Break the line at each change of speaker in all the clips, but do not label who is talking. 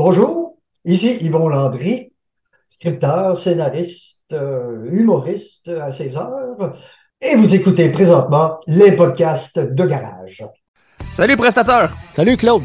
Bonjour, ici Yvon Landry, scripteur, scénariste, euh, humoriste à ses heures, et vous écoutez présentement les podcasts de garage.
Salut, prestateur!
Salut Claude!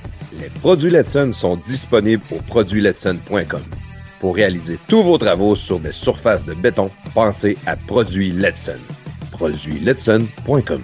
Les produits Letson sont disponibles au produitsletson.com. Pour réaliser tous vos travaux sur des surfaces de béton, pensez à Produits Letson. Produitsletson.com.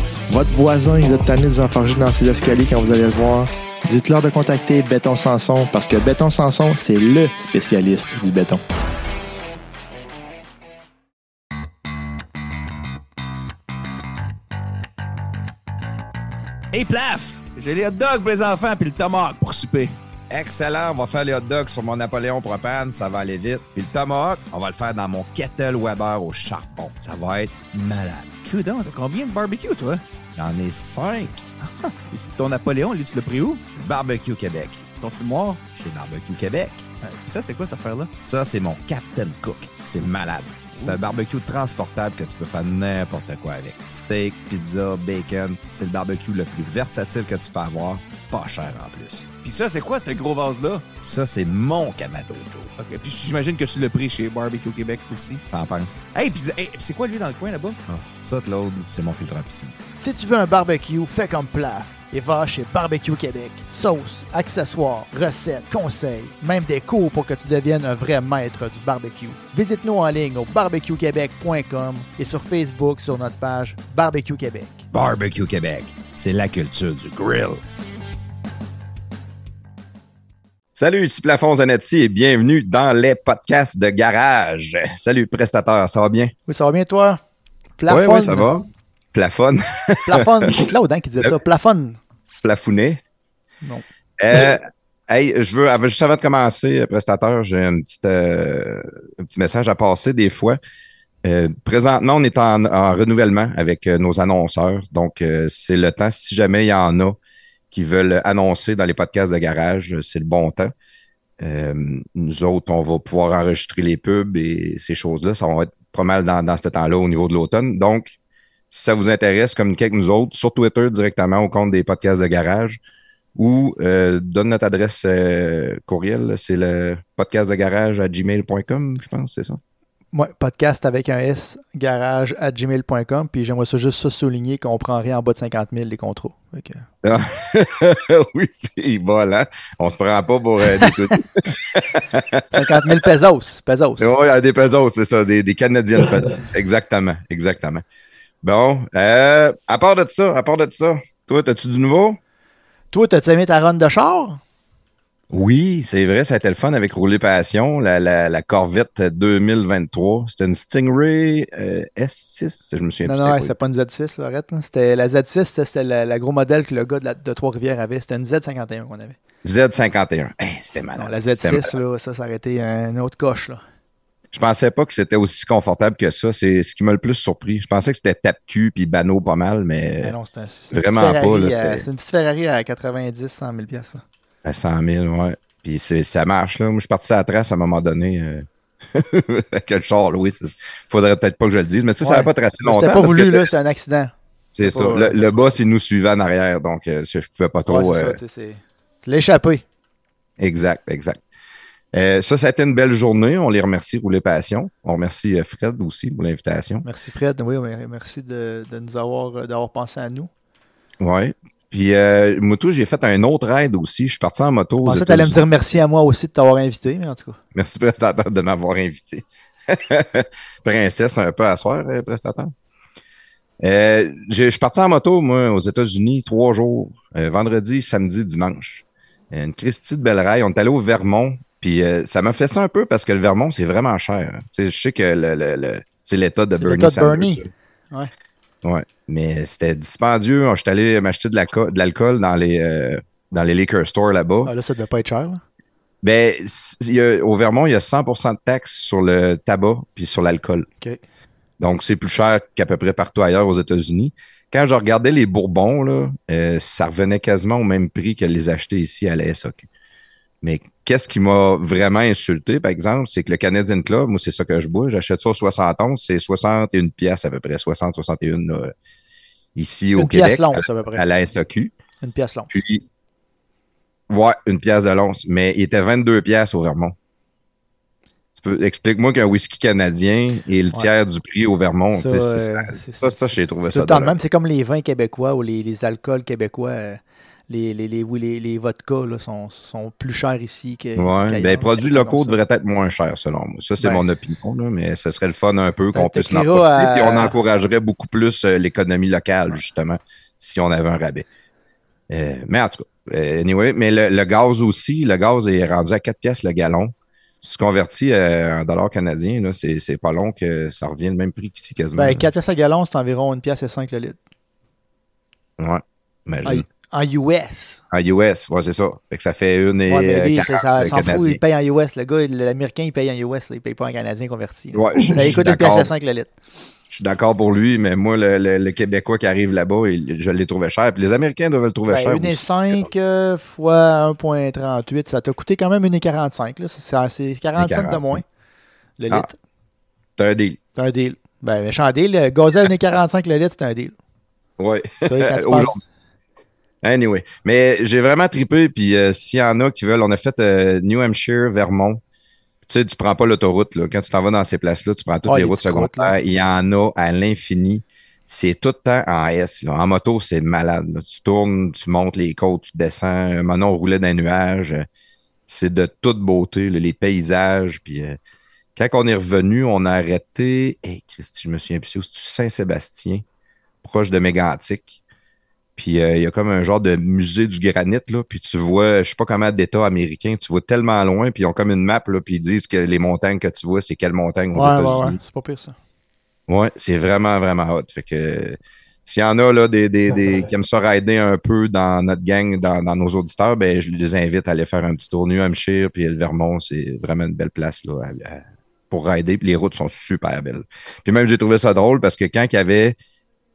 votre voisin, il est tanné de vous enfarger dans ses escaliers quand vous allez le voir. Dites-leur de contacter Béton Sanson parce que Béton Sanson, c'est le spécialiste du béton.
Hey, plaf! J'ai les hot dogs pour les enfants puis le tomahawk pour souper.
Excellent, on va faire les hot dogs sur mon Napoléon propane, ça va aller vite. Puis le tomahawk, on va le faire dans mon kettle Weber au charbon. Ça va être malade.
Coudon, t'as combien de barbecue, toi? Ah,
J'en ai cinq.
Ton Napoléon, lui, tu l'as pris où?
Barbecue Québec.
Ton fumoir?
Chez Barbecue Québec.
Euh, ça, c'est quoi cette affaire-là?
Ça, c'est mon Captain Cook. C'est malade. C'est un barbecue transportable que tu peux faire n'importe quoi avec. Steak, pizza, bacon. C'est le barbecue le plus versatile que tu peux avoir. Pas cher en plus.
Puis ça, c'est quoi ce gros vase-là?
Ça, c'est mon Kamado Joe.
Ok, puis j'imagine que tu l'as pris chez Barbecue Québec aussi.
T'en penses?
Hey, puis hey, puis c'est quoi lui dans le coin là-bas?
Ah, ça, Claude, c'est mon filtre à piscine.
Si tu veux un barbecue, fais comme Plaf et va chez Barbecue Québec. Sauces, accessoires, recettes, conseils, même des cours pour que tu deviennes un vrai maître du barbecue. Visite-nous en ligne au barbecuequebec.com et sur Facebook sur notre page Barbecue Québec.
Barbecue Québec, c'est la culture du grill. Salut, ici Plafond Zanetti et bienvenue dans les podcasts de garage. Salut, prestateur, ça va bien?
Oui, ça va bien toi?
Oui, oui, ça va. Plafonne,
Plafonne, c'est Claude hein, qui disait ça. Plafonne.
plafonné.
Non.
Euh, hey, je veux, avant- juste avant de commencer, euh, prestateur, j'ai une petite, euh, un petit message à passer des fois. Euh, présentement, on est en, en renouvellement avec euh, nos annonceurs. Donc, euh, c'est le temps, si jamais il y en a qui veulent annoncer dans les podcasts de garage, euh, c'est le bon temps. Euh, nous autres, on va pouvoir enregistrer les pubs et ces choses-là. Ça va être pas mal dans, dans ce temps-là au niveau de l'automne. Donc, si ça vous intéresse, communiquez avec nous autres sur Twitter directement au compte des podcasts de garage ou euh, donne notre adresse euh, courriel. là. C'est le podcast de garage à gmail.com, je pense, c'est ça.
Ouais, podcast avec un S, garage à gmail.com. Puis j'aimerais ça juste ça souligner qu'on prend rien en bas de 50 000 les contrats. Fait que-
oui, c'est bon, hein? On se prend pas pour euh, des, coups-
50 000 pesos. Pesos.
Ouais, à des pesos, c'est ça, des, des Canadiens pesos. Exactement, exactement. Bon, euh, à part de ça, à part de ça, toi, as-tu du nouveau?
Toi, t'as-tu aimé ta run de char?
Oui, c'est vrai, ça a été le fun avec Rouler Passion, la, la, la Corvette 2023. C'était une Stingray euh, S6, je me souviens
Non,
plus
non, ouais,
c'était
c'était pas une Z6, là, arrête, là. C'était la Z6, c'était- c'était la, la gros modèle que le gars de, la- de Trois-Rivières avait. C'était une Z51 qu'on avait.
quoi. Z51. Hey, Eh, c'était malade.
Non, la
Ah, C'était malade.
Z6, là, ça, ça aurait été un autre coche, là.
Je pensais pas que c'était aussi confortable que ça. C'est ce qui m'a le plus surpris. Je pensais que c'était tape-cul puis banneau pas mal, mais
Ah
Mais non, c'est un- c'est une,
Euh, vraiment
petite
pas,
Ferrari,
là,
euh,
c'est-
c'est une petite Ferrari à 90, 100 000 piastres, ça.
à 100 000, ouais. Puis c'est- ça marche. Là. Moi, je suis parti à la trace à un moment donné. euh, avec le char, oui. c'est- Faudrait peut-être pas que je le dise, mais tu sais, ça n'a
Ouais.
pas tracé
Mais
longtemps.
C'était pas
parce
voulu,
que-
là, c'est un accident.
C'est
c'est
ça.
pas-
Le, le boss, il nous suivait en arrière, donc euh, je pouvais pas trop.
Ouais, c'est
euh,
ça, tu sais, c'est- c'est l'échappé.
Exact, exact. Euh, ça, ça a été une belle journée. On les remercie, Roulet Passion. On remercie euh, Fred aussi pour l'invitation.
Merci Fred, oui, oui, merci de, de nous avoir, euh, d'avoir pensé à nous.
Ouais. Puis, euh, moto, j'ai fait un autre raid aussi. Je suis parti en moto.
Je
aux
pensais que tu allais me
États-Unis.
dire merci à moi aussi de t'avoir invité, mais en tout cas.
Merci, prestataire, de m'avoir invité. Princesse, un peu à soir, euh, prestataire. Euh, j'ai- je suis parti en moto, moi, aux États-Unis, trois jours, euh, vendredi, samedi, dimanche. Euh, Une Christie de Belleraille, on est allé au Vermont, puis euh, ça m'a fait ça un peu parce que le Vermont, c'est vraiment cher. Tu sais, je sais que le, le- le- c'est l'État de
C'est
Bernie.
l'État de
Sanders,
Bernie.
là.
Ouais.
Ouais. Mais c'était dispendieux. Je suis allé m'acheter de la co- de l'alcool dans les euh, dans les liquor stores là-bas.
Ah, là, ça devait pas être cher. là.
Ben, s- il y a- au Vermont, il y a 100 de taxes sur le tabac puis sur l'alcool.
OK.
Donc, c'est plus cher qu'à peu près partout ailleurs aux États-Unis. Quand je regardais les Bourbons, là, euh, ça revenait quasiment au même prix que les acheter ici à la SAQ. Mais qu'est-ce qui m'a vraiment insulté, par exemple, c'est que le Canadian Club, moi, c'est ça que je bois, j'achète ça au 71, c'est 61 pièces à peu près, 60, 61 là, ici au
Une pièce
Québec,
longue,
à-
ça, à peu près.
à la SAQ.
Une pièce longue.
Puis, ouais, une pièce de l'once, mais il était 22 pièces au Vermont. Tu peux- Explique-moi qu'un whisky canadien est le
Ouais.
tiers du prix au Vermont.
Ça,
tu sais, c'est-
euh,
ça,
c'est-
ça, ça, j'ai trouvé
C'est tout
ça.
le temps le
drôle.
même. C'est comme les vins québécois ou les, les alcools québécois. euh, les, les, les, oui, les, les vodkas là, sont, sont plus chers ici que.
Ouais,
qu'ailleurs.
ben, les produits
C'est
locaux
comme ça.
devraient être moins chers, selon moi. Ça, c'est
Ben.
mon opinion, là, mais ce serait le fun un peu qu'on
Peut-être
puisse en
t'écriras
profiter.
à-
Puis on encouragerait beaucoup plus euh, l'économie locale, justement, si on avait un rabais. Euh, mais en tout cas, euh, anyway, mais le, le gaz aussi, le gaz est rendu à 4 pièces le gallon. Si tu convertis euh, en dollars canadiens, là, c'est c'est pas long que ça revient le même prix qu'ici quasiment.
Ben, 4 pièces à gallon, c'est environ une pièce et 5 le litre.
Ouais, imagine.
Ah, En US.
En US, ouais, c'est ça. Fait que ça fait une et.
Ouais, mais lui,
euh,
ça,
40
ça s'en fout,
canadiens.
il paye en US. Le gars, l'Américain, il paye en US, là, il paye pas en Canadien converti. là.
Ouais, je- je
ça
suis
écoute une pièce
d'accord.
et 5 le litre.
Je suis d'accord pour lui, mais moi, le, le- le Québécois qui arrive là-bas, il- je l'ai trouvé cher. Puis les Américains doivent le trouver
Ben,
cher. aussi.
1,5 euh, fois 1,38, ça t'a coûté quand même 1,45. là. C'est- C'est c'est 40 cents de
1,40.
moins le
Ah.
litre.
C'est un deal.
C'est un deal. Ben, méchant deal. euh, Gazer 1,45 le litre, c'est un deal.
Oui.
Tu sais, quand tu
Aujourd'hui.
passes-
Anyway. Mais j'ai vraiment trippé. Puis euh, s'il y en a qui veulent, on a fait euh, New Hampshire, Vermont. Tu sais, tu prends pas l'autoroute. là. Quand tu t'en vas dans ces places-là, tu prends toutes
Ah,
les
les
routes
petites routes,
secondaires. Il y en a à l'infini. C'est tout le temps en S. là. En moto, c'est malade. là. Tu tournes, tu montes les côtes, tu descends. Maintenant, on roulait dans les nuages. C'est de toute beauté, là, les paysages. Puis euh, quand on est revenu, on a arrêté. Hey, Christy, je me souviens plus, c'est où? C'est-tu Saint-Sébastien, proche de Mégantic. Puis euh, il y a comme un genre de musée du granit, là. Puis tu vois, je sais pas comment d'État américain, tu vois tellement loin, puis ils ont comme une map, là, puis ils disent que les montagnes que tu vois, c'est quelle montagne aux
Ouais, ouais, ouais,
États-Unis.
C'est pas pire ça.
Ouais, c'est vraiment, vraiment hot. Fait que s'il y en a là, des, des, des- qui aiment ça rider un peu dans notre gang, dans, dans nos auditeurs, ben, je les invite à aller faire un petit tour. New Hampshire puis le Vermont, c'est vraiment une belle place là, à- à- pour rider. Puis les routes sont super belles. Puis même, j'ai trouvé ça drôle parce que quand il y avait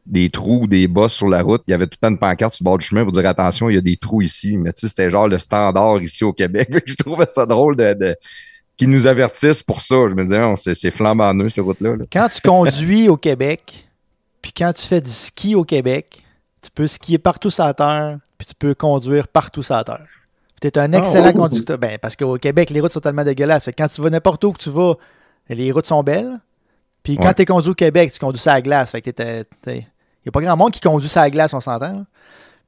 des trous, des bosses sur la route, il y avait tout le temps une pancarte sur le bord du chemin pour dire attention, il y a des trous ici. Mais tu sais, c'était genre le standard ici au Québec. je trouvais ça drôle de, de- qu'ils nous avertissent pour ça. Je me disais, on, c'est c'est flambant neuf ces routes-là. là
Quand tu conduis au Québec, puis quand tu fais du ski au Québec, tu peux skier partout sur la terre, puis tu peux conduire partout sur la terre. Tu es un excellent
ouais.
conducteur. Ben, parce qu'au Québec, les routes sont tellement dégueulasses. Fait que quand tu vas n'importe où que tu vas, les routes sont belles. Puis quand
Ouais.
tu es conduit au Québec, tu conduis ça à la glace. Fait que Il n'y a pas grand monde qui conduit ça à la glace, on s'entend. là.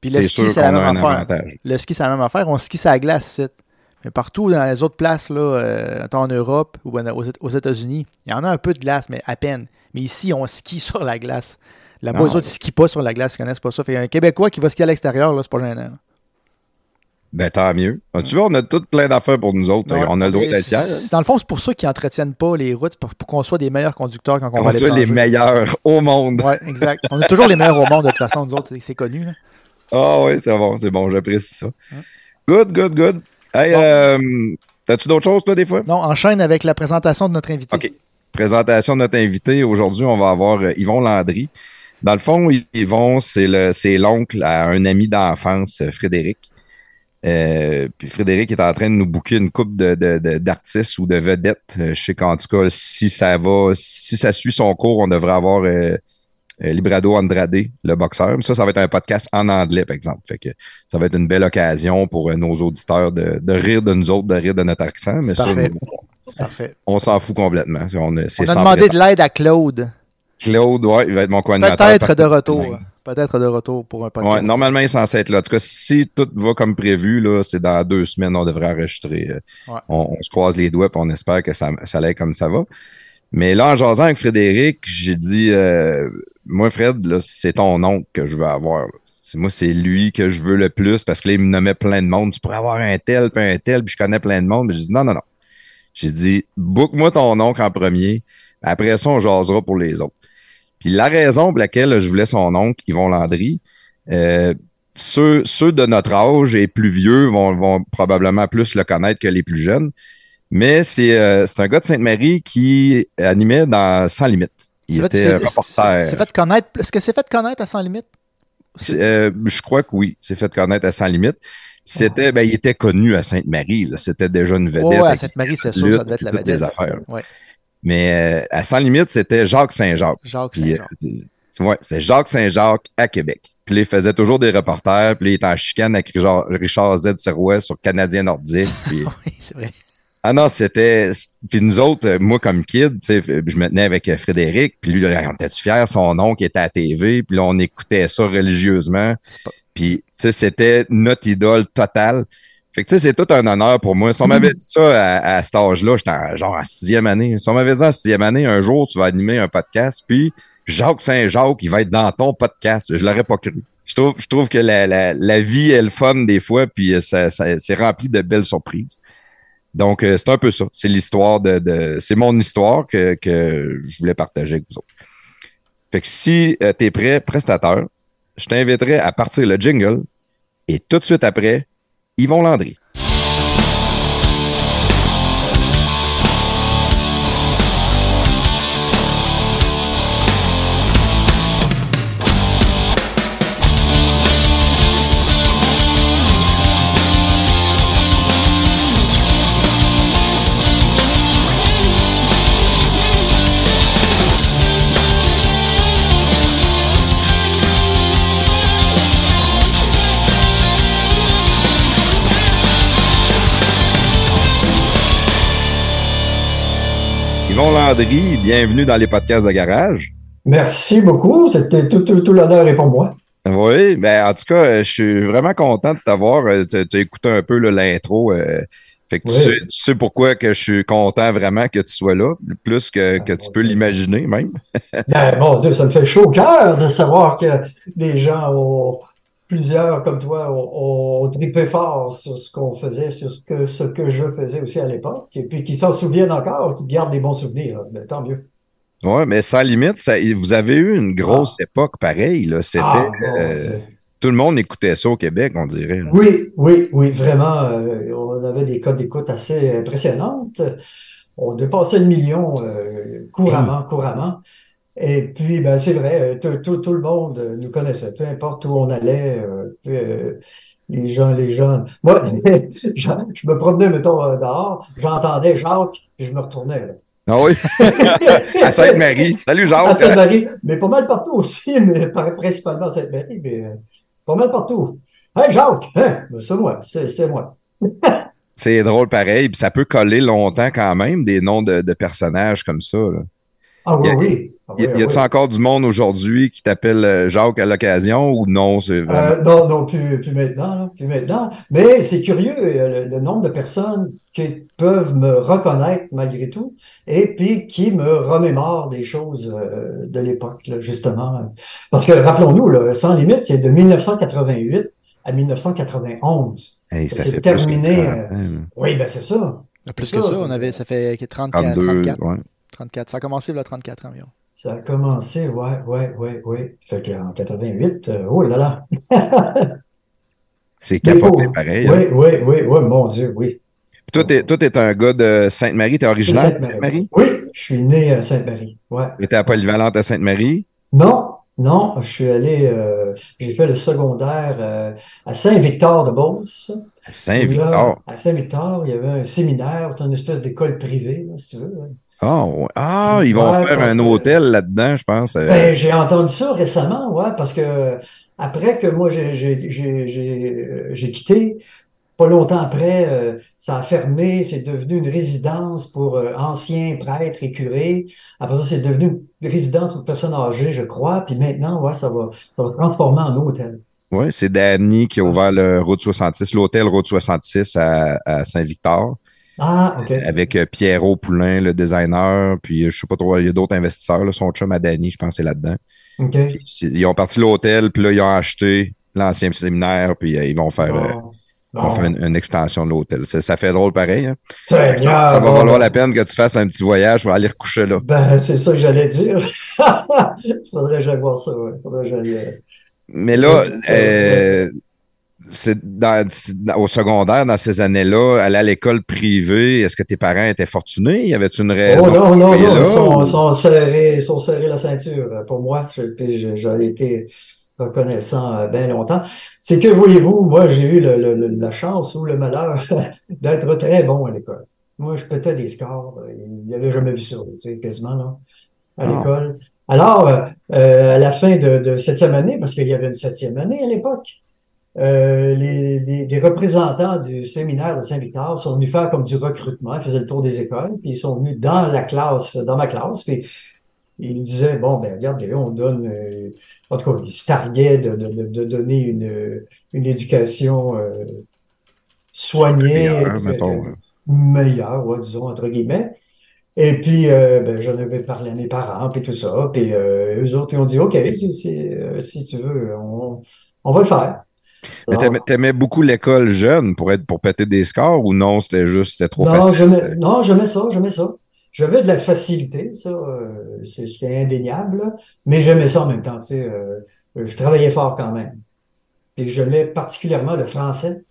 Puis le
C'est
ski,
sûr
c'est la
qu'on a
même
un
affaire.
avantage.
Le ski, c'est la même affaire. On skie sur la glace, c'est. Mais partout dans les autres places, là, euh, tant en Europe ou en- aux, aux États-Unis, il y en a un peu de glace, mais à peine. Mais ici, on skie sur la glace. Là-bas,
Non,
les autres, ils skient pas sur la glace, ils connaissent pas ça. Fait qu'un Québécois qui va skier à l'extérieur, là, c'est pas gênant.
Ben, tant mieux. Ah, tu vois, on a tout plein d'affaires pour nous autres.
Ouais.
on a le hein. droit
Mais
d'être
c'est-
fiers.
c'est- Dans le fond, c'est pour ça qu'ils entretiennent pas les routes, pour, pour qu'on soit des meilleurs conducteurs quand on,
On,
va à
est les
l'étranger.
meilleurs au monde.
Ouais, exact. On est toujours les meilleurs au monde, de toute façon, nous autres, c'est- c'est connu. là.
Ah oui, c'est bon, c'est bon, j'apprécie ça.
Ouais.
Good, good, good. Hey,
Bon.
euh, t'as-tu d'autres choses, toi, des fois?
Non, enchaîne avec la présentation de notre invité.
OK. Présentation de notre invité. Aujourd'hui, on va avoir euh, Yvon Landry. Dans le fond, Yvon, c'est le- c'est l'oncle à un ami d'enfance, euh, Frédéric. Euh, puis Frédéric est en train de nous booker une coupe d'artistes ou de vedettes. Euh, Je sais qu'en tout cas, si ça va, si ça suit son cours, on devrait avoir euh, euh, Librado Andrade, le boxeur. Mais ça, ça va être un podcast en anglais, par exemple. Fait que ça va être une belle occasion pour euh, nos auditeurs de, de rire de nous autres, de rire de notre accent. Mais
C'est
ça,
parfait.
nous,
C'est parfait.
on s'en fout complètement. On, euh, c'est
On a
sans
demandé
prétention.
de l'aide à Claude.
Claude, ouais, il va être mon co-animateur.
Peut-être
parce-
de retour.
Ouais.
Peut-être de retour pour un podcast.
Ouais, normalement, il est censé être là. En tout cas, si tout va comme prévu, là, c'est dans deux semaines, on devrait enregistrer. Euh,
Ouais.
On, on se croise les doigts et on espère que ça, ça l'aille comme ça va. Mais là, en jasant avec Frédéric, j'ai dit euh, Moi, Fred, là, c'est ton oncle que je veux avoir. là. C'est- Moi, c'est lui que je veux le plus parce que là, il me nommait plein de monde. Tu pourrais avoir un tel, puis un tel, puis je connais plein de monde. Mais j'ai dit Non, non, non. J'ai dit Book-moi ton oncle en premier. Après ça, on jasera pour les autres. Puis la raison pour laquelle je voulais son oncle, Yvon Landry, euh, ceux, ceux de notre âge et plus vieux vont, vont probablement plus le connaître que les plus jeunes. Mais c'est euh, c'est un gars de Sainte-Marie qui animait dans Sans Limite. Il
C'est fait-
était
c'est-
reporter.
c'est- c'est fait connaître. Est-ce que c'est fait connaître à 100 limites?
C'est- euh, je crois que oui, c'est fait connaître à Sans Limite. C'était, ben, il était connu à Sainte-Marie. là. C'était déjà une vedette.
Ouais, ouais, à
avec
Sainte-Marie, c'est
des
sûr, ça
luttes
devait être la
puis toutes les
vedette.
affaires.
Ouais.
Mais euh, à Sans Limite, c'était Jacques Saint-Jacques.
Jacques
Puis,
Saint-Jean.
euh, c'est- ouais, c'est Jacques Saint-Jacques à Québec. Puis là, il faisait toujours des reporters. Puis là, il était en chicane avec Richard, Richard Z. Serrois sur Canadien Nordique. Puis,
Oui, c'est vrai.
ah non, c'était... c'est- Puis nous autres, euh, moi comme kid, tu sais, je me tenais avec euh, Frédéric. Puis lui, là, on était-tu fiers? Son oncle était à la TV. Puis là, on écoutait ça religieusement.
C'est pas-
Puis, tu sais, c'était notre idole totale. Fait que, tu sais, c'est tout un honneur pour moi. Si on m'avait dit ça à, à cet âge-là, j'étais en- genre en sixième année. Si on m'avait dit en sixième année, un jour, tu vas animer un podcast, puis Jacques Saint-Jacques, il va être dans ton podcast. Je l'aurais pas cru. Je trouve, je trouve que la, la, la vie est le fun des fois, puis euh, ça, ça- c'est rempli de belles surprises. Donc, euh, c'est un peu ça. C'est l'histoire de, de- c'est mon histoire que, que je voulais partager avec vous autres. Fait que si tu es prêt, prestateur, je t'inviterai à partir le jingle et tout de suite après, Yvon Landry. Yvon Landry, bienvenue dans les podcasts de garage.
Merci beaucoup. C'était tout, tout, tout l'honneur est pour moi.
Oui, ben en tout cas, euh, je suis vraiment content de t'avoir. euh, Tu as écouté un peu là, l'intro. euh, fait que tu,
Oui.
sais, tu sais pourquoi que je suis content vraiment que tu sois là, plus que, que tu peux l'imaginer même.
Ben, mon Dieu, ça me fait chaud au cœur de savoir que des gens ont, plusieurs comme toi ont, ont trippé fort sur ce qu'on faisait, sur ce que, ce que je faisais aussi à l'époque, et puis qui s'en souviennent encore, qui gardent des bons souvenirs. Ben, tant mieux.
Oui, mais sans limite, ça, vous avez eu une grosse époque pareille. là. C'était
Ah, bon,
euh,
c'est-
tout le monde écoutait ça au Québec, on dirait. là.
Oui, oui, oui, vraiment, euh, on avait des codes d'écoute assez impressionnantes. On dépassait le million euh,
Hmm.
couramment, couramment. Et puis, ben, c'est vrai, euh, tout, tout, tout le monde euh, nous connaissait, peu importe où on allait, euh, peu- euh, les gens, les jeunes. Moi, je, je me promenais, mettons, euh, dehors, j'entendais Jacques, et je me retournais. là.
Ah oui, à Sainte-Marie. Salut
À
Jacques.
Sainte-Marie, mais pas mal partout aussi, mais par- principalement à Sainte-Marie, mais euh, pas mal partout. Hey, Jacques, hein, ben, c'est moi, c'est c'est moi.
C'est drôle pareil, puis ça peut coller longtemps quand même, des noms de, de personnages comme ça. là.
Ah oui,
Y a-
oui. Ah
Y,
oui,
y
ah
a-tu
oui.
encore du monde aujourd'hui qui t'appelle euh, Jacques à l'occasion ou non? C'est vraiment...
Euh, non, non, plus, plus maintenant, là, plus maintenant. Mais c'est curieux euh, le, le nombre de personnes qui peuvent me reconnaître malgré tout et puis qui me remémorent des choses euh, de l'époque, là, justement. Parce que rappelons-nous, le Sans Limite, c'est de 1988 à 1991.
Hey,
c'est
ça fait plus que
terminé,
40
euh,
ans, hein, là.
Oui, ben c'est ça.
Plus
ça,
que ça,
euh,
on avait, ça fait 34,
32,
34,
ouais.
34. Ça a commencé là 34 ans environ.
Ça a commencé, ouais, ouais, ouais, ouais. Fait qu'en 88, euh, oh là là.
C'est
Mais
capoté
bon,
pareil. hein.
Oui, oui, oui, oui, mon Dieu, oui.
Puis Toi, t'es, toi, t'es un gars de Sainte-Marie, t'es originaire de
Sainte-Marie.
Sainte-Marie?
Oui, je suis né à Sainte-Marie. Ouais.
T'étais à Polyvalente à Sainte-Marie?
Non, Non, je suis allé, euh, j'ai fait le secondaire euh, à Saint-Victor-de-Beauce.
À
Puis là,
Saint-Victor.
à Saint-Victor, il y avait un séminaire, c'est une espèce d'école privée, là, si tu veux. là.
Ah, ouais. Ah, ils vont
Ouais,
faire
parce
un
que-
hôtel là-dedans, je pense. euh,
Ben, j'ai entendu ça récemment, ouais, parce que après que moi j'ai j'ai- j'ai- j'ai, euh, j'ai quitté, pas longtemps après, euh, ça a fermé, c'est devenu une résidence pour euh, anciens prêtres et curés. Après ça, c'est devenu une résidence pour personnes âgées, je crois. Puis maintenant, ouais, ça va, ça va transformer en hôtel.
Oui, c'est Danny qui a ouvert le Route 66, l'hôtel Route 66 à, à Saint-Victor,
Ah, ok.
avec euh, Pierrot Poulain, le designer, puis euh, je sais pas trop, il y a d'autres investisseurs, là, son chum à Danny, je pense, c'est là-dedans.
Ok.
Puis c'est- Ils ont parti l'hôtel, puis là, ils ont acheté l'ancien séminaire, puis euh, ils vont faire, euh,
Bon.
ils vont
Bon.
faire une, une extension de l'hôtel. Ça, ça fait drôle pareil. hein.
Très bien,
ça va
bon,
valoir
ben,
la peine que tu fasses un petit voyage pour aller recoucher là.
Ben, c'est ça que j'allais dire. Faudrait que j'aille voir ça, ouais. Faudrait que j'aille. euh,
Mais là,
Ouais,
euh, c'est dans- c'est dans- au secondaire, dans ces années-là, aller à l'école privée, est-ce que tes parents étaient fortunés? Y avait-tu une raison?
Oh non, non,
Et
non,
là,
ils sont,
ou-
sont serrés, ils sont serrés la ceinture. euh, Pour moi, Je- puis je- j'ai été reconnaissant euh, bien longtemps. C'est que, voyez-vous, moi, j'ai eu le- le- le- la chance ou le malheur d'être très bon à l'école. Moi, je pétais des scores. euh, Il n'y avait jamais vu ça, tu sais, quasiment, là, à
Ah.
l'école. Alors, euh, euh, à la fin de, de septième année, parce qu'il y avait une septième année à l'époque, euh, les, les- les représentants du séminaire de Saint-Victor sont venus faire comme du recrutement, ils faisaient le tour des écoles, puis ils sont venus dans la classe, dans ma classe, puis ils me disaient, bon, ben regarde, là, on donne, euh, en tout cas, ils se targuaient de, de- de- de donner une, une éducation euh, soignée,
Meilleur,
que-
mettons,
que-
hein.
meilleur, ouais, disons, entre guillemets. Et puis, euh, ben, j'en avais parlé à mes parents, puis tout ça. Puis, euh, eux autres, ils ont dit, OK, si, si, euh, si tu veux, on, on va le faire.
Mais
Alors,
t'aimais, t'aimais beaucoup l'école jeune pour être pour péter des scores ou non, c'était juste c'était trop
non,
facile?
j'aimais, non, j'aimais ça, j'aimais ça. J'avais de la facilité, ça, euh, c'est- c'était indéniable, là. mais j'aimais ça en même temps, tu sais, euh, je travaillais fort quand même. Puis j'aimais particulièrement le français.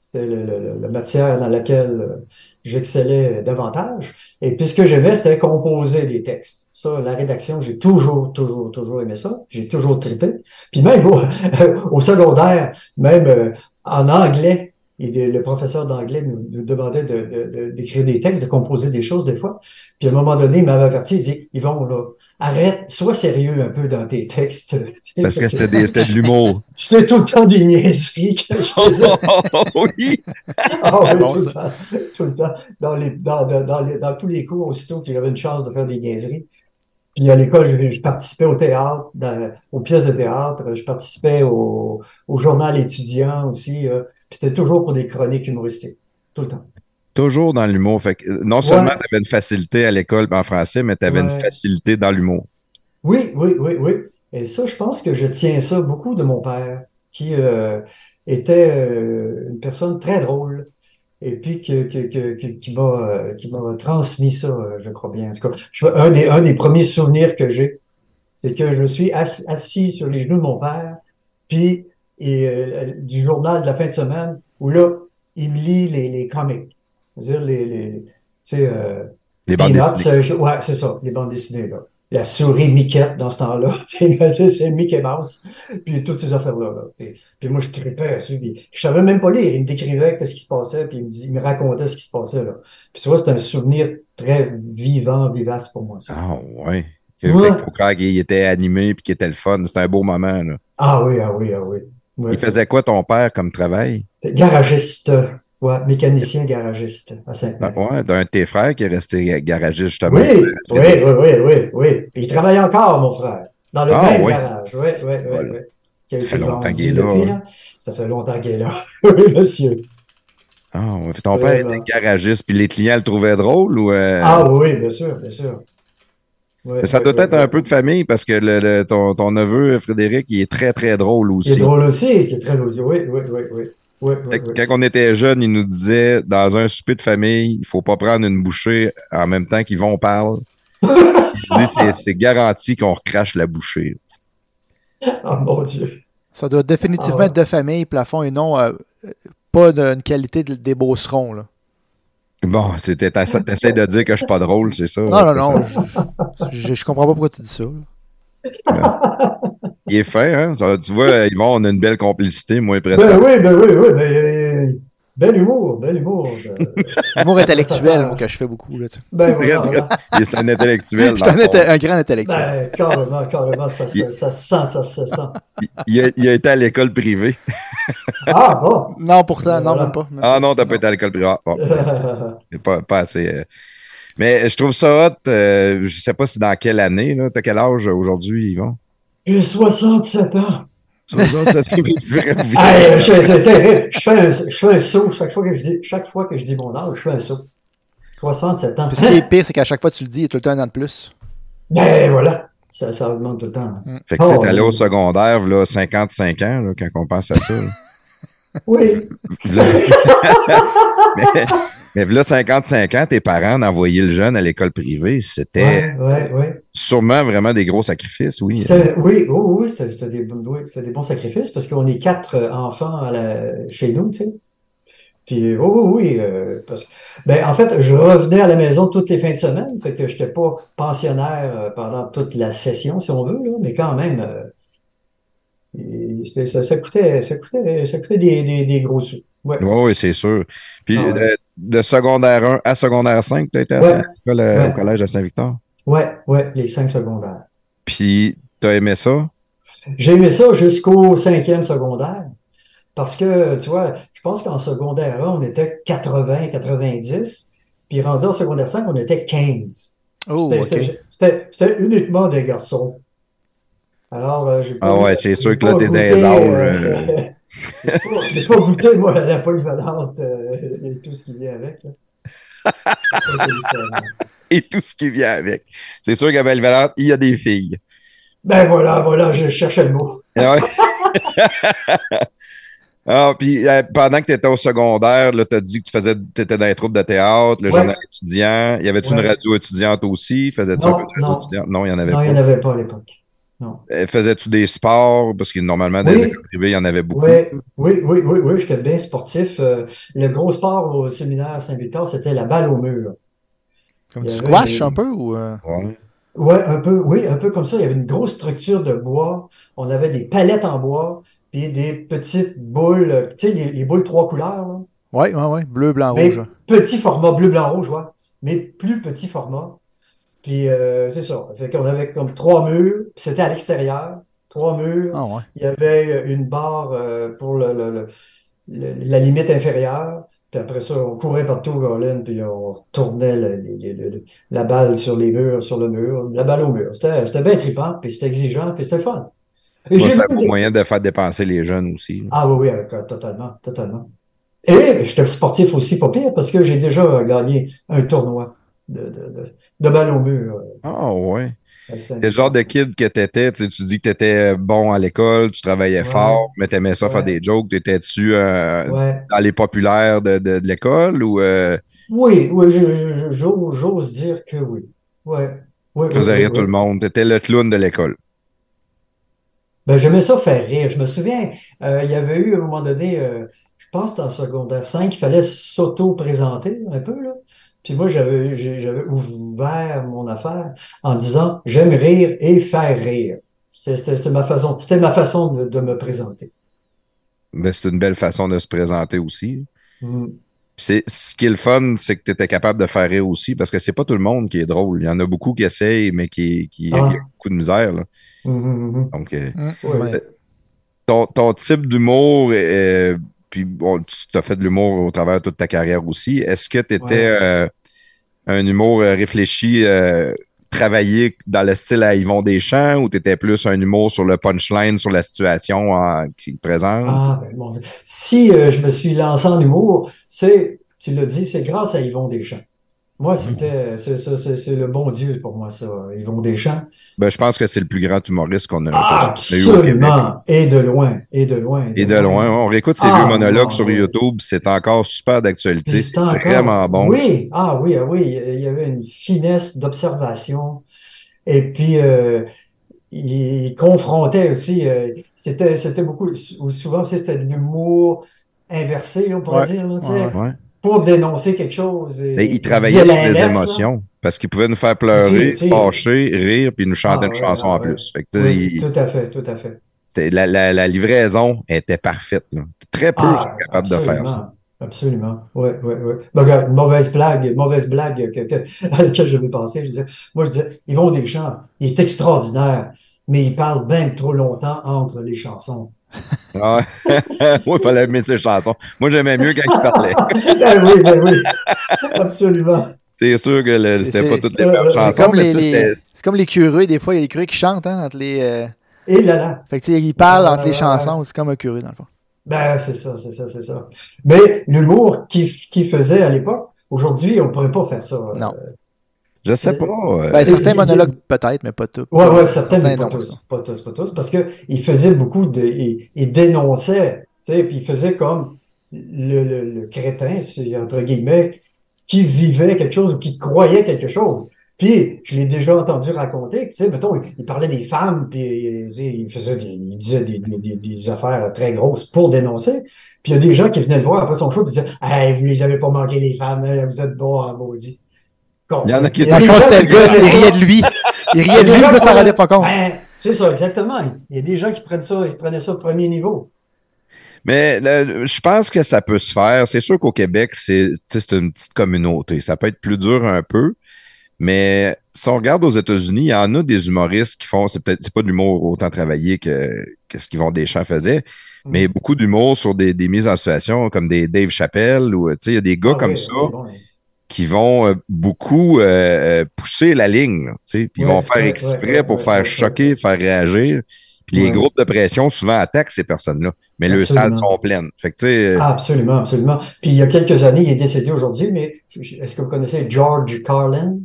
C'était le- le- le- la matière dans laquelle euh, j'excellais davantage. Et puis ce que j'aimais, c'était composer des textes. Ça, la rédaction, j'ai toujours, toujours, toujours aimé ça. J'ai toujours trippé. Puis même au, au secondaire, même euh, en anglais, et le, le professeur d'anglais nous, nous demandait de- de- de- d'écrire des textes, de composer des choses des fois. Puis à un moment donné, il m'avait averti, il dit, Yvon, là, arrête, sois sérieux un peu dans tes textes.
Parce que c'était, des- c'était de l'humour.
C'était tout le temps des niaiseries que je faisais. Oh,
oui!
Ah oui,
Bon,
tout le
ça.
temps. Tout le temps. Dans, les, dans, dans, dans les- dans tous les cours, aussitôt que j'avais une chance de faire des niaiseries. Puis à l'école, je, je participais au théâtre, dans- aux pièces de théâtre, je participais au, au journal étudiant aussi. euh, puis c'était toujours pour des chroniques humoristiques. Tout le temps.
Toujours dans l'humour. Fait que, euh, non seulement
Ouais.
tu avais une facilité à l'école en français, mais tu avais une
Ouais.
facilité dans l'humour.
Oui, oui, oui, oui. Et ça, je pense que je tiens ça beaucoup de mon père, qui euh, était euh, une personne très drôle, et puis que, que, que, que- qui m'a euh, qui m'a transmis ça, euh, je crois bien. En tout cas, je- un des, un des premiers souvenirs que j'ai, c'est que je suis ass- assis sur les genoux de mon père, puis et, euh, du journal de la fin de semaine, où là, il me lit les, les comics. C'est-à-dire les, les, tu sais, euh,
Les bandes
Peanuts,
dessinées.
euh, je- ouais, c'est ça, les bandes dessinées, là. La souris Mickey dans ce temps-là. c'est c'est Mickey Mouse. Puis toutes ces affaires-là. là. Puis, puis moi, je tripais à celui. Puis, je savais même pas lire. Il me décrivait qu'est-ce qui se passait, puis il me, dis- il me racontait ce qui se passait, là. Puis tu vois, c'est un souvenir très vivant, vivace pour moi, ça.
Ah ouais. Que,
Ouais.
fait que faut croire qu'il était animé puis qu'il était le fun. C'était un beau moment. Là.
Ah oui, ah oui, ah oui. Ouais.
Il faisait quoi ton père comme travail?
Garagiste. Ouais, mécanicien garagiste à Sainte-Marie.
Ah, ouais, d'un de tes frères qui est resté garagiste justement.
Euh. Oui, oui, oui, oui, oui, oui. Puis il travaille encore, mon frère, dans le
Ah,
même
oui.
garage. Oui, oui, oui.
Voilà.
oui. Qui a été
Ça fait longtemps
vendu
qu'il est là,
depuis,
hein. Euh.
là. Ça fait longtemps qu'il est là. oui, monsieur.
Ah, ouais. Fait que Ton
Oui,
père
ben.
était garagiste puis les clients le trouvaient drôle ou. euh,
Ah oui, bien sûr, bien sûr. Oui,
mais ça
oui,
doit
oui,
être
oui.
un peu de famille parce que le- le- ton, ton neveu, Frédéric, il est très, très drôle
Il est
aussi.
drôle aussi, qui est très drôle. Oui, oui, oui, oui. Oui, oui,
Fait que
oui.
Quand on était jeune, il nous disait dans un souper de famille, il faut pas prendre une bouchée en même temps qu'ils vont parle. Il dit c'est- c'est garanti qu'on recrache la bouchée.
Ah mon Dieu.
Ça doit définitivement
Ah ouais.
être de famille, plafond, et non euh, euh, pas d'une qualité de- des beaucerons. là.
Bon, c'était t'essa- t'essaies de dire que je suis pas drôle, c'est ça?
Non, non, non. je- Je je comprends pas pourquoi tu dis ça. là.
Il est fait, hein? Ça, Tu vois, Yvon, on a une belle complicité, moi et
Ben
Preston.
oui, ben oui, oui, ben, euh, bel humour, bel humour. Euh,
Humour intellectuel, moi, que je fais beaucoup. Là, tu sais.
ben
Très,
voilà,
très. Il est un intellectuel.
je
dans
suis
le
un,
fond.
inte- un grand intellectuel.
Ben, carrément, carrément, ça, se- ça se sent, ça se sent.
Il- il, a, il a été à l'école privée.
Ah, bon!
Non, pourtant, non,
Voilà.
même pas. même
Ah
pas.
non, t'as pas été à l'école privée. Ah, bon.
Euh,
C'est pas, pas assez. euh. Mais je trouve ça hot. euh, je sais pas si dans quelle année, là. T'as quel âge aujourd'hui, Yvon?
J'ai 67 ans.
Sur les autres, ça te fait du bien.
Hey, c'est c'est terrible. Je fais, un, je fais un saut chaque fois, que je dis, chaque fois que je dis mon âge, je fais un saut. 67 ans.
Puis ce qui est pire, c'est qu'à chaque fois que tu le dis, il y a tout le temps un an de plus.
Ben voilà, ça, ça augmente tout le temps. là.
Fait que tu sais,
Oh,
t'allais
oui.
au secondaire, là, 55 ans, là, quand on pense à ça. là.
Oui,
V'là- mais mais là, 55 ans, tes parents d'envoyer le jeune à l'école privée, c'était
ouais, ouais, ouais.
sûrement vraiment des gros sacrifices, oui.
C'était- Oui, oh, oui, c'était c'était des, bons- oui, c'était des bons sacrifices parce qu'on est quatre euh, enfants à la, chez nous, tu sais. Puis, oh, oh, oui, euh, parce que, ben, en fait, je revenais à la maison toutes les fins de semaine, fait que je n'étais pas pensionnaire euh, pendant toute la session, si on veut, là, mais quand même, euh, et c'était- ça, ça coûtait, ça coûtait, ça coûtait des, des, des gros sous. Ouais.
Oui, oui, c'est sûr. Puis
Ah, ouais.
de, de secondaire 1 à secondaire 5, tu as été à
Ouais.
Saint- à l'école, euh,
Ouais.
au collège de Saint-Victor.
ouais, ouais, les cinq secondaires.
Puis, tu as aimé ça?
J'ai aimé ça jusqu'au cinquième secondaire. Parce que, tu vois, je pense qu'en secondaire 1, on était 80, 90. Puis rendu en secondaire 5, on était 15.
Oh,
C'était-
ok.
c'était- C'était c'était uniquement des garçons. Alors, euh, j'ai pas.
Ah ouais, c'est sûr
j'ai
que là,
pas
t'es dans les euh.
goûté,
âges, euh.
j'ai pas- J'ai pas goûté, moi, à la polyvalente euh, et tout ce qui vient avec. là. Ça, c'est différent.
Et tout ce qui vient avec. C'est sûr qu'à Valvalente, il y a des filles.
ben voilà, voilà, je cherchais le mot.
Ah, ouais. Ah, puis euh, pendant que tu étais au secondaire, tu as dit que tu faisais, étais dans les troupes de théâtre, le
Ouais.
journal étudiant. Y avait-tu une
Ouais.
radio étudiante aussi? Faisais-tu
Non,
un peu de radio
non.
étudiante? Non, il n'y en avait
Non, il n'y en
pas.
avait pas à l'époque. Non.
Euh, Faisais-tu des sports? Parce que normalement, dans
Oui.
les écoles privées, il y en avait beaucoup.
Ouais, oui, oui, oui, oui, j'étais bien sportif. Euh, le gros sport au séminaire Saint-Victor, c'était la balle au mur.
Comme
il
du
y avait
squash
des-
un peu ou. euh,
Ouais.
Ouais, un peu, oui, un peu comme ça. Il y avait une grosse structure de bois. On avait des palettes en bois, puis des petites boules, euh, tu sais, les, les boules trois couleurs, là.
Ouais, ouais, ouais. Bleu, blanc,
Mais
rouge.
petit format, bleu, blanc, rouge, ouais. Mais plus petit format. Puis euh, c'est ça. Fait qu'on avait comme trois murs, puis c'était à l'extérieur. Trois murs.
Ah, ouais.
Il y avait une barre euh, pour le- le- le- le- la limite inférieure. Puis après ça, on courait partout, Roland, puis on tournait la balle sur les murs, sur le mur, la balle au mur. C'était c'était bien trippant, puis c'était exigeant, puis c'était fun. Et
Moi,
j'ai
c'était un
même des-
moyen de faire dépenser les jeunes aussi.
Ah oui, oui, avec- euh, totalement, totalement. Et j'étais sportif aussi, pas pire, parce que j'ai déjà euh, gagné un tournoi de, de, de, de balle au mur. euh,
Ah ouais.
à Saint-
Quel genre de kid que t'étais? Tu, sais, tu dis que t'étais euh, bon à l'école, tu travaillais
Ouais.
fort, mais t'aimais ça faire
Ouais.
des jokes. T'étais-tu euh,
Ouais.
dans les populaires de, de- de l'école ou euh,
Oui, oui, je- je- je- j'ose j'ose dire que oui. Ouais. Oui,
Tu
oui,
faisais
oui,
rire
oui.
tout le monde. T'étais le clown de l'école.
Ben, j'aimais ça faire rire. Je me souviens, euh, il y avait eu à un moment donné, euh, je pense dans le secondaire 5, il fallait s'auto-présenter un peu, là. Puis moi, j'avais, j'ai- j'avais ouvert mon affaire en disant j'aime rire et faire rire. C'était, c'était, c'était ma façon, c'était ma façon de, de me présenter.
Mais c'est une belle façon de se présenter aussi.
Mm.
Puis C'est ce qui est le fun, c'est que tu étais capable de faire rire aussi, parce que c'est pas tout le monde qui est drôle. Il y en a beaucoup qui essayent, mais qui, qui
Ah.
qui ont beaucoup de misère. là.
Mhm, mhm, mhm.
Donc, euh,
Hum,
Ouais.
ouais.
ton, ton type d'humour, euh, puis bon, tu as fait de l'humour au travers de toute ta carrière aussi. Est-ce que tu étais
Ouais.
un humour euh, réfléchi, euh, travaillé dans le style à Yvon Deschamps, ou tu étais plus un humour sur le punchline, sur la situation hein, qui te présente?
Ah, ben, mon Dieu. Si euh, je me suis lancé en humour, c'est, tu l'as dit, c'est grâce à Yvon Deschamps. Moi, c'était, c'est, c'est, c'est, c'est le bon Dieu pour moi, ça, Yvon Deschamps.
Ben, je pense que c'est le plus grand humoriste qu'on a,
Ah,
qu'on a eu au Québec.
Absolument. Et de loin. Et de loin.
Et de loin, on réécoute ses
Ah,
vieux monologues
mon
sur
Dieu.
YouTube, c'est encore super d'actualité,
Puis
c'est
c'est encore-
vraiment bon.
Oui, ah oui, ah oui. Il y avait une finesse d'observation. Et puis, euh, il confrontait aussi. euh, c'était, c'était beaucoup. ou Souvent, tu sais, c'était de l'humour inversé, on pourrait
Ouais,
dire, là, tu
ouais,
sais,
ouais.
Ouais.
pour dénoncer quelque chose. Et,
Mais Ben, il
disait
travaillait sur les
l'inverse, là.
émotions. parce qu'ils pouvaient nous faire pleurer,
Si, si.
fâcher, rire, puis ils nous chanter
Ah,
une
ouais,
chanson
ah,
en
ouais.
plus. Fait que, tu sais,
Oui,
il-
tout à fait, tout à fait.
c'est- la, la- la livraison était parfaite. là. Très peu
Ah,
sont capables de faire ça.
absolument, Absolument. Oui, oui, oui. Ben, regarde, une mauvaise blague, une mauvaise blague que, que- à laquelle je vais penser. Je disais, moi, je disais, Yvon Deschamps, il est extraordinaire, mais il parle bien trop longtemps entre les chansons.
Ah, Moi, il fallait mettre ses chansons. Moi, j'aimais mieux quand il parlait.
Ben oui, ben oui. Absolument.
C'est sûr que le-
C'est-
c'était
c'est-
pas toutes les
euh,
mêmes
c'est
C'est
chansons,
comme,
mais
les,
ça,
les-
c'était
c'est comme les curés, des fois, il y a des curés qui chantent hein, entre les. euh,
Et là, là.
Fait que, tu sais, ils parlent entre
Ouais,
les
ouais,
chansons, c'est comme un curé, dans le fond.
Ben, c'est ça, c'est ça, c'est ça. Mais l'humour qu'il qui faisait à l'époque, aujourd'hui, on ne pourrait pas faire ça.
Non.
Je sais pas. euh,
Ben, certains
il-
monologues, peut-être, mais pas tous.
Ouais, ouais, certaines, mais pas
Ben non,
tous,
ça.
pas tous, pas tous, parce que il faisait beaucoup de, il, il dénonçait, tu sais, puis il faisait comme le, le, le crétin, c'est- entre guillemets, qui vivait quelque chose ou qui croyait quelque chose. Puis, je l'ai déjà entendu raconter, tu sais, mettons, il, il parlait des femmes, puis tu sais, il faisait des, il disait des, des, des- des affaires très grosses pour dénoncer. Puis il y a des gens qui venaient le voir après son show, puis disaient, hey, vous les avez pas manqué les femmes, hein, vous êtes bons à maudit. Con.
Il y en a qui-
Dans
des
le fond,
gens
c'était
qui
le gars,
faisaient
il
ça.
riait de lui.
Il
Il riait de
y
lui,
a des
mais
gens
ça
qui-
ne rendait pas compte.
Ben, c'est ça, exactement. Il y a des gens qui prennent ça, ils prenaient ça au premier niveau.
Mais le- je pense que ça peut se faire. C'est sûr qu'au Québec, c'est tu sais, c'est une petite communauté. Ça peut être plus dur un peu. Mais si on regarde aux États-Unis, il y en a des humoristes qui font, c'est peut-être c'est pas de l'humour autant travaillé que, que ce qu'Yvon Deschamps faisait,
Mm.
mais beaucoup d'humour sur des, des mises en situation comme des Dave Chappelle ou tu sais, il y a des gars
Ah
comme ça
ben
qui vont euh, beaucoup euh, euh, pousser la ligne. là, tu sais, puis ils
Ouais,
vont faire
ouais,
exprès
ouais, ouais,
pour
ouais,
faire
ouais,
choquer, faire réagir. Puis les
Ouais.
groupes de pression souvent attaquent ces personnes-là. Mais leurs salles
Absolument. Ah.
sont pleines. Fait que tu sais, euh,
Absolument, absolument. Puis il y a quelques années, il est décédé aujourd'hui, mais est-ce que vous connaissez George Carlin?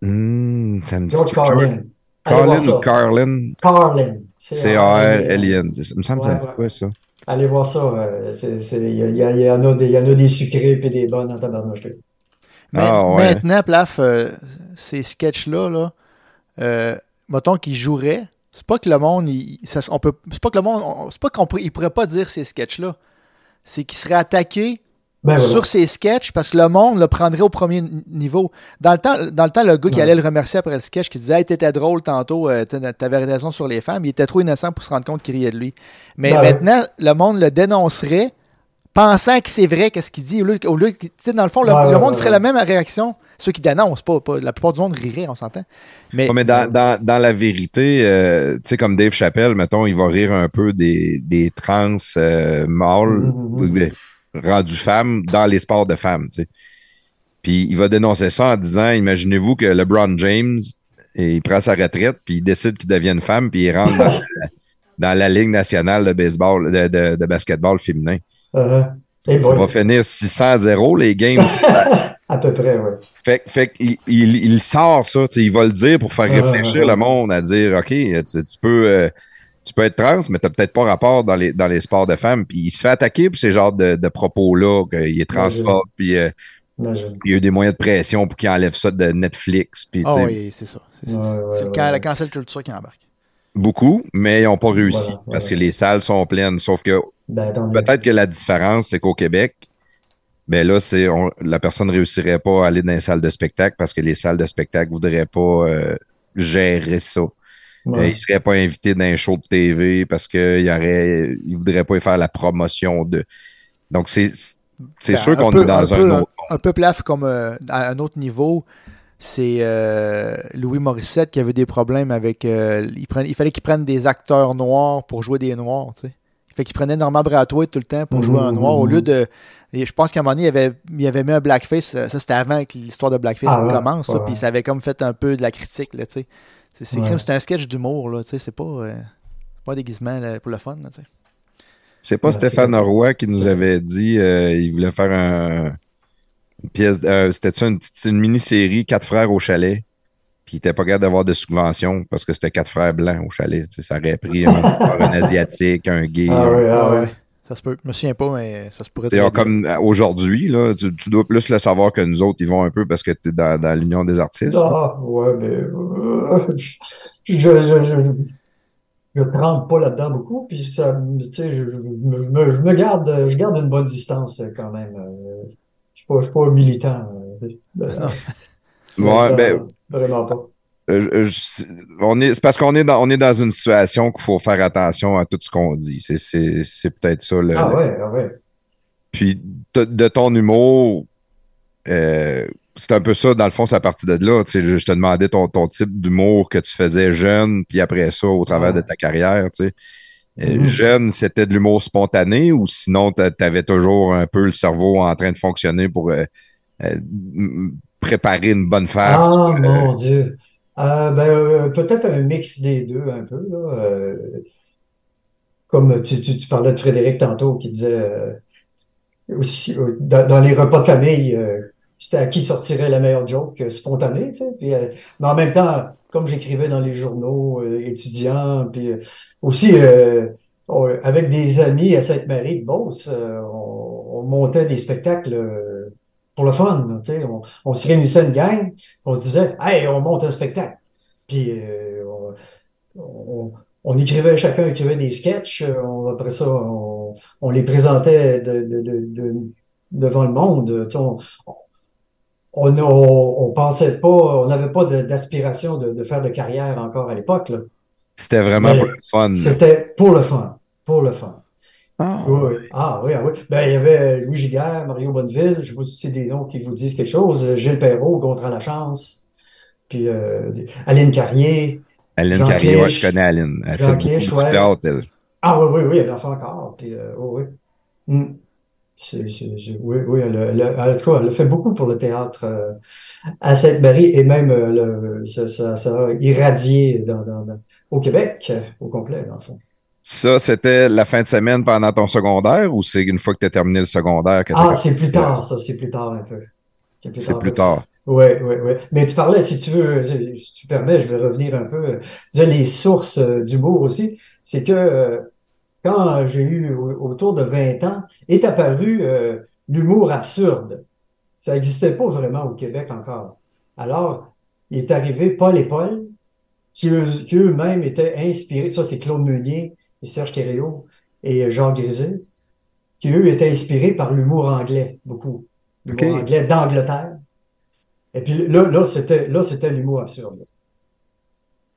hmm, ça me dit
George
quelque chose.
Carlin. Allez voir
Carlin
ça.
ou Carlin?
Carlin.
C-A-R-L-I-N. Il me semble que ça me dit
Ouais, ouais.
quoi, ça?
Allez voir ça. euh, c'est- c'est- Il y, a- il y a- il y en a des- il y en a des sucrés et des bonnes en tabarnouche. là.
Mais
Ah, ouais.
Maintenant, Plaf, euh, ces sketchs-là, là, euh, mettons qu'ils joueraient, c'est pas que le monde, il- ça- on peut, c'est pas que le monde, on- c'est pas qu'on pourrait- il pourrait pas dire ces sketchs-là. C'est qu'ils seraient attaqués
Ben voilà.
sur ces sketchs parce que le monde le prendrait au premier n- niveau. Dans le temps, dans le, temps le gars qui
Ouais.
allait le remercier après le sketch, qui disait Hey, t'étais drôle tantôt, euh, t'en- t'avais raison sur les femmes, il était trop innocent pour se rendre compte qu'il riait de lui. Mais
Ben ouais.
maintenant, le monde le dénoncerait, pensant que c'est vrai qu'est-ce qu'il dit, au lieu, au lieu que- tu sais, dans le fond, le,
Ouais,
le
ouais,
monde
ouais,
ferait
ouais.
la même réaction. Ceux qui dénoncent, pas, pas- la plupart du monde rirait, on s'entend. Mais,
Ouais, mais dans, dans- dans la vérité, euh, tu sais, comme Dave Chappelle, mettons, il va rire un peu des, des trans euh, mâles
Mhm.
oui, oui, rendus femmes dans les sports de femmes, tu sais. Puis il va dénoncer ça en disant, imaginez-vous que LeBron James, et il prend sa retraite, puis il décide qu'il devient une femme, puis il rentre dans, dans la Ligue nationale de baseball, de, de- de basketball féminin.
Euh, et
Ça
voilà.
va finir 600-0 les games.
À peu près, oui.
Fait, fait qu'il il, il sort ça, tu sais, il va le dire pour faire
Ouais,
réfléchir
ouais, ouais.
le monde à dire OK, tu, tu peux, euh, tu peux être trans, mais t'as peut-être pas rapport dans les, dans les sports de femmes. Puis il se fait attaquer pour ces genres de, de propos-là, qu'il est transphobe, puis euh,
Imagine.
il y a eu des moyens de pression pour qu'il enlève ça de Netflix. Puis, tu
Ah
sais,
oui, c'est ça. C'est,
Ouais,
ça.
ouais,
C'est le
ouais,
can- la
ouais.
cancel culture qui embarque.
Beaucoup, mais ils n'ont pas réussi
Voilà,
parce
voilà.
que les salles sont pleines. Sauf que
Ben, tant mieux.
peut-être que la différence, c'est qu'au Québec, ben là, c'est on- la personne réussirait pas à aller dans les salles de spectacle parce que les salles de spectacle voudraient pas euh, gérer ça.
Ouais.
Euh, il ne serait pas invité dans un show de TV parce qu'il ne voudrait pas y faire la promotion de. Donc, c'est c'est
Ben,
sûr qu'on
peu-
est dans un,
peu,
autre.
Un, peu plaf comme euh, à un autre niveau. C'est euh, Louis Morissette qui avait des problèmes avec. euh, il, prenait- il fallait qu'il prenne des acteurs noirs pour jouer des noirs. tu sais. Fait qu'il prenait Normand Bratoit tout le temps pour jouer un
Mmh,
Mhm,
noir au
mhm.
lieu de. et je pense qu'à un moment donné, il avait, il avait mis un blackface. euh, Ça, c'était avant que l'histoire de blackface
Ah ouais,
commence. ça,
ouais.
Puis ça avait comme fait un peu de la critique. Là, tu sais. c'est, c'est,
Ouais.
crime, c'est un sketch d'humour. Là, tu sais, c'est pas, euh, pas un déguisement là, pour le fun. là, tu sais.
C'est pas
Ouais.
Stéphane Roy qui nous avait dit euh, il voulait faire un, une pièce. euh, c'était ça, une, petite- une mini-série Quatre frères au chalet. Puis il n'était pas capable d'avoir de subvention parce que c'était quatre frères blancs au chalet. Tu sais, ça aurait pris un, un asiatique, un gay.
Ah
un-
ouais, ah ouais.
Ça se peut. Je me souviens pas, mais ça se pourrait.
T'sais,
très bien.
comme euh, aujourd'hui, là, tu, tu dois plus le savoir que nous autres, ils vont un peu parce que tu es dans, dans l'union des artistes.
Ah, ouais, mais euh, je, je, je, je, je trempe pas là-dedans beaucoup, puis ça, me- tu sais, je, je, me- je me, je me garde, euh, je garde une bonne distance euh, quand même. euh, Je suis pas, je suis pas militant. euh, euh,
Ouais, ben,
Vraiment pas.
euh, je- je- on est, c'est parce qu'on est dans, on est dans une situation qu'il faut faire attention à tout ce qu'on dit. C'est, c'est, c'est peut-être ça le,
Ah ouais, ah ouais.
Puis de, de ton humour, euh, c'est un peu ça, dans le fond, c'est à partir de là. Tu sais, je, je te demandais ton, ton type d'humour que tu faisais jeune, puis après ça, au travers de ta carrière. Tu sais. Euh,
Mhm.
Jeune, c'était de l'humour spontané ou sinon, tu avais toujours un peu le cerveau en train de fonctionner pour euh, euh, m- préparer une bonne farce?
Ah,
euh,
mon Dieu. Euh, ben, euh, peut-être un mix des deux, un peu, là. Euh, comme tu, tu, tu parlais de Frédéric tantôt, qui disait euh, aussi euh, dans, dans les repas de famille, euh, c'était à qui sortirait la meilleure joke euh, spontanée, tu sais. Puis, euh, mais en même temps, comme j'écrivais dans les journaux euh, étudiants, puis euh, aussi euh, on- avec des amis à Sainte-Marie de Beauce, euh, on, on montait des spectacles euh, pour le fun, tu sais. On, on se réunissait une gang, on se disait, hey, on monte un spectacle. Puis euh, on, on- on écrivait, chacun écrivait des sketchs. euh, on- après ça, on, on les présentait de- de- de- de- devant le monde. Tu sais, on, on, on, on pensait pas, on n'avait pas de- d'aspiration de, de faire de carrière encore à l'époque. là.
C'était vraiment
Ben,
pas le fun.
C'était pour le fun, pour le fun.
Ah.
Oui, oui. Ah oui, ah oui. Ben, il y avait Louis Giguère, Mario Bonneville, je sais pas si c'est des noms qui vous disent quelque chose, euh, Gilles Perrault, Contre la chance, puis euh, Aline Carrier.
Aline
Jean
Carrier, ouais,
Clich.
je connais Aline. Elle
Jean
fait
Clich,
beaucoup de
ouais.
théâtre, elle.
Ah oui, oui, oui, elle en fait encore. Puis, euh, oui, oui. Hum. C'est- c'est- c'est- oui, oui, elle, a- elle a- en tout cas, elle a fait beaucoup pour le théâtre euh, à Sainte-Marie et même euh, le- ça, ça, ça a irradié dans, dans- dans- au Québec euh, au complet, dans le fond.
Ça, c'était la fin de semaine pendant ton secondaire ou c'est une fois que tu as terminé le secondaire que t'as
Ah,
fait-
c'est plus tard, ça, c'est plus tard un peu. C'est plus
c'est
tard. un peu.
plus tard.
Oui, oui, oui. Mais tu parlais, si tu veux, si si tu permets, je vais revenir un peu. euh, de les sources euh, d'humour aussi, c'est que euh, quand j'ai eu au- autour de 20 ans, est apparu euh, l'humour absurde. Ça n'existait pas vraiment au Québec encore. Alors, il est arrivé Paul et Paul, qui, eux- qui eux-mêmes étaient inspirés, ça c'est Claude Meunier et Serge Thériault et euh, Jean Grisé, qui eux étaient inspirés par l'humour anglais, beaucoup. L'humour
Ok.
anglais d'Angleterre. Et puis là, là, c'était, là, c'était l'humour absurde.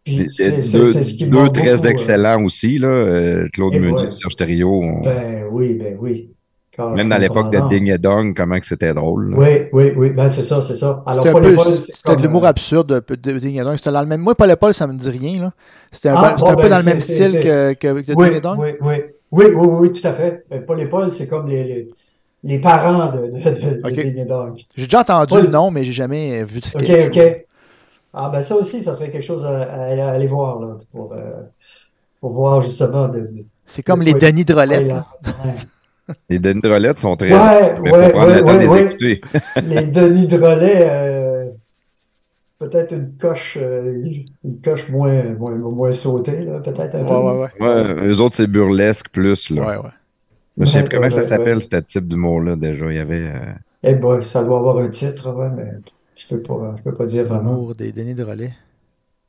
Puis c'est, c'est-
deux
c'est ce qui
deux
m'a
très
beaucoup, euh,
excellents aussi, là, euh, Claude
Et
Meunier,
ouais.
Serge Thériault. on-
Ben oui, ben oui. Car
Même
je
dans
comprends
l'époque de
pas.
Ding et Dong, comment que c'était drôle. là.
Oui, oui, oui, ben c'est ça, c'est ça. Alors,
C'était un
Paul et
peu-
Paul, c'est
c'était de
comme,
l'humour
euh,
absurde, un peu de Ding et Dong. C'était dans le même. Moi, Paul et Paul, ça me dit rien. là. C'était un,
Ah,
peu- c'était un
bon,
peu
ben,
dans le
c'est-
même
c'est-
style
c'est-
que, que, que
Oui,
Ding et Dong.
oui, oui, oui, oui, oui, tout à fait. Euh, Paul et Paul, c'est comme les, les, les parents de, de, de, de
Ok.
Ding et Dong.
J'ai déjà entendu
Paul-
le nom, mais j'ai jamais euh, vu de
OK,
sketch.
OK. Ah, ben ça aussi, ça serait quelque chose à, à- à aller voir, là, pour, euh, pour voir justement de... de-
C'est comme
de
les
quoi-
Denis Drolet.
Ouais,
là.
Les Denis Drolettes sont très.
Ouais,
mais
ouais,
faut prendre
ouais,
le temps de les
ouais,
écouter.
les Denis Drolet, euh, peut-être une coche, euh, une coche moins, moins, moins sautée, là, peut-être un
Ouais,
peu.
ouais, ouais.
Ouais, eux autres, c'est burlesque plus. Là.
Ouais, ouais.
Je sais
Ouais,
plus comment
ouais,
ça
ouais,
s'appelle,
ouais.
ce type d'humour-là, déjà. Il y avait. euh,
Eh ben, ça doit avoir un titre, ouais, mais je peux pas, je peux pas dire vraiment.
L'humour des Denis Drolet.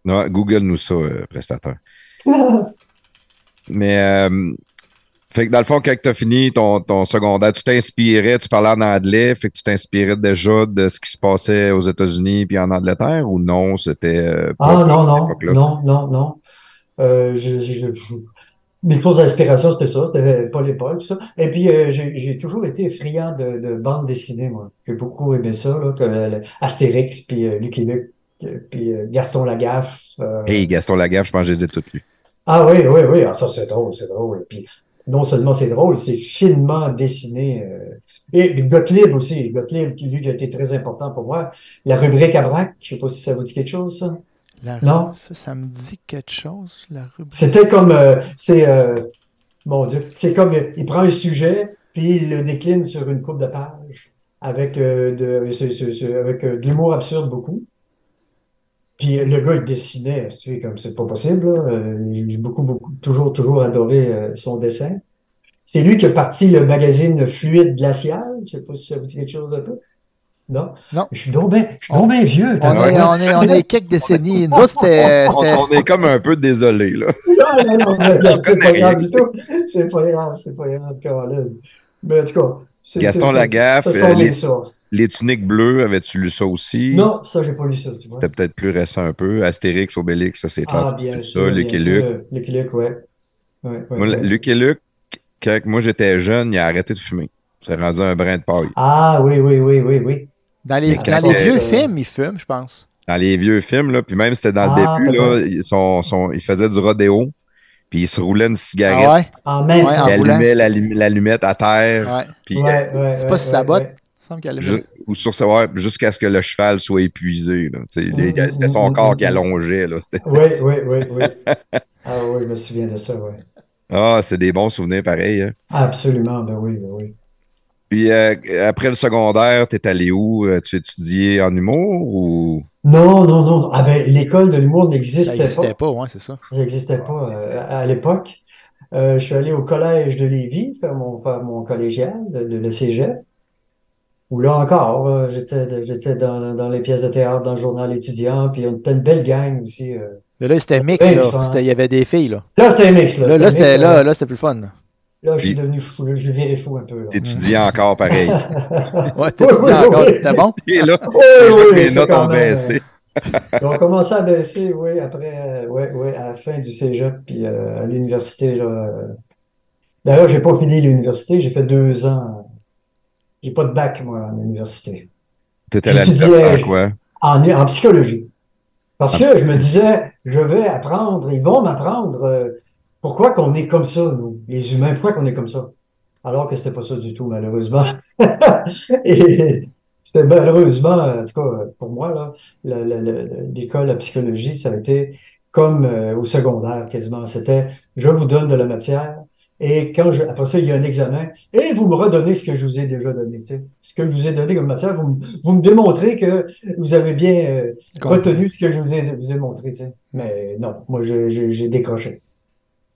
Non, Google nous ça, euh, prestataire. Mais euh, fait que dans le fond, quand tu as fini ton, ton secondaire, tu t'inspirais, tu parlais en anglais, fait que tu t'inspirais déjà de ce qui se passait aux États-Unis puis en Angleterre ou non, c'était euh, pas
Ah
à
non,
cette
non,
époque-là?
non, non, non. Euh, je, je, je- mes courses d'inspiration, c'était ça, c'était Paul et Paul, tout ça. Et puis, euh, j'ai j'ai toujours été friand de, de bandes dessinées, moi. J'ai beaucoup aimé ça, là, que le- le Astérix, puis euh, Lucky Luke, euh, puis euh, Gaston Lagaffe. euh,
Hey, Gaston Lagaffe, je pense que je les ai toutes lues.
Ah oui, oui, oui, ah, ça c'est drôle, c'est drôle. Puis non seulement c'est drôle, c'est finement dessiné. euh. Et Gottlieb aussi, Gottlieb, qui lui qui a été très important pour moi. La rubrique à braque, je sais pas si ça vous dit quelque chose, ça.
La-
Non.
Ça, ça me dit quelque chose, la rubrique.
C'était comme, euh, c'est, euh, mon Dieu, c'est comme, euh, il prend un sujet, puis il le décline sur une coupe de pages, avec, euh, de, c'est- c'est- c'est- avec euh, de l'humour absurde beaucoup. Puis euh, le gars, il dessinait, tu sais, comme c'est pas possible. là. Euh, J'ai beaucoup, beaucoup, toujours, toujours adoré euh, son dessin. C'est lui qui a parti le magazine Fluide Glacial. Je sais pas si ça vous dit quelque chose un peu. Non?
Non.
Je suis donc ben, je suis donc ben vieux.
On,
tabarouette.
est, on, est, on est quelques décennies. Nous autres, c'était. euh,
On,
c'était-
on est comme un peu désolé, là.
Non, non, non, non, non, c'est
connaît
pas grave
rien.
du tout. C'est pas grave, c'est pas grave, Caroline. Mais en tout cas,
Gaston
c'est-
Lagaffe,
Ce sont
euh,
mes
les-
sources.
Les tuniques bleues, avais-tu lu ça aussi?
Non, ça, j'ai pas lu ça, tu vois.
C'était peut-être plus récent un peu. Astérix, Obélix, ça c'est
Ah,
clair.
bien
ça,
sûr.
Lucky
bien
Luke.
sûr. Lucky Luke, ouais. Ouais, ouais,
Moi,
ouais.
Luc et Luc, quand moi j'étais jeune, il a arrêté de fumer. C'est rendu un brin de paille.
Ah, oui, oui, oui, oui, oui.
Dans les,
Quand
dans les
il-
vieux films, ils fument, je pense.
Dans les vieux films, là, puis même c'était dans
Ah,
le début, là,
peut-être.
ils, sont, sont- ils faisaient du rodéo, puis ils se roulaient une
Ah
cigarette,
ouais?
Ah En même
Ouais,
temps.
en
ils
roulant.
allumaient l'allum- l'allumette à terre,
Ouais.
puis
Ouais,
euh,
ouais,
C'est
ouais,
pas si ça
ouais,
botte.
ouais.
Il me semble qu'elle
ju- ou sur sa- ouais, jusqu'à ce que le cheval soit épuisé. là. Tu sais, les-
Mm,
C'était
mm,
son
mm,
corps
mm,
qui
mm.
allongeait. là. C'était-
Oui, oui, oui, oui. Ah oui, je me souviens de ça, oui.
Ah, c'est des bons souvenirs pareils. hein.
Absolument, ben oui, ben oui.
Puis euh, après le secondaire, t'es allé où? Euh, Tu étudiais en humour ou
Non, non, non. non. Ah ben, l'école de l'humour
Ça
n'existait
n'existait
pas.
pas, ouais, c'est ça.
Ça n'existait pas euh, à, à l'époque. Euh, je suis allé au collège de Lévis faire mon, faire mon collégial, le, le- le cégep. Où là encore, euh, j'étais, j'étais dans, dans les pièces de théâtre, dans le journal étudiant, puis on était une belle gang aussi. euh.
Mais là, c'était mix,
Ouais,
là.
je pense.
C'était- Il y avait des filles, là.
Là, c'était un mix, là.
Là, là,
un
c'était
mix,
là, là, c'était plus le fun. là.
Là, je suis
Puis-
devenu fou, là, je virais fou un peu, là.
t'étudiais encore pareil?
Ouais, t'as dit
Ouais, ouais,
encore,
ouais.
c'était bon.
Et là,
Oui, oui,
mes
c'est
notes
quand
ont
même,
baissé.
euh, Ils ont commencé à baisser, oui, après, euh, ouais, ouais, à la fin du cégep, puis euh, à l'université, là. euh. D'ailleurs, j'ai pas fini l'université, j'ai fait deux ans. J'ai pas de bac, moi, en université.
T'étais à la
J'étudiais.
liberté, quoi?
En, en psychologie. Parce que je me disais, je vais apprendre, ils vont m'apprendre euh, pourquoi qu'on est comme ça, nous, les humains, pourquoi qu'on est comme ça. Alors que c'était pas ça du tout, malheureusement. Et c'était malheureusement, en tout cas pour moi, là, la- la- la- l'école à psychologie, ça a été comme euh, au secondaire quasiment. C'était, je vous donne de la matière. Et quand je, après ça, il y a un examen, et vous me redonnez ce que je vous ai déjà donné. tu sais. Ce que je vous ai donné comme matière, vous, me- vous me démontrez que vous avez bien euh, retenu ce que je vous ai, vous ai montré. tu sais. Mais non, moi, je- je- j'ai décroché.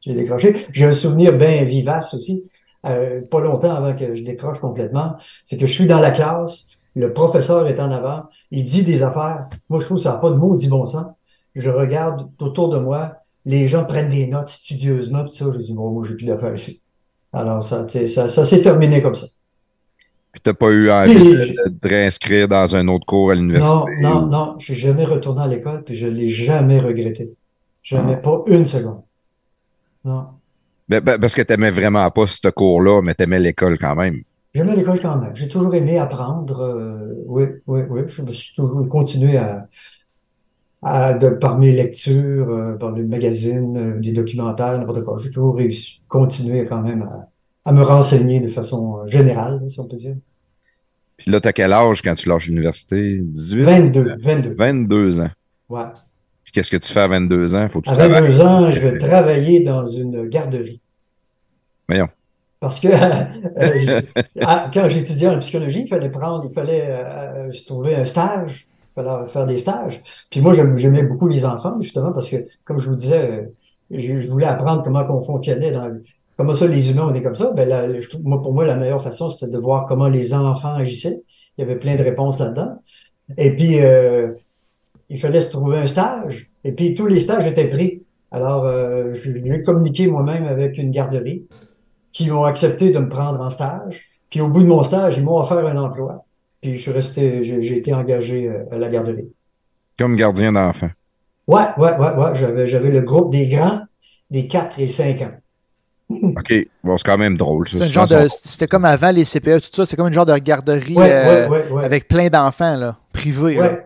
J'ai décroché. J'ai un souvenir bien vivace aussi. euh, pas longtemps avant que je décroche complètement, c'est que je suis dans la classe, le professeur est en avant, il dit des affaires. Moi, je trouve que ça n'a pas de maudit bon sens. Je regarde autour de moi, les gens prennent des notes studieusement, puis ça, je dis, bon, moi, j'ai plus d'affaires ici. Alors, ça, tu sais, ça, ça s'est terminé comme ça.
Puis t'as pas eu envie de, de te réinscrire dans un autre cours à
Non,
l'université?
non,
ou-
non, je suis jamais retourné à l'école, puis je l'ai jamais regretté. Jamais, pas une seconde. Non.
Ben, ben, parce que t'aimais vraiment pas ce cours-là, mais t'aimais l'école quand même.
J'aimais l'école quand même. J'ai toujours aimé apprendre. euh, oui, oui, oui. Je me suis toujours continué à, à de, par mes lectures, euh, par les magazines, euh, des documentaires, n'importe quoi. J'ai toujours réussi, continué quand même à, à me renseigner de façon euh, générale, si on peut dire.
Puis là, t'as quel âge quand tu lâches l'université? 18?
22, 22.
22 ans.
Ouais.
Puis qu'est-ce que tu fais à 22 ans? Faut que tu
À
travailles.
22 ans, je vais travailler dans une garderie.
Voyons.
Parce que euh, à- quand j'étudiais en psychologie, il fallait prendre, il fallait euh, euh, se trouver un stage, il fallait faire des stages. Puis moi, j'aime- j'aimais beaucoup les enfants, justement, parce que, comme je vous disais, euh, je, je voulais apprendre comment on fonctionnait dans comment ça, les humains, on est comme ça. Ben, la- la- je trouve- moi, pour moi, la meilleure façon, c'était de voir comment les enfants agissaient. Il y avait plein de réponses là-dedans. Et puis, euh, il fallait se trouver un stage. Et puis, tous les stages étaient pris. Alors, euh, je lui ai communiqué moi-même avec une garderie qui m'ont accepté de me prendre en stage. Puis, au bout de mon stage, ils m'ont offert un emploi. Puis, je suis resté, j'ai j'ai été engagé euh, à la garderie.
Comme gardien d'enfants.
Ouais, ouais, ouais, ouais. J'avais, j'avais le groupe des grands, des 4 et 5 ans.
OK. Bon, c'est quand même drôle. ça.
C'est un
C'est
genre
dans
de- C'était comme avant les CPE, tout ça. C'est comme une genre de garderie
Ouais,
euh,
ouais, ouais, ouais.
avec plein d'enfants, là. Privés, là.
Ouais,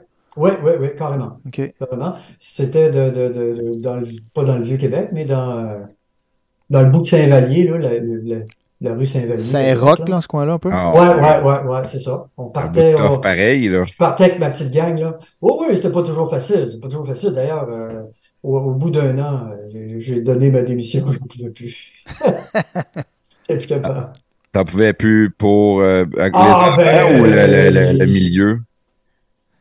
ouais, ouais, ouais, carrément.
OK.
Vraiment. C'était de, de, de, de- dans le- pas dans le Vieux-Québec, mais dans, euh, dans le bout de Saint-Vallier, là, la, le- la- la rue Saint-Vallier.
Saint-Roch, là, en ce coin-là, un peu.
Ah,
Ouais, ouais, ouais, ouais, c'est ça. On
un
partait,
bout de coffre
on-
Pareil, là.
je partais avec ma petite gang, là. Oh oui, c'était pas toujours facile. C'était pas toujours facile. D'ailleurs, euh, au, au bout d'un an, euh, j'ai- j'ai donné ma démission, je ne pouvais plus. J'étais plus capable.
T'en pouvais plus pour euh, avec les
Ah,
enfants
ben,
ou le, le- le- le
euh,
milieu?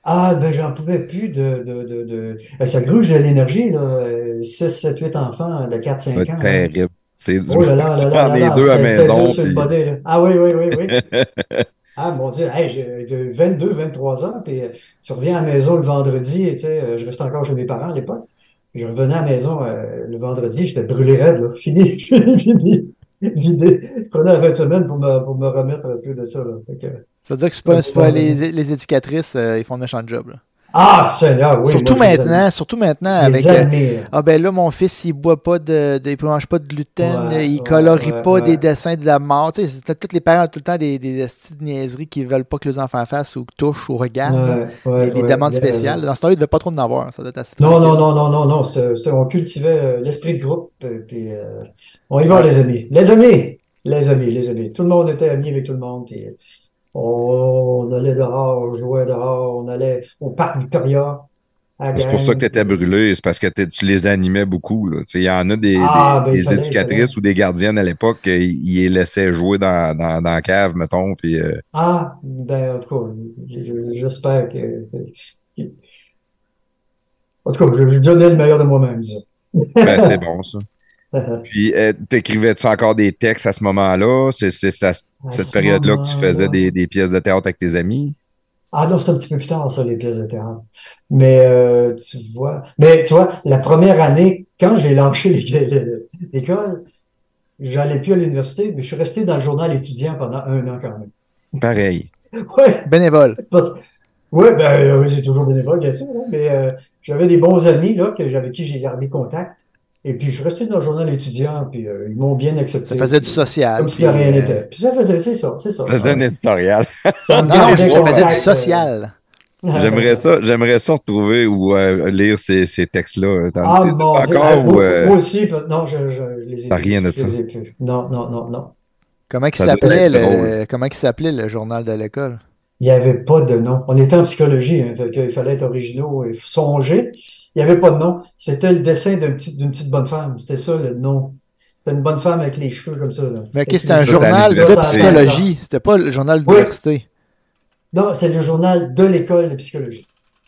Ah, ben j'en pouvais plus de, de, de, de... Ben, ça gruge de l'énergie, là. Euh, 6, 7, 8 enfants de 4,
Ça
5
va être
ans. là.
terrible. C'est du
Oh là là là là là
les
là,
deux à
c'était- c'était
maison.
dur sur le
puis-
bonnet, là. Ah oui, oui, oui, oui. Ah mon Dieu, hey, j'ai j'ai 22, 23 ans, puis euh, tu reviens à la maison le vendredi, et, tu sais, euh, je restais encore chez mes parents à l'époque. Je revenais à la maison euh, le vendredi, j'étais brûlé raide, là. Fini, fini, fini. vidé. Je prenais la fin de semaine pour me, pour me remettre un peu de ça. Là. Fait que-
Ça veut dire que c'est pas, c'est pas les, les éducatrices, euh, ils font un méchant job. là.
Ah, Seigneur, oui.
surtout
moi, je les
maintenant,
admire.
surtout maintenant
Je
avec.
Les
euh,
admire.
ah ben là, mon fils, il boit pas de, de- il mange pas de gluten,
Ouais,
il
ouais,
colorie
ouais,
pas
ouais.
des dessins de la mort. Tu sais, c'est- tous les parents ont tout le temps des, des esti de niaiseries qui veulent pas que les enfants fassent ou touchent ou regardent. là.
hein. Ouais, ouais,
les, les
ouais,
demandes
il a raison.
spéciales. Dans ce temps-là, il devait pas trop en avoir. Ça doit être assez
Non, non, non, non, non, non. c'est- c'est- on cultivait euh, l'esprit de groupe. euh, Puis, euh, on y va, les amis. Les amis! Les amis, les amis. Tout le monde était ami avec tout le monde. Puis, euh, on, on allait dehors, on jouait dehors, on allait au parc Victoria. à
C'est pour
Gagne.
ça que tu étais brûlé, c'est parce que t'es- tu les animais beaucoup. là. Tu sais, Il y en a des,
Ah,
des-
ben, il
des
fallait, il
éducatrices ou des gardiennes à l'époque, euh, ils ils les laissaient jouer dans, dans, dans la cave, mettons. Puis, euh,
Ah, ben, en tout cas, je- je- j'espère que. que- En tout cas, je, je donnais le meilleur de moi-même, disons.
ben, c'est bon ça. Puis euh, t'écrivais-tu encore des textes à ce moment-là? C'est c'est à
À
cette
ce
période-là que tu faisais
moment-là.
des, des pièces de théâtre avec tes amis?
Ah non, c'est un petit peu plus tard, ça, les pièces de théâtre. Mais euh, tu vois, mais tu vois, la première année, quand j'ai lâché l'é- l'é- l'école, j'allais plus à l'université, mais je suis resté dans le journal étudiant pendant un an quand même.
Pareil.
Ouais,
Bénévole.
parce- ouais, ben euh, j'ai toujours bénévole, bien sûr, hein, mais euh, j'avais des bons amis là, que, avec qui j'ai gardé contact. Et puis je suis resté dans le journal étudiant, puis euh, ils m'ont bien accepté.
Ça faisait du social.
Comme si de
puis,
rien
euh,
n'était. Puis ça faisait, c'est ça, c'est ça.
Faisais un éditorial.
Ça me
Non, non,
gardait
ça faisait du
contact, euh,
social.
J'aimerais ça, j'aimerais ça retrouver ou euh, lire ces, ces textes-là. T'en-
Ah
t'es- t'es
mon Dieu,
encore
ben,
ou,
moi,
euh,
moi aussi, ben, non, je, je, je les ai
T'as
plus,
rien de
je les ai plus. Non, non, non, non.
Comment il
Ça doit
s'appelait
être
le
drôle.
comment il s'appelait le journal de l'école?
Il n'y avait pas de nom. On était en psychologie, hein, fait il fallait être originaux et songer. Il n'y avait pas de nom. C'était le dessin d'un petit- d'une petite bonne femme. C'était ça le nom. C'était une bonne femme avec les cheveux comme ça. Là.
Mais
Avec
ok,
les
c'était un
ça,
cheveux.
journal
ça,
de
ça,
psychologie. C'était pas le journal d'université.
Non, c'était le journal de l'école de psychologie.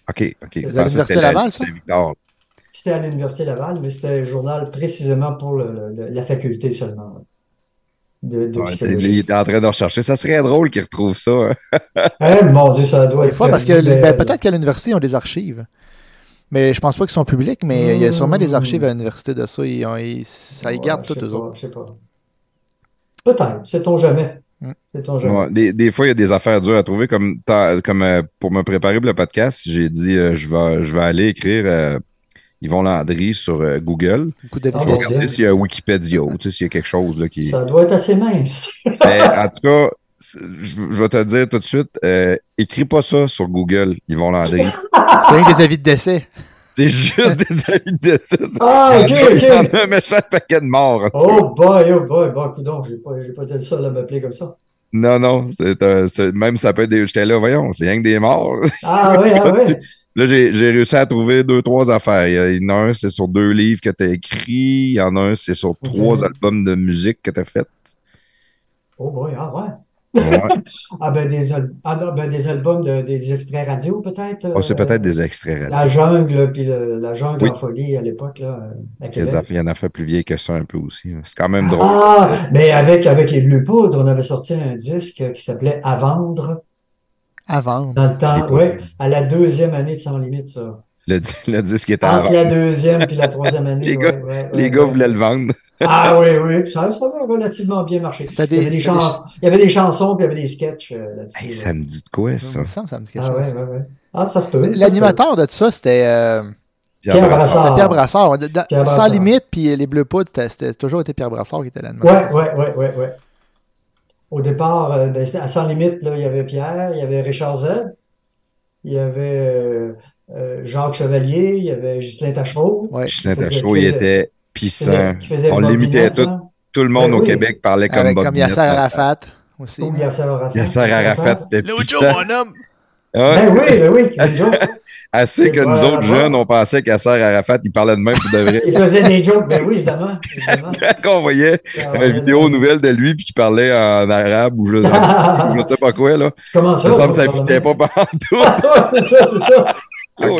OK, OK. Je pensais que
à l'Université
c'était la-
Laval, ça?
c'était Victor.
C'était à l'Université Laval, mais c'était un journal précisément pour le- le- le- la faculté seulement. là, De, de
Ouais,
psychologie.
il est en train de rechercher. Ça serait drôle qu'il retrouve ça. hein.
Eh, mon Dieu, ça doit
Des
être
fois, parce que
perdu,
ben,
mais-
peut-être qu'à l'université, ils ont des archives. Mais je pense pas qu'ils sont publics, mais il y a sûrement des archives à l'université de ça. Ils ont- ils- ça, ils
Ouais,
gardent
je
tout,
sais
eux
pas,
autres.
Je sais pas. Peut-être, sait-on jamais.
Hmm.
Sait-on jamais.
Ouais, des, des fois, il y a des affaires dures à trouver. Comme, t'as- comme euh, pour me préparer pour le podcast, j'ai dit euh, je, vais, je vais aller écrire euh, Yvon Landry sur euh, Google.
Beaucoup
Ah,
Je vais
bon,
d'évidence.
regarder
bien.
s'il y a Wikipédia, ou, tu sais, s'il y a quelque chose là, qui.
Ça doit être assez mince.
Mais, en tout cas, c'est- je, je vais te le dire tout de suite, euh, écris pas ça sur Google, Yvon Landry.
C'est un des avis de décès.
C'est juste des amis de ça. ça-
Ah, ok,
Il y en
ok.
a un méchant paquet de morts. en tout cas.
Oh boy, oh boy, bon, coudonc, j'ai pas, j'ai pas été le seul à m'appeler comme ça.
Non, non, c'est, euh, c'est- même ça peut être des. J'étais là, voyons, c'est rien que des morts.
Ah oui, ah oui.
Là, j'ai j'ai réussi à trouver deux, trois affaires. Il y a- Il y en a un, c'est sur deux livres que tu as écrits. Il y en a un, c'est sur trois albums de musique que tu as fait.
Oh boy, ah ouais.
Ouais.
Ah ben des, al- ah, non, ben, des albums, de, des extraits radio peut-être.
Oh, c'est
euh,
peut-être des extraits radio.
La jungle, puis le- la jungle
Oui.
en folie à l'époque, là, euh, à
Il y a des
Québec.
affaires- il y en a fait plus vieille que ça un peu aussi. hein. C'est quand même drôle.
Ah, mais avec, avec les Bleus Poudres, on avait sorti un disque qui s'appelait À vendre.
À vendre.
Dans le temps,
Des
oui,
Poudres.
à la deuxième année de Sans Limite, ça.
Le, di- le disque est à
Entre
vendre.
la deuxième puis la troisième année.
Les
ouais,
gars-
ouais, ouais,
Les gars
ouais.
voulaient le vendre.
Ah oui, oui, ça, ça avait relativement bien marché.
T'as
Il y avait des,
t'as
chansons, il y avait des chansons puis il y avait des sketchs euh, là-dessus.
Hey,
là.
ça me dit de quoi,
Il
ça?
me semble, ça me dit quelque
Ah ouais,
chose.
ouais, ouais. Ah, ça se peut. ça se peut.
L'animateur de ça, c'était euh,
Pierre
Pierre
Brassard.
Brassard.
Pierre Brassard. De- de-
Pierre
Sans
Brassard.
limite, puis les Bleus Poudres, c'était- c'était toujours été Pierre Brassard qui était l'animateur.
Ouais, ouais, ouais, ouais, ouais. Au départ, euh, ben, c'est- à Sans Limite, là, il y avait Pierre, il y avait Richard Z, il y avait euh, euh, Jacques Chevalier, il y avait Ghislain Tachereau.
Ouais.
Justin
Faisait-
Tachereau, il
faisait-
était
qui faisait-
pissant.
qui faisait
On
Bob
l'imitait
Minette,
tout.
hein.
Tout le monde
Ben
au
oui.
Québec parlait comme hein.
Avec
Bob
comme
Minette.
Yasser Arafat aussi.
Ou Yasser Arafat.
Yasser Arafat, c'était pissant.
homme!
Ah,
Ben oui, ben oui, une joke.
Assez
C'est
que
pas
nous autres
grave.
jeunes, on pensait qu'Asser Arafat, il parlait de même pour de vrai.
Il faisait des jokes, ben oui, évidemment. évidemment.
Quand on voyait
Ah,
une
ouais,
vidéo
ben-
nouvelle de lui puis qu'il parlait en arabe ou je ne sais pas quoi, là.
Comment
Ça
ça?
me semble que
on
ça fitait
parle
pas partout.
Ah, c'est ça, c'est ça.
Regarde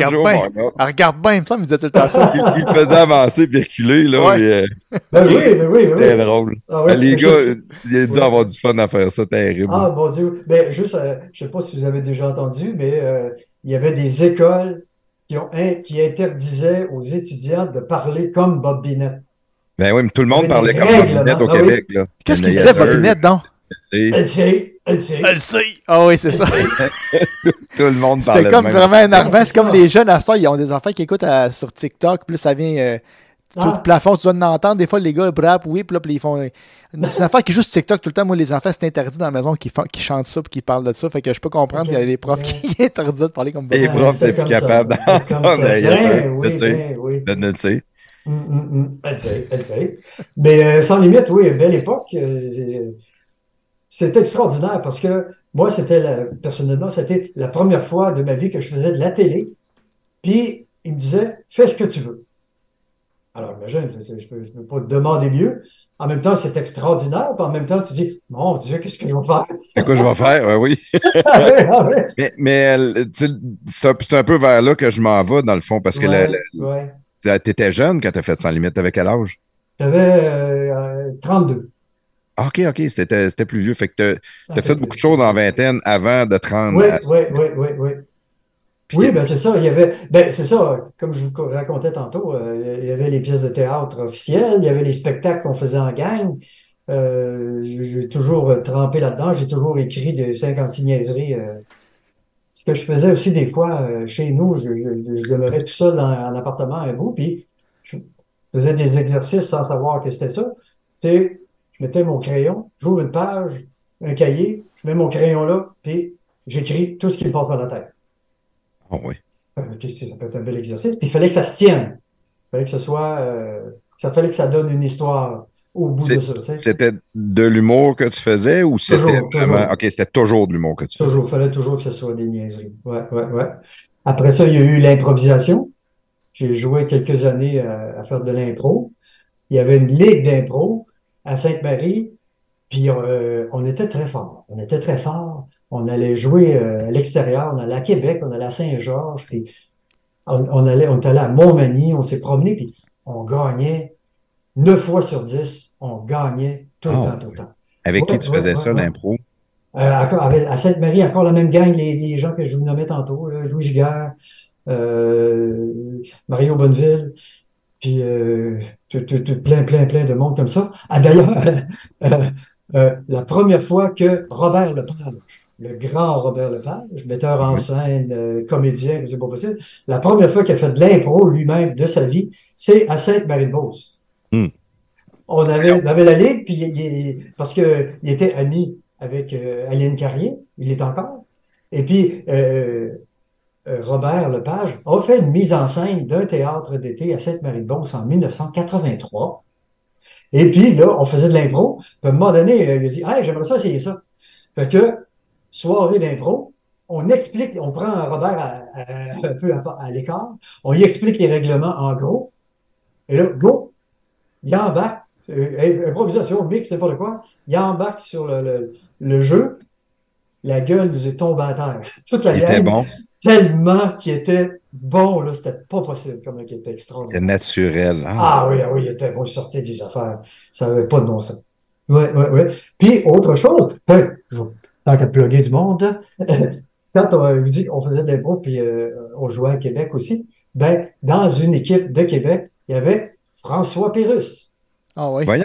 Bonjour,
bien.
mon gars.
Ah, regarde bien, il me semble, il me disait tout le temps ça.
Il, il faisait avancer puis reculer, là.
Ouais.
mais, euh,
Ben oui, ben oui, ben
c'était euh,
oui.
drôle.
Ah, ouais,
Les
je-
gars, il a dû
Ouais.
avoir du fun à faire ça, terrible.
Ah, mon Dieu. Ben, juste, euh, je sais pas si vous avez déjà entendu, mais euh, il y avait des écoles qui, ont, in- qui interdisaient aux étudiants de parler comme Bob Binet.
Ben oui, mais tout le
Il
monde
y avait
parlait
des
comme
règles,
Bobinette
là,
au
Ah oui.
Québec. là.
Qu'est-ce
Il y
qu'il
en a
disait,
un,
Bobinette, donc?
tu sais,
Elle sait, elle sait.
le sait. Ah oui, c'est ça.
Tout le monde parlait
C'était
de
comme
même.
vraiment énervant. C'est
ça.
comme les jeunes à ça, ils ont des enfants qui écoutent à- sur TikTok, puis là, ça vient euh, sur
Ah.
le plafond, tu dois l'entendre. Des fois, les gars, brap, oui, puis là, puis ils font. C'est une affaire qui joue sur TikTok tout le temps. Moi, les enfants, c'est interdit dans la maison qui, font, qui chantent ça, puis qui parlent de ça. Fait que je peux comprendre
Ok.
qu'il y a les profs
Ouais.
qui interdisent de parler comme
Les
Ah,
Bobinette.
profs,
c'était
t'es plus
comme ça.
capable
C'était comme
d'entendre,
ça.
mais
Bien,
tu
oui,
sais.
bien, oui.
Ben, tu sais.
Hum, hum, hum. Elle sait, elle sait. Mais euh, sans limite, oui, belle époque. euh, C'était extraordinaire parce que moi, c'était la- personnellement, c'était la première fois de ma vie que je faisais de la télé. Puis il me disait, fais ce que tu veux. Alors imagine, je- je ne peux, je peux pas te demander mieux. En même temps, c'est extraordinaire. Puis en même temps, tu dis, mon Dieu, qu'est-ce qu'ils vont faire?
C'est quoi je vais faire? Ouais, oui.
Ah oui, ah oui.
Mais, mais euh, tu sais, c'est un, c'est un peu vers là que je m'en vais, dans le fond, parce que
Ouais,
le-
ouais.
le- t'étais jeune quand t'as fait Sans Limite. T'avais quel âge?
J'avais euh, euh, 32.
Ah, OK, OK, c'était c'était plus vieux. Fait que t'as- t'as fait beaucoup de
choses
choses en vingtaine avant de 30.
Oui,
à-
oui, oui, oui, oui.
Puis-
Oui, ben c'est ça. Il y avait, ben c'est ça. Comme je vous co- racontais tantôt, euh, il y avait les pièces de théâtre officielles, il y avait les spectacles qu'on faisait en gang. Euh, j'ai j'ai toujours euh, trempé là-dedans. J'ai toujours écrit des 56 niaiseries. euh. Ce que je faisais aussi des fois euh, chez nous, je, je- je demeurais tout seul dans un appartement un bout, puis je faisais des exercices sans savoir que c'était ça. C'est, je mettais mon crayon, j'ouvre une page, un cahier, je mets mon crayon là, puis j'écris tout ce qui me passe par la tête.
Ah oui.
Euh, qu'est-ce que Ça peut être un bel exercice. Puis il fallait que ça se tienne. Il fallait que ce soit. euh, ça fallait que ça donne une histoire au bout de ça. tu sais.
C'était de l'humour que tu faisais ou c'était
Toujours, toujours.
vraiment- OK, c'était toujours de l'humour que tu faisais.
Toujours, fallait toujours que ce soit des niaiseries. Ouais, ouais, ouais. Après ça, il y a eu l'improvisation. J'ai joué quelques années euh, à faire de l'impro. Il y avait une ligue d'impro à Sainte-Marie. Puis euh, on était très fort. On était très fort. On allait jouer euh, à l'extérieur. On allait à Québec, on allait à Saint-Georges. Puis on, on allait, on est allé à Montmagny. On s'est promené. Puis on gagnait neuf fois sur dix. On gagnait tout le
Ah,
temps, tout le temps.
Avec
Ouais,
qui tu
ouais,
faisais
ouais,
ça,
ouais.
l'impro?
Euh, encore, avec- à Sainte-Marie, encore la même gang, les, les gens que je vous nommais tantôt, là, Louis Giguère, euh, Mario Bonneville, puis euh, tout- tout- tout- plein, plein, plein de monde comme ça. Ah, d'ailleurs, euh, euh, la première fois que Robert Lepage, le grand Robert Lepage, metteur en
Oui.
scène, euh, comédien, comme c'est pas possible, la première fois qu'il a fait de l'impro lui-même de sa vie, c'est à Sainte-Marie-de-Beauce.
Hmm.
On, avait, on avait la ligue, puis il- il- parce que il était ami avec euh, Aline Carrier, il est encore. Et puis, euh, euh, Robert Lepage a fait une mise en scène d'un théâtre d'été à Sainte-Marie-de-Beauce en 1983. Et puis, là, on faisait de l'impro. Puis, à un moment donné, euh, il a dit Hey, j'aimerais ça essayer ça. Fait que, soirée d'impro, on explique, on prend Robert à- à- un peu à, à l'écart, on lui explique les règlements en gros. Et là, go Il embarque, euh, improvisation, mix, n'importe quoi. Il embarque sur le, le- le jeu. La gueule nous est tombée à terre. Toute la
Il était
gueule
bon,
tellement qu'il était bon, là, c'était pas possible comme il était
c'était
extraordinaire.
naturel. Ah,
Ah oui, ah oui, il était bon, il sortait des affaires. Ça n'avait pas de bon sens. Oui, oui, oui. Puis, autre chose, hein, je vais- tant qu'à plugger du monde, quand on, vous dit, on faisait des l'impro, puis euh, on jouait à Québec aussi, ben, dans une équipe de Québec, il y avait François Pérus.
Ah oui.
Ouais.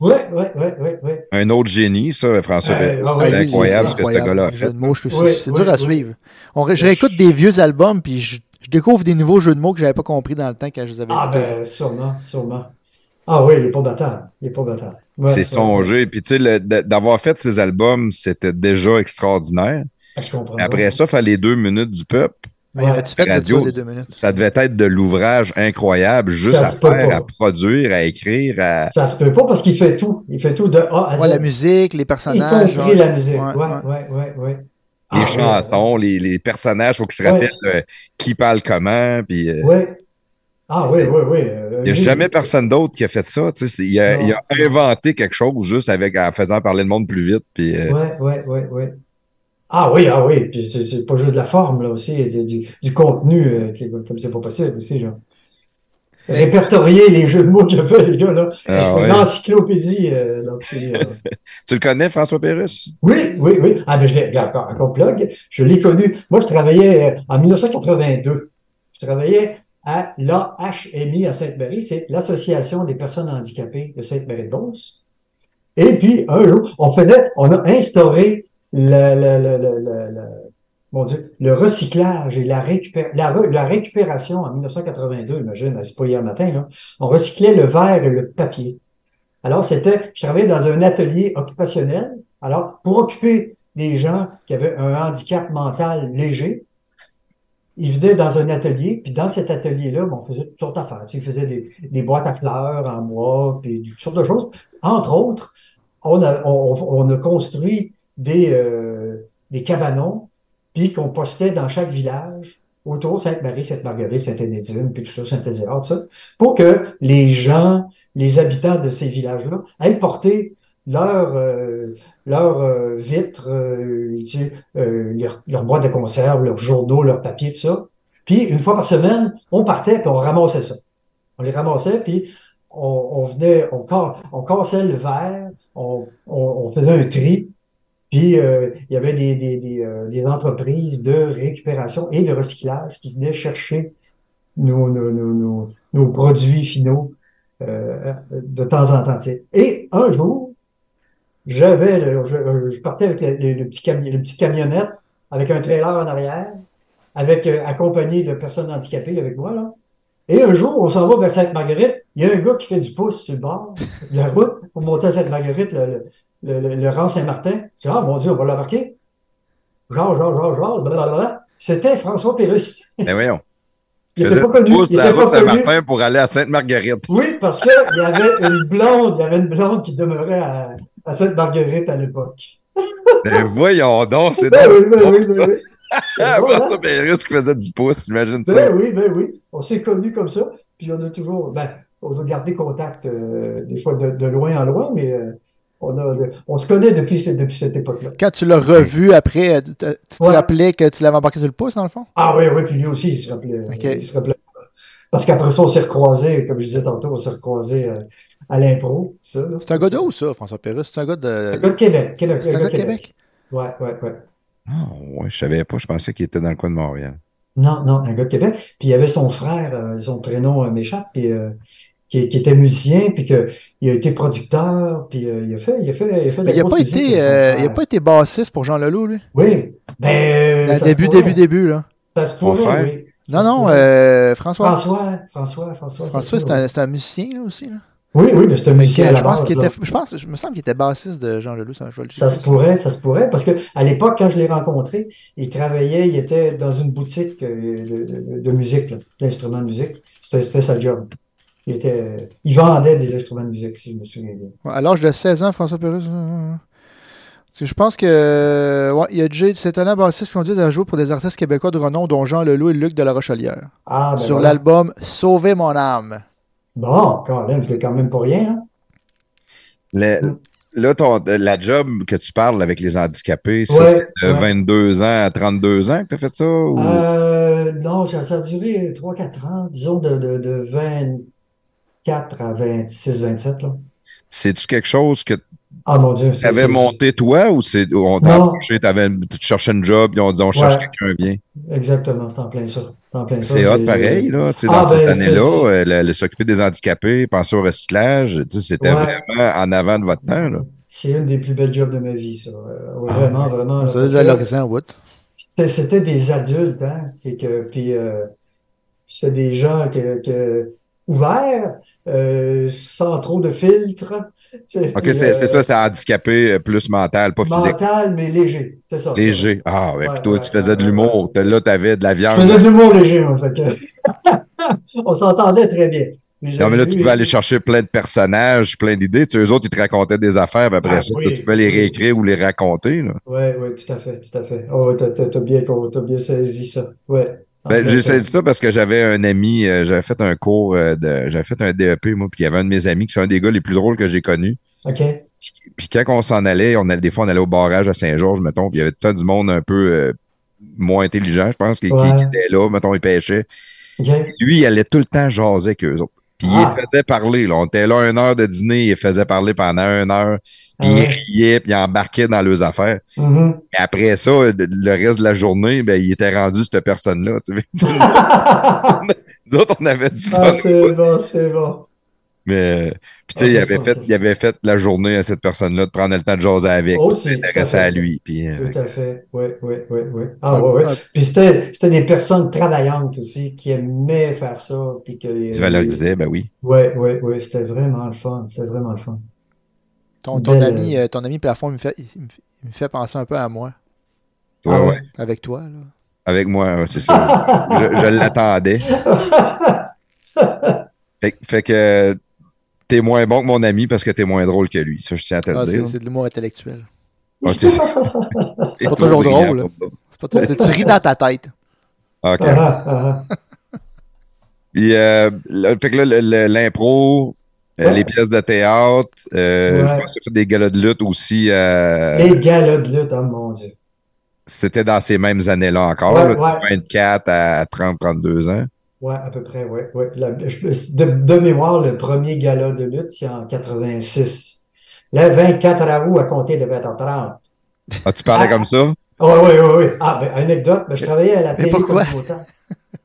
Oui, oui, oui, oui, oui.
un autre génie, ça, François.
Euh,
Bellefeuille.
ah
Ça,
ouais,
c'est
lui,
incroyable ce
c'est
que ce gars-là a
jeu
fait.
de mots, je suis-
Oui,
c'est
oui,
dur à
oui.
suivre. On ré- je réécoute des vieux albums, puis je, je découvre des nouveaux jeux de mots que j'avais pas compris dans le temps quand je les avais
Ah
écoutés.
ben, sûrement, sûrement. Ah oui, il est pas battable. Il est pas battable. Ouais,
C'est
ouais.
songé. Puis, tu sais, le- de- d'avoir fait ses albums, c'était déjà extraordinaire.
Ah, Je comprends.
Après ça, faire les deux minutes du peuple,
Mais avais-tu fait de ça
Radio.
des deux minutes?
ça devait être de l'ouvrage incroyable, juste
Ça
à
se peut
faire,
pas.
à produire, à écrire, à.
Ça se peut pas parce qu'il fait tout. Il fait tout de A à Z.
Ouais, la musique, les
y
personnages.
compris
ouais.
la musique.
Ouais,
Ouais,
ouais.
ouais, ouais, ouais.
Les
Ah,
chansons, les, les personnages, faut qu'ils se
Ouais.
rappellent euh, qui parle comment. Puis, euh,
Ouais. Ouais. Ah oui, oui, oui.
il n'y a jamais personne d'autre qui a fait ça. tu sais, c'est- Il a,
Non.
il a inventé quelque chose juste avec, en faisant parler le monde plus vite. Puis, euh,
Ouais, ouais, ouais, ouais. Ah oui, ah oui. Puis c'est- c'est pas juste de la forme, là aussi, du, du, du contenu, euh, qui- comme c'est pas possible aussi, genre. Répertorier les jeux de mots qu'il a fait, les gars, là.
Ah
c'est
ouais.
une encyclopédie, euh, l'encyclopédie, là.
Tu le connais, François Pérus?
Oui, oui, oui. Ah, mais je l'ai, regarde, encore, encore plug. Je l'ai connu. Moi, je travaillais euh, en 1982. Je travaillais à l'AHMI à Sainte-Marie, c'est l'Association des personnes handicapées de Sainte-Marie-de-Beauce. Et puis, un jour, on faisait, on a instauré le, le, le, le mon Dieu, le recyclage et la, récupé la, la, récupération en 1982, imagine, c'est pas hier matin, là. on recyclait le verre et le papier. Alors, c'était, je travaillais dans un atelier occupationnel. Alors, pour occuper des gens qui avaient un handicap mental léger, ils venaient dans un atelier, puis dans cet atelier-là, bon, on faisait toutes sortes d'affaires. Ils faisaient des, des, boîtes à fleurs en bois, puis toutes sortes de choses. Entre autres, on a, on, on a construit des, euh, des cabanons puis qu'on postait dans chaque village, autour Sainte-Marie, Sainte-Marguerite, Sainte-Énédine, puis tout ça, Saint-Ézéard, tout ça, pour que les gens, les habitants de ces villages-là, aillent porter leurs euh, leur, euh, vitres, euh, leurs leur boîtes de conserve, leurs journaux, leurs papiers, tout ça. Puis une fois par semaine, on partait puis on ramassait ça. On les ramassait, puis on, on venait, on, on cassait le verre, on, on, on faisait un tri, puis euh, il y avait des, des, des, euh, des, entreprises de récupération et de recyclage qui venaient chercher nos, nos, nos, nos produits finaux euh, de temps en temps. Et un jour, j'avais je, je, partais avec le, le, le petit camion, petite camionnette avec un trailer en arrière, avec euh, accompagné de personnes handicapées avec moi là. Et un jour, on s'en va vers Sainte-Marguerite, il y a un gars qui fait du pouce sur le bord de la route pour monter à Sainte-Marguerite, le, le le, le, le, rang Saint-Martin. Tu ah, mon Dieu, on va l'embarquer. Georges, Georges, Georges, Georges, blablabla. C'était François Pérusse.
Mais Ben voyons.
Il était pas connu.
Il la route Saint-Martin pour aller à Sainte-Marguerite.
Oui, parce qu'il y avait une blonde, il y avait une blonde qui demeurait à, à Sainte-Marguerite à l'époque.
Mais Ben voyons donc, c'est hein,
ben oui, ben oui, ben oui. hein?
François Pérusse qui faisait du pouce, j'imagine ça.
Ben oui, ben oui. On s'est connus comme ça, puis on a toujours, ben, on a gardé contact euh, des fois de, de, loin en loin, mais euh, on, a, on, se connaît depuis, depuis cette époque-là.
Quand tu l'as revu après, euh, tu te ouais. rappelais que tu l'avais embarqué sur le pouce, dans le fond?
Ah oui, oui, puis lui aussi, il se rappelait. Okay. Il se rappelait. Parce qu'après ça, on s'est recroisés, comme je disais tantôt, on s'est recroisés à, à l'impro.
C'est un gars de où, ça, François Pérus? C'est un gars de...
Un gars de Québec. Québec
C'est un, gars de Québec?
Oui, oui, oui.
Ah, ouais, je savais pas. Je pensais qu'il était dans le coin de Montréal.
Non, non, un gars de Québec. Puis il y avait son frère, euh, son prénom m'échappe, puis... Euh, qui, qui, était musicien, puis qu'il a été producteur, puis euh, il a fait, il a fait, il a fait de
Mais il n'a pas été, euh, il a pas été bassiste pour Jean Leloup, lui.
Oui. Ben,
euh, début, début, début, là.
Ça se pourrait, Ah, oui.
Non, non, François.
François, François, François.
François, c'est un, un, musicien, là, aussi, là.
Oui, oui, mais c'est un musicien à la
je
base,
pense qu'il était, je pense, je me semble qu'il était bassiste de Jean Leloup, ça, je
le Ça se pourrait, ça se pourrait, parce que à l'époque, quand je l'ai rencontré, il travaillait, il était dans une boutique euh, de, de, de musique, d'instruments de musique. C'était sa job. Il, était, euh, il, vendait des instruments de musique, si je me souviens bien.
Ouais, à l'âge de 16 ans, François Pérus. Euh, parce que je pense que ouais, il y a déjà cet talent bassiste qu'on dit à jouer pour des artistes québécois de renom, dont Jean Leloup et Luc de la Rochelière.
Ah, ben
sur l'album
voilà.
Sauver mon âme.
Bon, quand même, c'est quand même pour rien. Hein?
Le, là, ton, la job que tu parles avec les handicapés, ouais, c'est de 22 ans à 32 ans que tu as fait ça? Ou...
Euh, non, ça, a duré 3-4 ans, disons de, de, de 20. 4 à 26, 27.
C'est-tu quelque chose que
ah, mon Dieu,
tu avais monté toi ou c'est on t'a approché, tu cherchais une job, puis on dit on cherche ouais. quelqu'un, viens.
Exactement, c'est en plein ça.
C'est hot pareil, là, tu sais, ah, dans ben, cette année-là, s'occuper des handicapés, penser au recyclage, tu sais, c'était ouais. vraiment en avant de votre temps.
C'est une des plus belles jobs de ma vie, ça. vraiment, ah, vraiment. C'était des adultes, hein, et que, puis euh, c'était des gens que, que ouvert, euh, sans trop de filtres.
OK, c'est ça, c'est handicapé plus euh, mental, pas physique.
euh, Mental, mais léger, c'est ça.
Léger. Ah, ouais, ouais, toi, ouais, tu faisais de l'humour. Là, tu avais de la viande.
Je faisais de l'humour léger, en fait. On s'entendait très bien.
Mais non, mais là, tu pouvais et... aller chercher plein de personnages, plein d'idées. Tu sais, eux autres, ils te racontaient des affaires, puis après ah, ça, oui. toi, tu peux les réécrire ou les raconter.
Oui, oui, tout à fait, tout à fait. Oh, t'as as, as bien, as bien saisi ça. Ouais.
Ben, j'ai saisi ça parce que j'avais un ami, euh, j'avais fait un cours, euh, de, j'avais fait un DEP, moi, puis il y avait un de mes amis qui c'est un des gars les plus drôles que j'ai connu.
OK.
Puis quand on s'en allait, on allait, des fois, on allait au barrage à Saint-Georges, mettons, puis il y avait tout du monde un peu euh, moins intelligent, je pense, qui, ouais. qui, qui, était là, mettons, il pêchait. Okay. Lui, il allait tout le temps jaser avec eux autres. Puis
Ah.
il les faisait parler. Là. On était là une heure de dîner, il les faisait parler pendant une heure. Puis
Ah
il
ouais.
riait, puis il embarquait dans leurs affaires.
Mhm.
Et après ça, le- le reste de la journée, ben, il était rendu cette personne-là. tu sais.
ah,
Nous autres, on avait du fun.
c'est bon, c'est bon.
Mais, puis tu
Ah,
sais, il,
c'est
avait
fun,
fait,
ça.
il avait fait la journée à cette personne-là de prendre le temps de jaser avec, de
Aussi,
s'intéresser
tout à fait.
à lui. Puis, euh,
Tout à fait. Oui, oui, oui, oui. Ah, oui,
euh,
oui. Puis c'était, c'était des personnes travaillantes aussi qui aimaient faire ça. Puis que les,
tu valorisais, ben oui.
Oui, oui, oui. C'était vraiment le fun. C'était vraiment le fun.
Ton, ton
Belle-
ami, euh, ton ami plafond, il me, fait, il, me fait- il me fait penser un peu à moi,
Ouais,
Ah
ouais.
ouais.
avec toi. Là.
Avec moi, ouais, c'est ça. je je l'attendais. Fait, fait que t'es moins bon que mon ami parce que t'es moins drôle que lui. Ça, je tiens à te
Ah,
le
c'est
dire.
c'est de l'humour intellectuel.
Ah, t'es-
C'est pas toujours
t'es
drôle.
brillant.
C'est pas toi- tu, tu ris dans ta tête.
OK.
Ah, ah, ah.
Puis, euh, le- fait que là, le- le- l'impro, euh,
Ouais.
les pièces de théâtre, euh,
Ouais.
je pense que j'ai fait des galas de lutte aussi. euh,
Les galas de lutte, oh mon Dieu.
C'était dans ces mêmes années-là encore,
Ouais,
là, de
ouais.
24 à 30, 32 ans.
Ouais, à peu près, ouais, ouais. La- je- de, de mémoire, le premier gala de lutte, c'est en 86. Le 24 à août à compter de 20h30.
Ah, tu parlais
Ah.
comme ça?
Oui, oui, oui, oui. Ah, ben, anecdote, ben, je travaillais à la
Mais
télé
pourquoi?
comme autant.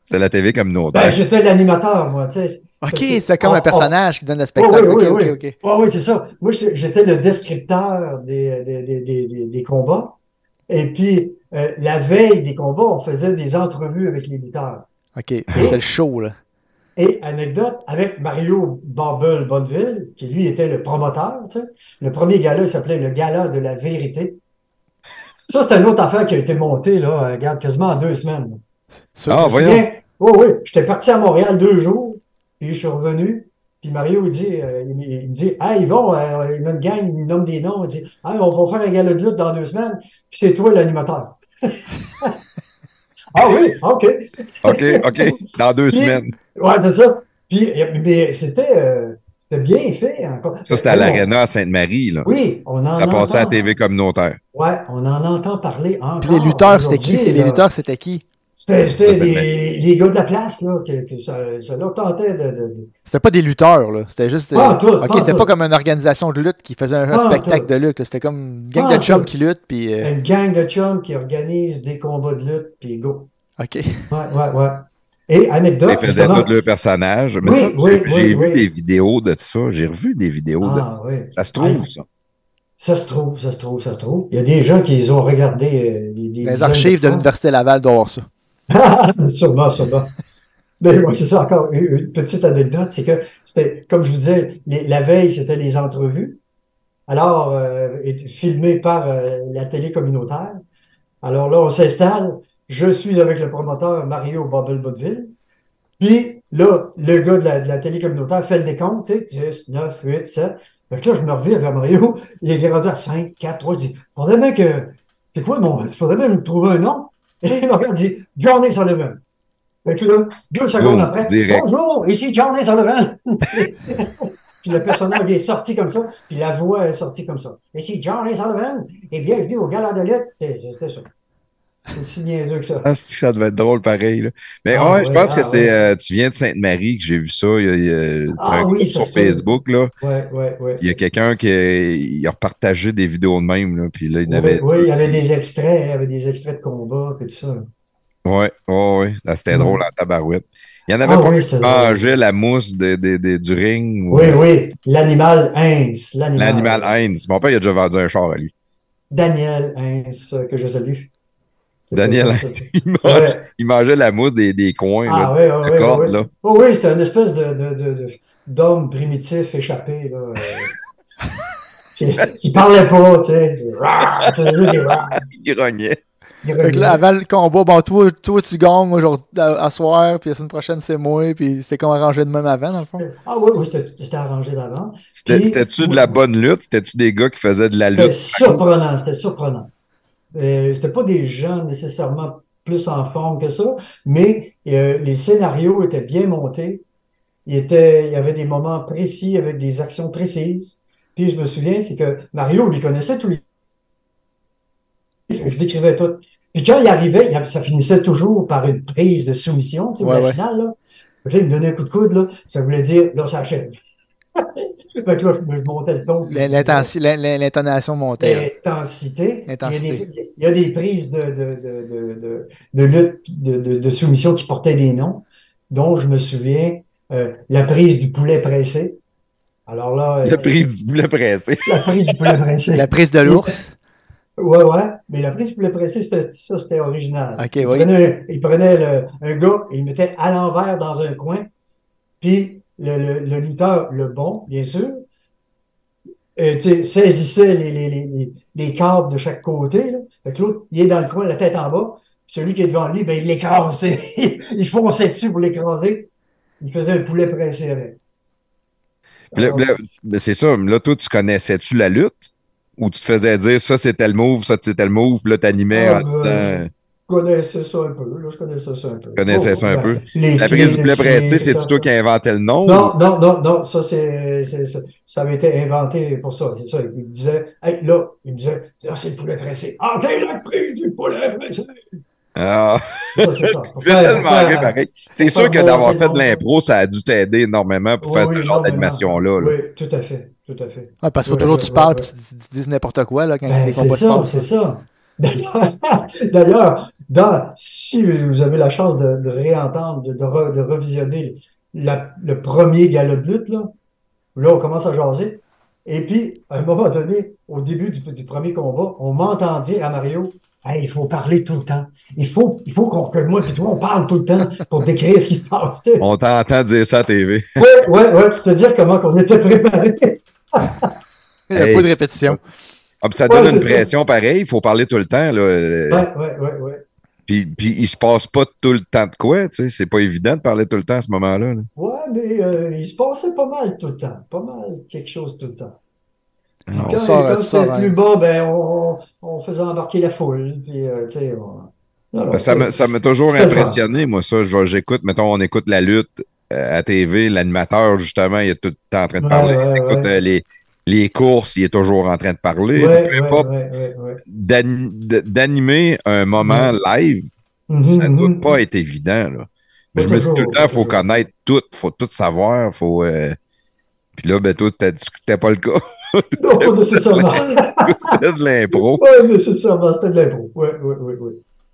C'était la TV comme nous.
Ben, j'ai fait l'animateur, moi, tu sais.
Ok,
que-
c'est comme
oh,
un
oh.
personnage qui donne le spectacle.
Oui, oui,
ok,
oui,
ok, ok.
Oui, oui, c'est ça. Moi, je- j'étais le descripteur des, des, des, des, des- des combats. Et puis, euh, la veille des combats, on faisait des entrevues avec les lutteurs.
Ok, c'est le show, là.
Et anecdote, avec Mario Bumble Bonneville, qui lui était le promoteur, tu sais, le premier gala il s'appelait le gala de la vérité. Ça, c'est une autre affaire qui a été montée, là, euh, regarde, quasiment en deux semaines.
Sur-
Ah,
Je me
voyons.
souviens, oh, oui, j'étais parti à Montréal deux jours, puis je suis revenu, puis Mario il dit, euh, il, me- il me dit, ah, ils vont, euh, notre gang, il nomme des noms, il dit, ah, on va faire un gala de lutte dans deux semaines, puis c'est toi l'animateur. ah oui, ok.
OK, OK. Dans deux
Puis-
semaines.
Ouais, c'est ça. Puis, euh, mais c'était euh, c'était bien fait encore.
Ça, c'était à l'Arena à Sainte-Marie. là.
Oui, on en
Ça
entend.
passait à la TV communautaire.
Ouais, on en entend parler encore.
Puis les lutteurs, c'était qui?
Ah, aujourd'hui, euh,
C'est les
là.
lutteurs, c'était qui?
C'était c'était
Ça fait
les, les gars de la place, là, que, que ça, ça leur tentait de. de- de-
C'était pas des lutteurs, là. C'était juste.
Pas
euh,
en tout,
ok,
pas en
c'était
tout.
pas comme une organisation de lutte qui faisait un, un
Pas en
spectacle
tout.
de lutte. là. C'était comme une gang
Pas en
de chums
tout.
qui luttent, puis. euh,
Une gang de chums qui organise des combats de lutte, puis go.
ok.
Ouais, ouais, ouais. Et anecdote,
Ils faisaient
justement-
tout le personnage. Mais
Oui,
ça,
oui,
j'ai
oui,
j'ai
oui.
vu des vidéos de ça. J'ai revu des vidéos de
Ah
ça.
oui.
Ça se trouve, ça.
Ça se trouve, ça se trouve, ça se trouve. Il y a des gens qui les ont regardés. euh, des- des
Les
dizaines
archives de
fois.
l'Université Laval doivent voir ça.
Ah, sûrement, sûrement. Mais ouais, c'est ça encore. Une une petite anecdote, c'est que c'était, comme je vous disais, les- la veille, c'était les entrevues. Alors, euh, et- filmé par euh, la télé communautaire. Alors là, on s'installe. Je suis avec le promoteur Mario bobble botteville Puis là, le gars de la, de la télé communautaire fait le décompte, tu sais, 10, 9, 8, 7. Fait que là, je me reviens vers Mario. Il est rendu à 5, 4, 3. Je dis, faudrait bien que, c'est quoi mon, faudrait bien me trouver un nom. Et il me regarde, il dit Johnny Sullivan. Fait que là, deux secondes
Boom,
après,
direct.
bonjour, ici Johnny Sullivan. puis le personnage est sorti comme ça, puis la voix est sortie comme ça. Ici Johnny Sullivan, et bienvenue au Gala de lutte. Et C'était ça. C'est aussi niaiseux que ça.
Ah, c'est que ça devait être drôle pareil. là. Mais
Ah,
ouais, je
oui,
pense
ah,
que c'est.
oui.
euh, tu viens de Sainte-Marie que j'ai vu ça. Il y a- il y a-
Ah
un
oui,
groupe
ça
sur
se peut.
Facebook. Là.
Ouais, ouais, ouais.
Il y a quelqu'un qui a- il a repartagé des vidéos de même. Là, puis là, il y en
Oui,
avait.
oui, il y avait des extraits, il y avait des extraits de combat et tout ça.
Ouais, ouais, ouais. Ah, C'était
Mm.
drôle en tabarouette. Il y en avait
Ah
pas
oui,
qui
c'était
mangeaient la mousse de- de- de- du ring. ou,
Oui,
euh,
oui, l'animal Heinz, l'animal.
L'animal Heinz. Mon père, il a déjà vendu un char à lui.
Daniel Heinz, euh, que je salue.
Daniel
Heinz.
Il, mange- il mangeait la mousse des, des coins.
Ah
là,
oui, oui,
de
oui,
corde,
oui.
là.
Oh oui, c'était une espèce de, de, de- de- d'homme primitif échappé, là. euh, qui, qui parlait pas, tu sais. Rah, tu sais, lui, il rah,
Il grognait.
il
Fait que là,
revenait.
avant le combat, bon, toi, toi tu gagnes aujourd'hui, euh, à, à soir, puis la semaine prochaine, c'est moi, puis c'est comme arrangé de même avant, dans le fond.
Ah oui, oui, c'était, c'était arrangé d'avant.
C'était-
Puis-
C'était-tu de la bonne lutte? C'était-tu des gars qui faisaient de la
C'était
lutte?
surprenant, c'était surprenant. Euh, c'était pas des gens nécessairement plus en forme que ça, mais euh, les scénarios étaient bien montés. Il, était, il y avait des moments précis avec des actions précises. Puis je me souviens, c'est que Mario, lui connaissait tous les. Je, je décrivais tout. Puis quand il arrivait, il- ça finissait toujours par une prise de soumission, tu sais,
Ouais,
la
ouais.
finale, là. J'ai me donné un coup de coude, là, ça voulait dire, là, ça achève. Fait que là, je, je montais le ton.
L'intensi- l'in- l'in- L'intonation
Euh,
montait.
L'intensité. Il y a
Intensité.
des, il y a des prises de, de, de, de, de, de lutte, de, de, de soumission qui portaient des noms, dont je me souviens euh, la prise du poulet pressé. Alors là, euh,
La prise du poulet pressé.
la prise du poulet pressé.
La prise de l'ours.
Ouais, ouais, mais la prise du poulet pressé, c'était- ça, c'était original.
Ok,
il,
oui.
prenait, il prenait le- un gars, il le mettait à l'envers dans un coin, puis le, le, le lutteur, le bon, bien sûr, euh, tu sais, saisissait les, les, les, les- les câbles de chaque côté. Là. Fait que l'autre, il est dans le coin, la tête en bas, puis celui qui est devant lui, ben, il l'écrase. il fonçait dessus pour l'écraser. Il faisait un poulet pressé avec.
Puis là-
Alors,
là, ben, c'est ça. Là, toi, tu connaissais-tu la lutte? Ou tu te faisais dire ça, c'était le move, ça, c'était le move, puis là, t'animais
Ah,
en
ben,
disant.
Je connaissais ça un peu, là, je connaissais ça un peu. Oh, Je
connaissais ça un peu. La prise du poulet pressé, c'est-tu toi qui inventais le nom?
ben, Non, non, non, non, ça, c'est, c'est- ça, ça avait été inventé pour ça, c'est ça. Il me disait, hey, là, il me disait, là, c'est le poulet pressé. Ah, t'es la prise du poulet pressé!
Ah,
Ça, c'est ça. Pour
tu fais
faire-
tellement
pour faire-
rire, pareil. C'est
pour
sûr
faire
que
monter
d'avoir
le
fait
monde.
de l'impro, ça a dû t'aider énormément pour
Oui,
faire
oui,
ce genre
énormément.
d'animation-là. là.
Oui, tout à fait, tout à fait.
Ah, parce qu'il faut
Ouais,
toujours
ouais,
que tu parles
ouais,
et tu tu dises n'importe quoi là, quand il y a
Ben,
des
c'est
combats de
ça,
sport.
c'est ça. D'ailleurs, d'ailleurs, dans, si vous avez la chance de, de réentendre, de, de, re- de revisionner la- le premier galop de lutte, là, où là, on commence à jaser. Et puis, à un moment donné, au début du, du premier combat, on m'entend dire à Mario, Hey, il faut parler tout le temps. Il faut, il faut qu'on, que moi et toi, on parle tout le temps pour décrire ce qui se passe. tu sais.
On t'entend dire ça à TV.
Ouais, ouais, ouais, pour te dire comment qu'on était préparé.
Il n'y a
Hey,
pas de répétition.
Ah, puis ça
Ouais,
donne une
c'est ça.
pression pareille, il faut parler tout le temps. Là. Euh,
Ouais, ouais, ouais, ouais.
Puis, puis il se passe pas tout le temps de quoi, tu sais. C'est pas évident de parler tout le temps à ce moment-là. là.
Ouais, mais euh, il se passait pas mal tout le temps. Pas mal quelque chose tout le temps.
Non.
Quand,
sort-
quand
tu
c'était
sors, hein.
plus bas, ben, on, on faisait embarquer la foule. Puis, euh, tu sais, on... Non, non,
Ben, Ça m'a
c'est-
ça m'a toujours
C'était le fun.
impressionné, moi, ça. Je- J'écoute, mettons, on écoute la lutte euh, à TV, l'animateur, justement, il est tout le temps en train de
Ouais,
parler.
ouais,
Écoute,
ouais.
euh, les, les courses, il est toujours en train de parler.
Ouais,
Peu
ouais,
importe,
ouais, ouais, ouais.
d'ani- d- d'animer un moment live,
Mhm,
ça ne doit
mhm.
pas être évident. Là. Mais
Pas
je me dis tout le
toujours,
temps,
pas
il faut
toujours.
connaître tout, il faut tout savoir, faut. euh, Puis là, ben toi, t'as- c'était pas le cas.
Non, pas nécessairement.
C'était de l'impro.
Ouais, nécessairement, c'était de l'impro. Ouais, ouais, ouais, ouais.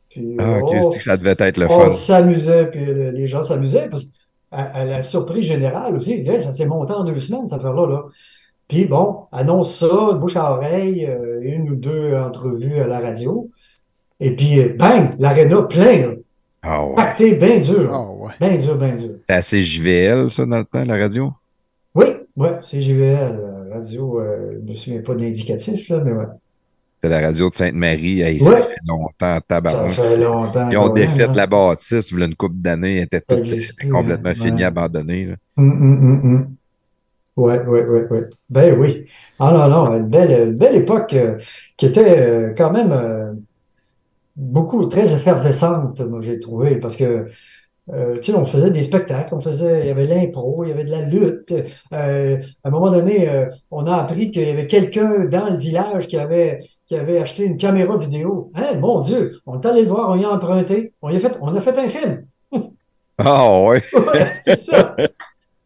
Puis, oh,
Ah, ok,
on-
c'est que ça devait être le
on
fun.
s'amusait, puis euh, les gens s'amusaient, parce que à, à la surprise générale aussi, là, ça s'est monté en deux semaines, cette affaire-là. Là. Puis bon, annonce ça, bouche à oreille, euh, une ou deux entrevues à la radio. Et puis, euh, bang, l'aréna plein, là.
Ah ouais.
pacté bien dur,
Oh, ouais.
bien dur, bien dur.
C'était assez JVL, ça, dans le temps, la radio?
Oui, ouais, c'est JVL, euh, radio, euh, je me souviens pas de l'indicatif, là, mais ouais.
C'est la radio de Sainte-Marie. Hey,
Ouais.
Ça fait longtemps,
Ça
tabarnak.
fait longtemps.
Ben, Ils ont
quand même,
défait
hein.
la bâtisse, voilà une couple d'années, elle était
Ça
toute
existe
c'était
plus,
complètement
hein.
finie,
Ouais.
abandonnée. là.
Hum, hum, hum, hum. Ouais, ouais, ouais, ouais. Ben oui. Ah non, non, une belle, une belle époque euh, qui était euh, quand même euh, beaucoup, très effervescente, moi j'ai trouvé, parce que, euh, tu sais, on faisait des spectacles, on faisait, il y avait de l'impro, il y avait de la lutte. Euh, à un moment donné, euh, on a appris qu'il y avait quelqu'un dans le village qui avait, qui avait acheté une caméra vidéo. Hein, mon Dieu, on est allé le voir, on y a emprunté, on y a fait, on a fait un film.
Ah ouais.
Ouais, c'est ça.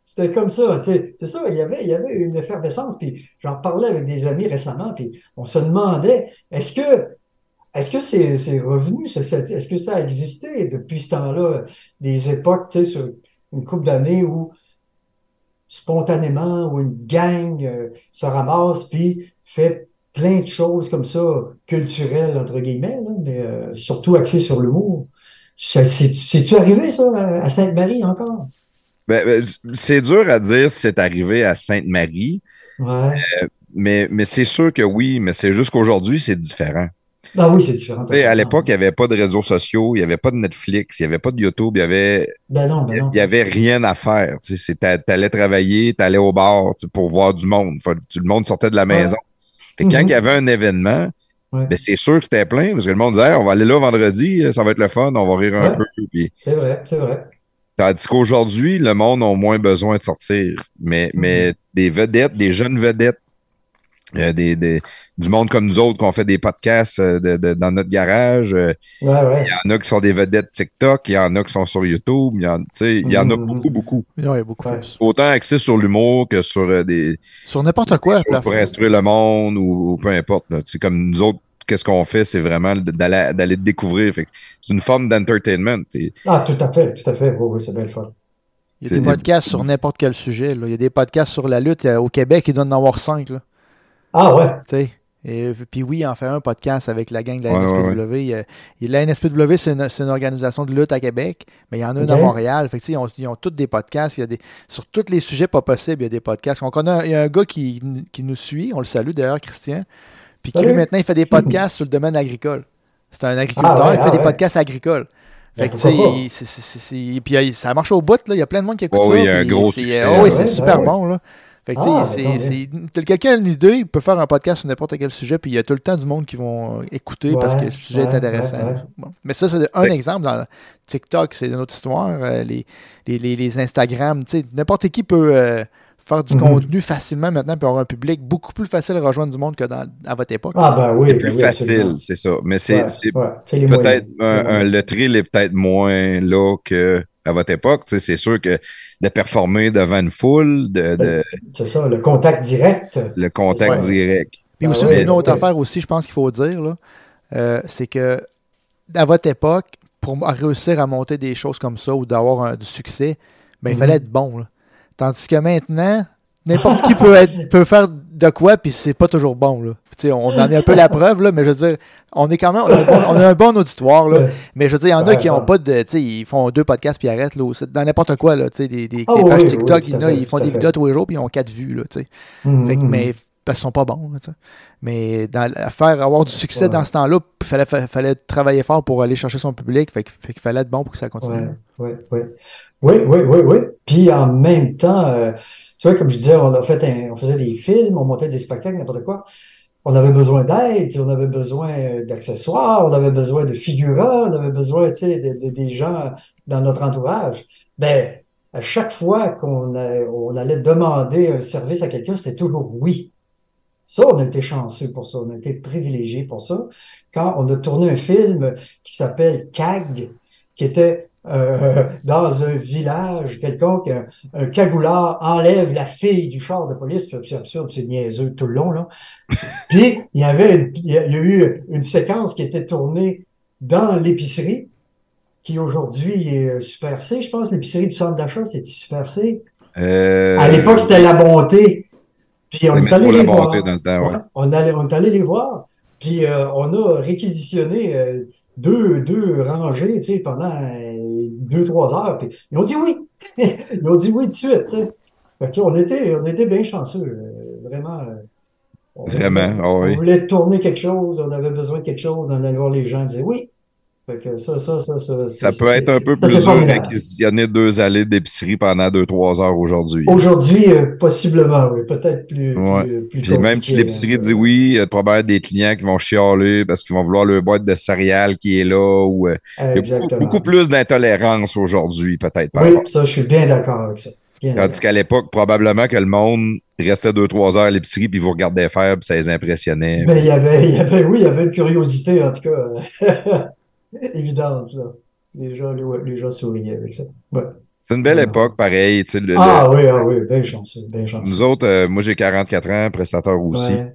C'était comme ça. tu sais. C'est ça, il y, avait, il y avait une effervescence. Puis j'en parlais avec des amis récemment, puis on se demandait est-ce que est-ce que c'est c'est revenu, ce- ce- est-ce que ça a existé depuis ce temps-là, des époques, tu sais, sur une couple d'années où spontanément, où une gang euh, se ramasse puis fait plein de choses comme ça, culturelles, entre guillemets, là, mais euh, surtout axées sur l'humour. Ça, c'est- C'est-tu arrivé, ça, à- à Sainte-Marie encore?
Ben, ben, c'est dur à dire si c'est arrivé à Sainte-Marie,
Ouais.
mais, mais c'est sûr que oui, mais c'est juste qu'aujourd'hui, c'est différent.
Ben oui, c'est différent.
Tu sais, à l'époque, il n'y avait pas de réseaux sociaux, il n'y avait pas de Netflix, il n'y avait pas de YouTube, il y avait,
Ben non, ben non.
il y avait rien à faire. Tu sais, c'est- t'allais travailler, t'allais au bar tu sais, pour voir du monde. Fait que Le monde sortait de la maison. Fait que quand
Mhm.
il y avait un événement,
Ouais,
Ben, c'est sûr que c'était plein, parce que le monde disait, Hey, on va aller là vendredi, euh, ça va être le fun, on va rire un
Ouais.
peu. Puis,
c'est vrai, c'est vrai.
tandis qu'aujourd'hui,
Mm-hmm.
le monde a moins besoin de sortir. Mais, mais des vedettes, des jeunes vedettes euh, des, des- du monde comme nous autres qu'on fait des podcasts euh, de- de- dans notre garage. euh,
Ouais, ouais.
Il y en a qui sont des vedettes TikTok, il y en a qui sont sur YouTube, il y en, tu sais, il y en a
Mhm.
beaucoup, beaucoup.
Ouais, il y a beaucoup
Ouais.
plus.
Autant axé sur l'humour que sur euh, des
Sur n'importe quoi,
choses pour
plafond.
instruire le monde ou, ou peu importe. là. Tu sais, comme nous autres, qu'est-ce qu'on fait, c'est vraiment de- d'aller d'aller te découvrir. Fait que C'est une forme d'entertainment. Et-
Ah, tout à fait, tout à fait. Oui, oui, c'est bien le fun.
Il y
C'est-
a des podcasts sur n'importe quel sujet. là. Il y a des podcasts sur la lutte. euh, Au Québec, il doit en avoir cinq. Là.
Ah, ouais.
Tu sais. Et euh, puis oui, en fait un podcast avec la gang de la
Ouais,
NSPW.
ouais,
Euh, et La NSPW, c'est une, c'est une organisation de lutte à Québec, mais il y en a une à
Ok.
Montréal. Fait que, tu sais, ils, ont, ils ont tous des podcasts. Il y a des, sur tous les sujets pas possibles, il y a des podcasts. On connaît, il y a un gars qui, qui nous suit, on le salue d'ailleurs, Christian, puis qui lui,
Salut.
maintenant, il fait des podcasts sur le domaine agricole. C'est un agriculteur,
Ah ouais,
il fait
ah
des
ouais.
podcasts agricoles. Fait
Ben,
que, tu sais,
Oh.
pourquoi pas?
il- c'est- c'est- c'est- c'est- puis euh, ça marche au bout, là. Il y a plein de monde qui écoute
Ouais,
ça.
oui, il y a un
puis
gros
c'est-
succès,
oh, oui,
ouais,
c'est
ouais,
super
ouais.
bon, là. Fait que, tu sais,
Ah,
c'est-
ben, tant
c'est- t'as- quelqu'un a une idée, il peut faire un podcast sur n'importe quel sujet, puis il y a tout le temps du monde qui vont euh, écouter parce que
Ouais,
le sujet est
ouais,
intéressant.
ouais, ouais.
Bon. Mais ça, c'est un
Ben-
exemple. Dans le TikTok, c'est une autre histoire. Euh, les, les, les, les Instagram, tu sais, n'importe qui peut euh, faire du
Mhm.
contenu facilement maintenant, puis avoir un public beaucoup plus facile à rejoindre du monde que dans, à votre époque.
Ah, ben oui.
C'est
ben
plus
oui,
facile,
absolument.
c'est ça. Mais c'est
Ouais,
c'est
ouais, c'est les
peut-être
moyens.
un-
Les
un-
moyens.
le thrill est peut-être moins là que à votre époque. Tu sais, C'est sûr que de performer devant une foule, de, de-
C'est ça, le contact direct.
le contact
Ouais.
direct.
Puis
Ah
aussi,
ouais,
une autre
ouais.
affaire aussi, je pense qu'il faut dire, là, euh, c'est que à votre époque, pour m- réussir à monter des choses comme ça ou d'avoir un- du succès, ben, il
Mhm.
fallait être bon. là. Tandis que maintenant, n'importe qui peut, être, peut faire de quoi, puis c'est pas toujours bon. Là. Puis, tu sais, on en est un peu la preuve, là, mais je veux dire, on est quand même, on a un bon, on a un bon auditoire. Là,
Ouais.
mais je veux dire, il y en a
Ouais,
qui n'ont
ouais.
pas de. Tu sais, ils font deux podcasts puis ils arrêtent. Là, au- dans n'importe quoi, là, tu sais, des, des,
Ah
des
oui,
pages
oui,
TikTok,
tout
il y en
à
a,
fait,
ils font
tout à
des
fait.
vidéos tous les jours puis ils ont quatre vues. Là, tu sais.
Hum,
Fait que-
hum,
mais parce qu'ils sont pas bons. là, tu sais. mais dans, à faire avoir du succès
Ouais.
dans ce temps-là, il fallait, fa- fallait travailler fort pour aller chercher son public. Fait que- fait qu'il fallait être bon pour que ça continue.
Ouais, ouais, ouais. Oui, oui, oui, oui. Puis en même temps, euh, tu vois, comme je disais, on a fait un- on faisait des films, on montait des spectacles, n'importe quoi. On avait besoin d'aide, on avait besoin euh, d'accessoires, on avait besoin de figurants, on avait besoin, tu sais, de- de- des gens dans notre entourage. Ben, à chaque fois qu'on a- on allait demander un service à quelqu'un, c'était toujours oui. Ça, on a été chanceux pour ça, on a été privilégiés pour ça. Quand on a tourné un film qui s'appelle CAG, qui était euh, dans un village quelconque, un, un cagoulard enlève la fille du char de police, puis c'est absurde, c'est niaiseux tout le long, là. Puis il y avait une- il y a il y a eu une séquence qui était tournée dans l'épicerie, qui aujourd'hui est euh, Super C, je pense, l'épicerie du centre d'achat, c'était Super C.
Euh,
À l'époque, c'était La Bonté. Puis on
c'est
est allé
Metro
les
La
voir.
Bonté dans le temps, Ah ouais.
Ouais, On, allait, on est allé les voir, puis euh, on a réquisitionné euh, deux, deux rangées tu sais, pendant euh, deux, trois heures. Puis ils ont dit oui. ils ont dit oui tout de suite. tu sais. Fait que, on, était, on était bien chanceux, euh, vraiment. euh, on voulait-
Vraiment, ah
on
oui.
voulait tourner quelque chose, on avait besoin de quelque chose, on allait voir les gens, on disait oui. Fait que ça, ça, ça, ça,
Ça
c'est-
peut être un peu
ça,
plus
c'est
dur
formidable.
d'acquisitionner deux allées d'épicerie pendant deux, trois heures aujourd'hui.
Aujourd'hui, euh, possiblement, oui, peut-être plus, plus-
Ouais.
plus,
Puis même si
compliqué,
l'épicerie
hein.
dit oui, il y a probablement des clients qui vont chialer parce qu'ils vont vouloir leur boîte de céréales qui est là. Ou, euh, il y a beaucoup,
Exactement.
beaucoup plus d'intolérance aujourd'hui, peut-être. par Ah,
Oui,
rapport.
ça, je suis bien d'accord avec ça. Bien
Tandis qu'à l'époque, probablement que le monde restait deux, trois heures à l'épicerie puis vous regardait faire puis ça les impressionnait.
Mais il y avait, il y avait, oui, il y avait une curiosité, en tout cas, évidente, là. Les gens, les, les gens souriaient avec ça. Ouais.
C'est une belle
Ouais.
époque, pareil. tu sais, le- le-
Ah oui, ah oui, bien chanceux, bien chanceux.
Nous autres, euh, moi j'ai 44 ans, prestataire aussi.
Ouais.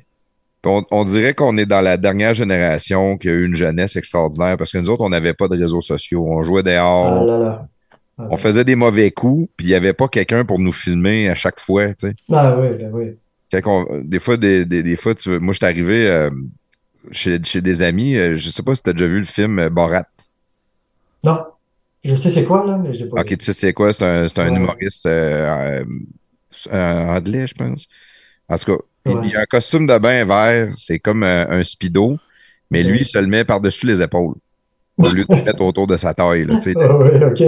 Puis On, on dirait qu'on est dans la dernière génération qui a eu une jeunesse extraordinaire parce que nous autres, on n'avait pas de réseaux sociaux. On jouait dehors,
Ah là là. Ah,
on faisait des mauvais coups, puis il n'y avait pas quelqu'un pour nous filmer à chaque fois. tu sais.
Ah oui, ben oui.
Quand qu'on- des fois, des, des- des fois tu veux- moi, je suis arrivé euh, chez, chez des amis. euh, je sais pas si tu as déjà vu le film euh, Borat.
Non, je sais c'est quoi, là, mais je l'ai pas
Ok,
vu.
tu sais, c'est quoi? C'est un, c'est un
Ouais.
humoriste euh, euh, euh, anglais, je pense. En tout cas, il-
Ouais.
il, a un costume de bain vert, c'est comme euh, un speedo, mais
Ok.
lui, il se le met par-dessus les épaules. Au lieu de le mettre autour de sa taille. Là, tu sais.
Ah oui, ok.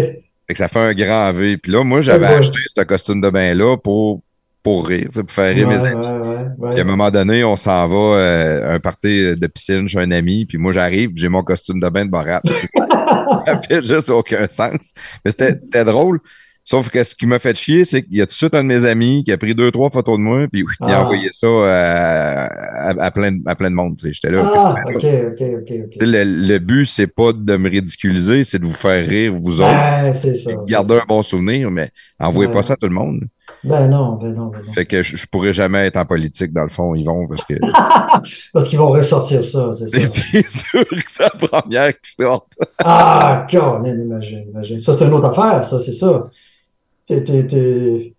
fait que ça fait un grand V. Puis là, moi, j'avais
Ouais.
acheté ce costume de bain-là pour, pour rire, tu sais, pour faire rire
Ouais,
mes amis.
ouais, ouais, ouais.
Puis à un moment donné, on s'en va euh, à un party de piscine chez un ami, puis moi j'arrive, j'ai mon costume de bain de barat. ça fait juste aucun sens. Mais c'était c'était drôle. Sauf que ce qui m'a fait chier, c'est qu'il y a tout de suite un de mes amis qui a pris deux, trois photos de moi, puis oui, il a
Ah.
envoyé ça à, à- à plein, de- à plein de monde. tu sais. J'étais là.
Ah,
qu'est-ce que
ok,
tu fais
ok,
là?
ok,
Tu
ok.
sais, Le, le but, c'est pas de me ridiculiser, c'est de vous faire rire, vous autres.
Ben, c'est ça.
Gardez un bon souvenir, mais envoyez
Ouais.
pas ça à tout le monde.
Ben non, ben non, ben non.
Fait que je, je pourrais jamais être en politique, dans le fond, Yvon, parce que
Parce qu'ils vont ressortir ça, c'est ça.
c'est sûr que c'est la première qui sort.
Ah, on imagine, imagine. Ça, c'est une autre affaire, ça, c'est ça. T'es, t'es, t'es-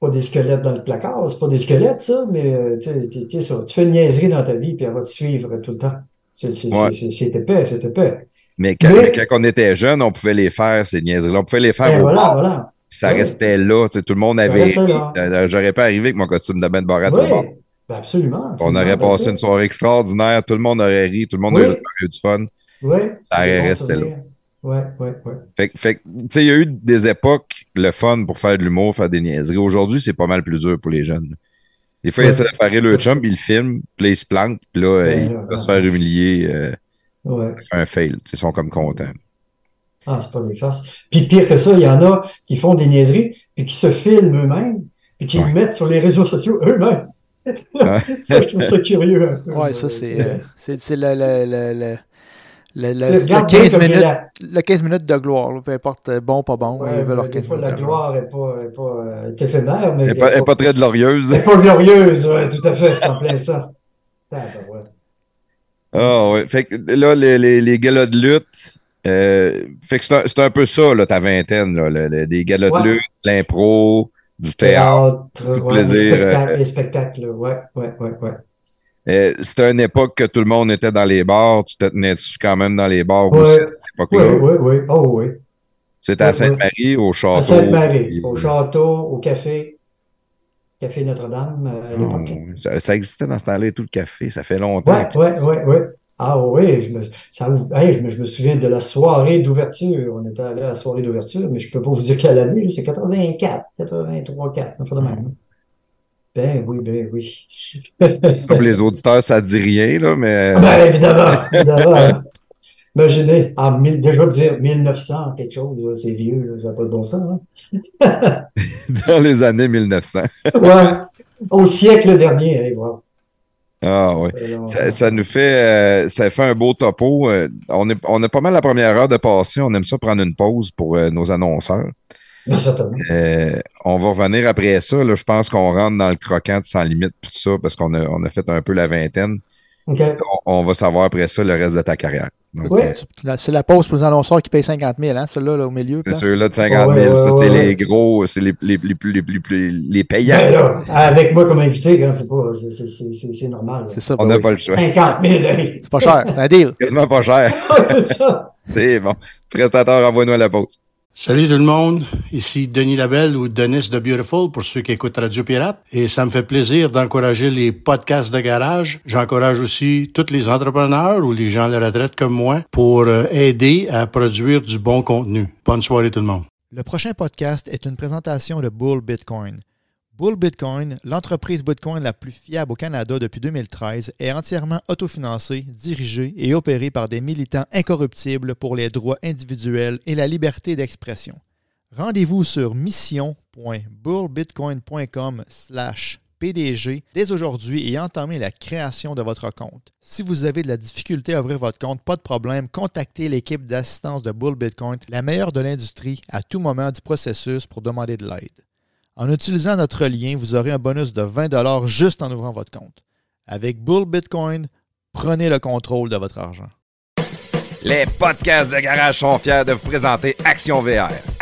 Pas des squelettes dans le placard, c'est pas des squelettes, ça, mais euh, t'es, t'es- t'es ça. Tu fais une niaiserie dans ta vie, puis elle va te suivre tout le temps. C'est, c'est,
Ouais.
c'est, c'est- c'est épais, c'est épais.
Mais quand,
Mais-
quand on était jeune, on pouvait les faire, ces niaiseries-là. On pouvait les faire
Et
au
Eh, voilà, voilà.
Puis ça
Oui.
restait là. tu sais, tout le monde
Ça
avait.
restait là.
Euh, J'aurais pas arrivé avec mon costume de Ben Barrette.
Oui,
au bord.
ben absolument,
On
absolument,
aurait
ben
passé
ça.
une soirée extraordinaire. Tout le monde aurait ri. Tout le monde
Oui.
aurait eu du fun.
Oui,
Ça
des
aurait
bons
resté là.
souvenirs. Ouais, ouais, ouais.
Fait, que- fait que, tu sais, il y a eu des époques, le fun pour faire de l'humour, faire des niaiseries. Aujourd'hui, c'est pas mal plus dur pour les jeunes. Des fois, ils
Ouais.
essaient de faire rire le chum, puis ils le filment, puis là, ils se plantent, puis là, euh,
Ben,
ils
là,
vont se
ouais.
faire humilier. euh,
Ouais.
un fail. tu sais, Ils sont comme contents.
Ah, c'est pas des farces. Puis pire que ça, il y en a qui font des niaiseries, puis qui se filment eux-mêmes, puis qui
Ouais.
le mettent sur les réseaux sociaux eux-mêmes. ça, je trouve ça curieux un peu.
Ouais, ça, c'est euh, c'est- c'est le, le, le, le, le, le- le
Regarde bien
15
comme il est
minutes,
là.
le 15 minutes de gloire, là, peu importe euh, bon, pas bon,
Ouais,
ils veulent leur
mais des
15
fois,
minutes
la
de gloire.
gloire est pas, est pas euh, est éphémère, mais
Elle est pas, elle est pas très glorieuse.
elle est pas glorieuse, ouais, tout à fait, c'est en plein ça. ben Tabarouette.
Ah ouais. Fait que là, les, les, les galas de lutte, euh, fait que c'est un, c'est un peu ça, là, ta vingtaine, là, le- le- les galas de
Ouais.
lutte, l'impro, du théâtre.
Théâtre, ouais, les
plaisir,
spectacles,
euh,
les spectacles, ouais, ouais, ouais, ouais.
Euh, c'était une époque que tout le monde était dans les bars, tu te tenais-tu quand même dans les bars aussi,
Ouais.
à cette
Oui,
époque-là?
oui, oui, oh oui.
C'était à
Ouais,
Sainte-Marie, au château.
À Sainte-Marie, au
puis-
château, au café, café Notre-Dame, euh, à
Non,
l'époque.
ça, ça existait dans ce temps-là, tout le café, ça fait longtemps.
Ouais, ouais, ouais, ouais. Ah oui, je me, ça, ouvre- hey, je me, je me souviens de la soirée d'ouverture. On était allé à la soirée d'ouverture, mais je peux pas vous dire quelle année, là, c'est 84, 83, 4, enfin de même. Ben oui, ben oui.
Pour les auditeurs, ça dit rien, là, mais
Ben évidemment, évidemment. hein. Imaginez, en mille, déjà dire 1900, quelque chose, là, c'est vieux, là, ça n'a pas de bon sens. hein.
dans les années 1900.
Ouais, au siècle dernier, hey, wow.
Ah oui.
Alors,
Ça, ça nous fait, euh, ça fait un beau topo. Euh, on, est, on a pas mal la première heure de passer. On aime ça prendre une pause pour euh, nos annonceurs.
ben, certainement.
Euh, on va revenir après ça. Là, je pense qu'on rentre dans le croquant de sans limite puis tout ça parce qu'on a, on a fait un peu la vingtaine.
OK.
On, on va savoir après ça le reste de ta carrière. Donc, euh,
Ouais.
C'est la pause pour les annonceurs qui payent 50 000, hein, celle-là, là, au milieu.
C'est
place.
ceux-là de 50 000.
Ouais, ouais,
ça,
ouais,
c'est les
ouais.
gros, c'est les, les, les plus, les plus, les, les payants.
Ben là, avec moi comme invité, hein, c'est pas, c'est- c'est- c'est c'est- c'est normal. là.
C'est ça,
on
ben
n'a
oui.
pas le choix.
50 000, hey.
C'est pas cher, c'est un deal.
Quasiment pas cher.
Ouais, c'est ça.
C'est bon. Prestateur, envoie-nous à la pause.
Salut tout le monde, ici Denis Labelle ou Denis de Beautiful pour ceux qui écoutent Radio Pirate et ça me fait plaisir d'encourager les podcasts de garage. J'encourage aussi tous les entrepreneurs ou les gens à la retraite comme moi pour euh, aider à produire du bon contenu. Bonne soirée tout le monde.
Le prochain podcast est une présentation de Bull Bitcoin. Bull Bitcoin, l'entreprise Bitcoin la plus fiable au Canada depuis 2013, est entièrement autofinancée, dirigée et opérée par des militants incorruptibles pour les droits individuels et la liberté d'expression. Rendez-vous sur mission.bullbitcoin.com slash PDG dès aujourd'hui et entamez la création de votre compte. Si vous avez de la difficulté à ouvrir votre compte, pas de problème, contactez l'équipe d'assistance de Bull Bitcoin, la meilleure de l'industrie, à tout moment du processus pour demander de l'aide. En utilisant notre lien, vous aurez un bonus de 20 juste en ouvrant votre compte. Avec Bull Bitcoin, prenez le contrôle de votre argent.
Les podcasts de garage sont fiers de vous présenter Action VR.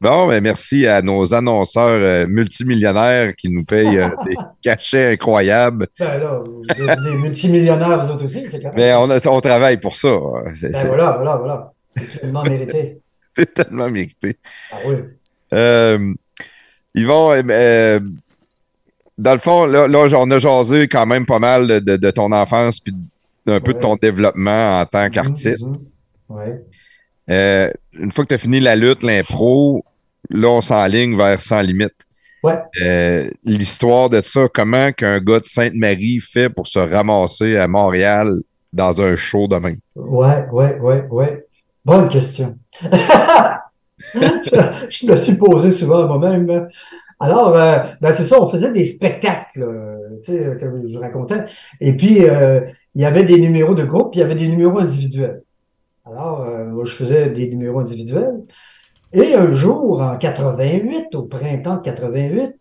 Bon, ben merci à nos annonceurs euh, multimillionnaires qui nous payent euh, des cachets incroyables.
Ben là, des, des multimillionnaires, vous autres aussi, c'est quand même.
Mais Ben, on, a- on travaille pour ça. C'est
Ben voilà, voilà, voilà. C'est pleinement mérité.
c'est tellement mérité.
Ah oui.
Euh, Yvon, euh, euh, dans le fond, là, là, on a jasé quand même pas mal de, de- de ton enfance puis un peu de ton développement en tant qu'artiste.
Mhm, mhm. Ouais.
Euh, une fois que tu as fini la lutte, l'impro, là, on s'enligne vers Sans Limite.
Ouais.
Euh, L'histoire de ça, comment qu'un gars de Sainte-Marie fait pour se ramasser à Montréal dans un show demain?
Ouais, ouais, ouais, ouais. Bonne question. je, je me suis posé souvent moi-même. Alors, euh, ben c'est ça, on faisait des spectacles, euh, tu sais, comme je vous racontais. Et puis, euh, il y avait des numéros de groupe, puis il y avait des numéros individuels. Alors, euh, moi, je faisais des numéros individuels. Et un jour, en 88, au printemps de 88,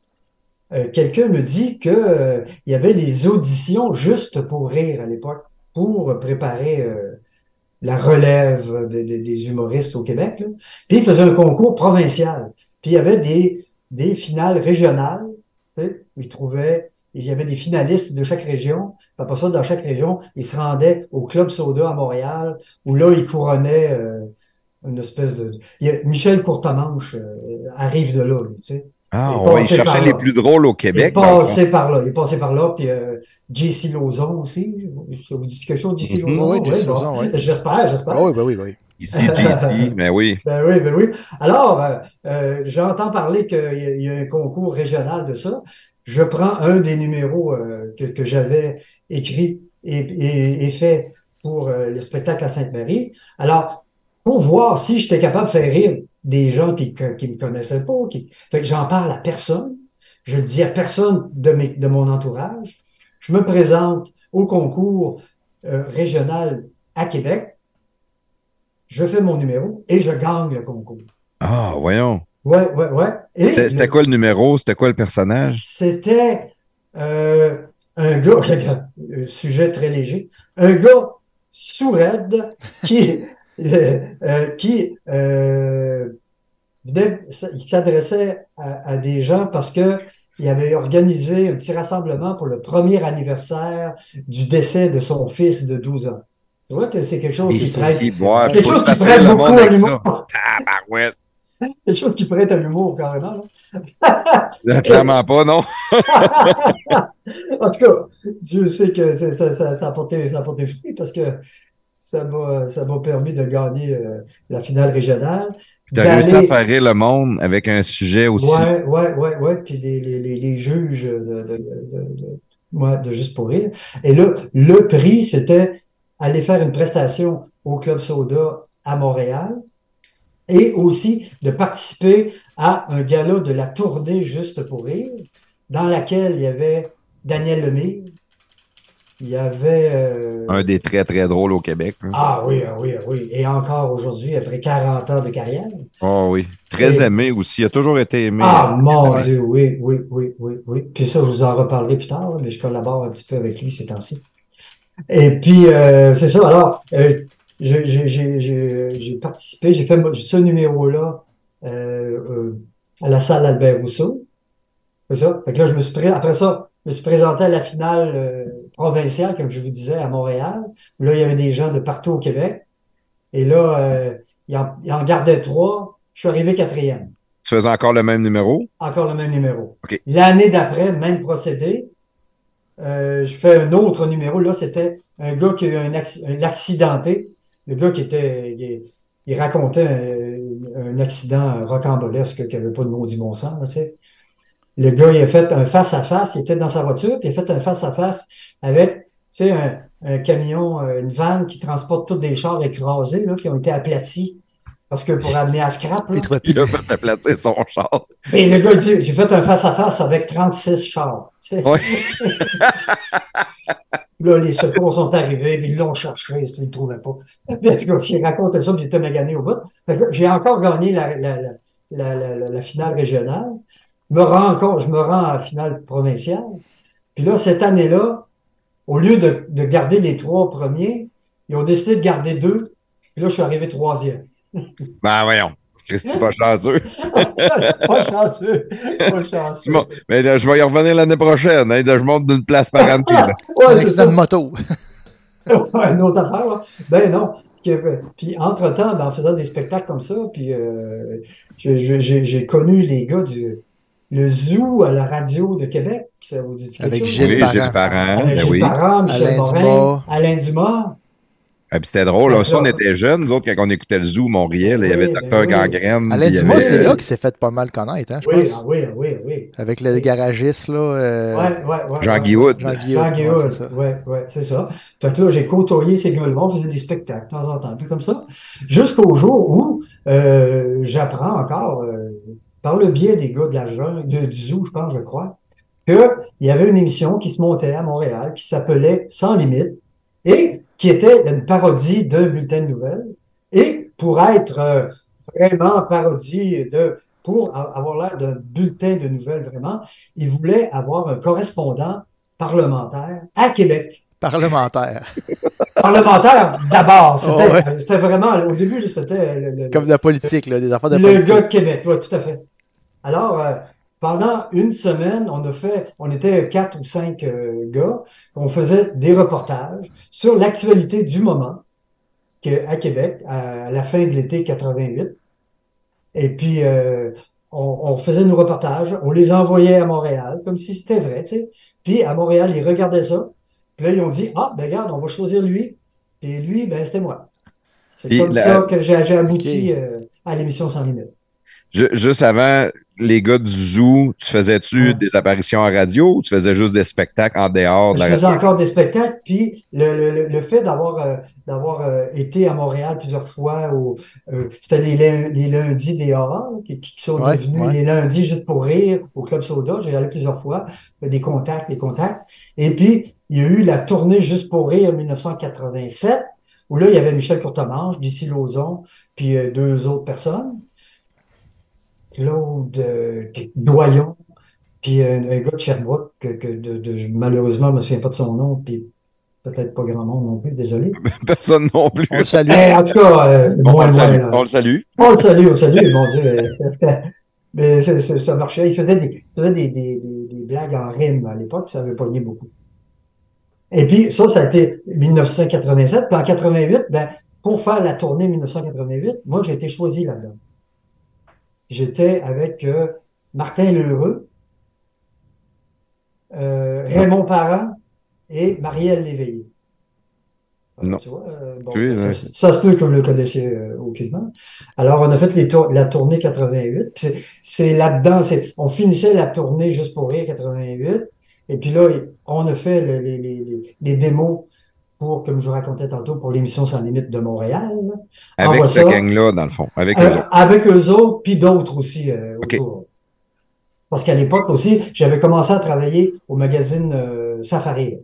euh, quelqu'un me dit que euh, il y avait les auditions juste pour rire à l'époque, pour préparer euh, la relève de- de- des humoristes au Québec. là. Puis ils faisaient un concours provincial. Puis il y avait des, des finales régionales. tu sais, où Ils trouvaient, il y avait des finalistes de chaque région. Puis Après ça, dans chaque région, ils se rendaient au Club Soda à Montréal, où là, ils couronnaient euh, une espèce de... il y a Michel Courtemanche euh, arrive de là, lui, tu sais.
Ah,
Il
on
passait par
cherchait
là.
les plus drôles au
Il est
Québec. dans le fond.
passé par là, il est passé par là, puis euh, JC Lauzon aussi. Ça vous dit quelque chose, JC
Mhm.
Lauzon?
Oui,
Ouais,
JC
bon.
Lauzon, ouais.
J'espère, j'espère.
Ah oui, ben oui, ben oui.
Ici, JC, mais oui.
Ben oui, ben oui. Alors, euh, euh, j'entends parler qu'il y, a- il y a un concours régional de ça. Je prends un des numéros euh, que, que j'avais écrit et, et- et fait pour euh, le spectacle à Sainte-Marie. Alors, pour voir si j'étais capable de faire rire des gens qui qui me connaissaient pas, qui... fait que j'en parle à personne. Je le dis à personne de, mes, de mon entourage. Je me présente au concours euh, régional à Québec je fais mon numéro et je gagne le concours.
Ah, voyons.
Ouais, ouais, ouais. Et
C'était c'était
le-
quoi hein? le numéro? C'était quoi le personnage?
c'était euh, un gars, regarde, euh, sujet très léger, un gars sourd-raide qui, euh, euh, qui euh, venait- il s'adressait à, à des gens parce que il avait organisé un petit rassemblement pour le premier anniversaire du décès de son fils de 12 ans. Tu vois que c'est quelque chose qui
Ici,
prête,
boire,
c'est quelque
faut
chose qui
tasser
prête
le monde
beaucoup à
avec ça.
l'humour.
Ah, bah ouais.
Quelque chose qui prête à l'humour, carrément. là.
Clairement pas, non?
En tout cas, Dieu sait que c'est- ça, ça, ça a porté, ça a porté fruit parce que ça m'a, ça m'a permis de gagner euh, la finale régionale.
T'as réussi à
d'aller-
faire rire le monde avec un sujet aussi.
Ouais, ouais, ouais, ouais. Puis les, les, les, les juges de, de, de, de- de- ouais, de Juste pour rire. Et là, le prix, c'était aller faire une prestation au Club Soda à Montréal et aussi de participer à un gala de la tournée Juste pour rire, dans laquelle il y avait Daniel Lemire, il y avait... euh,
Un des très, très drôles au Québec. hein. là.
Ah oui, ah oui, ah oui. Et encore aujourd'hui, après 40 ans de carrière,
Ah oui. Très
Et-
aimé aussi. Il a toujours été aimé.
Ah mon
Ouais.
Dieu, oui, oui, oui, oui, oui. Puis ça, je vous en reparlerai plus tard, mais je collabore un petit peu avec lui ces temps-ci. Et puis, euh, c'est ça. Alors, euh, je- je- j'ai j'ai- j'ai participé, j'ai fait mo- ce numéro-là euh, euh, à la salle Albert Rousseau. C'est ça. Fait que là, je me suis pré- après ça, je me suis présenté à la finale euh, provinciale, comme je vous disais, à Montréal. Là, il y avait des gens de partout au Québec. Et là, euh, il, en, il en gardait trois. Je suis arrivé quatrième.
Tu faisais encore le même numéro?
Encore le même numéro.
OK.
L'année d'après, même procédé. Euh, je fais un autre numéro. Là, c'était un gars qui a eu un, acc- un accidenté. Le gars qui était. Il, il racontait euh, un, un accident rocambolesque qui n'avait pas de maudit bon sens. là, tu sais. Le gars, il a fait un face-à-face. Il était dans sa voiture, puis il a fait un face-à-face avec tu sais, un, un camion, euh, une vanne qui transporte tous des chars écrasés là, qui ont été aplatis. Parce que pour amener à scrap, là,
Il trouvait plus
Il a fait aplatir son char.
et le gars dit, j'ai fait un face-à-face avec 36 chars. Tu sais.
Ouais.
là, les secours sont arrivés, puis ils l'ont cherché, ils ne le trouvaient pas. En tout cas, il racontait ça, puis j'étais magané au bout. Fait que J'ai encore gagné la, la, la, la, la- la- la finale régionale. Je me rends encore, je me rends à la finale provinciale. Puis là, cette année-là, au lieu de, de garder les trois premiers, ils ont décidé de garder deux. Puis là, je suis arrivé troisième.
Ben voyons, Christy, pas chanceux.
pas chanceux. Pas
Tu
chanceux.
m'as- Mais là, je vais y revenir l'année prochaine. hein, je monte d'une place par année. là.
Ouais,
un
c'est
accident
ça.
de moto.
une autre affaire, là. Ben non. Que- Puis entre-temps, ben, en faisant des spectacles comme ça, puis euh, je- je- j'ai j'ai connu les gars du le zoo à la radio de Québec. Ça vous dit quelque
Avec
chose?
Oui,
Gilles
j'ai
Parent.
le parent.
Avec
Ben
Gilles
oui.
Parent, Michel
Alain
Morin,
Dumas.
Alain Dumas.
Ah, puis c'était drôle. Aussi, on était jeunes. Nous autres, quand on écoutait le Zoom, on riait. là, il y avait
Oui,
le
ben
docteur
oui.
Gangrène.
Alain
puis il y
Dumas,
avait- euh,
c'est là qu'il s'est fait pas mal connaître, hein, je
Oui,
pense. Euh,
ah oui, ah oui, ah oui.
Avec le garagiste, là. euh,
Ouais, ouais, ouais.
Jean
ouais.
Guillaud.
Jean Guillaume.
Jean Guillaume,
c'est ça.
ouais, ouais, c'est ça. Fait que là, j'ai côtoyé ces gars-là, on faisait des spectacles de temps en temps, puis comme ça, jusqu'au jour où euh, j'apprends encore, euh, par le biais des gars de la jungle, de, du zoo, je pense, je crois, qu'il y avait une émission qui se montait à Montréal qui s'appelait Sans limite et qui était une parodie d'un bulletin de nouvelles. Et pour être euh, vraiment parodie de, pour a- avoir l'air d'un bulletin de nouvelles vraiment, il voulait avoir un correspondant parlementaire à Québec.
Parlementaire.
Parlementaire d'abord, c'était
Oh, ouais.
c'était vraiment, au début, c'était le, le-
Comme de la politique, là, des affaires de
le
politique.
gars de Québec, oui, tout à fait. Alors, euh, pendant une semaine, on a fait, on était quatre ou cinq euh, gars, on faisait des reportages sur l'actualité du moment que, à Québec, à, la fin de l'été 88. Et puis, euh, on, on faisait nos reportages, on les envoyait à Montréal, comme si c'était vrai, tu sais. Puis, à Montréal, ils regardaient ça. Puis là, ils ont dit, ah, ben regarde, on va choisir lui. Et lui, ben, c'était moi. C'est
Puis
comme
la-
ça que j'ai j'ai abouti euh, à l'émission Sans Limite.
Ju- Juste avant, les gars du Zoo, tu faisais-tu
Ouais.
des apparitions en radio ou tu faisais juste des spectacles en dehors de
Je
la
faisais
radio?
encore des spectacles, puis le, le, le, le fait d'avoir euh, d'avoir euh, été à Montréal plusieurs fois, au, euh, c'était les, lun- les lundis des horreurs qui, qui sont
Ouais,
devenus
ouais.
les lundis juste pour rire au Club Soda. J'ai allé plusieurs fois, euh, des contacts, des contacts. Et puis, il y a eu la tournée juste pour rire 1987, où là, il y avait Michel Courtemanche, d'ici Lauzon, puis euh, deux autres personnes. Claude euh, Doyon, puis euh, un, un gars de Sherbrooke, que, que de, de- malheureusement, je me souviens pas de son nom, puis peut-être pas grand monde non plus, désolé.
Euh,
Personne non plus.
On le salue.
Mais en tout cas, euh,
On,
moins,
le
moins,
salue.
là.
on le salue.
On Oh, le salue, on le salue, mon Dieu. Mais ça, ça- ça marchait. Il faisait, des, il faisait des, des- des- des blagues en rime à l'époque, puis ça avait pogné beaucoup. Et puis, ça, ça a été 1987. Puis en 88, ben, pour faire la tournée 1988, moi, j'ai été choisi là-dedans. J'étais avec euh, Martin Lheureux, euh, Raymond Parent et Marielle Léveillé. Alors,
Non.
Tu vois, euh, bon,
Oui,
ça,
oui.
ça se peut que vous le connaissiez euh, aucunement. Alors, on a fait les tour- la tournée 88. puis c'est- C'est là-dedans, c'est- on finissait la tournée juste pour rire 88. Et puis là, on a fait le- les, les- les- les démos pour, comme je vous racontais tantôt, pour l'émission Sans Limite de Montréal. là.
Avec
Envoie
ce
Ah, ça.
gang-là, dans le fond. Avec
Euh,
eux autres.
avec eux autres, puis d'autres aussi euh,
OK.
autour. Parce qu'à l'époque aussi, j'avais commencé à travailler au magazine euh, Safari.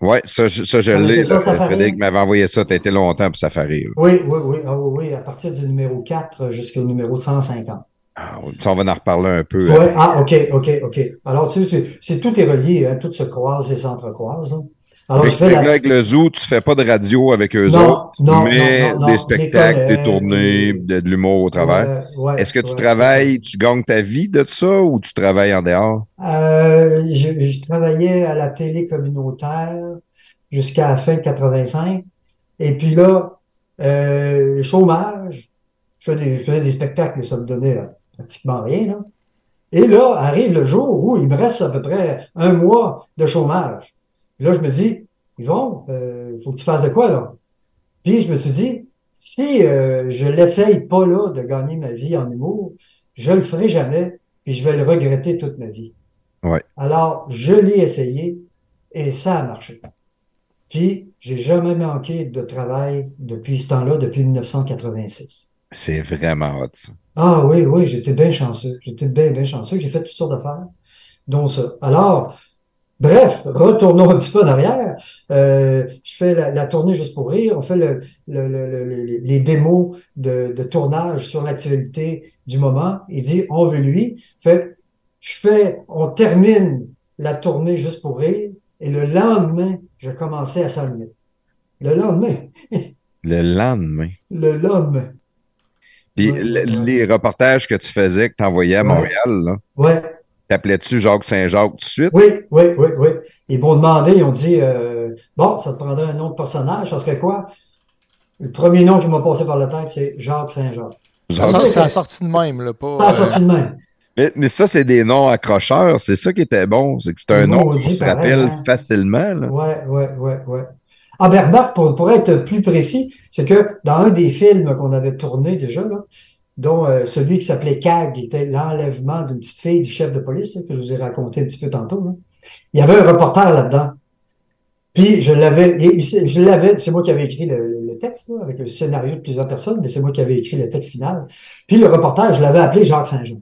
Ouais, ça, je- ça, je
Ah, mais
l'ai.
c'est ça,
là.
Safari.
Frédéric m'avait envoyé ça. T'as été longtemps pour Safari. là.
Oui, oui, oui, ah oui, oui, à partir du numéro 4 jusqu'au numéro 150.
Ah, on- ça, on va en reparler un peu.
Ouais,
hein.
ah, OK, OK, OK. Alors, tu sais, c'est- c'est tout est relié, hein, tout se croise et s'entrecroise. hein. Alors,
Fait que
fais la-
Avec le zoo, tu fais pas de radio avec eux
Non,
autres,
non,
mais
non, non, non.
des spectacles,
Des
des
conneries,
tournées,
des-
de, de l'humour au travers.
Ouais, ouais,
Est-ce que tu
ouais,
travailles, tu gagnes ta vie de ça ou tu travailles en dehors?
Euh, je, je travaillais à la télé communautaire jusqu'à la fin 85. Et puis là, euh, chômage, je faisais, des, je faisais des spectacles, mais ça me donnait euh, pratiquement rien. Là. Et là, arrive le jour où il me reste à peu près un mois de chômage. Et là, je me dis, Yvon, euh, faut que tu fasses de quoi, là? Puis je me suis dit, si euh, je l'essaye pas là de gagner ma vie en humour, je le ferai jamais, puis je vais le regretter toute ma vie.
Ouais.
Alors, je l'ai essayé et ça a marché. Puis, j'ai jamais manqué de travail depuis ce temps-là, depuis 1986.
C'est vraiment hot, ça.
Ah oui, oui, j'étais bien chanceux. J'étais bien, bien chanceux. J'ai fait toutes sortes d'affaires, dont ça. Alors, bref, retournons un petit peu en arrière. Euh, je fais la, la tournée juste pour rire. On fait le, le- le- le- le- les démos de, de tournage sur l'actualité du moment. Il dit, on veut lui. Fait, je fais, on termine la tournée juste pour rire. Et le lendemain, je commençais à s'allumer. Le lendemain,
Le lendemain.
le lendemain.
Puis
Ouais,
le-
ouais.
les reportages que tu faisais, que tu envoyais à
Ouais.
Montréal, là,
Ouais.
t'appelais-tu Jacques Saint-Jacques tout de suite?
Oui, oui, oui, oui. Ils m'ont demandé, ils ont dit, euh, bon, ça te prendrait un nom de personnage, ça serait quoi? Le premier nom qui m'a passé par la tête, c'est Jacques Saint-Jacques.
Jacques-
Ça,
Ah,
sort-
c'est-
ça a sorti de même, là, pas.
Ça a
euh,
sorti de même.
Mais, mais ça, c'est des noms accrocheurs. C'est ça qui était bon. C'est que c'est un
Des
nom
mots
qu'on
maudits,
se
pareil,
rappelle
hein.
facilement. là.
Ouais, ouais, ouais, ouais. Ah ben remarque, pour, pour être plus précis, c'est que dans un des films qu'on avait tourné déjà, là, dont euh, celui qui s'appelait CAG, qui était l'enlèvement d'une petite fille du chef de police, là, que je vous ai raconté un petit peu tantôt, là. il y avait un reporter là-dedans. Puis je l'avais, et- et- je l'avais, c'est moi qui avais écrit le, le texte, là, avec le scénario de plusieurs personnes, mais c'est moi qui avais écrit le texte final. Puis le reporter, je l'avais appelé Jacques Saint-Jean.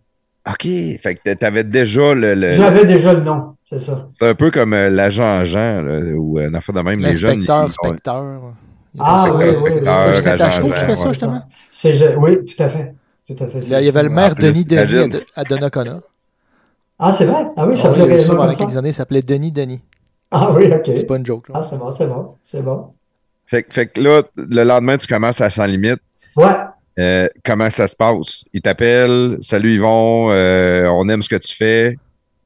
OK. Fait que t'avais déjà le. le-
J'avais déjà le nom, c'est ça.
C'est un peu comme euh, l'agent Jean, là, ou euh, une affaire de même, les jeunes. ils-
L'inspecteur,
ils-
specteur. Il y a
Ah
des-
oui,
Inspecteur,
oui, oui.
inspecteur,
oui.
C'est
agent
Tachereau qui
Jean,
fait ça,
ouais.
justement?
C'est, je- oui, tout à fait. Tout à fait.
Il y avait le maire
En plus,
Denis Denis à
imagine.
Do- à Donnacona.
Ah, c'est vrai? Ah oui, ça s'appelait
Oui, il y a eu ça
réellement
pendant
comme ça?
quelques années, il s'appelait Denis Denis.
Ah oui, OK.
C'est pas une joke,
Ah,
là.
c'est bon, c'est bon, c'est bon.
Fait, que- fait que là, le lendemain, tu commences à Sans Limite.
Ouais,
Euh, comment ça se passe? Ils t'appellent. Salut Yvon, euh, on aime ce que tu fais.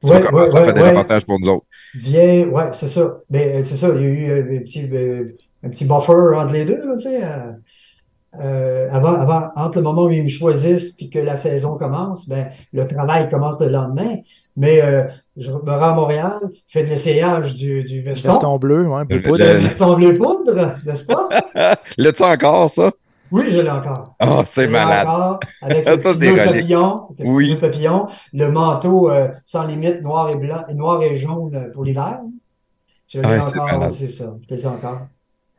Tu
Ouais,
vas commencer
ouais,
à
ouais,
faire des
ouais.
reportages pour nous autres.
viens, ouais, c'est ça. Mais euh, c'est ça, il y a eu euh, des petits, euh, un petit buffer entre les deux, là, tu sais. euh, euh, avant, avant, entre le moment où ils me choisissent puis que la saison commence, ben, le travail commence le lendemain. Mais euh, je me rends à Montréal, je fais de l'essayage du, du veston.
Veston bleu, ouais, bleu
Le-
poudre.
Le veston bleu poudre, n'est-ce pas?
L'as-tu encore, ça?
Oui, je l'ai encore.
Oh, c'est
Et
malade.
encore, avec
Ça,
le petit
c'est
nœud
ironique.
papillon, avec le petit
Oui.
nœud papillon, le manteau euh, sans limite noir et blanc, et noir et jaune euh, pour l'hiver. Je l'ai
Ouais, c'est
encore,
malade.
c'est ça. Je les ai encore.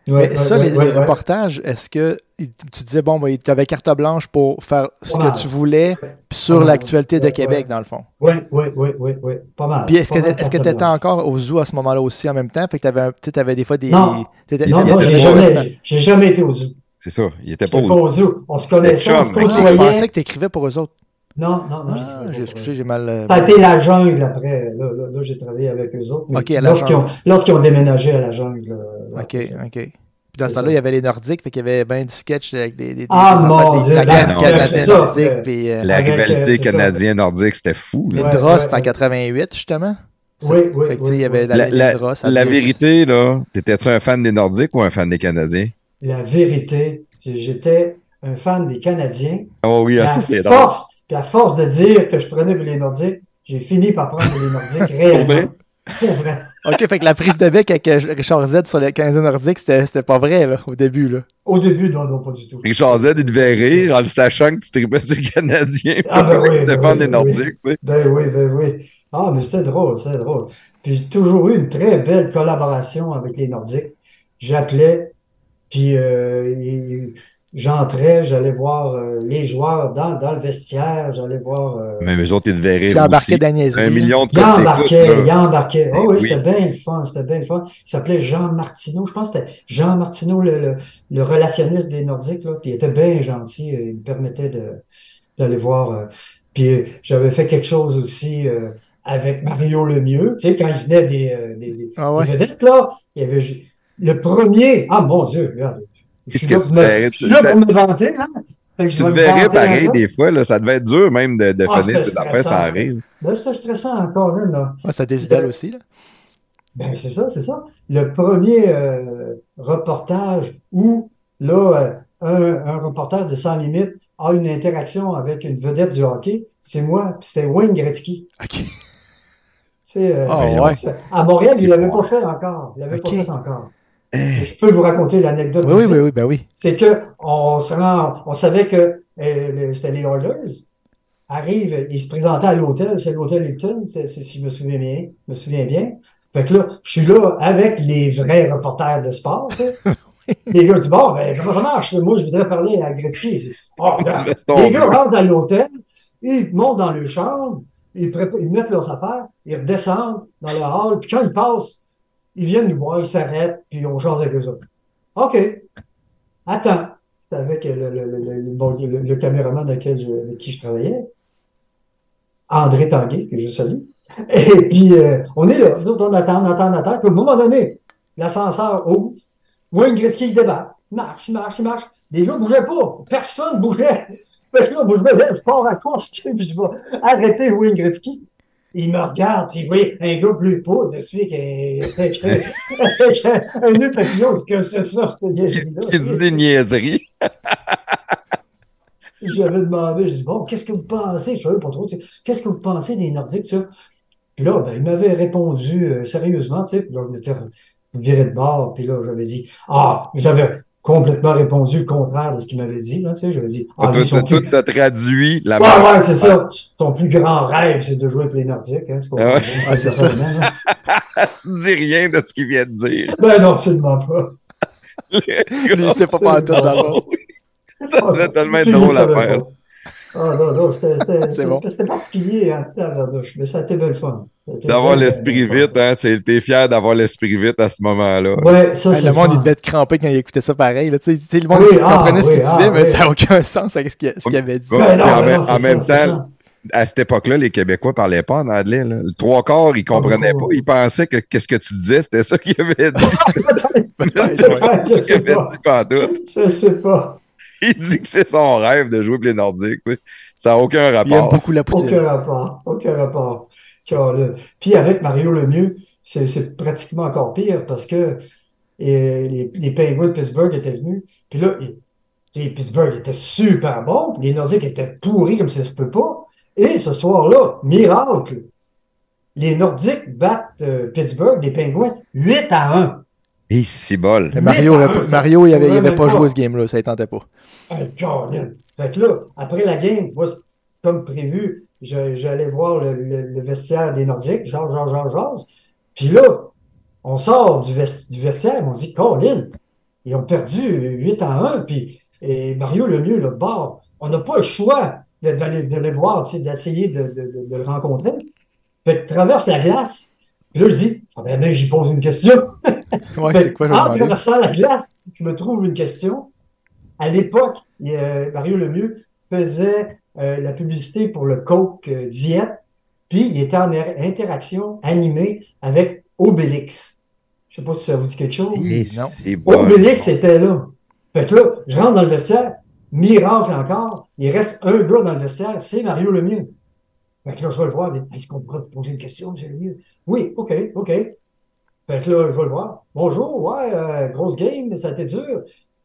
Mais
Ouais, ouais,
ça,
ouais,
les,
ouais,
les
ouais.
reportages, est-ce que il- tu disais, bon, ben, tu avais carte blanche pour faire ce
Pas mal.
que tu voulais sur
Ouais,
l'actualité de
ouais,
Québec,
ouais.
dans le fond?
Oui, oui, oui, oui, oui. Pas mal.
Puis est-ce que
Pas mal
tu
carte
étais
blanche.
encore au zoo à ce moment-là aussi en même temps? Fait que tu avais des fois des.
Non.
t'étais-
Non,
il y a
non,
des
j'ai
fois-
jamais, j'ai- j'ai jamais été au zoo.
C'est ça. Il était pas
J'étais pas
au-
au zoo. On se connaissait,
Les
on
chums,
se
ok.
Ah, je pensais
côtoyait.
que tu écrivais pour eux autres.
Non, non, non.
Ah,
j'étais
j'ai
pas au zoo.
excusé, j'ai mal. euh,
Ça a été la jungle après. Là, là, là, j'ai travaillé avec eux autres. mais
Ok, à la
lorsqu'ils ont,
jungle.
lorsqu'ils ont déménagé à la jungle. euh,
OK,
c'est ça.
OK. Puis dans ce
C'est
temps-là,
ça.
il y avait les Nordiques, fait qu'il y avait bien du sketch avec des. des
Ah,
des-
mon
des-
Dieu,
La
la-
guerre
c'est
canadienne
ça,
nordique,
euh,
puis. euh,
La
Avec, euh,
rivalité
c'est ça.
canadien-nordique, c'était fou. là.
Les
Ouais,
Dross, c'était
ouais,
en
ouais.
88, justement.
Oui, oui,
Fait que, tu
oui,
sais, il y avait
oui.
la,
La, la-
Dross.
la vérité, là, t'étais-tu un fan des Nordiques ou un fan des Canadiens?
La vérité, j'étais un fan des Canadiens.
Oh oui, ah,
La
ça, c'est drôle.
force, la force de dire que je prenais pour les Nordiques, j'ai fini par prendre pour les Nordiques
Pour vrai?
réellement. Pour vrai.
OK, fait que la prise de bec avec euh, Richard Z sur le Canadien Nordique, c'était c'était pas vrai, là, au début, là.
Au début, non, non, pas du tout.
Richard Z, il devait rire en le sachant que tu tripais sur les Canadiens pour
Ah, ben oui, ben oui,
défendre les
ben
Nordiques. tu sais.
Ben oui, ben oui. Ah, mais c'était drôle, c'était drôle. Puis j'ai toujours eu une très belle collaboration avec les Nordiques. J'appelais, puis euh, il- j'entrais, j'allais voir euh, les joueurs dans, dans le vestiaire, j'allais voir. euh,
Mais les autres, ils devaient
Puis
rire
il embarquait
aussi.
dans la niaiserie,
Un
là.
million de
Il
codes
embarquait,
d'écoute,
il
là.
embarquait. Oh oui,
Oui.
c'était bien le fun, c'était bien le fun. Il s'appelait Jean Martineau, je pense que c'était Jean Martineau, le, le, le relationniste des Nordiques, là. Puis il était bien gentil, euh, il me permettait de d'aller voir. euh. Puis euh, j'avais fait quelque chose aussi euh, avec Mario Lemieux. Tu sais, quand il venait des, euh, des, des-
Ah ouais.
des vedettes, là, il y avait ju- le premier. Ah mon Dieu, regarde. Je suis
Qu'est-ce
là
que
pour
tu
me,
verrais,
je suis
tu
là
le-
pour me vanter, hein? Fait que je
Tu
vais
te
me vanter
verrais
un
pareil
peu.
des fois, là, ça devait être dur même de, de
Ah,
finir
c'était
tout après
stressant.
sans rire.
Là, c'était stressant encore une, là.
Ouais, ça désidale aussi, là.
Ben, c'est ça, c'est ça. Le premier euh, reportage où, là, euh, un, un reportage de Sans Limite a une interaction avec une vedette du hockey, c'est moi, puis c'était Wayne Gretzky.
OK.
Tu sais, euh,
Ah,
voyons.
ouais.
c'est- À Montréal, il l'avait pas fait encore. Il l'avait
Ok. Eh.
pas fait encore. Je peux vous raconter l'anecdote.
Oui, oui, oui, oui, ben oui.
C'est que on se rend, on savait que euh, le- c'était les Oilers arrivent, ils se présentaient à l'hôtel, c'est l'hôtel Hilton, c'est- c'est- si je me souviens bien, je me souviens bien. Fait que là, je suis là avec les vrais reporters de sport, tu sais. Les gars du bord, ben, comment ça marche? Moi, je voudrais parler à Gretzky. Oh,
Ah, Tu
ben,
restes tombé.
les gars rentrent à l'hôtel, ils montent dans leur chambre, ils, prépa- ils mettent leurs affaires, ils redescendent dans le hall, puis quand ils passent, ils viennent nous voir, ils s'arrêtent, puis on jase avec eux autres. OK. Attends. C'est avec le, le, le, le- le- bon, le- le caméraman avec, je, avec qui je travaillais, André Tanguay, que je salue. Et puis, euh, on est là. Nous autres, on attend, on attend, on attend. Puis, à un moment donné, l'ascenseur ouvre. Wayne Gretzky, il débarque. Il marche, il marche, il marche. Les gars ne bougeaient pas. Personne ne bougeait. Fait que là, moi, je me lève, je pars à course, tu sais, puis je vais arrêter Wayne Gretzky. Il me regarde, il oui, un gars plus pauvre, de suite qu'un qu'un- un nœud papillon, que c'est ça, ce ah,
Qui dit des niaiseries.
j'avais demandé, je dis, bon, qu'est-ce que vous pensez? Je savais pas trop, tu sais, qu'est-ce que vous pensez des Nordiques, ça? Puis là, ben, il m'avait répondu euh, sérieusement, tu sais, puis là, je m'étais viré de bord, puis là, j'avais dit, ah, j'avais complètement répondu le contraire de ce qu'il m'avait dit, là, tu sais, j'avais dit, ah,
Tout
lui, ils sont
tout- tout
plus...
te traduit la
Ouais,
mort.
ouais, c'est ça. Son plus grand rêve, c'est de jouer avec les Nordiques, hein, c'est qu'on-
Ah ouais,
on fait vraiment, hein.
Tu dis rien de ce qu'il vient de dire.
Ben non, absolument pas.
Je ne sais pas pas tout d'abord.
Ça devait tellement être
Ah, Tu le
drôle à
savais
faire.
pas. Ah non, non, c'était c'était-
C'est bon.
c'était- c'était particulier, hein, tabarnouche, mais ça a été belle fun. Ça a été
D'avoir
belle,
l'esprit
belle fun.
vite, hein. t'es- T'es fier d'avoir l'esprit vite à ce moment-là.
Ouais, ça,
Hey,
c'est
Ah, le monde,
fun.
il devait être crampé quand il écoutait ça pareil. Là. Tu sais, tu sais, le monde
Oui,
il comprenait
ah,
ce qu'il
oui,
disait,
ah,
mais
oui.
ça n'a aucun sens avec ce qu'il ce qu'il avait dit.
Ben non,
Puis en
ben
même-
non, c'est
en
ça,
même
c'est
temps,
ça.
à cette époque-là, les Québécois parlaient pas en anglais. là. Le trois quarts, ils comprenaient pas.
Ah, beaucoup.
Ils pensaient que qu'est-ce que tu disais, c'était ça qu'ils avaient dit.
Peut-être, ouais.
Peut-être, je
qu'ils
sais
avaient
pas.
dit pantoute.
Je sais pas.
Il dit que c'est son rêve de jouer pour les Nordiques. tu sais. Ça n'a aucun
Il aime
rapport.
beaucoup la poutine.
Aucun rapport. Aucun rapport. Carole. Puis avec Mario Lemieux, c'est, c'est pratiquement encore pire parce que euh, les, les Penguins de Pittsburgh étaient venus. Puis là, ils- les Pittsburgh étaient super bons. puis Les Nordiques étaient pourris comme ça se peut pas. Et ce soir-là, miracle, les Nordiques battent euh, Pittsburgh, les Penguins, 8 à 1.
Et si bol.
Mais Mario,
Mais,
avait pas-
ah,
Mario, il
ça,
avait, il
ça
avait
se
pas
pourrait
joué
même
à ce game-là, ça ne tentait pas.
Ah, Colin. Fait que là, après la game, moi, c'est- comme prévu, je- j'allais voir le, le- le vestiaire des Nordiques, genre, genre, genre, genre. Puis là, on sort du, ves- du vestiaire, on dit, Colin, ils ont perdu 8 à 1, puis et Mario Lemieux, le bord, on n'a pas le choix de- d'aller de le voir, tu sais, d'essayer de, de- de- de le rencontrer. Fait que traverse la glace, puis là, je dis, faudrait bien que j'y pose une question.
Ouais,
Ben,
c'est quoi, je
en
vais demander.
traversant la glace, je me trouve une question. À l'époque, il y a- Mario Lemieux faisait euh, la publicité pour le Coke euh, Diète, puis il était en er- interaction animée avec Obélix. Je sais pas si ça vous dit quelque chose.
Et
Non.
si bol.
Obélix était là. Fait que là, je rentre dans le vestiaire, miracle encore, il reste un gars dans le vestiaire, c'est Mario Lemieux. Fait que là, je vais le voir, mais est-ce qu'on pourrait vous poser une question, M. Lemieux? Oui, OK, OK. Fait que là, je vais le voir. Bonjour, ouais, euh, grosse game, mais ça a été dur.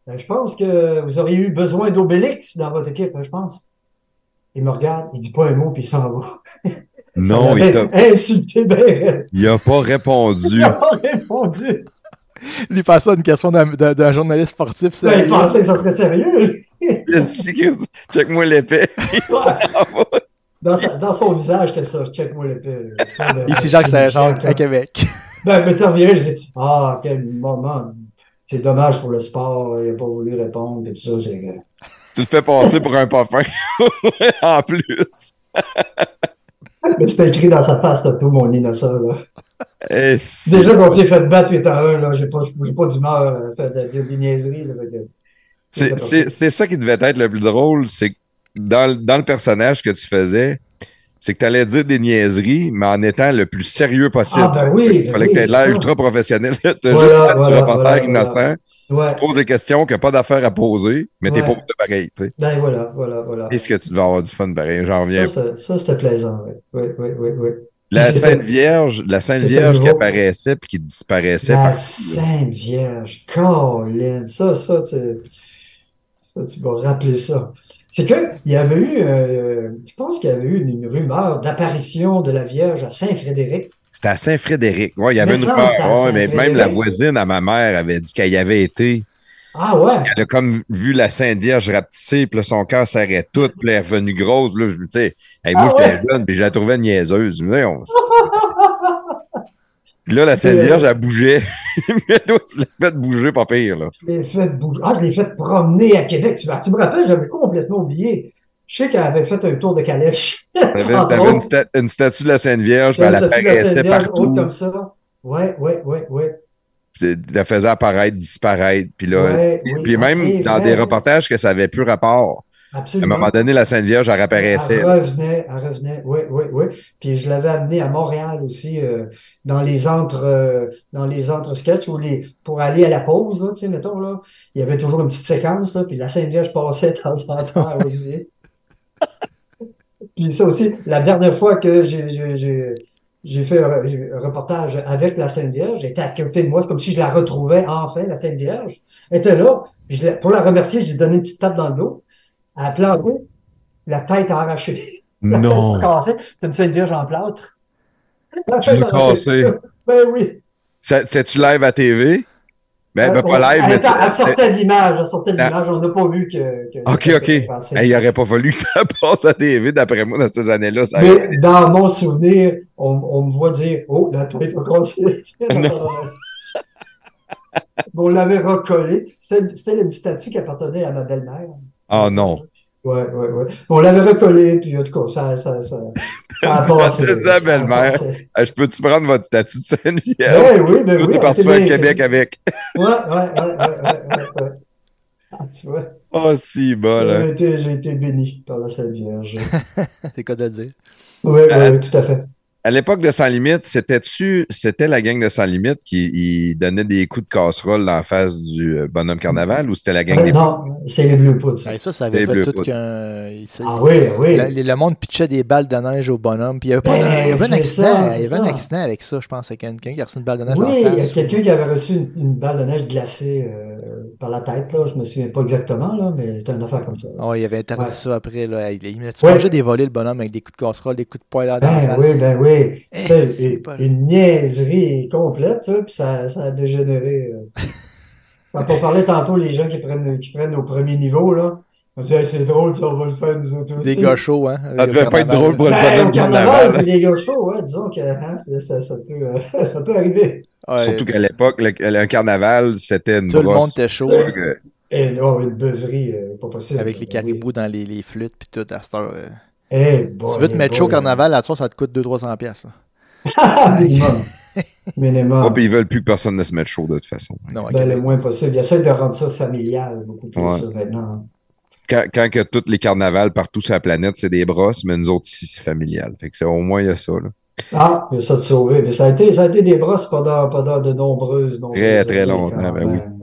Euh, je pense que vous auriez eu besoin d'Obélix dans votre équipe, hein, je pense. Il me regarde, il dit pas un mot, puis il s'en va.
Non,
il
il t'a-
insulté, ben, raide.
il a
il
pas répondu.
a pas répondu.
Lui faire ça une question d'un- d'un d'un journaliste sportif,
Ben,
c'est
il pensait que ça serait sérieux.
Il a dit que- Check-moi l'épée.
Dans, sa- dans son visage, c'était ça. Check-moi le pire.
Ici Jacques Saint-Jean
hein.
à Québec.
Ben, mais t'en reviens, je dis, ah, quel moment. C'est dommage pour le sport, hein, il n'a pas voulu répondre, et tout ça, c'est grave.
Tu le fais passer pour un parfum. en plus.
Mais c'était écrit dans sa face, là, tout mon innocent, là.
Et si
Déjà qu'on s'est fait battre 8 à 1, là, j'ai pas, j'ai pas d'humeur à faire de- dire des niaiseries, là, fait que-
C'est- C'est c'est ça qui devait être le plus drôle, c'est que dans, le- dans le personnage que tu faisais, c'est que tu allais dire des niaiseries, mais en étant le plus sérieux possible.
Ah, ben oui,
Il fallait
ben
que tu aies
oui,
l'air
c'est ça.
ultra professionnel. tu
Voilà,
juste fait
Ah, voilà,
du reporter
voilà,
innocent,
Ouais.
pose des questions qu'il n'y a pas d'affaires à poser, mais t'es
Ouais.
pas obligé pareil. tu sais.
Ben voilà, voilà, voilà.
Est-ce que tu devais avoir du fun pareil? J'en reviens.
Ça, c'est- ça, c'était plaisant, oui. Oui, oui, oui, oui.
La
c'est-
Sainte Vierge, la Sainte
c'est
Vierge qui
nouveau.
apparaissait puis qui disparaissait.
La
partout, là.
Sainte Vierge, Colin, ça, ça, tu, ça, tu vas rappeler ça. C'est que il y avait eu, euh, je pense qu'il y avait eu une, une rumeur d'apparition de la Vierge à Saint-Frédéric.
C'était à Saint-Frédéric. Ouais, il y avait
Mais
une
ça,
peur.
c'était à
Ouais, mais même
Saint-Frédéric.
la voisine à ma mère avait dit qu'elle y avait été.
Ah ouais,
Elle a comme vu la Sainte Vierge rapetisser, puis là, son cœur s'arrête tout, puis elle est revenue grosse. Puis Là, je me dis, hey,
Ah
moi, j'étais
ouais?
jeune, puis je la trouvais niaiseuse. Mais on- Puis là, la Sainte Vierge, elle bougeait. mais toi, tu l'as fait bouger, pas pire. Là.
je l'ai fait bouger. Ah, je l'ai fait promener à Québec. Tu, me- tu me rappelles, j'avais complètement oublié. Je sais qu'elle avait fait un tour de calèche.
T'avais,
Entre
t'avais une,
autres.
sta- une statue de la Sainte Vierge, puis Ben, elle
Ça, c'est la oh,
apparaissait
Sainte Vierge, haute
partout.
comme ça. Ouais, ouais, ouais, ouais.
Puis la faisait apparaître, disparaître. Puis là,
Ouais,
puis,
oui,
puis
ah,
même
c'est
dans
vrai.
des reportages que ça n'avait plus rapport. À un
Absolument.
moment donné, la Sainte Vierge, elle
Elle
réapparaissait.
revenait, elle revenait, oui, oui, oui. Puis je l'avais amenée à Montréal aussi, euh, dans les entre, euh, dans les entre sketchs où les, pour aller à la pause, là, tu sais, mettons, là, il y avait toujours une petite séquence, là, puis la Sainte Vierge passait de temps en temps aussi. puis ça aussi, la dernière fois que j'ai, j'ai, j'ai, j'ai fait un, j'ai- un reportage avec la Sainte Vierge, elle était à côté de moi, c'est comme si je la retrouvais enfin, la Sainte Vierge. Elle était là, puis je l'ai- pour la remercier, j'ai donné une petite tape dans le dos, elle a planté, la tête arrachée. La
Non.
tête cassée. C'est une Sainte Vierge en plâtre. La
Tu l'as
tête arrachée.
cassée.
Ben oui.
Ça- C'est-tu live à TV? Ben, ben, pas live,
elle,
mais.
était- elle sortait de l'image, elle sortait de
Ah.
l'image. On n'a pas vu que. que-
OK,
que-
OK.
que- que-
Hey, ben, il n'aurait pas fallu que tu passes à TV, d'après moi, dans ces années-là. Ça aurait-
Mais dans mon souvenir, on, on me voit dire Oh, la tête est cassée. Bon, on l'avait recollée. C'était c'était une statue qui appartenait à ma belle-mère.
Oh non.
Ouais, ouais, ouais. Bon, on l'avait recollée, puis en tout cas, ça, ça, ça, ça a
Tu l'as
passé.
dit à
Ça a
belle-mère.
passé.
Hey, Eh, je peux-tu prendre votre statut de Sainte Vierge?
Ben oui, ben
Tout
oui.
est
elle
parti
était
à
bien-
Québec avec.
Ouais, ouais, ouais, ouais, ouais, ouais, ouais. Ah, tu vois,
Oh, si, bol. hein.
j'ai été, j'ai été béni par la Sainte Vierge.
C'est quoi de dire?
Oui, oui, tout à fait.
À l'époque de Sans Limite, c'était-tu, c'était la gang de Sans Limite qui il donnait des coups de casserole en face du euh, bonhomme carnaval ou c'était la gang
Euh,
des.
non, c'est les bleus poudres.
Hey, ça, ça avait
Les
fait
Bleus
tout
Poudres.
qu'un. il s'est-
Ah oui, oui.
La- le monde pitchait des balles de neige au bonhomme. Puis il y avait, pas
Ben,
d'un- il y avait un
c'est
accident.
ça,
il y
c'est
avait un
ça.
accident avec ça, je pense. C'est quelqu'un qui a reçu une balle de neige en
Oui, il y a
face.
quelqu'un qui avait reçu une, une balle de neige glacée euh, par la tête, là. Je me souviens pas exactement, là, mais c'était une affaire comme ça.
Ouais, il avait interdit
Ouais.
ça après. Là. Il, il, tu
Ouais.
mangeais des volets, le bonhomme, avec des coups de casserole, des coups de poil dans la
Ben
face.
oui, ben oui.
Eh,
C'était
c'est
une,
pas-
une niaiserie complète, ça, puis ça, ça a dégénéré. euh. Quand on parlait tantôt, les gens qui prennent, qui prennent au premier niveau, là, on se dit, Hey, c'est drôle, ça, on va le faire nous autres
Des
aussi.
gars chauds, hein.
Ah,
Ça
au
devait pas être
carnaval.
drôle pour le
Ben,
bonhomme
au Ah, carnaval,
carnaval.
puis les gars chauds, ouais, disons que hein, c'est- ça, ça peut, euh, ça peut arriver.
Ouais,
Surtout qu'à l'époque, le, le- un carnaval, c'était une
Tout le monde
brosse.
était chaud. hein,
Euh,
Et là, Eh, une beuverie, euh, pas possible.
Avec les caribous dans les, les flûtes, puis tout, à cette heure. euh.
Oui. Eh,
tu
boy,
veux te
eh,
mettre chaud au
boy. Ah,
carnaval, là-dessus, ça te coûte 200-300$. piastres, là.
Minimum. Minimum.
ouais, oh, puis ils veulent plus que personne ne se mette chaud de toute façon.
Non, à
Ben, le
Québec.
moins possible. Il essaie de rendre ça familial beaucoup plus
Ouais.
ça, maintenant.
Quand, quand que tous les carnavals partout sur la planète, c'est des brosses, mais nous autres ici, c'est familial. Fait que c'est, au moins, il y a ça. là.
Ah, il a ça de sauvé. Mais ça a été, ça a été des brosses pendant, pendant de nombreuses, nombreuses
Très, très
années,
longtemps,
quand
ben oui.
même.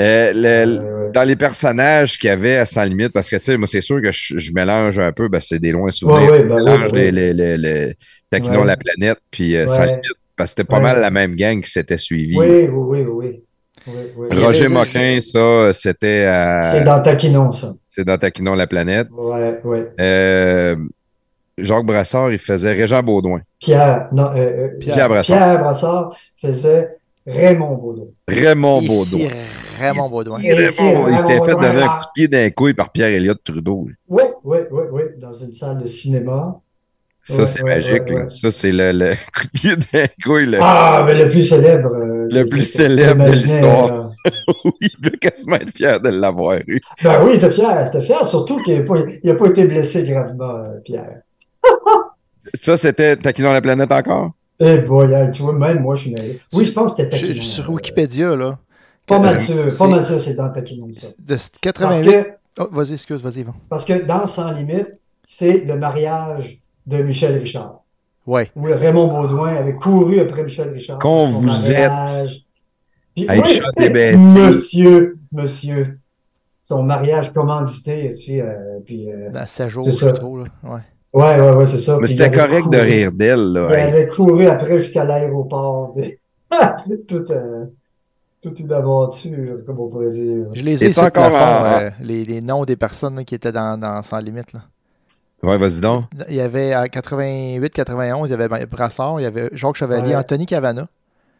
Euh, le-
Euh, ouais.
dans les personnages qu'il y avait à Sans Limite, parce que, tu sais, moi, c'est sûr que je, je mélange un peu, ben, c'est des loins souvenirs.
Ouais, ouais, ben
Je
oui,
mélange
ben
les,
oui.
les, les, les Taquinons
Ouais.
la planète, puis euh,
Ouais.
Sans Limite, parce que c'était pas
Ouais.
mal la même gang qui s'était suivie.
Oui, oui, oui, oui. Oui, oui.
Il y avait
Roger euh,
deux
Moquin, ça, euh, c'était à-
C'est dans Taquinon, ça.
c'est dans Taquinons la planète.
Ouais, ouais.
Euh, Jacques Brassard, il faisait Régent Baudouin.
Pierre, non, euh, euh,
Pierre Brassard.
Pierre Brassard faisait Raymond Baudot.
Raymond
Ici,
Baudouin.
Raymond Baudouin.
Ici,
Raymond, il
Raymond
s'était fait
Baudouin.
donner un coup de pied d'un couille par pierre Elliott Trudeau.
Oui, oui, oui, oui, dans une salle de cinéma.
Ça,
Ouais,
c'est
ouais,
magique.
ouais,
là.
ouais.
Ça, c'est le, le coup de pied d'un couille. là.
Ah, mais le plus célèbre. euh,
Euh, Le
que-
plus
que- que tu
célèbre de
imaginais,
l'histoire.
là.
oui, il peut quasiment être fier de l'avoir eu.
Ben oui, il était fier, il était fier, surtout qu'il n'a pas, il a pas été blessé gravement, euh, Pierre.
Ça, c'était Taquinons la planète encore?
Eh boy, hey, tu vois, même moi, je suis mêlé. Oui, je pense que c'était
Je- je-
Taquinon.
Sur Wikipédia, là.
euh, Pas mal sûr,
C'est-
pas mal sûr, c'est dans Taquinon, ça.
De
Parce
88.
que,
Oh, vas-y, excuse, vas-y, Yvan.
parce que dans Sans Limite, c'est le mariage de Michel Richard.
Ouais.
Où le Raymond Baudouin avait couru après Michel Richard.
Qu'on
son
vous
mariage. Puis-
Hey,
oui,
chat des bêtises.
monsieur, monsieur, son mariage commandité, puis, euh, puis euh,
Dans sa jour,
C'est ça.
plutôt, là. Ouais.
ouais, ouais, ouais, c'est ça.
Mais
Puis il
c'était
avait
correct de
couru.
rire d'elle, là.
Il
Hey,
avait couru après jusqu'à l'aéroport. tout, euh, toute une aventure, comme on pourrait dire.
Je les ai,
Es-tu
c'est encore
encore en-
euh, les, les noms des personnes là, qui étaient dans, dans Sans Limite. Là.
Ouais, vas-y donc.
Il y avait en 88-91, il y avait Ben, Brassard, il y avait Jacques Chevalier,
Ouais.
Anthony Cavana.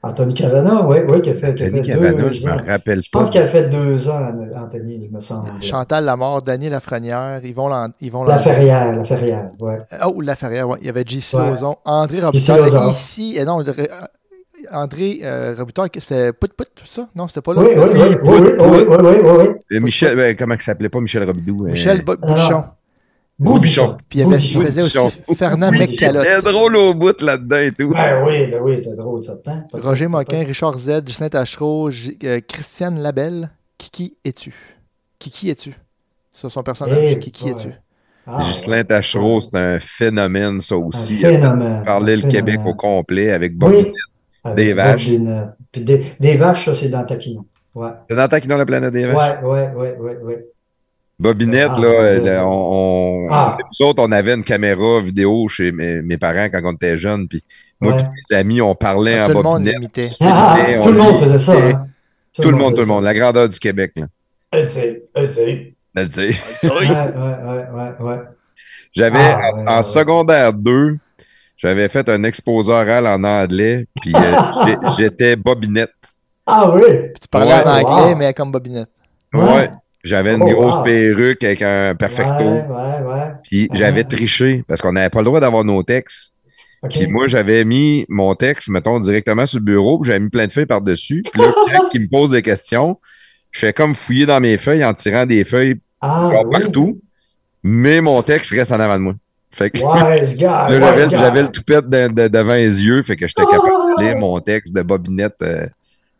Anthony Cavana, oui, oui, qui a fait, qui a
Anthony
fait
Cavana,
deux
je
ans.
m'en rappelle
Je pense
pas.
qu'elle a fait deux ans, Anthony, il me
Ah,
semble.
Chantal Lamort, Daniel Lafrenière, Yvon, Land... Yvon
La
Landry.
Ferrière, la Ferrière, ouais.
Oh, Laferrière, ouais. Il y avait J.C.
Ouais.
Lauzon, André
J.C.
Robitaille.
Lauzon.
Ici, eh non, le- euh, André euh, Robitaille, que c'était Pout-Pout, tout ça? Non, c'était pas là.
Oui, oui, oui, oui, oui, oui, oui, oui, oui, oui.
Euh, Michel, euh, comment il s'appelait pas Michel Robidoux? euh,
Michel Bo-
Alors,
Bouchon.
Boudichon.
Puis il, y avait, il
Boudichon.
faisait
Bouchon.
aussi Fernand
Oui,
C'était
McCallotte.
drôle au bout là-dedans et tout.
Ben oui, ben oui, t'es drôle, certain.
Roger Moquin, Richard Z, Justin Tachereau, J- euh, Christiane Labelle. Kiki es-tu? Kiki es-tu? Sur son personnage,
Eh,
Kiki
ouais.
es-tu?
Ah,
Ghislain Tachereau, c'est un phénomène, ça
un
aussi. Il a
phénomène.
parlé
un
le
phénomène.
Québec au complet avec Bob.
Oui.
Des
Avec
vaches.
Bobine. Puis des, des vaches, ça, c'est dans Taquinon. Ouais.
C'est dans qui dans la planète des vaches.
Ouais, ouais, ouais, ouais, ouais.
Bobinette,
Ah,
là,
mon
euh,
Dieu.
là, on, on-
Ah.
nous autres, on avait une caméra vidéo chez mes, mes parents quand on était jeunes. Puis moi,
Ouais.
et mes amis, on parlait
Ah,
en
tout le monde
Bobinette.
l'imitait.
on
Ah, ah,
riait, on
tout le monde
riait.
faisait ça, hein.
Tout le monde, tout le
faisait
monde. La grandeur du Québec, là.
ça. Essaye, essaye.
Elle dit.
Ouais, ouais, ouais, ouais, ouais.
J'avais,
Ah,
en,
ouais,
en
ouais.
secondaire 2, j'avais fait un exposé oral en anglais, puis euh, j'ai- j'étais bobinette.
Ah oui!
Puis tu parlais
Ouais,
en anglais,
wow.
mais comme Bobinette.
Ouais.
Ouais.
J'avais une
Oh,
grosse
wow.
perruque avec un perfecto,
Ouais, ouais, ouais.
puis j'avais
Ah.
triché, parce qu'on n'avait pas le droit d'avoir nos textes.
OK.
Puis moi, j'avais mis mon texte, mettons, directement sur le bureau, puis j'avais mis plein de feuilles par-dessus. Puis là, quelqu'un qui me pose des questions, je fais comme fouiller dans mes feuilles en tirant des feuilles
ah,
genre,
oui.
partout, mais mon texte reste en avant de moi. Fait que...
Wise guy,
Là,
wise
j'avais,
guy.
j'avais le toupette de- de- devant les yeux, fait que j'étais
Oh,
capable de lire mon texte de bobinette. euh.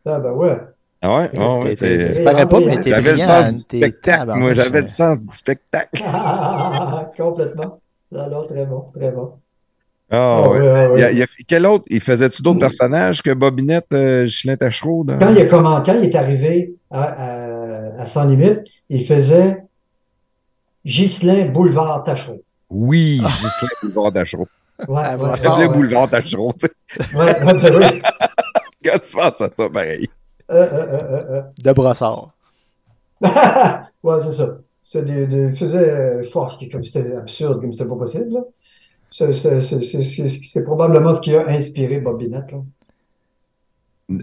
Ah, ben ouais.
Ah ouais, ah ouais,
T'es-
c'est-
t'es-
Eh,
Tu parais pas, mais t'es
J'avais le
brillant,
sens du
t'es
spectacle. Moi,
tabarnouche,
j'avais le
euh.
sens du spectacle.
Complètement. Alors, très bon, très bon.
Ah ouais.
ouais, ouais, ouais.
Il y a- il y a- quel autre? Il faisait-tu d'autres personnages que Bobinette, euh, Ghislain Tachereau? dans-
Quand il, a comment, quand il est arrivé à, à, à Sans Limite, il faisait Ghislain Boulevard Tachereau.
Oui, Ghislain Boulevard Tachereau.
Ouais,
Ah,
ouais,
bon,
Il s'appelait
ouais.
Boulevard Tachereau, tu sais.
Ouais, ouais, ben oui.
Quand tu penses à ça, pareil.
Euh, euh, euh, euh,
De Brossard.
euh. ouais, c'est ça. C'est des, des, il faisait, euh, fort, ce qui- comme c'était absurde, comme c'était pas possible. là. C'est- c'est- c'est- c'est- C'est c'est probablement ce qui a inspiré Bobinette. Là.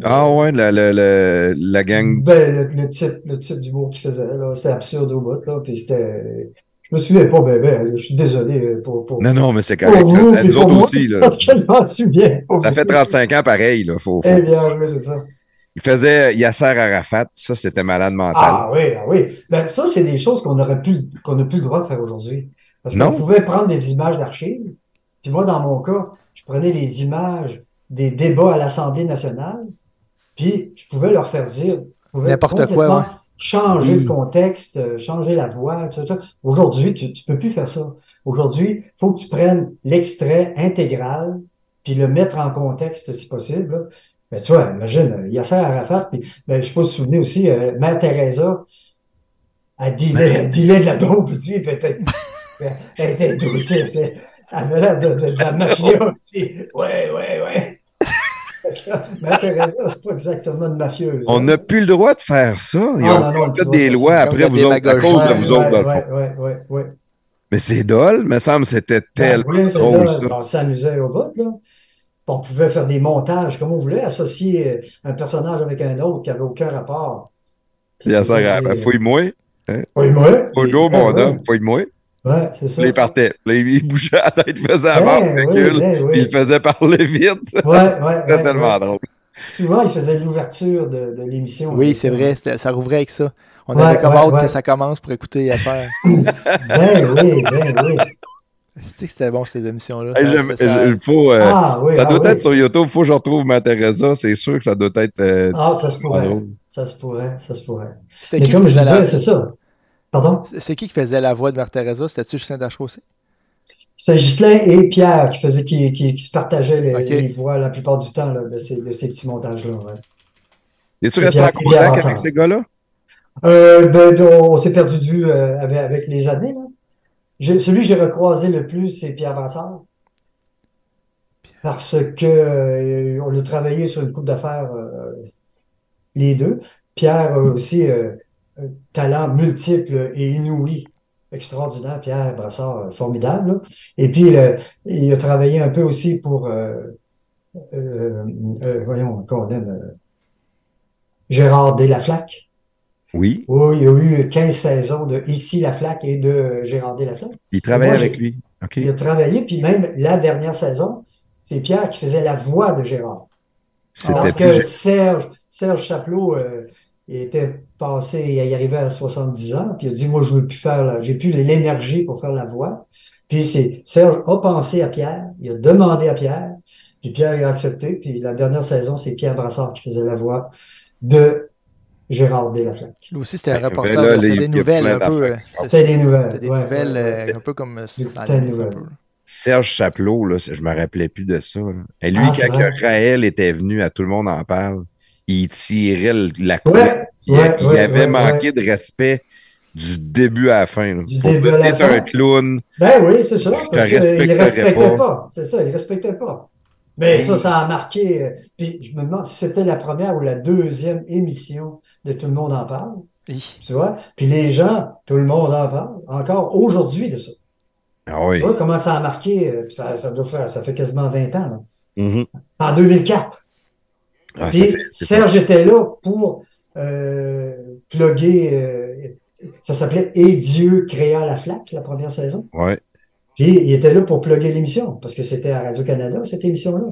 Ah ouais, la, la, la, la gang.
Ben, le, le type, le type d'humour qu'il faisait, là, c'était absurde au bout, là, puis c'était... Je me souviens pas, ben, ben, je suis désolé pour... pour...
Non, non, mais Oh, c'est
pour
correct.
vous,
là.
puis
Nous
pour
autres
moi,
aussi, là.
Parce que je m'en souviens pas.
Ça fait 35 ans, pareil, là. Faut, faut-
Eh bien, oui, c'est ça.
Il faisait Yasser Arafat, ça c'était malade mental.
Ah oui, ah oui. Ben, ça, c'est des choses qu'on aurait pu, qu'on n'a plus le droit de faire aujourd'hui. Parce
Non.
qu'on pouvait prendre des images d'archives, puis moi, dans mon cas, je prenais les images des débats à l'Assemblée nationale, puis je pouvais leur faire dire... je pouvais
N'importe quoi,
complètement
ouais. Hmm.
Changer
Oui.
le contexte, euh, changer la voix, tout ça. Aujourd'hui, tu, tu peux plus faire ça. Aujourd'hui, faut que tu prennes l'extrait intégral puis le mettre en contexte si possible. là. Mais tu vois, imagine, euh, Yasser Arafat, puis ben, je sais pas si vous vous souvenez aussi, euh, Mère Teresa, elle dealait, elle dealait de la drogue, puis tu sais, puis elle était- elle était droutée, elle était- elle avait l'air de, de- de la mafia aussi. Ouais, ouais, ouais. Mère Teresa, c'est pas exactement une mafieuse.
On
hein.
n'a plus le droit de faire ça. Ils
Ah,
ont
non, non,
fait
tu
des
vois,
lois
c'est
après
comme
vous
des
autres, à cause
Ouais,
de vous
ouais,
autres, dans le fond.
ouais, ouais, ouais, ouais.
Mais c'est dole, me semble, c'était
Ben,
tellement
oui, c'est
drôle,
là,
ça.
on s'amusait au bout, là. Puis On pouvait faire des montages comme on voulait, associer euh, un personnage avec un autre qui avait aucun rapport.
Yasser Arafat,
Et-
euh, fouille-moi.
Oui, moi.
Bonjour,
Ah,
mon
ouais.
homme, fouille-moi.
Ouais, c'est ça.
Là, il partait. Là, il bougeait la tête, il faisait avance,
Ben, oui,
recul.
ben, oui.
Il le faisait parler vite.
Ouais, ouais,
C'était
ouais,
tellement
ouais.
drôle.
Souvent, il faisait l'ouverture de, de l'émission.
Oui, c'est vrai, c'était- ça rouvrait avec ça. On
Ouais,
avait comme
ouais,
hâte
ouais.
que ça commence pour écouter Yasser.
Ben oui, ben oui.
C'est que c'était bon ces émissions-là.
Hey,
Ça-
j'aime-
ça- ça-
il faut, euh,
Ah oui,
Ça
ah,
doit
oui.
être sur YouTube. Faut que je retrouve ma Teresa. C'est sûr que ça doit être. euh,
Ah, ça se pourrait.
drôle.
Ça se pourrait, ça se pourrait.
C'était
Mais
qui,
comme
qui
je
faisait
disais,
la...
c'est ça. Pardon?
c'est qui qui faisait la voix de Mère Teresa? C'était-tu Justin Tachereau aussi?
C'est Ghislain et Pierre qui faisaient, qui, qui, qui se partageaient les,
Ok.
les voix la plupart du temps là, de, ces, de ces petits montages-là. ouais.
Es-tu
Et
resté
puis,
en
puis, avant
contact
ça.
avec ces gars-là?
Euh, ben, donc, on s'est perdu de vue euh, avec, avec les années. Là. J'ai- Celui que j'ai recroisé le plus, c'est Pierre Bassard. Parce que euh, on a travaillé sur une coupe d'affaires euh, les deux. Pierre a aussi euh, un talent multiple et inouï. Extraordinaire, Pierre Brassard, euh, formidable. là. Et puis, euh, il a travaillé un peu aussi pour, euh, euh, euh, voyons, qu'on aime, euh, Gérard Delaflaque.
Oui.
Oui, il y a eu 15 saisons de Ici la Flaque et de Gérardé la Flaque.
Il travaillait
Moi, Ah,
avec
j'ai-
lui. OK.
Il a travaillé, puis même la dernière saison, c'est Pierre qui faisait la voix de Gérard.
C'était
Parce que
plus...
Serge, Serge Chaplot euh, il était passé, il arrivait à 70 ans, puis il a dit Moi, je veux plus faire, la- j'ai plus l'énergie pour faire la voix. Puis c'est Serge a pensé à Pierre, il a demandé à Pierre, puis Pierre il a accepté, puis la dernière saison, c'est Pierre Brassard qui faisait la voix de Gérard Delaflaque.
Lui aussi, c'était un
Ben,
reporter.
là,
là,
les-
C'était des
il y a
nouvelles
plein
un peu.
d'affaires
euh,
qui se
Ah, C'était des nouvelles.
C'était des
ouais,
nouvelles
ouais, ouais.
euh, un peu comme euh,
Des
ça.
putains de
limite un
nouvelles.
peu.
Serge Chaplot, là, c'est- je me rappelais plus de ça. là. Et lui,
Ah, c'est
quand
vrai.
que Raël était venu, à tout le monde en parle, il tirait le- la coupe.
Ouais,
il,
ouais,
il
ouais,
avait
ouais,
manqué de respect du début à la fin. là.
Du
Pour
début à la
être
fin.
un clown,
Ben oui, c'est ça.
Je te
Parce qu'il ne
respecterais
respectait
pas.
pas. C'est ça, il ne respectait pas. Mais ça, ça a marqué. euh, Puis je me demande si c'était la première ou la deuxième émission de Tout le monde en parle.
Hi.
Tu vois? Puis les gens, tout le monde en parle, encore aujourd'hui de ça.
Ah oui.
Tu vois comment ça a marqué? euh, puis Ça, ça doit faire, ça fait quasiment 20 ans. là.
Mhm.
En 2004.
Ah, ça
Puis
fait- c'est ça.
Serge était là pour euh, plugger. euh, ça s'appelait Et Dieu créa la flaque, la première saison.
Ouais.
Puis il était là pour plugger l'émission, parce que c'était à Radio-Canada, cette émission-là.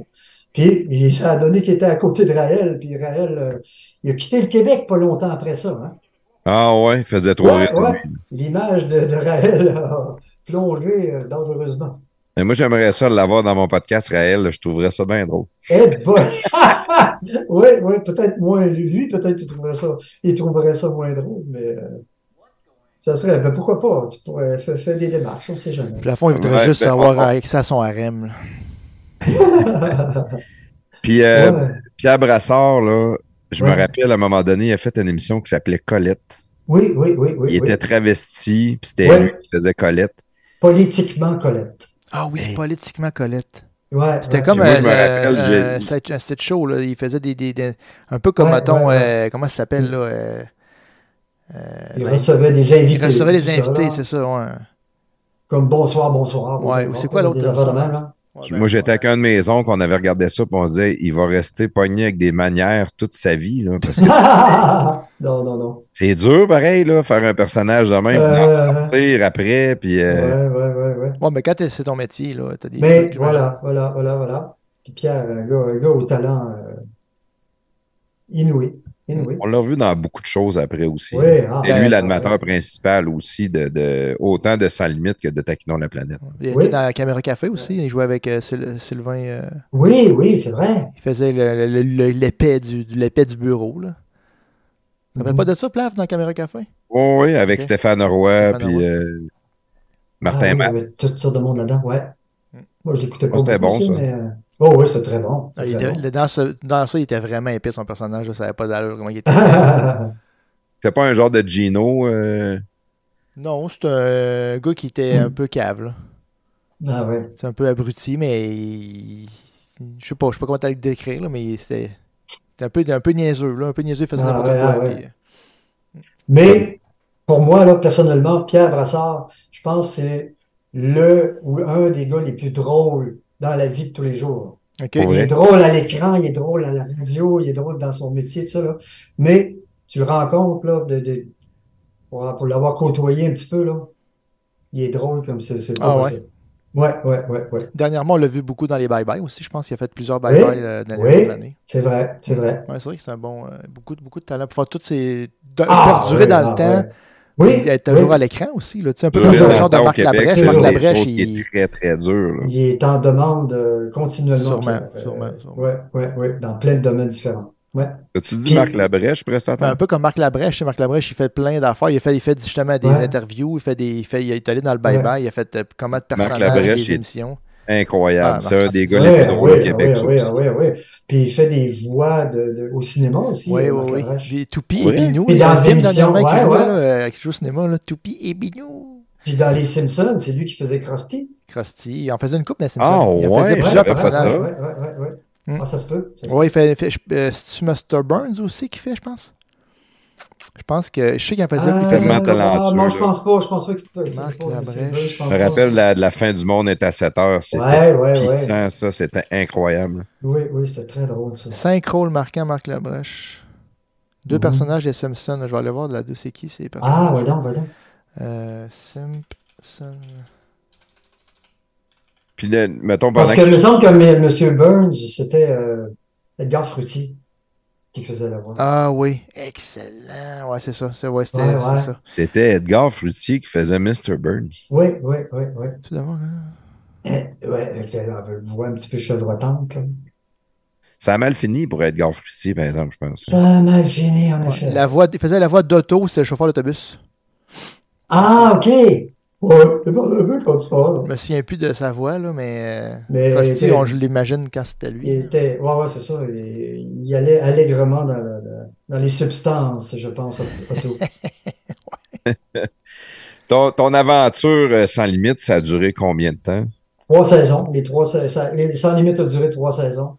Puis il- ça a donné qu'il était à côté de Raël, puis Raël, euh, il a quitté le Québec pas longtemps après ça. hein.
Ah ouais, il faisait trop
Ouais,
rire.
ouais.
lui.
L'image de, de Raël a plongé euh, dangereusement.
Mais moi, j'aimerais ça l'avoir dans mon podcast, Raël. là, Je trouverais ça bien drôle.
Eh boy! oui, oui, peut-être moins lui, peut-être il trouverait ça, il trouverait ça moins drôle, mais euh, ça serait, ben pourquoi pas? Tu pourrais fa- faire des démarches, on sait jamais.
Puis à la fond, il voudrait
Ouais,
juste euh,
ben,
avoir
on- on-
accès à son harem. là.
Puis euh,
Ouais.
Pierre Brassard, là, je me
Ouais.
rappelle à un moment donné, il a fait une émission qui s'appelait Colette.
Oui, oui, oui, oui.
Il
oui.
était travesti, puis c'était
Ouais.
lui qui faisait Colette.
Politiquement Colette.
Ah oui,
Hey.
politiquement Colette.
Ouais,
C'était
ouais.
comme
Moi, je
euh,
me rappelle,
euh,
j'ai-
euh, cette- un set show, là, il faisait des, des- des- un peu comme,
Ouais,
mettons,
ouais,
euh, comment ça s'appelle, là? euh, euh,
Il
ben,
recevait des invités.
il recevait les
Tout ça,
invités,
là.
c'est ça, ouais.
Comme bonsoir, bonsoir.
Ouais,
bonsoir,
c'est quoi l'autre,
Des affaires de
bonsoir?
même, là.
Ouais,
Puis
ben,
moi, j'étais
ouais.
avec un de mes oncles, on avait regardé ça, puis on se disait, il va rester pogné avec des manières toute sa vie, là, parce que
hein. non, non, non.
c'est dur, pareil, là, faire un personnage de même, puis
Euh,
en sortir après, puis... euh,
Ouais, ouais, ouais, ouais.
Ouais, mais quand t'es- c'est ton métier, là, t'as des.
Mais
trucs,
voilà, voilà, voilà, voilà. Puis Pierre, un gars, un gars au talent euh, inouï. Inouï.
On l'a vu dans beaucoup de choses après aussi.
Oui, ah,
C'est
ben,
lui
ouais.
l'animateur principal aussi, de, de- autant de Sans Limite que de Taquinons la Planète.
j'imagine. Il
Oui.
était dans la Caméra Café aussi, il jouait avec euh, Syl- Sylvain. euh,
Oui, oui, c'est vrai.
il faisait le- le- le- l'épée du, du- l'épée du bureau, là. Tu te
Mhm.
rappelles pas de ça, Plaf, dans la Caméra Café?
Oh, oui, avec
Ok.
Stéphane Roy,
Stéphane
puis
Roy.
euh,
Ah oui,
Martin
il y
Matt. Oh,
avait toutes sortes de monde là-dedans, ouais.
Mm.
Moi, je l'écoutais pas
C'était
beaucoup,
bon, ça.
mais, euh, Oh oui, c'est très bon.
Ah,
c'est
il
très
était-
bon.
le- dans, ce- dans ça, il était vraiment épais, son personnage, là, ça n'avait pas d'allure comment il était.
Ah,
C'était pas un genre de Gino. euh,
non, c'est un gars qui était un peu cave, là.
Ah ouais.
C'est un peu abruti, mais il- je sais pas, je sais pas comment t'allais le décrire, là, mais c'était c'était un peu, un peu niaiseux, là, un peu niaiseux, il faisait
Ah,
n'importe
ouais,
quoi.
ah, ouais.
puis, euh,
Mais pour moi, là, personnellement, Pierre Brassard, je pense que c'est le ou un des gars les plus drôles dans la vie de tous les jours.
euh, ok.
Pour
Il
vrai.
est drôle à l'écran, il est drôle à la radio, il est drôle dans son métier, tout ça, là. Mais tu le rencontres, là, de, de- pour, pour l'avoir côtoyé un petit peu, là, il est drôle comme c'est c'est
Ah
pas
ouais?
possible. Ouais, ouais, ouais, ouais.
Dernièrement, on l'a vu beaucoup dans les bye-bye aussi. Je pense qu'il a fait plusieurs bye-bye
Oui,
euh, dans
oui.
l'année.
C'est vrai, c'est vrai.
Ouais, c'est vrai que c'est un bon. euh, beaucoup, de- beaucoup de talent. Pour faire toutes ces. de-
Ah,
perdurer
oui,
dans
ah,
le temps.
ouais.
et être
Oui,
toujours
oui.
à l'écran aussi. Là, tu sais, un peu
Durant
comme le
Toujours.
genre de
longtemps, au
Marc
Québec,
Labrèche.
c'est
Marc
toujours.
quelque
Labrèche,
chose qui
il-
est très, très dur. là.
Il est en demande euh, continuellement.
Sûrement,
Pierre. Euh,
sûrement, sûrement.
Ouais, ouais, ouais, dans plein de domaines différents. Ouais.
As-tu dit
Puis-
Marc Labrèche,
Ben,
prestataire?
un peu comme Marc Labrèche. Chez Marc Labrèche, il fait plein d'affaires. Il fait, il fait justement des
Ouais.
interviews. Il, fait des, il, fait, il est allé dans le bye-bye. Il a fait euh, comment de personnages,
Labrèche,
des
il-
émissions.
Incroyable.
Ah,
c'est un
Marc
des gars
Oui,
les plus drôles au
oui,
Québec, ça
oui,
aussi.
oui, oui, oui. Puis il fait des voix de, de- au cinéma aussi.
Oui,
euh, Marc
oui, oui.
Labrèche.
Puis Toupie
Oui.
et Binou.
Et
Il y a
dans
un film
les émissions,
dernièrement qui
ouais,
joue
ouais.
là, euh, qui joue au cinéma, là, Toupie et Binou.
Puis dans Les Simpsons, c'est lui qui faisait Krusty.
Krusty, il en faisait une coupe, mais c'est
Ah,
il en
ouais,
faisait
je
plusieurs
savais pas
personnages.
ça.
Ouais, ouais, ouais, ouais.
Hmm.
Ah, ça se peut. ça se
Oui, il fait, il fait- je- euh, c'est-tu Mr. Burns aussi qui fait, je pense? Je pense que, je sais qu'il en faisait, il
Ah,
faisait
tellement
ah,
talentueux,
Non, je
là.
pense pas. Je pense pas qu'il peut.
Marc
je pense pas, mais c'est
Labrèche.
vrai, je pense
Je me
pas.
rappelle, la, la fin du monde est à 7 heures. C'était
Ouais, ouais, ouais.
puissant, ça. C'était incroyable.
Oui, oui, c'était très drôle, ça.
cinq rôles marquants Marc Labrèche. Deux
Mhm.
personnages des Simpsons, je vais aller voir de la deux, c'est qui ces personnages?
Ah, ouais, donc, ouais, donc.
Euh, Simpson.
Puis, là, mettons, pendant
Parce que, il me semble que M. Burns, c'était euh, Edgar Frutti qui faisait la voix.
Ah oui, excellent. Ouais, c'est ça. C'est ouais, c'était
Ouais,
c'est
ouais.
ça.
C'était Edgar Fruitier qui faisait Mr. Burns.
Oui, oui, oui, oui.
Tout d'abord. hein.
Eh, Ouais, avec la la voix un petit peu chevrotante, comme.
Ça a mal fini pour Edgar Fruitier, par exemple, je pense.
Ça a mal fini, en
Ouais,
effet.
La voix, il faisait la voix d'Otto, c'est le chauffeur d'autobus.
Ah, OK! Ouais, c'est pas le peu comme ça. là.
Je me souviens plus de sa voix, là, mais.
Mais
Frosty,
il-
on- je l'imagine quand c'était lui.
il était... Ouais, ouais, c'est ça. Il, il allait allègrement dans, le- le- dans les substances, je pense, Otto.
Ton, ton aventure euh, sans limite, ça a duré combien de temps?
Trois saisons. Les trois sais- ça- les- Sans limite a duré trois saisons.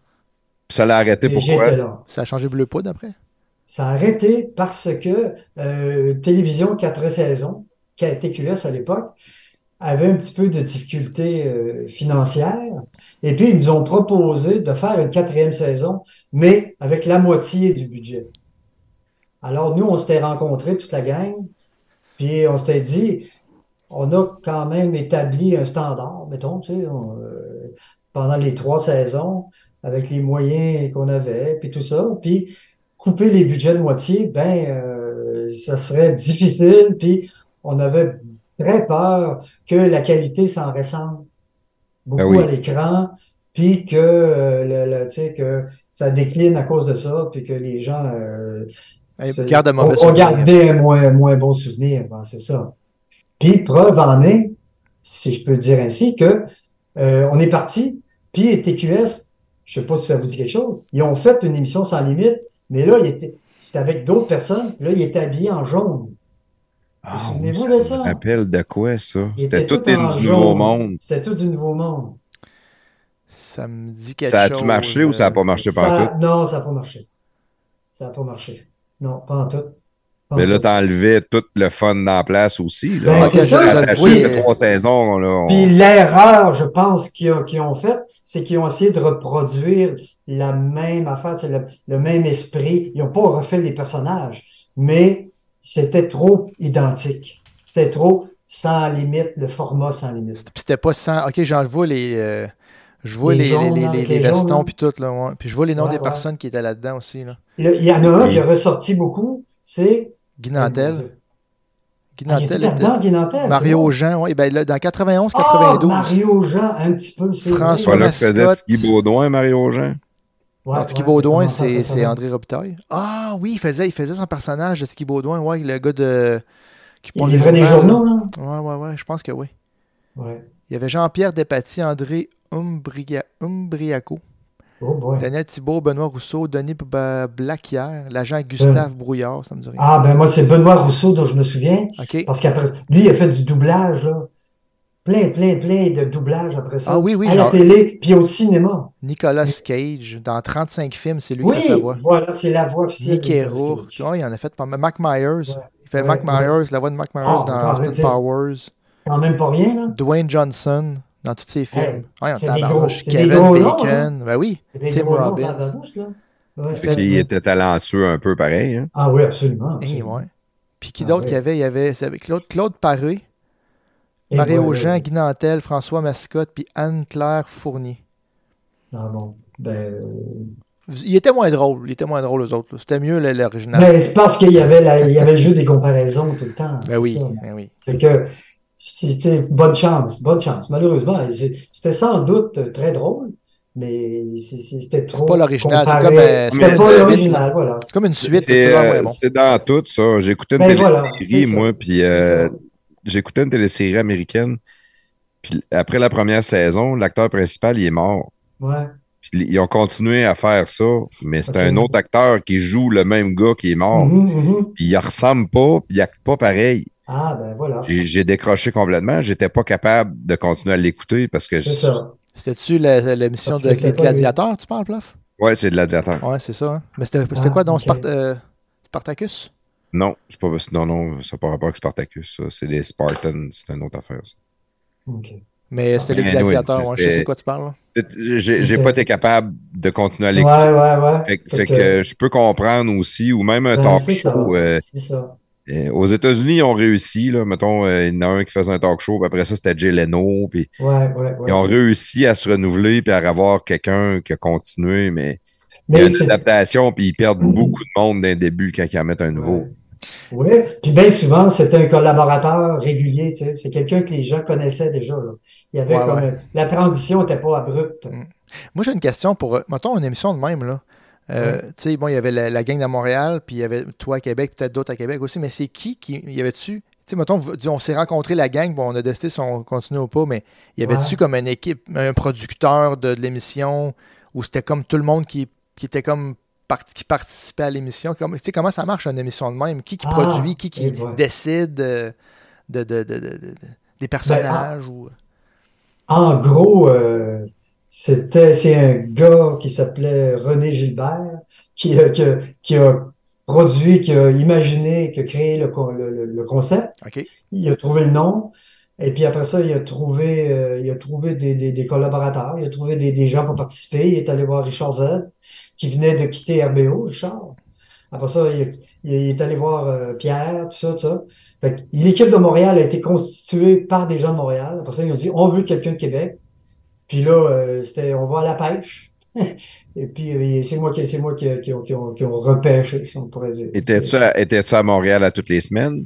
Puis ça l'a arrêté
Et j'étais
pourquoi?
là.
Ça a changé bleu poudre après.
Ça a arrêté parce que euh, Télévision 4 saisons, qui a TQS à l'époque, avait un petit peu de difficultés euh, financières. Et puis, ils nous ont proposé de faire une quatrième saison, mais avec la moitié du budget. Alors, nous, on s'était rencontrés, toute la gang, puis on s'était dit, on a quand même établi un standard, mettons, tu sais, on, euh, pendant les trois saisons, avec les moyens qu'on avait, puis tout ça. Puis, couper les budgets de moitié, ben, euh, ça serait difficile. Puis, on avait très peur que la qualité s'en ressemble beaucoup
Ben oui.
à l'écran, puis que, euh, le- le- tu sais, que ça décline à cause de ça, puis que les gens euh,
Hey,
c'est-
Eh, garde un mauvais
on, on
souvenir.
gardait un moins, moins bon souvenir, ben, c'est ça. Puis preuve en est, si je peux le dire ainsi, que euh, on est parti, puis TQS, je sais pas si ça vous dit quelque chose, ils ont fait une émission sans limite, mais là, il était- c'était avec d'autres personnes, là, il était habillé en jaune.
Ah,
Souvenez-vous
oui,
de ça?
ça me rappelle de quoi, ça?
Il
C'était
était
tout
tout
du
en
nouveau
jaune.
monde.
C'était tout du nouveau monde.
Ça me dit quelque
Ça
chose.
a-tu marché ou ça
euh,
n'a pas marché
Ça-
partout?
non, ça n'a pas marché. Ça n'a pas marché. Non, pas en tout. Pas en
Mais là,
tout.
t'enlevais tout le fun dans la place aussi. Là.
Ben,
Ah,
c'est
t'as
ça,
juste
je le
attaché
voyais.
les trois saisons. Là, on-
Puis l'erreur, je pense, qu'ils ont, qu'ils ont fait, c'est qu'ils ont essayé de reproduire la même affaire, c'est le, le même esprit. Ils n'ont pas refait les personnages, mais c'était trop identique. C'était trop sans limite, le format sans limite.
Puis c'était pas sans. Ok, j'en vois les. euh, Je vois
Les
les, les,
jaunes,
les,
là,
les
avec les jaunes,
vestons
là.
puis tout là, ouais. Puis je vois les noms
Ouais,
des
ouais.
personnes qui étaient là-dedans aussi là.
Le- il y en a un
Oui.
qui est ressorti beaucoup, c'est...
Guy Nantel. Guy
Ah, il était
Nantel était-
là-dedans, Ah, Guy Nantel,
Mario
c'est
Jean, oui, ben là, dans 91,
bon.
92.
Ah, Mario Jean, un petit peu, c'est
François
Toi, là,
vrai.
tu faisais
Mascotte.
Guy Baudouin, Mario Jean.
Ouais,
Non, Tiki
ouais,
Baudouin,
ça
c'est
commence à faire
c'est
ça.
André Robitaille. Ah oui, il faisait, il faisait son personnage de Tiki Baudouin, ouais, le gars de. Qui
Il livrait des journaux, là.
Ouais, ouais, ouais, je pense que oui.
Ouais.
Il y avait Jean-Pierre Despatie, André Umbria- Umbriaco,
Oh boy.
Daniel Thibault, Benoît Rousseau, Denis Ba- Blaquière, l'agent Gustave Brouillard, ça me dit rien.
Euh. Ah, ben moi, c'est Benoît Rousseau dont je me souviens.
OK.
Parce qu'après, lui, il a fait du doublage, là. Plein, plein, plein de doublage après ça.
Ah oui, oui,
À la
genre-
télé, puis au cinéma.
Nicolas Cage, dans 35 films, c'est lui
oui,
qui fait sa voix.
voilà, c'est la voix officielle.
Nick
de
Rourke.
Nicolas Cage.
Ouais, il en a fait pas mal. Mac Myers.
Ouais,
Il fait
ouais,
Mac
ouais.
Myers, la voix de Mac Myers
Ah,
dans
encore,
Austin
c'est-
Powers.
Quand même pas rien, là.
Dwayne Johnson dans tous ses films.
Hey,
Ouais, en
c'est des
tabarnouche.
gros- c'est des
Kevin
gros noms, hein?
Bacon. Ben oui.
C'est des
Tim
gros noms
Robbins.
dans la douche, là. Ouais.
Fait qu'il était talentueux un peu pareil. hein.
Ah oui, absolument.
Eh,
absolument.
ouais. Puis qui
Ah,
d'autre
ouais.
qu'il y avait? Il y avait c'est avec Claude, Claude Paré,
Et
Mario
voilà.
Jean, Guy Nantel, François Mascotte, puis Anne-Claire Fournier.
Ah bon. Ben, euh,
Il était moins drôle. Il était moins drôle aux autres. là. C'était mieux le- l'original.
mais c'est parce qu'il y avait la- il y avait le jeu des comparaisons tout le temps.
Ben
c'est
oui.
ça.
Ben oui.
Fait que, c'était bonne chance, bonne chance. Malheureusement, c'est- c'était sans doute très drôle, mais c'est- c'est- c'était trop.
pas l'original, c'est
comparé.
comme, euh,
C'était
c'est
pas
une-
l'original, voilà.
C'est comme une suite, mais
C'est
c'est vraiment
euh,
bon.
c'est dans tout ça. J'écoutais une
Ben voilà,
télésérie,
c'est ça.
moi, puis euh, j'écoutais une télésérie américaine. Puis après la première saison, l'acteur principal, il est mort.
Ouais.
Puis ils ont continué à faire ça, mais c'est
Ok.
un autre acteur qui joue le même gars qui est mort.
Mhm, mhm.
Puis il ressemble pas, puis il acte pas pareil.
Ah, ben voilà.
J'ai j'ai décroché complètement. J'étais pas capable de continuer à l'écouter parce que.
C'est ça.
C'était-tu la- l'émission
Parce
de
que c'était
Les
pas lui.
Gladiateurs, tu parles, Plaf?
Ouais, c'est de l'adiateur.
Ouais, c'est ça. hein. Mais c'était c'était
Ah,
quoi, donc,
ok.
Spart- euh, Spartacus?
Non, c'est pas, non, non, ça n'a pas rapport avec Spartacus. ça. C'est des Spartans, c'est une autre affaire. ça.
OK.
Mais c'était Les
Ben, anyway,
Gladiateurs,
ça,
ouais, je sais
c'était-
de quoi tu parles. là.
C'est- J'ai j'ai
Ok.
pas été capable de continuer à
Ouais, ouais, ouais.
l'écouter. Fait, que- fait que euh, je peux comprendre aussi, ou même un
Ben,
talk
c'est ça.
show. euh,
C'est ça.
euh, aux États-Unis, ils ont réussi. Là, mettons, euh, il y en a un qui faisait un talk show, puis après ça, c'était Jay Leno. Puis
Ouais, ouais, ouais.
ils ont réussi à se renouveler puis à avoir quelqu'un qui a continué, mais il y a
Mais
une
c'est.
adaptation, puis ils perdent
Mhm.
beaucoup de monde d'un début quand ils en mettent un nouveau.
Oui, puis bien souvent, c'était un collaborateur régulier, tu sais. C'est quelqu'un que les gens connaissaient déjà, là. Il y avait
Ouais,
comme
ouais.
un- La transition n'était pas abrupte.
Moi, j'ai une question pour. euh, Mettons une émission de même, là. Euh, Tu sais, bon, il y avait la, la gang à Montréal, puis il y avait toi à Québec, peut-être d'autres à Québec aussi, mais c'est qui qui. Il y avait-tu. Tu sais, mettons, vous- dis, on s'est rencontré la gang, bon, on a décidé si on continue ou pas, mais il y avait-tu
Ouais.
comme une équipe, un producteur de, de l'émission, où c'était comme tout le monde qui, qui était comme. part- qui participait à l'émission. Comme- Tu sais, comment ça marche une émission de même? Qui qui
Ah,
produit, qui qui
eh ben.
décide euh, de, de- de- de- de-
ah.
des personnages ou.
En Ah, gros, euh, c'était c'est un gars qui s'appelait René Gilbert qui, a- qui, a- qui a produit, qui a imaginé, qui a créé le, con- le, le- le concept.
OK.
Il a trouvé le nom. Et puis après ça, il a trouvé, euh, il a trouvé des, des, des collaborateurs, il a trouvé des, des gens pour participer. Il est allé voir Richard Z, qui venait de quitter RBO, Richard. Après ça, il, est- il est allé voir euh, Pierre, tout ça, tout ça. Fait que l'équipe de Montréal a été constituée par des gens de Montréal. Après ça, ils ont dit, on veut quelqu'un de Québec. Puis là, euh, c'était, on va à la pêche. Et puis, euh, c'est moi qui, c'est moi qui, qui, ont- qui, ont- qui ont repêché, si on pourrait dire.
Étais-tu à, étais-tu à Montréal à toutes les semaines?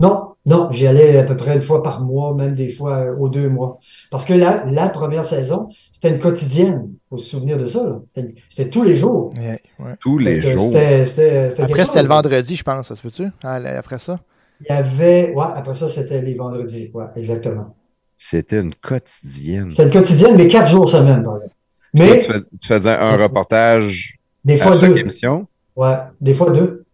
Non, non, j'y allais à peu près une fois par mois, même des fois euh, aux deux mois. Parce que la, la première saison, c'était une quotidienne. Faut se souvenir de ça, là. C'était une- C'était tous les jours.
Ouais, ouais.
Tous les
Fait que
jours.
C'était, c'était, c'était
Après,
quelque
c'était le
chose.
vendredi, je pense, ça se peut-tu? Ah, là, Après ça?
Il y avait, ouais, après ça, c'était les vendredis. Ouais, exactement.
C'était une quotidienne.
C'était une quotidienne, mais quatre jours semaine, par exemple.
Toi,
Mais
tu, fais- tu faisais un reportage
des
à
fois
chaque
deux.
émission.
Ouais, des fois deux.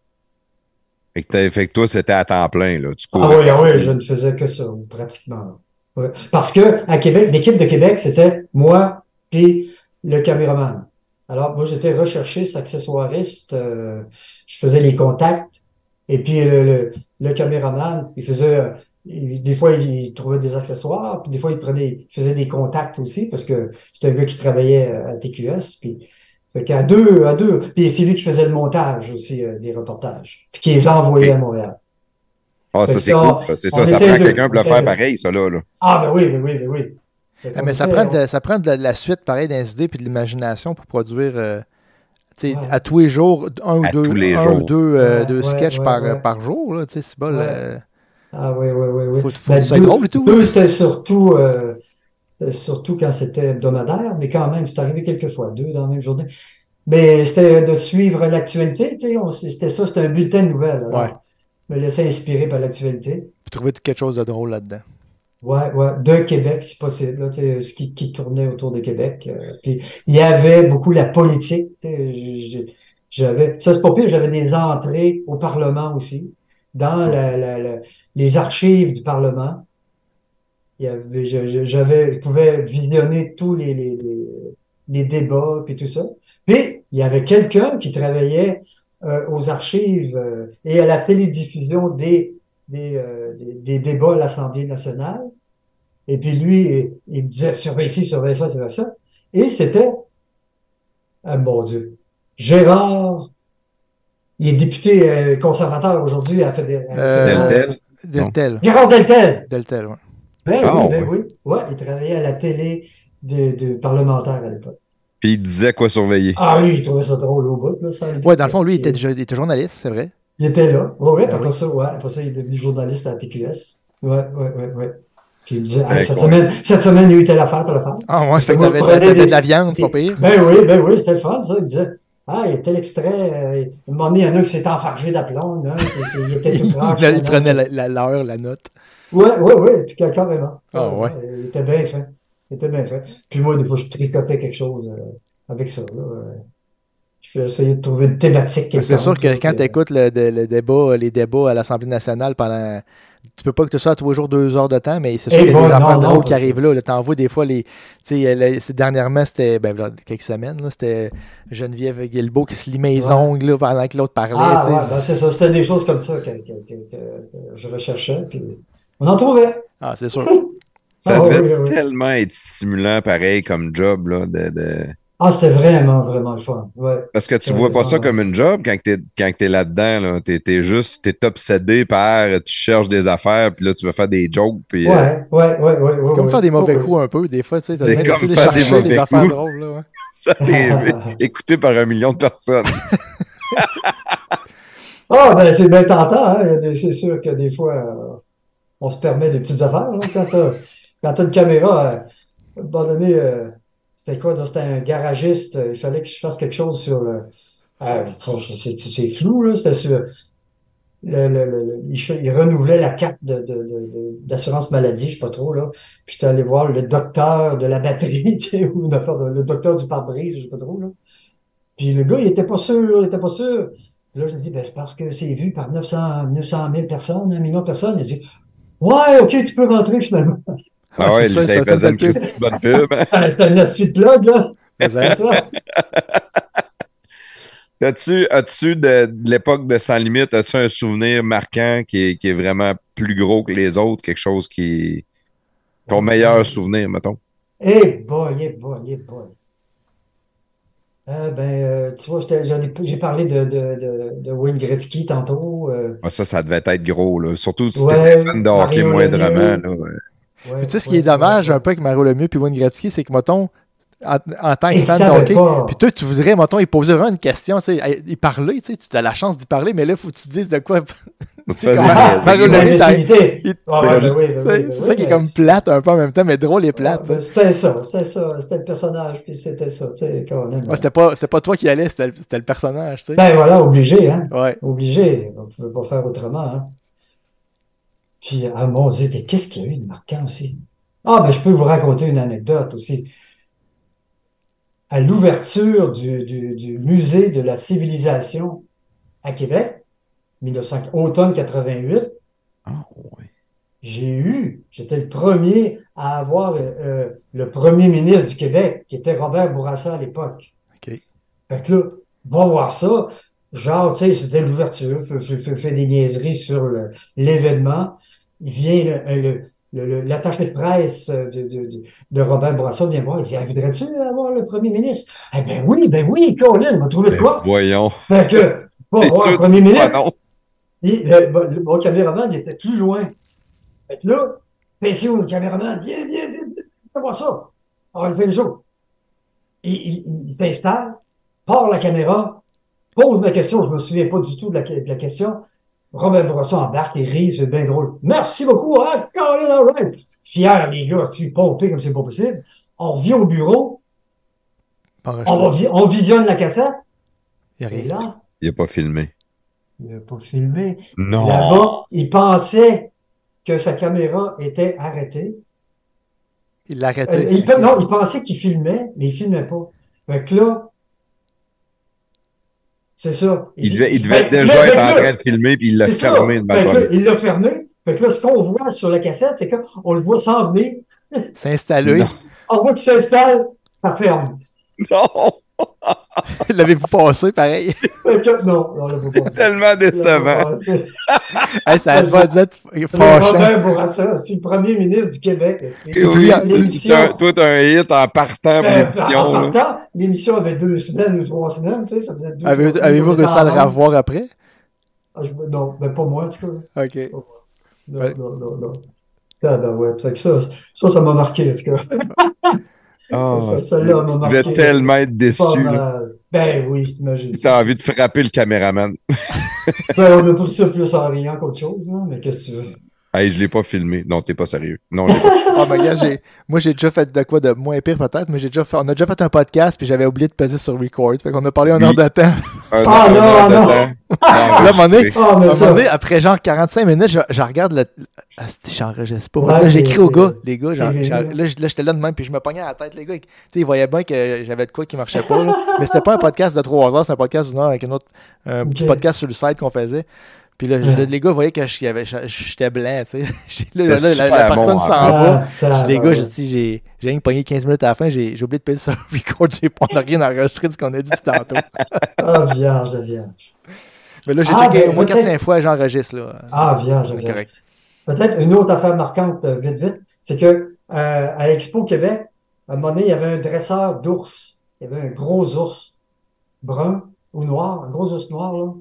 Fait que, t'as- fait que toi, c'était à temps plein. Là. Tu
Ah
courais.
oui, ah oui, je ne faisais que ça, pratiquement. Ouais. Parce que à Québec, l'équipe de Québec, c'était moi puis le caméraman. Alors, moi, j'étais recherchiste, accessoiriste, euh, je faisais les contacts, et puis le, le, le caméraman, il faisait, euh, il- des fois, il trouvait des accessoires, puis des fois, il prenait, il faisait des contacts aussi, parce que c'était un gars qui travaillait à TQS, puis fait qu'à deux, à deux, puis c'est lui qui faisait le montage aussi, euh, des reportages, puis qui les envoyait à Montréal.
Ah,
Fait
ça,
que
c'est
ça,
cool. ça. C'est
on
ça, ça
était
prend
deux. Euh,
quelqu'un pour le
On
faire
était deux.
pareil, ça, là. là.
Ah, ben oui, ben oui, ben oui. Fait
Ah,
qu'on
mais ça
était-
prend,
on-
de, ça prend de la, de la suite, pareil, des idées puis de l'imagination pour produire euh, tu sais,
Ouais.
à tous les jours un ou
À tous
deux,
les
un ou
jours.
deux, euh,
Ouais,
deux
ouais,
sketchs
ouais,
par,
ouais.
par jour. là, tu sais, C'est bon,
Ouais.
là,
Ah, oui, oui, oui, oui.
faut, faut
Ben,
que ça soit
deux-
drôle et tout. hein.
Deux, c'était surtout, euh, c'était surtout quand c'était hebdomadaire, mais quand même, c'est arrivé quelques fois, deux dans la même journée. Mais c'était de suivre l'actualité, tu sais, on- c'était ça, c'était un bulletin de nouvelles. alors,
Ouais.
Me laisser inspirer par l'actualité.
Puis trouver quelque chose de drôle là-dedans.
Ouais, ouais, de Québec, si possible, là, tu sais, ce qui, qui tournait autour de Québec. euh, puis il y avait beaucoup la politique, tu sais, j'ai- j'avais, ça c'est pas pire, j'avais des entrées au Parlement aussi, dans la, la- la- les archives du Parlement. Il y avait, je- je- j'avais, je pouvais visionner tous les, les, les, les débats puis tout ça. Puis il y avait quelqu'un qui travaillait euh, aux archives euh, et à la télédiffusion des des, euh, des, des débats à l'Assemblée nationale. Et puis lui, il, il me disait surveille ici, surveille ça, surveille ça. Et c'était, ah, mon Dieu, Gérard, il est député euh, conservateur aujourd'hui à la Fédé- à la
Euh,
Fédérale.
Tel, Non.
Deltel.
Gérard Deltel!
Deltel, ouais.
Ben
Ah,
oui, ben oui. Ouais, il travaillait à la télé de, de parlementaire à l'époque.
Puis il disait quoi surveiller.
Ah, lui, il trouvait ça drôle au bout, là, ça.
Ouais, dans le fond, lui, il était, déjà- il était journaliste, c'est vrai.
Il était là. Ouais, ouais,
Ben
après
oui.
ça, ouais, après ça, il est devenu journaliste à TQS. Ouais, ouais, ouais, ouais. Puis il me disait, hey, cette, semaine, cette semaine, il y a eu telle affaire, telle affaire.
Ah ouais, fait que t'avais, t'avais de la viande, c'est pas pire.
Ben oui, ben oui, c'était le fun, ça. Il me disait, ah, il y a tel extrait. Euh, un moment donné, il y en a un qui s'est enfargé d'aplomb, hein, il y a peut-être
il,
une branche.
il prenait la- la- l'heure, la note.
Ouais, ouais, ouais, tout- carrément.
Ah, ouais.
hein. Euh, Il était bien fait. Il était bien fait. Puis moi, des fois, je tricotais quelque chose euh, avec ça. Là, euh. je vais essayer de trouver une thématique.
Parce que C'est sûr
quelconque,
que quand
puis, euh,
tu écoutes le, le- le débat, les débats à l'Assemblée nationale pendant. Tu peux pas que tu sois à tous les jours deux heures de temps, mais c'est sûr
Eh
qu'il y a
ben,
des
non, non,
enfants drôles qui
parce que-
arrivent là. là T'envoies des fois les. Tu sais, là, c'est- dernièrement, c'était. Ben, voilà, quelques semaines, là, c'était Geneviève Guilbeault qui se limait les
Ouais.
ongles là, pendant que l'autre parlait.
Ah,
tu
ouais,
sais.
ben c'est ça. C'était des choses comme ça que, que- que- que- que je recherchais. Puis on en trouvait.
Ah, c'est sûr.
Ça
Ah,
devait
oui, oui.
tellement être stimulant, pareil, comme job. Là, de, de-
Ah, c'était vraiment, vraiment le fun. Ouais.
Parce que tu
Ouais,
vois pas ça
ouais.
comme une job quand t'es quand t'es là-dedans. Là. T'es es juste, t'es obsédé par, tu cherches des affaires, puis là, tu vas faire des jokes, puis euh,
Ouais, ouais, ouais, ouais, ouais,
C'est comme
ouais.
faire des mauvais
Ouais,
coups un peu, des fois, tu sais. T'as
C'est
même
comme
essayé de
faire des
chercher les
mauvais
affaires
coups.
drôles, là. ouais.
ça t'est écouté par un million de personnes.
Ah, ben c'est bien tentant, hein. Il y a des- C'est sûr que des fois, euh, on se permet des petites affaires. là. Quand t'as, quand t'as une caméra, euh, à un moment donné, euh, c'était quoi? là? C'était un garagiste, euh, il fallait que je fasse quelque chose sur le. euh, c'est, c'est flou, là. C'était sur. Le, le, le- le- il, ch- il renouvelait la carte de, de, de- de- d'assurance maladie, je sais pas trop, là. Puis j'étais allé voir le docteur de la batterie, tu sais, ou une affaire de- le docteur du pare-brise, je sais pas trop, là. Puis le gars, il était pas sûr, il était pas sûr. Là, je me dis, ben, c'est parce que c'est vu par 900, 900 000 personnes, un million de personnes. Il dit, ouais, OK, tu peux rentrer finalement.
Ah ouais, lui,
c'est
ça,
ça
il faisait une
fait
petite bonne pub.
C'était une suite plug, là.
Mais,
C'est ça.
As-tu, as-tu de, de l'époque de Sans Limite, as-tu un souvenir marquant qui est, qui est vraiment plus gros que les autres, quelque chose qui. ton meilleur souvenir, mettons?
Eh boy, eh boy, eh boy. Ah, ben, euh, tu vois, j'étais- j'en ai- j'ai parlé de, de, de, de Wayne Gretzky tantôt. euh,
Ah, ça, ça devait être gros, là. Surtout si t'étais
ouais,
fan de hockey
Mario
moindrement.
Lemieux.
là, ouais.
Ouais,
tu sais, ce qui
ouais,
est dommage
ouais.
un peu avec Mario Lemieux puis Wayne Gretzky, c'est que, mettons, en, en tant que
Il
fan de
savait
hockey,
pas.
Puis toi, tu voudrais, mettons, il posait vraiment une question, tu sais, hey, il parlait, tu sais, tu as la chance d'y parler, mais là, faut que tu dises de quoi.
Tu
sais,
faisais-
comment-
Ah,
Mario
la
Lemieux, t'as-
agressivité.
il-
Ah, ouais,
t'as
ben
juste-
oui, ben oui,
C'est
ben
c'est
oui,
ça qui est
ben-
comme plate un peu en même temps, mais drôle et
Ah,
plate. hein.
ben, c'était ça, c'était ça, c'était le personnage, puis c'était ça, tu sais, quand même.
Ouais, c'était pas, c'était pas toi qui allais, c'était le, c'était le personnage, tu sais.
Ben voilà, obligé, hein.
Ouais.
Obligé, on ne pouvait pas faire autrement. Hein. Puis, ah mon Dieu, t'es- qu'est-ce qu'il y a eu de marquant aussi? Ah, ben je peux vous raconter une anecdote aussi. À l'ouverture du, du- du musée de la civilisation à Québec, 1900, automne 88,
Ah, ouais.
j'ai eu, j'étais le premier à avoir euh, euh, le premier ministre du Québec, qui était Robert Bourassa à l'époque.
OK.
Fait que là, va voir ça. Genre, tu sais, c'était l'ouverture, fait, fait- fait- fait des niaiseries sur le- l'événement. Il vient, le- euh, le- le- le- l'attaché de presse euh, de, de- de- de Robert Bourassa vient me voir, il dit, ah, voudrais-tu avoir le premier ministre? Eh ben oui, ben oui, Colin, m'a trouvé de
Ben,
quoi?
voyons.
Fait que, va
C'est
voir le
sûr,
premier
tu dis pas
ministre.
non.
Et le- mon- le- mon caméraman il était plus loin. Fait que là, ben, PC au caméraman, viens, viens, viens, viens, fais voir ça. Alors, il fait le show. Et il, il- il s'installe, part la caméra, pose ma question, je me souviens pas du tout de la, de la question. Robert Bourassa embarque et rit, c'est bien drôle. Merci beaucoup, hein? Colin, all right. Fier, les gars, je suis pompé comme c'est pas possible. On revient au bureau,
Pas enregistré.
on, va vi- on visionne la cassette,
Y a
et
rien.
là,
Il n'a pas filmé.
il n'a pas filmé.
Non.
Là-bas, il pensait que sa caméra était arrêtée.
Il l'a
Euh,
arrêté.
il pe- non, il pensait qu'il filmait, mais il filmait pas. Fait que là, c'est ça.
Il
dit-
devait, il devait
Fait-
déjà
mais- fait
être en
que
train
là,
de filmer, puis il l'a
c'est ça. Ben,
fermé devant
Fait que
toi.
là, Il l'a fermé. Fait que là, ce qu'on voit sur la cassette, c'est qu'on le voit s'en venir.
s'est installé.
Non.
On voit qu'il s'installe, ça ferme.
Non!
L'avez-vous passé, pareil?
Fait que non, on l'a pas passé.
Tellement
On l'a pas
décevant.
passé.
Hey, ça va être fâchant.
Robert Bourassa, c'est le premier ministre du Québec. Et
Eh oui,
puis,
tu- t'as- Toi, t'as un hit en partant pour
Ben, en
l'émission. là.
partant, l'émission avait deux semaines ou trois semaines, tu sais, ça faisait deux
Avez-
trois semaines
Avez-vous
qu'on était
réussi à le
ensemble.
revoir après?
Ah, je- Non, ben pas moi, en tout cas.
OK.
Non,
Ouais.
non, non, non. Ah, ben ouais, fait que ça, ça, ça m'a marqué, en tout cas.
Ah,
Ça,
tu
celle-là m'a
devais
marqué.
tellement être
Pas
déçu. là.
mal. Ben oui, imagine.
T'as envie de frapper le caméraman.
Ben, on a pris ça plus en riant qu'autre chose, hein, mais qu'est-ce que tu veux.
Hey, je l'ai pas filmé. Non, t'es pas sérieux. Non, je l'ai pas
Ah, ben, gars, j'ai- moi, j'ai déjà fait de quoi de moins pire, peut-être, mais j'ai déjà fait, on a déjà fait un podcast, puis j'avais oublié de peser sur record. Fait qu'on a parlé en
Oui.
heure de temps.
Un
Ah,
an, un
non,
an de
non.
temps.
à
Ah,
un moment donné, à
mais
un moment
ça.
donné, après genre 45 minutes, je, je regarde le. le- Asti, j'enregistre pas.
Ouais,
là, j'écris au
mais-
gars, les gars, j'en-
mais-
j'en- là, j- là, j'étais là de même, puis je me pognais à la tête, les gars. Tu sais, ils voyaient bien que j'avais de quoi qui marchait pas. là. Mais c'était pas un podcast de 3 heures, c'était un podcast d'une heure avec un autre. Un petit
Ok.
podcast sur le site qu'on faisait. Puis là,
Ouais.
les gars voyaient que je- qu'il y avait- je- j'étais blanc, tu sais. Là,
T'es
là, la, la
super bon,
personne
hein.
s'en va.
Ah,
Je dis, les gars,
tabarouette.
j'ai dit, j'ai j'ai rien que pogné 15 minutes à la fin, j'ai j'ai oublié de payer sur le record, j'ai pas on a rien enregistré de ce qu'on a dit depuis tantôt.
Ah, vierge, vierge.
Mais là, j'ai
Ah,
checké
ben,
au moins
peut-être-
4-5 fois, j'enregistre là.
Ah, vierge,
C'est
vierge.
correct.
Peut-être une autre affaire marquante, euh, vite, vite, c'est que euh, à Expo Québec, à un moment donné, il y avait un dresseur d'ours. Il y avait un gros ours brun ou noir, un gros ours noir, là.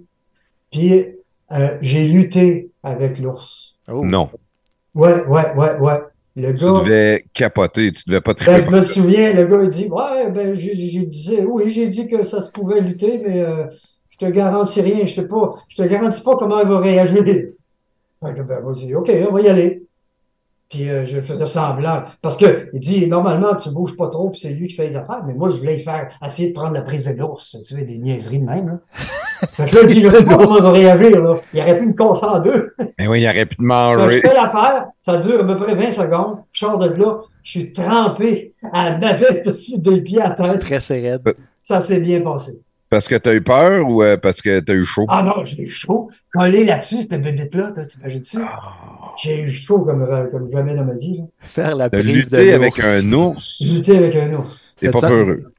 Puis euh, j'ai lutté avec l'ours.
Oh.
Non,
Ouais, ouais, ouais, ouais. Le
tu
gars.
devais capoter, tu devais pas
Ben,
triper.
je me souviens, le gars, il dit, ouais, ben, j'ai, j'ai disais, oui, j'ai dit que ça se pouvait lutter, mais euh, je te garantis rien, je te pas, je te garantis pas comment il va réagir. Fait que, ben, moi, je dis, OK, on va y aller. Puis euh, je faisais semblant. Parce que il dit, normalement, tu bouges pas trop, puis c'est lui qui fait les affaires, mais moi, je voulais y faire, essayer de prendre la prise de l'ours, tu sais, des niaiseries de même, là. Fait que là, il dit, je sais pas comment il va réagir, là. Il aurait pu me casser en deux.
Mais oui, il aurait pu te
Fait que ben, Je
manger.
fais l'affaire, ça dure à peu près 20 secondes. Je sors de là, je suis trempé à la navette dessus, des pieds à
C'est
tête.
très serré.
Ça s'est bien passé.
Parce que t'as eu peur ou euh, parce que t'as eu chaud?
Ah non, j'ai eu chaud. Collé là-dessus, cette bébête-là, toi, t'imagines-tu? J'ai eu chaud comme, euh, comme jamais dans ma vie. là.
Faire la
T'as
prise de
lutté avec
l'ours.
un ours.
J'ai lutté avec un ours.
T'es
Faites
pas
ça.
peureux.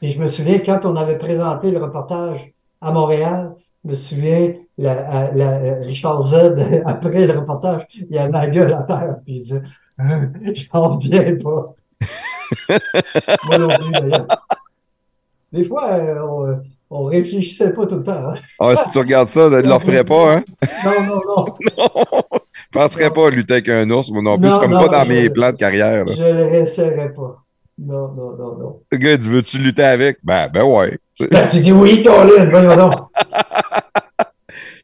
Et je me souviens, quand on avait présenté le reportage à Montréal, je me souviens, la, à- la- Richard Z, après le reportage, il avait la gueule à terre, puis il disait, hein, j'en reviens pas. Moi non plus, d'ailleurs. Des fois, euh, on, euh, on réfléchissait pas tout le temps. hein.
Ah, si tu regardes ça, ne leur ferais pas, hein?
Non, non, non,
Je penserais pas à lutter avec un ours, moi non plus.
Non,
C'est comme
non,
pas dans
je-
mes plans de carrière. là.
je le resserrais pas. Non, non, non, non.
Le gars, tu veux-tu lutter avec? Ben, ben ouais.
Là, tu dis oui, Colin, voyons donc.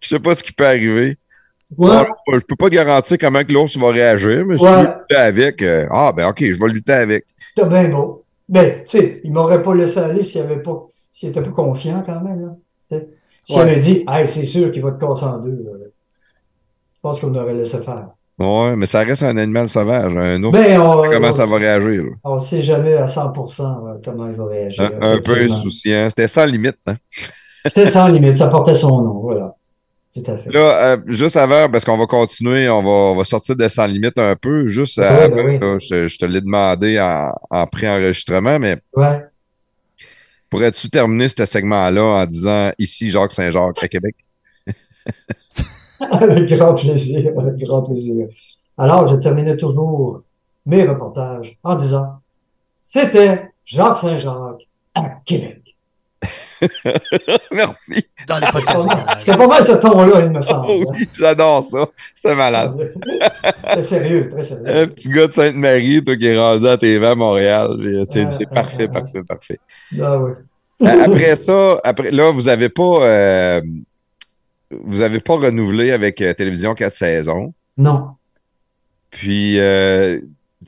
Je sais pas ce qui peut arriver.
Ouais,
Bon, je peux pas te garantir comment que l'ours va réagir, mais si
Ouais.
tu veux lutter avec, euh, ah ben ok, je vais lutter avec.
t'as bien beau. Mais, tu sais, il m'aurait pas laissé aller s'il avait pas, s'il était pas confiant quand même, là. Tu sais. S'il
Ouais.
avait dit, hey, c'est sûr qu'il va te casser en deux, là. je pense qu'on aurait laissé faire.
Ouais, mais ça reste un animal sauvage, hein. un ours.
Mais on,
comment ça
on-
va réagir? là? hein?
On ne sait jamais à 100% euh, comment il va réagir.
Un, un peu
effectivement.
insouciant. C'était sans limite. Hein?
C'était sans limite, ça portait son nom, voilà. Tout à fait.
Là, euh, juste avant, parce qu'on va continuer, on va, on va sortir de sans limite un peu. Juste
Ouais,
avant,
ben oui.
là, je, je te l'ai demandé en, en pré-enregistrement, mais
Ouais.
pourrais-tu terminer ce segment-là en disant ici Jacques Saint-Jacques à Québec?
Avec grand plaisir, avec grand plaisir. Alors, je terminais toujours mes reportages en disant, c'était Jacques Saint-Jacques à Québec.
Merci.
Dans les
Pas mal.
podcasts.
C'était pas mal ce ton-là, il me semble.
Oh oui, j'adore ça. C'était malade. Euh,
Très sérieux, très
Un
sérieux.
petit gars de Sainte-Marie, toi qui es rendu à TV à Montréal. puis euh, C'est
Ouais,
c'est
ouais,
parfait,
ouais.
parfait, parfait.
Ah oui.
Euh, Après ça, après, là, vous avez pas, euh, vous avez pas renouvelé avec euh, Télévision 4 saisons.
Non.
Puis, euh,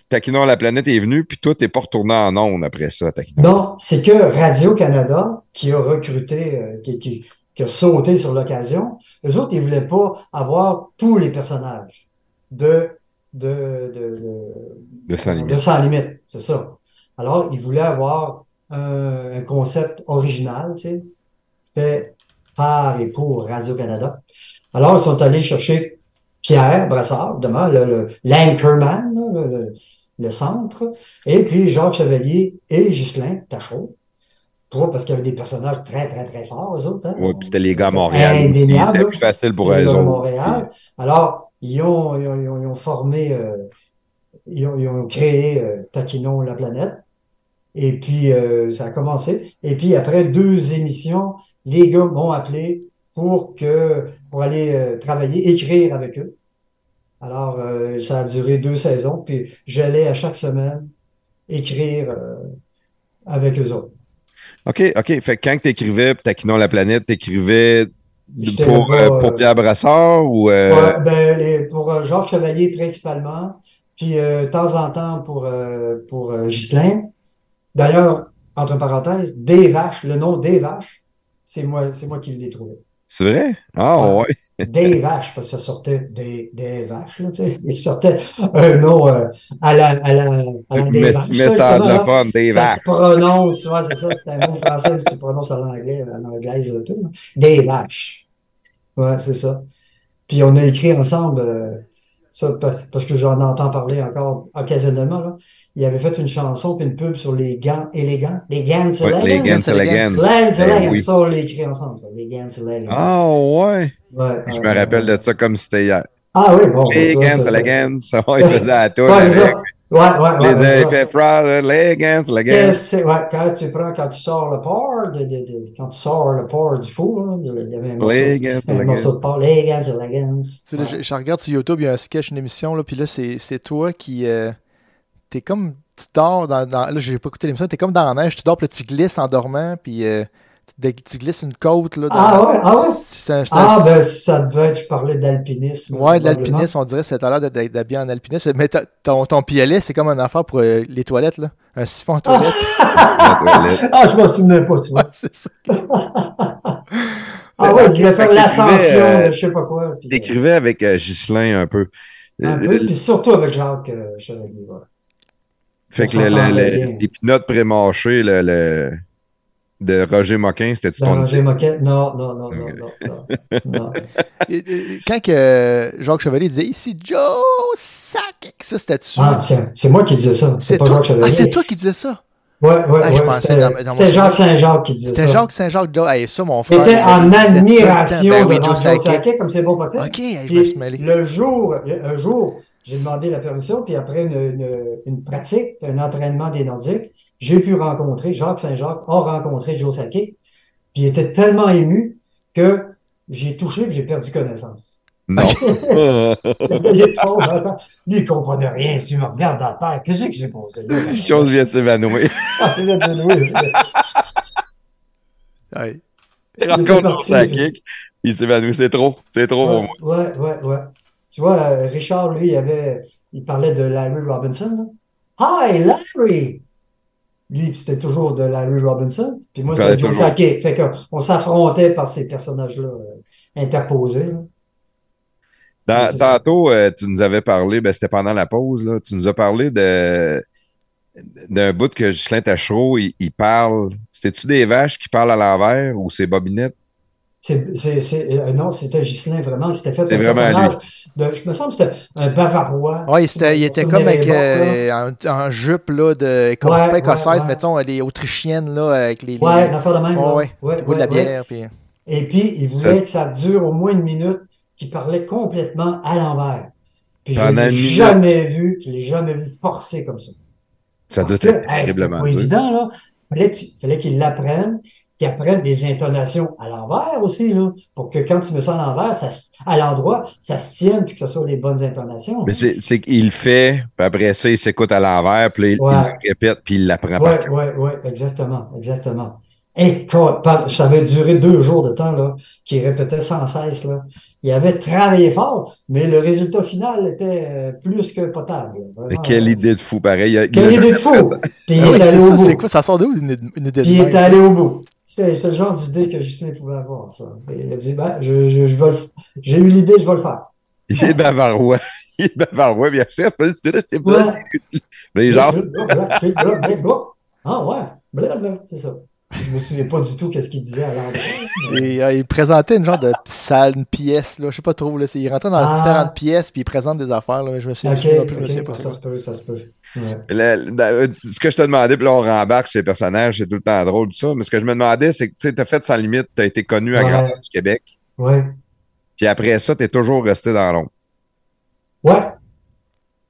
Taquinons la planète est venu, puis toi, t'es pas retourné en ondes après ça, Taquinons.
Non, c'est que Radio-Canada, qui a recruté, euh, qui, qui, qui a sauté sur l'occasion, eux autres, ils voulaient pas avoir tous les personnages de, de, de, de,
De Sans Limite.
de Sans Limite, c'est ça. Alors, ils voulaient avoir un, un concept original, tu sais, fait par et pour Radio-Canada. Alors, ils sont allés chercher Pierre Brassard, demain, le, le, l'anchorman, là, le, le- le centre, et puis Jacques Chevalier et Ghislain Tachereau, pour, parce qu'il y avait des personnages très, très, très forts, eux autres. hein.
Ouais, puis c'était les gars à
C'est
Montréal aussi.
indéniable,
C'était
là.
plus facile pour
Les
eux
gars de
autres.
Montréal. Alors, ils ont, ils ont, ils ont- ils ont formé, euh, ils, ont, ils ont créé euh, Taquinon la planète. Et puis, euh, ça a commencé. Et puis, après deux émissions, les gars m'ont appelé pour que pour aller euh, travailler, écrire avec eux. Alors, euh, ça a duré deux saisons. Puis, j'allais à chaque semaine écrire euh, avec eux autres.
OK, OK. Fait que quand t'écrivais Taquinons la planète, t'écrivais
J'étais
Pour,
là-bas,
euh, pour
euh,
Pierre Brassard ou. euh,
Ouais, ben, les- pour euh, Georges Chevalier principalement, puis euh, de temps en temps pour, euh, pour euh, Ghislain. D'ailleurs, entre parenthèses, des vaches, le nom des vaches, c'est moi, c'est moi qui l'ai trouvé.
C'est vrai? Ah,
Ouais.
ouais.
Des vaches, parce que ça sortait des, des vaches, là, tu sais. Il sortait un nom euh, à la, à la, à la des
Mais,
vaches.
mais c'est
Ça, justement, là,
anglophone, des
ça
vaches.
se prononce, ouais, c'est ça, c'est un mot français, mais ça se prononce à l'anglais, à l'anglaise, là, euh, tout, là. Des vaches. Ouais, c'est ça. Puis on a écrit ensemble, euh, ça, pa- parce que j'en entends parler encore occasionnellement, là. Il avait fait une chanson puis une pub sur les gants élégants. Les gants
Ouais, les
élégants.
Gans Elegans.
Gants élégants.
oui.
Ça, on l'a écrit ensemble, ça. Les gants élégants.
Ah, ouais.
Ouais,
Je
ouais,
me rappelle
ouais.
de ça comme c'était hier.
Ah oui, bon.
Les
ça,
Gans,
ça, ça.
les Gans. Ouais, ils faisaient la toune
Ouais, c'est ça.
avec
Ouais, ouais, ouais,
Les
c'est ça.
effets frères, les Gans, les
Qu'est-ce
Gans.
que Euh, c'est- ouais, quand tu prends, quand tu sors le porc, de- de- de- quand tu sors le porc du four, là, il y avait un morceau,
Les Gans,
un
les
morceau
Gans.
de porc, les gants, c'est les gants.
Tu sais, là, je, je regarde sur YouTube, il y a un sketch, une émission, là, puis là, c'est c'est toi qui. euh, t'es comme. Tu dors dans. dans- là, j'ai pas écouté l'émission, t'es comme dans la neige, tu dors, puis là, tu glisses en dormant, puis euh, tu, dé- tu glisses une côte, là. dans-
Ah ouais, ah ouais.
C'est un- c'est un-
Ah ben ça devait être, je parlais d'alpinisme.
Ouais, de
probablement.
l'alpinisme, on dirait, c'est à l'air d'être- d'être d'habillé en alpiniste, mais t'as- ton, ton piolet, c'est comme un affaire pour euh, les toilettes, là. Un siphon à toilette.
Ah, je m'en souvenais pas, tu
Ouais,
vois.
c'est ça.
Ah ouais, il devait faire
Fait qu'il
l'ascension,
écrivait, euh,
de je sais pas quoi. puis, euh,
Écrivait avec euh, Ghislain un peu. Euh,
un peu, puis surtout avec Jacques euh, Chevalier. ouais.
Fait
On
que le-
s'entendait
le-
bien.
le- les pinottes pré-mâchées le, le- de Roger Moquin, c'était tout
Dans
ton.
Roger Moquet, Ben, non, non, non, non, non, non, non.
Et- et- Quand que Jacques Chevalier disait ici Joe Sack, ça c'était dessus.
Ah, c'est c'est moi qui disais ça, c'est
c'est
pas
toi,
Jacques Chevalier.
ah, c'est toi qui disais ça.
Ouais, ouais,
Ah, je
ouais,
pensais
c'était
dans- dans mon
c'était Jacques
souvenir.
Saint-Jacques qui disait ça.
C'était Jacques Saint-Jacques Joe. Hey, ça, mon frère.
était en
il disait tout
admiration
le temps. Ben oui,
devant
Joe
Joe
Sakic.
Sakic, comme c'est bon possible.
Ok, hey, je me
Puis,
suis mêlé.
le jour, le- un jour, j'ai demandé la permission, puis après une, une- une pratique, un entraînement des Nordiques, j'ai pu rencontrer Jacques Saint-Jacques, a rencontré Joe Sakic, puis il était tellement ému que j'ai touché puis j'ai perdu connaissance.
Non.
il est tombé dans le temps. Lui, il comprenait rien. Il me regarde dans la terre. Qu'est-ce qui s'est passé? là?
Les choses viennent de s'évanouir.
Ah, c'est là de Louis.
Ouais.
Il
parti.
rencontre sa kick. Il s'évanouit. C'est trop. C'est trop pour
Ouais,
moi.
ouais, ouais, ouais. Tu vois, euh, Richard, lui, il avait, il parlait de Larry Robinson. là. Hi, Larry! Lui, c'était toujours de Larry Robinson. Puis moi,
Il
c'était
parlait
Joe
toujours.
Sakic. Fait qu'on on s'affrontait par ces personnages-là euh, interposés. là.
Dans-
Ouais, c'est ça.
tantôt, euh, tu nous avais parlé, ben, c'était pendant la pause, là, tu nous as parlé de d'un bout que Ghislain Tachereau, il, il parle. C'était-tu des vaches qui parlent à l'envers ou c'est Bobinette?
C'est, c'est, c'est, euh, non, c'était Ghislain, vraiment. C'était fait
C'est
un
vraiment
personnage de, je me semble, que c'était un Bavarois.
Ouais, c'était- il était comme avec
les bords,
euh, en, en jupe là, de écosse-
Ouais,
pas écossaise,
ouais, ouais.
mettons, les autrichiennes là, avec les, les
là. Ouais, une affaire de même.
Ouais,
là.
ouais.
Ouais,
au bout de la
ouais, ouais.
bière. puis-
Et puis, il voulait que ça dure au moins une minute, qu'il parlait complètement à l'envers. Puis je
Pendant
l'ai
une minute.
jamais vu, je l'ai jamais vu forcer comme ça.
Ça doit
Parce
être
que, hey, Ah, c'était
terriblement
pas
dur.
évident, là. Fallait, que- fallait qu'il l'apprenne, qu'il apprenne des intonations à l'envers aussi, là, pour que quand tu mets ça à l'envers, ça, se- à l'endroit, ça se tienne puis que ce soit les bonnes intonations.
Mais c'est c'est qu'il le fait, puis après ça, il s'écoute à l'envers, puis là, il,
Ouais.
il le répète, puis il l'apprend par
Ouais, ouais, ouais, exactement, exactement. Et quand- par- ça avait duré deux jours de temps, là, qu'il répétait sans cesse, là. Il avait travaillé fort, mais le résultat final était euh, plus que potable.
Mais
Vraiment.
quelle idée de fou, pareil. Il a- il
Ah. Quelle
a-
idée de fou! Puis il
Ah oui,
est
c'est
allé au
ça,
bout.
c'est quoi? Ça sort d'où une, une idée de
Puis il
même?
est allé au bout. C'était c'était le genre d'idée que Justin pouvait avoir, ça. Et il a dit, ben, je, je, je vais le f- j'ai eu l'idée, je vais le faire.
il est bavarois. Il est bavarois, puis après, il fait, je sais pas.
Ouais.
Les gens,
Blablabla, c'est blablabla. Ah ouais, blablabla, c'est ça. Je me souviens pas du tout qu'est-ce qu'il disait à l'endroit. mais-
Et, euh, il présentait une genre de salle, une pièce, là, je sais pas trop. Là, c'est- il rentrait dans
Ah.
différentes pièces puis il présente des affaires. Là, mais je me souviens
Ok,
plus, non plus, je me
ok,
souviens pas.
ça
c'est
se peut, ça se peut. Ouais.
Le- le- ce que je te demandais, puis là, on rembarque sur les personnages, c'est tout le temps drôle, tout ça. Mais ce que je me demandais, c'est que tu as fait sans limite, tu as été connu à
Ouais.
Grandeur du Québec.
Ouais.
Puis après ça, tu es toujours resté dans l'ombre.
Ouais,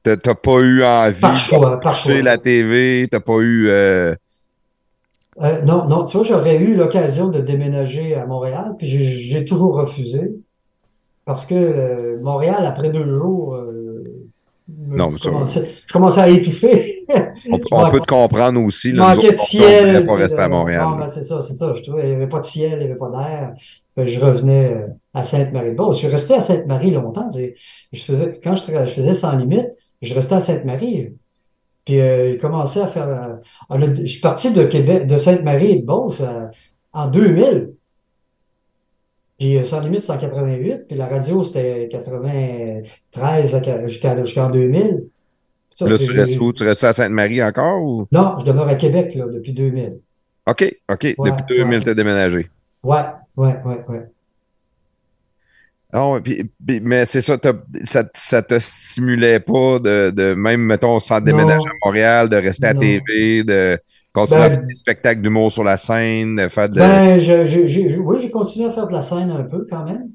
Tu n'as pas eu envie
par
de
choix, par choix.
toucher la TV, tu pas eu. euh,
Euh, non, non, tu vois, j'aurais eu l'occasion de déménager à Montréal, puis j'ai- j'ai toujours refusé. Parce que euh, Montréal, après deux jours, euh, me-
Non, mais
je,
ça-
commençais, je commençais à y toucher.
on on peut te comprendre aussi.
Il
Là, nous
manquait de
autres, on ne
ciel.
voulait pas rester à
puis, euh,
Montréal.
non, ben, c'est ça, c'est ça. Je trouvais, il n'y avait pas de ciel, il n'y avait pas d'air. Fait je revenais à Sainte-Marie. Bon, je suis resté à Sainte-Marie longtemps. Je faisais, quand je, je faisais sans limite, je restais à Sainte-Marie. Puis euh, j'ai commencé à faire. euh, on a- je suis parti de Québec, de Sainte-Marie et de Beauce euh, en 2000. Puis euh, sans limite, c'est en 88. Puis la radio, c'était 93 à qua- jusqu'à jusqu'en 2000. Ça,
Là,
j'ai-
tu restes
j'ai-
où? Tu restes à Sainte-Marie encore ou?
Non, je demeure à Québec là, depuis 2000.
OK, OK. Depuis 2000,
ouais.
t'es déménagé.
Ouais, ouais, ouais, ouais.
Ah ouais, puis- puis- mais c'est ça, t'as- ça, ça te stimulait pas de, de même, mettons, sans déménager à Montréal, de rester à
Non.
TV, de continuer
Ben-
à faire des spectacles d'humour sur la scène, de faire de la-
Ben, je, je- je- oui, j'ai continué à faire de la scène un peu quand même,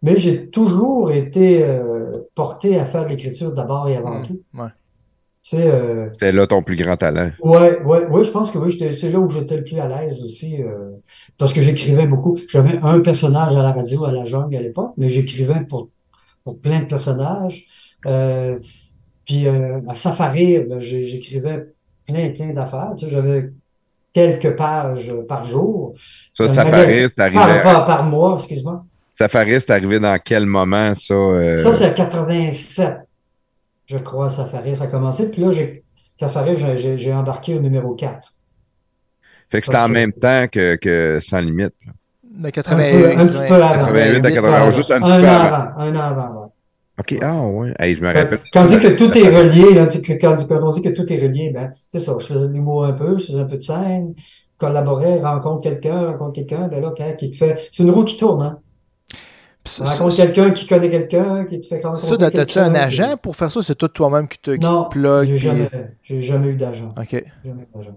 mais j'ai toujours été euh, porté à faire l'écriture d'abord et avant
Mm,
tout.
ouais.
Tu sais, euh,
C'était là ton plus grand talent.
ouais, ouais, ouais, je pense que oui, j'étais- c'est là où j'étais le plus à l'aise aussi, euh, parce que j'écrivais beaucoup. J'avais un personnage à la radio à la jungle à l'époque, mais j'écrivais pour, pour plein de personnages. Euh, puis euh, à Safari, ben, j'ai- j'écrivais plein, plein d'affaires. Tu sais, j'avais quelques pages par jour.
Ça,
Ben, Ah,
Safari, c'est
Par,
arrivé,
par, par mois, excuse-moi.
Safari, c'est arrivé dans quel moment, ça? euh,
Ça, c'est à 87, je crois, Safari, ça a commencé. Puis là, j'ai, Safari, j'ai- j'ai j'ai embarqué au numéro 4.
fait que c'était en
parce que-
même temps que, que Sans Limite.
De
Un,
88,
peu, un petit peu avant.
88 Ah, ben, à 80, juste un petit
an
peu
avant. Un an avant, ouais.
OK, ah ouais. Hey, je me
Quand
rappelle.
quand on dit que tout est relié, là, tu- que- quand, quand on dit que tout est relié, ben, c'est ça. Je faisais de l'humour un peu, je faisais un peu de scène, collaborais, rencontre quelqu'un, rencontre quelqu'un, ben là, quand, qui te fait. C'est une roue qui tourne, hein.
Puis ça- ça-
Rencontre quelqu'un qui connaît quelqu'un, qui te fait
Ça,
rencontrer.
t'as-tu un
quelqu'un,
agent pour faire ça? C'est tout toi-même qui te, qui
Non,
te plug?
J'ai
puis-
jamais, j'ai jamais eu d'agent.
OK.
Jamais d'argent.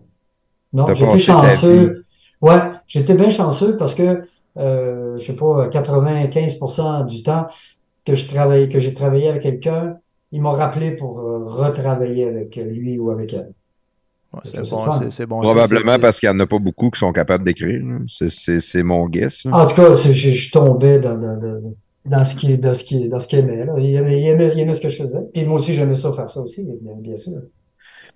Non,
T'as
j'étais
passé ta
chanceux. Ouais, j'étais bien chanceux parce que, euh, je sais pas, 95% du temps que je travaillais, que j'ai travaillé avec quelqu'un, ils m'ont rappelé pour euh, retravailler avec lui ou avec elle.
Ouais,
Ça,
c'est
c'est
bon,
fun.
c'est- c'est bon. ça,
Probablement
c'est-
parce qu'il n'y en a pas beaucoup qui sont capables d'écrire. là. C'est- C'est c'est mon guess. là.
En tout cas, c'est- je, je tombais dans, dans, dans, dans ce qui, dans ce qui, dans ce qu'il aimait, là. Il aimait, il aimait, il aimait ce que je faisais. Puis moi aussi, j'aimais ça faire ça aussi, bien, bien sûr.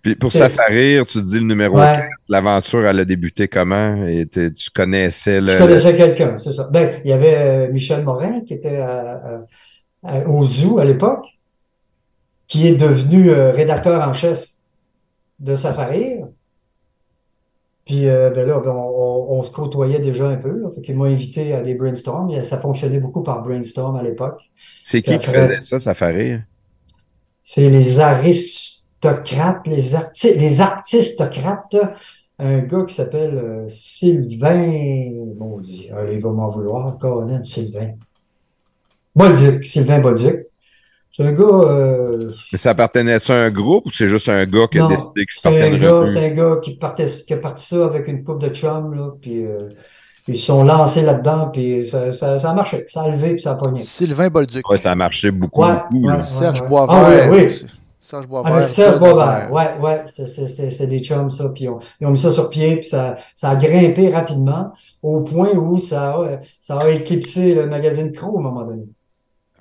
Puis pour
C'est-
Safari, tu dis le numéro
Ouais.
4, l'aventure, elle a débuté comment? Et t'es- tu connaissais le.
Je connaissais quelqu'un, c'est ça. Ben, il y avait euh, Michel Morin qui était à- à- à- au Zoo à l'époque, qui est devenu euh, rédacteur en chef de Safari. Puis euh, ben là, ben, on, on- on se côtoyait déjà un peu. Là. Fait qu'il m'a invité à des brainstorms. Et Ça fonctionnait beaucoup par brainstorm à l'époque.
C'est qui qui
Après-
faisait ça, Safari?
C'est les aristocrates, les artistes, les artistocrates. là. Un gars qui s'appelle euh, Sylvain. Maudit. Ah, il va m'en vouloir. Conan, Sylvain. Bolduc, Sylvain Bolduc. C'est un gars. euh,
Mais Ça appartenait à un groupe ou c'est juste un gars qui a
Non,
décidé que ça
c'est un
appartenait
gars,
à
c'est un gars qui partait, qui a parti ça avec une coupe de chum, là, puis euh, ils se sont lancés là-dedans, puis ça, ça, ça a marché, ça a levé, puis ça a pogné.
Sylvain Bolduc.
Ouais, ça a marché beaucoup.
Ouais,
beaucoup,
ouais.
là.
Serge
ouais.
Boisvert.
Ah oui, oui.
Serge Boisvert.
Avec Serge
Claude
Boisvert, ouais, ouais, c'est- c'est- c'est c'est des chums, ça, puis on, ils ont mis ça sur pied, puis ça, ça a grimpé rapidement, au point où ça a, ça a éclipsé le magazine Crow, à un moment donné.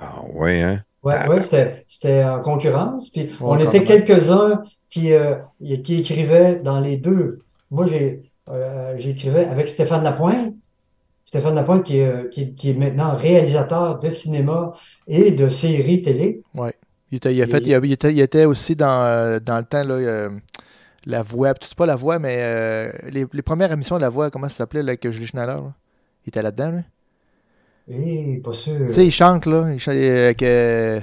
Ah ouais, hein?
Ouais,
Ah.
ouais, c'était, c'était en concurrence, puis on
quand
était
même.
quelques-uns qui, euh, qui écrivaient dans les deux. Moi, j'ai, euh, j'écrivais avec Stéphane Lapointe, Stéphane Lapointe qui, est, euh, qui, qui est maintenant réalisateur de cinéma et de séries télé.
Il était, il a
Et-
fait, il, a- il était, il était aussi dans, euh, dans le temps, là, euh, La Voix, peut-être pas La Voix, mais euh, les, les premières émissions de La Voix, comment ça s'appelait, là, que Julie Schnaller, là? Il était là-dedans, là.
Et pas sûr.
Tu sais, il chante, là, il chante euh, avec euh,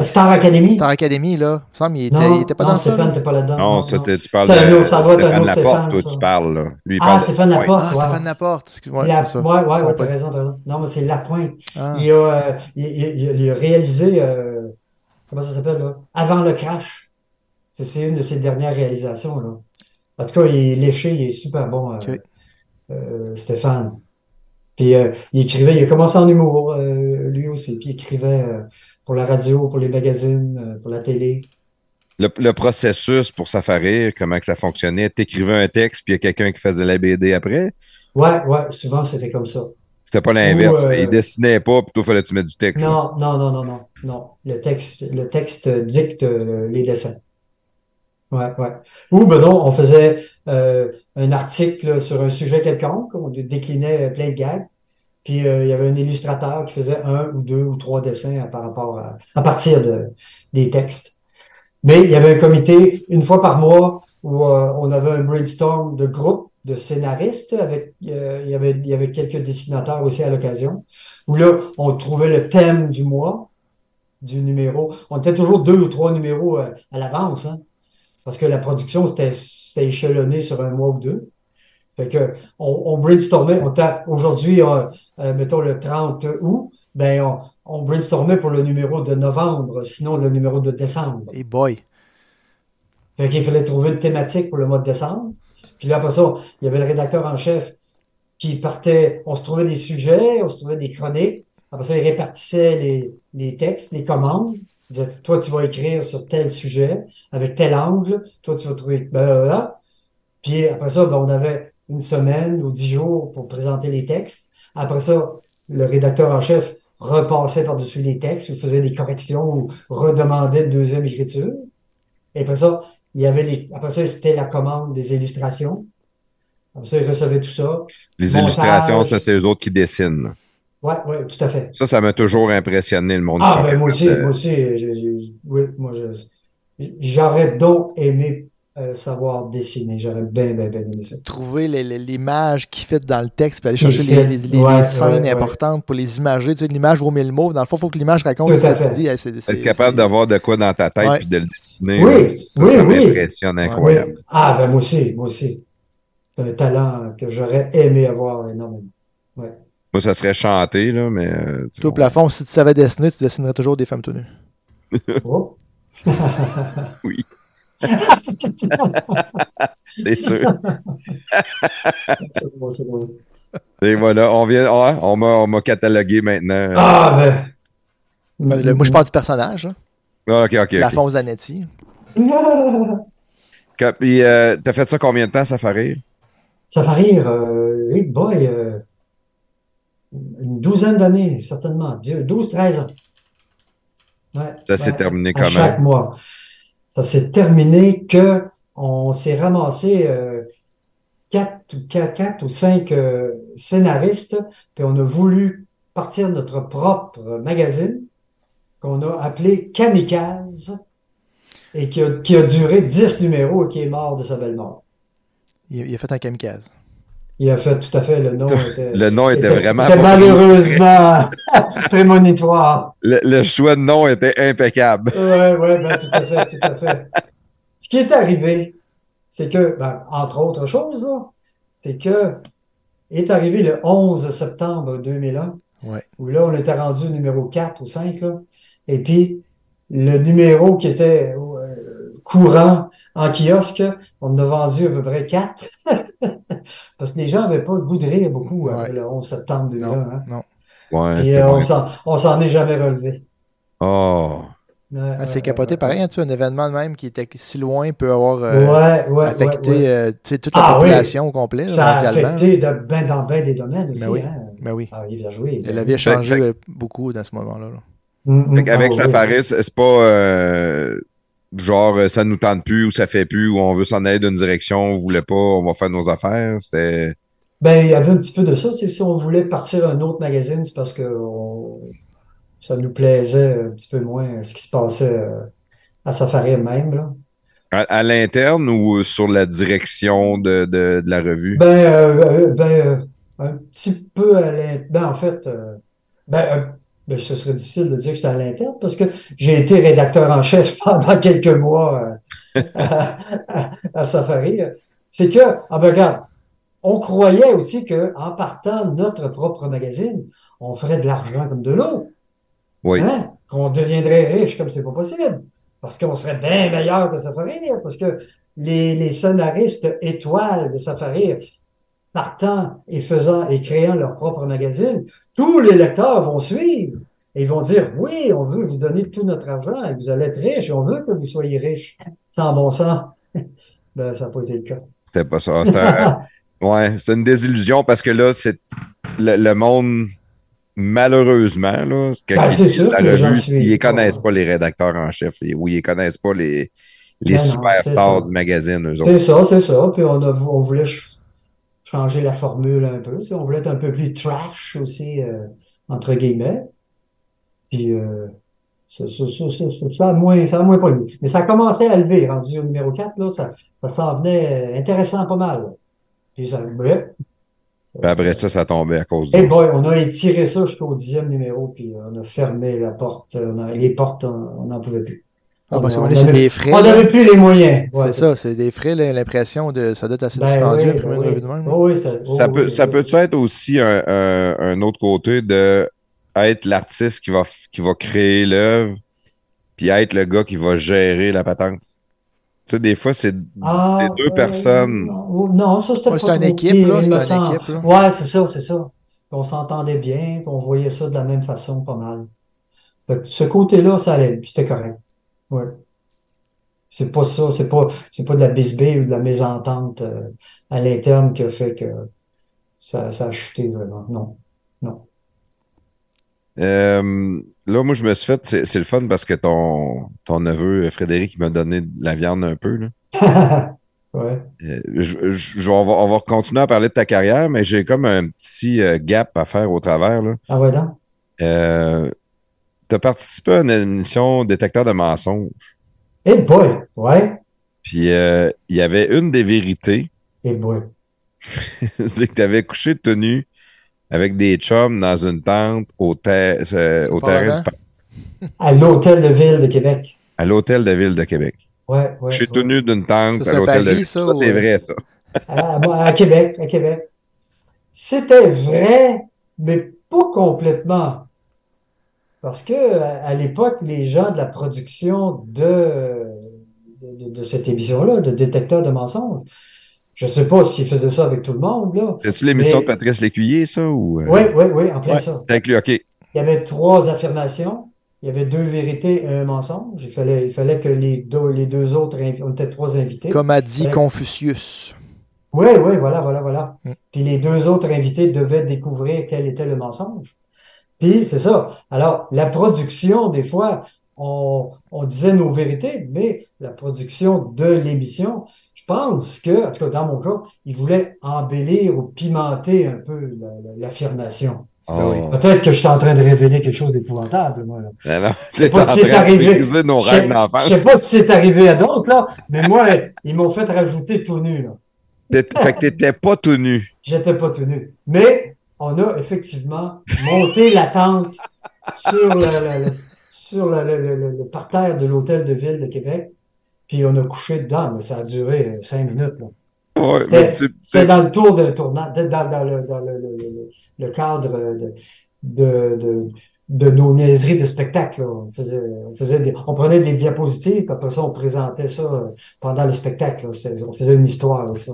Star Academy?
Star Academy, là. Il me semble, il était,
Non,
il était pas
non,
dans
Stéphane
ça. là.
t'es pas là-dedans.
Non, ça, c'est, tu parles
C'est un
de
autre, ça doit être un
Stéphane
autre
Laporte, toi,
Stéphane,
tu
ça.
parles, là. Lui, il
Ah,
parle de-
Stéphane
ouais.
Laporte,
Ah,
ouais.
Stéphane Laporte, excuse-moi,
La-
c'est ça.
Ouais, ouais,
Je
ouais,
comprends.
t'as raison, t'as raison. Non, mais c'est Lapointe.
Ah.
Il a, euh, il, il- il a réalisé, euh, comment ça s'appelle, là? Avant le crash. C'est- C'est une de ses dernières réalisations, là. En tout cas, il est léché, il est super bon, euh,
Ok.
euh, Stéphane. Puis euh, il écrivait, il a commencé en humour, euh, lui aussi. Puis il écrivait euh, pour la radio, pour les magazines, euh, pour la télé.
Le, le processus pour Safari, comment que ça fonctionnait? T'écrivais un texte, puis il y a quelqu'un qui faisait la BD après?
Ouais, ouais, souvent c'était comme ça.
C'était pas l'inverse.
Ou, euh,
Il dessinait pas, puis toi, fallait que tu mettes du texte. là.
Non, non, non, non, non, non. Le texte, le texte dicte euh, les dessins. Ouais, ouais. Ou ben non, on faisait euh, un article sur un sujet quelconque, on dé- déclinait euh, plein de gags, Puis euh, il y avait un illustrateur qui faisait un ou deux ou trois dessins à, par rapport à, à partir de, des textes. Mais il y avait un comité une fois par mois où euh, on avait un brainstorm de groupe de scénaristes avec euh, il y avait il y avait quelques dessinateurs aussi à l'occasion où là on trouvait le thème du mois du numéro on était toujours deux ou trois numéros à, à l'avance hein, parce que la production c'était c'était échelonné sur un mois ou deux fait que on, on brainstormait on tape aujourd'hui euh, euh, mettons le 30 août ben on, on brainstormait pour le numéro de novembre sinon le numéro de décembre
Hey boy.
fait qu'il fallait trouver une thématique pour le mois de décembre. Puis là, après ça, il y avait le rédacteur en chef qui partait, on se trouvait des sujets, on se trouvait des chroniques. Après ça, il répartissait les, les textes, les commandes. Il disait, toi, tu vas écrire sur tel sujet, avec tel angle. Toi, tu vas trouver... Blablabla. Puis après ça, ben, on avait une semaine ou dix jours pour présenter les textes. Après ça, le rédacteur en chef repassait par-dessus les textes, il faisait des corrections ou redemandait une deuxième écriture. Et après ça, il y avait les, après ça, c'était la commande des illustrations. Après ça, ils recevaient tout ça.
Les
Montage.
illustrations, ça, c'est eux autres qui dessinent.
Ouais, ouais, tout à fait.
Ça, ça m'a toujours impressionné, le monde
Ah,
du
ben, moi aussi,
Euh,
moi aussi, euh, j'ai- j'ai- oui, moi, je- j'aurais donc aimé euh, savoir dessiner. J'aurais bien, bien, bien aimé ça.
Trouver les- les- l'image qui fit dans le texte, puis aller chercher
Qui
les,
fit.
les- les-
Ouais,
les scènes
ouais, ouais.
importantes pour les imager. Tu sais, une image vaut mille mots. Dans le fond, il faut que l'image raconte
Tout
ce
à
que tu
fait.
dis. Hey, c'est- c'est-
Être capable
c'est-
d'avoir de quoi dans ta tête
Ouais.
puis de le dessiner.
Oui,
là, ça,
oui,
ça
oui.
m'impressionne
Ouais.
Oui.
incroyable.
Ah, ben, moi aussi, moi aussi. C'est Un talent que j'aurais aimé avoir énormément.
Moi, ça serait chanté, là, mais. euh, tu
Toi, au
vois,
plafond, si tu savais dessiner, tu dessinerais toujours des femmes tout nues.
Oh.
c'est sûr.
C'est bon, c'est bon.
Et voilà, on vient. ah, on m'a on m'a catalogué maintenant.
Ah, ben.
Ben,
Mm-hmm.
le- moi, je parle du personnage, hein.
Ah, ok, ok. ok.
Plafond Zanetti.
Quand- Puis, euh, t'as fait ça combien de temps, ça fait rire?
Ça fait rire, euh, hey boy, euh, une douzaine d'années, certainement, 12, 13 ans. Ouais,
Ça s'est
ouais,
terminé
à
comment?
chaque mois. Ça s'est terminé que on s'est ramassé euh, quatre, ou- quatre, quatre ou cinq euh, scénaristes, puis on a voulu partir de notre propre magazine qu'on a appelé Kamikaze et qui a, qui a duré 10 numéros et qui est mort de sa belle mort.
Il, il a fait un kamikaze.
Il a fait tout à fait le nom. Était,
Le nom était vraiment.
était malheureusement prémonitoire.
Le, le choix de nom était impeccable.
Ouais, ouais, ben, tout à fait, tout à fait. Ce qui est arrivé, c'est que, ben, entre autres choses, là, c'est que est arrivé le 11 septembre 2001,
Ouais.
où là, on était rendu numéro 4 ou 5, là, et puis le numéro qui était euh, courant en kiosque, on en a vendu à peu près 4, parce que les gens n'avaient pas le goût de rire beaucoup après
Ouais.
le 11 septembre 2001.
Non,
hein.
non.
Ouais,
Et
c'est
euh, on
bon.
s'en- on s'en est jamais relevé.
Oh.
Ouais,
Ah,
ouais,
c'est capoté
ouais,
pareil, hein, tu sais, un événement de même qui était si loin peut avoir
Ouais,
euh,
ouais, ouais,
affecté
ouais.
euh, tu sais, toute la
Ah, oui.
population au complet, là,
Ça a
euh, mondialement.
affecté de, ben, dans bien des domaines aussi.
Ben oui.
hein.
Ben oui.
Ah, il vient jouer. Mm,
La vie a
Fait-
changé
fait-
euh, beaucoup dans ce moment-là. là.
Fait qu'avec
sa
Safaris, c'est pas euh, genre euh, ça nous tente plus ou ça fait plus ou on veut s'en aller d'une direction, on voulait pas, on va faire nos affaires. C'était.
Ben, il y avait un petit peu de ça. tu sais, Si on voulait partir un autre magazine, c'est parce que on- ça nous plaisait un petit peu moins ce qui se passait euh, à Safari même. Là.
À, à l'interne ou sur la direction de, de- de la revue?
Ben, euh, euh, ben euh, un petit peu à l'interne. Ben, en fait, euh, ben, euh, ben, ce serait difficile de dire que j'étais à l'interne parce que j'ai été rédacteur en chef pendant quelques mois euh, à, à- à Safari. C'est que, ah ben, regarde, on croyait aussi que en partant notre propre magazine, on ferait de l'argent comme de l'eau.
oui.
Hein? Qu'on deviendrait riche comme c'est pas possible. Parce qu'on serait bien meilleur que Safari, parce que les, les scénaristes étoiles de Safari, partant et faisant et créant leur propre magazine, tous les lecteurs vont suivre et ils vont dire oui, on veut vous donner tout notre argent et vous allez être riche, on veut que vous soyez riche, sans bon sens. ben, ça n'a pas été le cas.
C'était pas ça. C'était un- ouais, c'est une désillusion parce que là, c'est le, le monde, malheureusement, là, quand
Ben,
ils
c'est
lisent
sûr
la
que les gens
revue,
suivent
ils
pas.
connaissent pas les rédacteurs en chef et- ou ils connaissent pas les, les
Ben non, c'est ça.
superstars du magazine, eux autres.
C'est ça, c'est ça. Puis on, a, on voulait ch- changer la formule un peu. Si on voulait être un peu plus trash aussi, euh, entre guillemets. Puis euh, ça, ça, ça, ça, ça, ça a moins, ça a moins pogné. Mais ça a commencé à lever, rendu au numéro 4, là, ça, ça s'en venait euh, intéressant pas mal. Puis ça, bref.
Puis Ben, après ça, ça tombait à cause de
Eh boy, on a étiré ça jusqu'au dixième numéro, puis euh, on a fermé la porte, euh, on a- les portes, on n'en pouvait plus.
Ah, parce
on
qu'on est sur
avait-
des frais.
On
là.
n'avait plus les moyens. Ouais,
c'est ça, c'est des frais, là, l'impression de. Ça doit être assez
Ben
dispendieux,
oui,
imprimer une
oui. Oh
revue de même.
Oui, oui, c'est-
Ça
oui,
peut,
oui,
ça
oui.
peut être aussi un, un- un autre côté de être l'artiste qui va, f- qui va créer l'œuvre, puis être le gars qui va gérer la patente. Tu sais, des fois, c'est
Ah,
les deux
euh,
personnes.
Non, Oh, non, ça, c'était
Ouais,
pas
c'est une
trop
équipe,
pire,
là,
il
c'est
me
une
semble.
équipe, là.
Ouais, c'est ça, c'est ça. Puis on s'entendait bien, puis on voyait ça de la même façon, pas mal. Fait que ce côté-là, ça allait, puis c'était correct. Ouais. C'est pas ça, c'est pas, c'est pas de la bisbille ou de la mésentente euh, à l'interne qui a fait que ça, ça a chuté vraiment. Non.
Euh, là, moi, je me suis fait, c'est c'est le fun parce que ton, ton neveu euh, Frédéric il m'a donné de la viande un peu. là.
Ouais.
Euh, je- je- je- on, va, on va continuer à parler de ta carrière, mais j'ai comme un petit euh, gap à faire au travers. Là.
Ah ouais, donc?
Euh, T'as participé à une émission Détecteur de mensonges.
Eh boy! Ouais.
Puis euh, il y avait une des vérités,
Eh boy.
c'est que tu avais couché tenu avec des chums dans une tente au, ter- euh, au
Pas
terrain
avant?
du parc-
À l'hôtel de ville de Québec.
à l'hôtel de ville de Québec.
Ouais, ouais.
couché
ouais.
tenu d'une tente
Ça,
à
c'est
l'hôtel de
Paris,
ville.
ça,
Ça, c'est
ou-
vrai, ça.
à, à- à Québec, à Québec. C'était vrai, mais pas complètement. Parce que à, à l'époque, les gens de la production de, de, de cette émission-là, de détecteur de mensonges, je sais pas s'ils faisaient ça avec tout le monde, là.
C'est-tu l'émission
Mais-
de Patrice Lécuyer, ça? Ou... euh,
Oui, oui, oui, en plein
Ouais.
ça.
T'as inclus, OK.
Il y avait trois affirmations. Il y avait deux vérités et un mensonge. Il fallait, il fallait que les deux, les deux autres, invi- on était trois invités.
Comme a dit
Ouais.
Confucius.
Oui, oui, voilà, voilà, voilà.
Mm.
Puis les deux autres invités devaient découvrir quel était le mensonge. Puis c'est ça. Alors, la production, des fois, on, on disait nos vérités, mais la production de l'émission, je pense que, en tout cas dans mon cas, ils voulaient embellir ou pimenter un peu la- la- l'affirmation.
Ah oui.
Oh.
Peut-être que je suis en train de révéler quelque chose d'épouvantable, moi, là.
Non, non, t'es
pas
en
si c'est
train de
arrivé.
briser nos
Je sais-
rêves d'enfance.
Je sais pas si c'est arrivé à d'autres, là, mais moi, ils m'ont fait rajouter tout nu, là.
T'étais- Fait que t'étais pas tout nu.
J'étais pas tout nu. Mais on a effectivement monté la tente sur le, le- le- sur le, le- le- le- le parterre de l'hôtel de ville de Québec. Puis on a couché dedans, mais ça a duré euh, cinq minutes. là.
Ouais,
C'était-
mais tu-
C'était dans le tour de tournant, de- dans, dans le, dans le- le- le- le cadre de, de, de, de nos niaiseries de spectacle. là. On, faisait, on, faisait des- on prenait des diapositives, puis après ça, on présentait ça euh, pendant le spectacle. là. C'était- On faisait une histoire avec ça.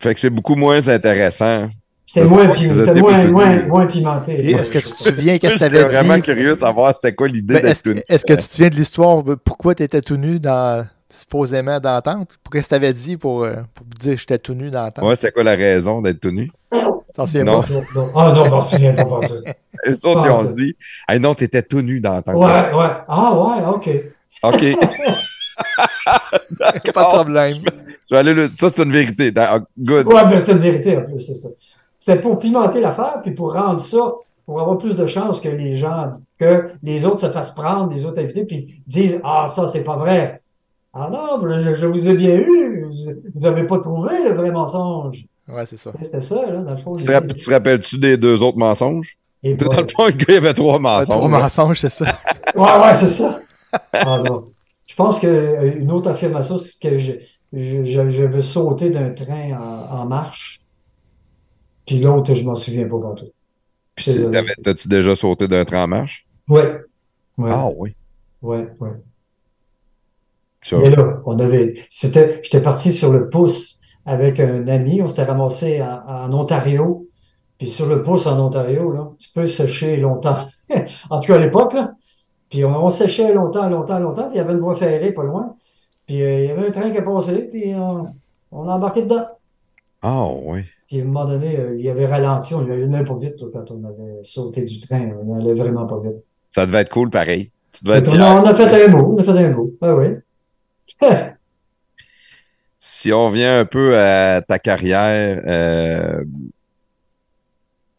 Fait que c'est beaucoup moins intéressant.
C'était
Ça,
moins,
c'est
pi-
pas-
c'était
vous
moins,
étiez
moins,
tenu.
moins pimenté.
Et Est-ce que tu te souviens qu'est-ce que
J'étais
t'avais
vraiment
dit?
curieux de savoir c'était quoi l'idée
Ben,
d'être
est-ce,
tout nu.
que, est-ce que tu te souviens de l'histoire? ben, Pourquoi tu étais tout nu dans, supposément dans la tente? Pourquoi tu t'avais dit pour, euh, pour dire que j'étais tout nu dans la tente?
Ouais, c'était quoi la raison d'être tout nu?
T'en souviens
Non.
pas?
Non, non. Ah non, je m'en souviens pas. pas tout. Ouais,
Eux autres, ils ont
Pantoute.
dit, hey, non, t'étais tout nu dans ton
ouais. Ah ouais, ok.
OK. Oh.
Pas de problème.
Je vais aller le- Ça, c'est une vérité. Da- ah, Good.
Ouais, mais c'était une vérité en plus, c'est ça. C'était pour pimenter l'affaire, puis pour rendre ça, pour avoir plus de chances que les gens, que les autres se fassent prendre, les autres invités, puis disent Ah, ça, c'est pas vrai. Ah non, je, je vous ai bien eu. Vous n'avez pas trouvé le vrai mensonge.
Ouais, c'est ça.
C'était ça, là, dans le fond.
Tu te rapp- tu te rappelles-tu des deux autres mensonges?
Et
Dans le fond, le gars, il y avait trois
Un
mensonges.
trop mensonge, c'est ça.
Ouais, ouais, c'est ça. Ah, non. Je pense que euh, une autre affirmation, c'est que je, je, je, je veux sauter d'un train en, en marche. Puis l'autre, je m'en souviens pas quand tout.
Puis c'est- t'avais- t'as-tu déjà sauté d'un train en marche?
Ouais. Ouais.
Ah oui.
Ouais, ouais.
Ça,
Mais là, on avait. C'était. J'étais parti sur le pouce avec un ami. On s'était ramassé en, en Ontario. Puis sur le pouce en Ontario, là, tu peux sécher longtemps. en tout cas, à l'époque, là. Puis on, on séchait longtemps, longtemps, longtemps. Puis il y avait une voie ferrée pas loin. Puis euh, il y avait un train qui a passé. Puis on, on a embarqué dedans.
Ah oui.
Puis à un moment donné, euh, il avait ralenti. On allait pas vite là, quand on avait sauté du train. On allait vraiment pas vite.
Ça devait être cool pareil. Tu devais
Donc,
être
on, a,
fier.
on a fait un mot. On a fait un mot. Ah oui.
Si on revient un peu à ta carrière, euh,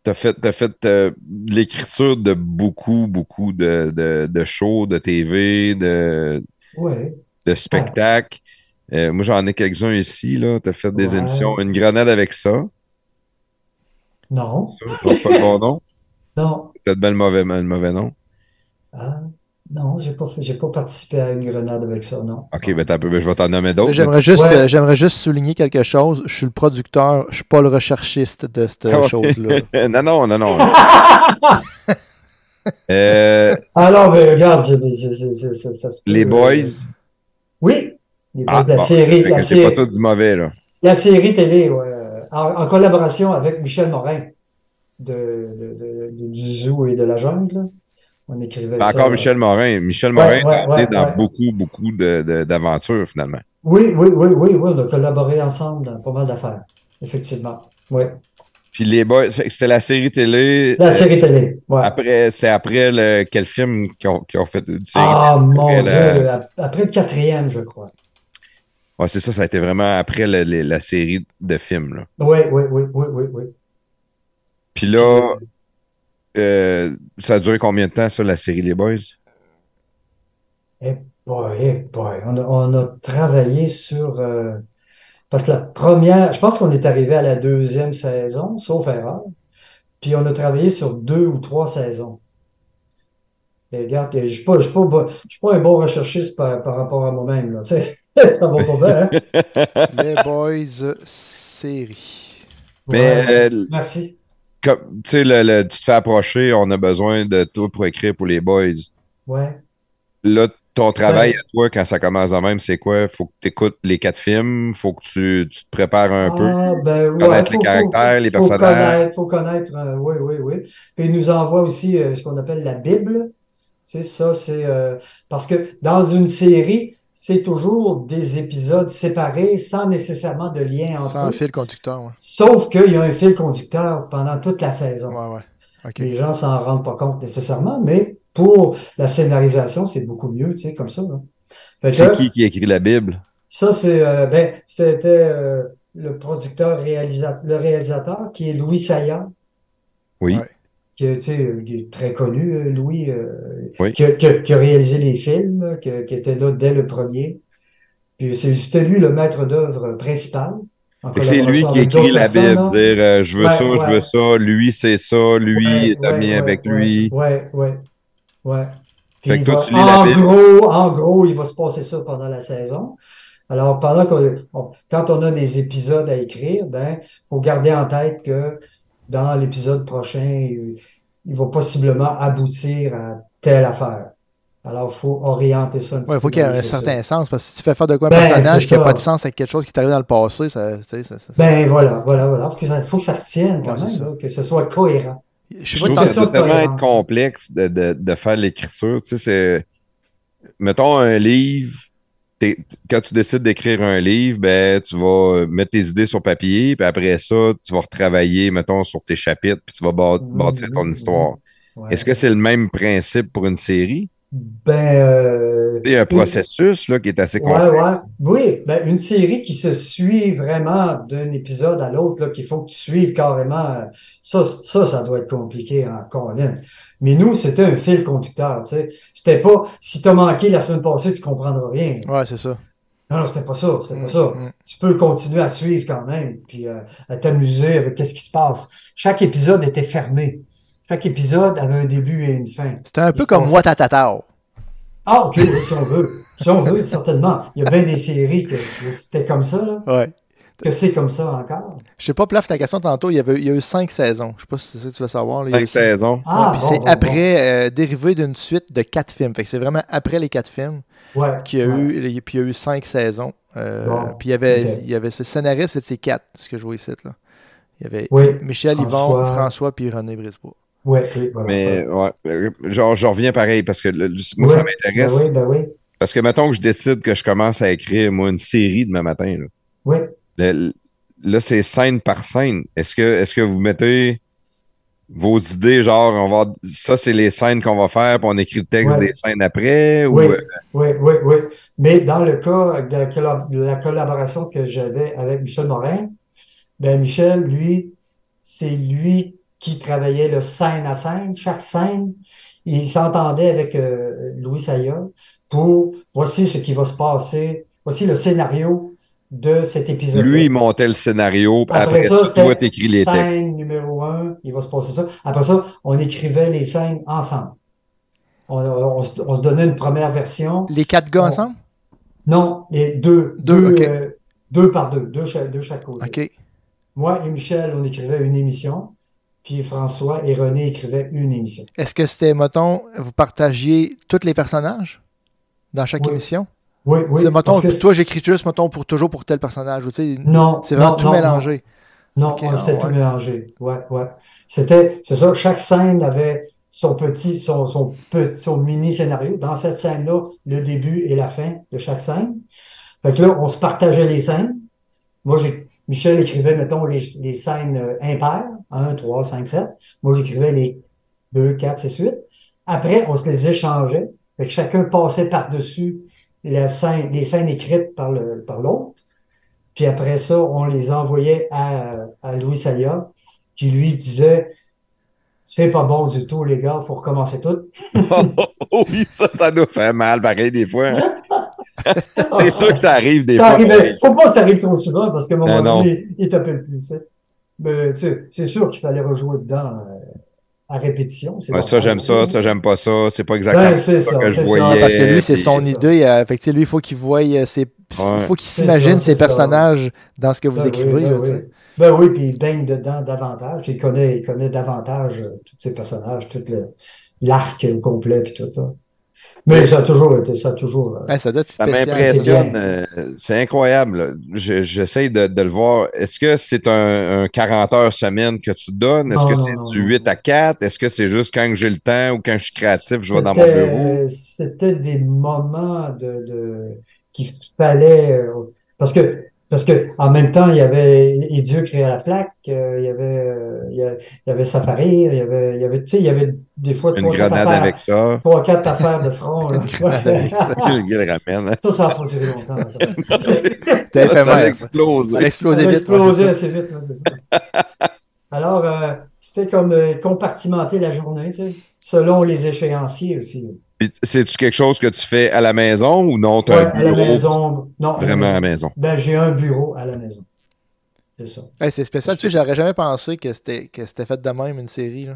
tu as fait, t'as fait euh, de l'écriture de beaucoup, beaucoup de, de, de shows, de TV, de,
Ouais.
de spectacles. Euh, moi, j'en ai quelques-uns ici. Tu as fait des
Ouais.
émissions Une grenade avec ça.
Non.
Ça, je trouve pas le bon nom.
Non.
Peut-être bien le mauvais, le mauvais nom.
Ah, non, j'ai pas fait- j'ai pas participé à une grenade avec ça, non.
OK, ben, t'as un peu, ben, je vais t'en nommer d'autres.
J'aimerais
mais-
juste,
Ouais.
euh, j'aimerais juste souligner quelque chose. Je suis le producteur, je suis pas le recherchiste de cette
Ah ouais.
chose-là.
non, non, non, non. Euh,
Alors, ben, regarde, c'est- c'est- c'est- c'est- c'est- ça se peut,
les
euh,
Boys.
Oui, les boys
Ah,
de la
bon,
série,
Fait
la
que C'est pas
série,
tout du mauvais, là.
la série télé, ouais, euh, en, en collaboration avec Michel Morin de, de- de- de- du Zoo et de la Jungle. là. On écrivait
Encore
ça. euh,
Michel Morin. Michel Morin
ouais,
a été
ouais,
dans
ouais.
beaucoup, beaucoup de- de- d'aventures, finalement.
Oui, oui, oui, oui, oui, on a collaboré ensemble dans pas mal d'affaires, effectivement. Oui,
Puis les Boys, fait que c'était la série télé.
la
euh,
série télé, ouais.
Après, c'est après le, quel film qu'ils ont, qu'ils ont fait une série?
Ah, mon
après
Dieu,
la-
ap- après le quatrième, je crois.
Ouais, c'est ça, ça a été vraiment après le- le- la série de films. Là.
Oui, oui, oui, oui, oui, oui.
Puis là, euh, ça a duré combien de temps, ça, la série Les Boys?
Boy, eh boy. On a, on a travaillé sur. euh, parce que la première. Je pense qu'on est arrivé à la deuxième saison, sauf erreur. Puis on a travaillé sur deux ou trois saisons. Et regarde, je ne suis, pas- je suis pas bon- je suis pas un bon recherchiste par, par rapport à moi-même. Là, tu sais. Ça va pas bien, hein?
Les Boys euh, série.
Ouais.
Mais euh,
Merci.
comme, tu sais, le- le- tu te fais approcher, on a besoin de toi pour écrire pour les boys.
Ouais.
Là, ton travail
Ouais.
à toi, quand ça commence de même, c'est quoi? Faut que tu écoutes les quatre films, faut que tu, tu te prépares un
Ah, ben ouais,
connaître les
faut- faut-
caractères, les
faut
personnages.
connaître, faut connaître, euh, oui, oui, oui. Puis il nous envoie aussi euh, ce qu'on appelle la Bible. C'est ça, c'est euh, parce que dans une série, c'est toujours des épisodes séparés sans nécessairement de lien entre
Sans
eux.
fil conducteur, ouais.
Sauf qu'il y a un fil conducteur pendant toute la saison.
Ouais, ouais. OK.
Les gens s'en rendent pas compte nécessairement, mais pour la scénarisation, c'est beaucoup mieux, tu sais, comme ça. là. Fait
peu.
que-
C'est qui qui écrit la Bible?
ça, c'est euh, ben, c'était euh, le producteur réalisateur, le réalisateur qui est Louis Saillant,
Oui.
Ouais.
qui est, tu sais, euh, qui est très connu, euh, Louis, euh,
Oui.
qui, a, qui a- qui a réalisé les films, là, qui, a- qui était là dès le premier. Puis c'est- c'était lui le maître d'œuvre principal. en
Fait que c'est lui
collaboration
qui
avec
écrit
d'autres
la
personnes, hein.
Bible,
là.
dire euh, je veux
Ouais,
ça, je
ouais.
veux ça, lui c'est ça, lui
Ouais,
est ami
ouais,
avec
ouais,
lui.
Ouais, ouais, ouais. Puis
Fait que
il
toi,
va-
tu lis la
en
Bible.
gros, en gros, il va se passer ça pendant la saison. Alors, pendant qu'on, on- quand on a des épisodes à écrire, ben, faut garder en tête que dans l'épisode prochain, il, il va possiblement aboutir à telle affaire. Alors, faut orienter ça un petit
Ouais, faut
peu
qu'il y ait
dans
un
les
certain
épisodes.
sens, parce que si tu fais faire de quoi un
Ben,
personnage
c'est
qui n'a
ça.
pas de sens avec quelque chose qui t'arrive dans le passé, ça, tu sais, ça- ça-
Ben, voilà, voilà, voilà. Faut que ça, faut que ça se tienne quand
Ouais, c'est
même,
ça.
là, que ce soit cohérent.
Je
Je
sais
trouve
pas
que
tant-
attention
ça doit
de
tellement être
cohérence.
complexe de, de- de faire l'écriture. Tu sais, c'est. Mettons un livre. t'es- Quand tu décides d'écrire un livre, ben, tu vas mettre tes idées sur papier, puis après ça, tu vas retravailler, mettons, sur tes chapitres, puis tu vas bâ-
Mhm,
bâtir ton
mhm,
histoire.
Ouais.
Est-ce que c'est le même principe pour une série?
Ben, euh,
Il y a un processus là, qui est assez
Ouais,
complexe.
ouais. Oui, ben, une série qui se suit vraiment d'un épisode à l'autre, là, qu'il faut que tu suives carrément. euh, Ça, ça, ça doit être compliqué en colonne. Mais nous, c'était un fil conducteur, tu sais. C'était pas, si t'as manqué la semaine passée, tu comprendras rien.
Ouais, c'est ça.
Non, non, c'était pas ça, c'était pas
Mm,
ça.
mm.
Tu peux continuer à suivre quand même, puis euh, à t'amuser avec qu'est-ce qui se passe. Chaque épisode était fermé. Chaque épisode avait un début et une fin.
C'était un peu
Il
comme
pense-
Watatata.
Ah, ok, oui, si on veut. Si on veut, certainement. Il y a bien des séries que que c'était comme ça, là.
Ouais.
Que c'est comme ça encore?
Je sais pas, Plaf, ta question tantôt, il y, avait, il y a eu cinq saisons. Je sais pas si c'est ça que tu veux savoir. là. Il y a eu
Cinq saisons.
Ouais,
Ah,
puis
bon,
c'est
bon,
après, euh, dérivé d'une suite de quatre films. Fait que c'est vraiment après les quatre films
bon. Ouais,
qu'il y a
ouais.
eu, il y- puis il y a eu cinq saisons. Euh,
Bon,
puis il y avait,
ok.
il y avait ce scénariste, c'était ces quatre, ce que je vois ici, là. Il y avait
Oui,
Michel,
François.
Yvon, François, puis René Brisebois.
Ouais, oui, voilà.
Mais ouais, euh, genre, je reviens pareil parce que le- le- moi,
Oui,
ça
Ben
m'intéresse.
oui, ben oui.
Parce que mettons que je décide que je commence à écrire, moi, une série demain matin. Là,
Oui.
Le- le- là, c'est scène par scène. Est-ce que, est-ce que vous mettez vos idées, genre, on va, ça, c'est les scènes qu'on va faire, puis on écrit le texte
Ouais.
des scènes après? Ou,
Oui,
euh,
oui, oui, oui. Mais dans le cas de la colla- de la collaboration que j'avais avec Michel Morin, ben Michel, lui, c'est lui qui travaillait le scène à scène, chaque scène. Il s'entendait avec euh, Louis Saya pour voici ce qui va se passer, voici le scénario de cet épisode.
lui, il montait le scénario, puis après, ça,
c'était
toi, t'écris les
scène
textes.
numéro un, il va se passer ça. Après ça, on écrivait les scènes ensemble. On, on se- on se donnait une première version.
Les quatre gars
Bon.
ensemble?
Non, et deux, deux,
Deux, ok.
euh, deux par deux, deux chaque, deux chaque côté.
OK.
Moi et Michel, on écrivait une émission, puis François et René écrivaient une émission.
Est-ce que c'était, mettons, vous partagiez tous les personnages dans chaque
Oui.
émission?
Oui, oui,
C'est, mettons,
parce que-
toi, j'écris juste, mettons, pour toujours pour tel personnage. ou tu sais,
non,
c'est vraiment
non,
tout
non,
mélangé.
Non,
Ok,
on
ah,
s'était tout
ouais.
mélangé. Ouais, ouais. C'était, c'est ça, chaque scène avait son petit, son, son petit, son mini scénario. Dans cette scène-là, le début et la fin de chaque scène. Fait que là, on se partageait les scènes. Moi, j'ai, Michel écrivait, mettons, les, les scènes euh, impaires, 1, 3, 5, 7. Moi, j'écrivais les 2, 4, 6, 8. Après, on se les échangeait. Fait que chacun passait par-dessus la scène, les scènes écrites par le, par l'autre. Puis après ça, on les envoyait à, à Louis Saya, qui lui disait C'est pas bon du tout, les gars, faut recommencer tout.
oui, ça, ça nous fait mal, pareil, des fois. hein. c'est sûr que ça arrive des
ça
fois.
arrivait.
pareil.
Faut pas que ça arrive trop souvent parce qu'à un moment
Ben non.
donné, il t'appelle plus. tu sais. Mais tu sais, c'est sûr qu'il fallait rejouer dedans euh, à répétition. c'est
Ouais, ça,
normal.
j'aime ça, ça, j'aime pas ça. C'est pas exactement
Ben, c'est
ça
ça,
que je
c'est ça.
voyais.
Parce que lui, c'est
puis-
son
c'est ça.
idée. euh, fait que, tu sais, lui, il faut qu'il voie euh, ses-
Ouais.
Il faut qu'il
C'est
s'imagine
ça,
ses
c'est ça.
personnages dans ce que vous
Ben oui,
écrivez.
ben
là, tu
oui.
sais.
Ben oui, puis il baigne dedans davantage. Il connaît, il connaît davantage euh, tous ces personnages, tout le- l'arc au complet, puis tout ça. Mais ça a toujours été, ça a toujours. euh,
Ouais, ça doit être
Ça
spécial.
m'impressionne. euh, C'est incroyable. là. Je- J'essaie de, de le voir. Est-ce que c'est un, un 40 heures semaine que tu te donnes? Est-ce
Non,
que
non, non,
c'est du
Oh.
non.
8 à 4? Est-ce que c'est juste quand j'ai le temps ou quand je suis créatif, je vais dans mon
C'était-
bureau?
C'était des moments de, de qu'il fallait euh, parce que parce que en même temps il y avait et Dieu créé à la plaque, euh, il y avait euh, il y a- il y avait Safari, il y avait il y avait tu sais il y avait des fois
Une
trois quatre
grenade
affaires,
avec ça.
trois quatre affaires de front là.
grenade avec
Il le ramène. hein.
Ça, ça a pas duré longtemps. Ça,
T'es
Ça
éphémère. ça.
explose.
Ça a explosé
Ça a
vite.
explosé
ouais,
assez vite. là, c'est ça. Alors, euh, c'était comme euh, compartimenter la journée, tu sais, selon les échéanciers aussi.
Puis, C'est-tu quelque chose que tu fais à la maison ou non?
Ouais,
T'as un
à la
bureau
maison. Non, à la
Vraiment à
maison.
la maison.
Ben, j'ai un bureau à la maison. C'est ça.
ça. Hey, c'est spécial. Tu sais, j'aurais jamais pensé que c'était que c'était fait de même une série. là.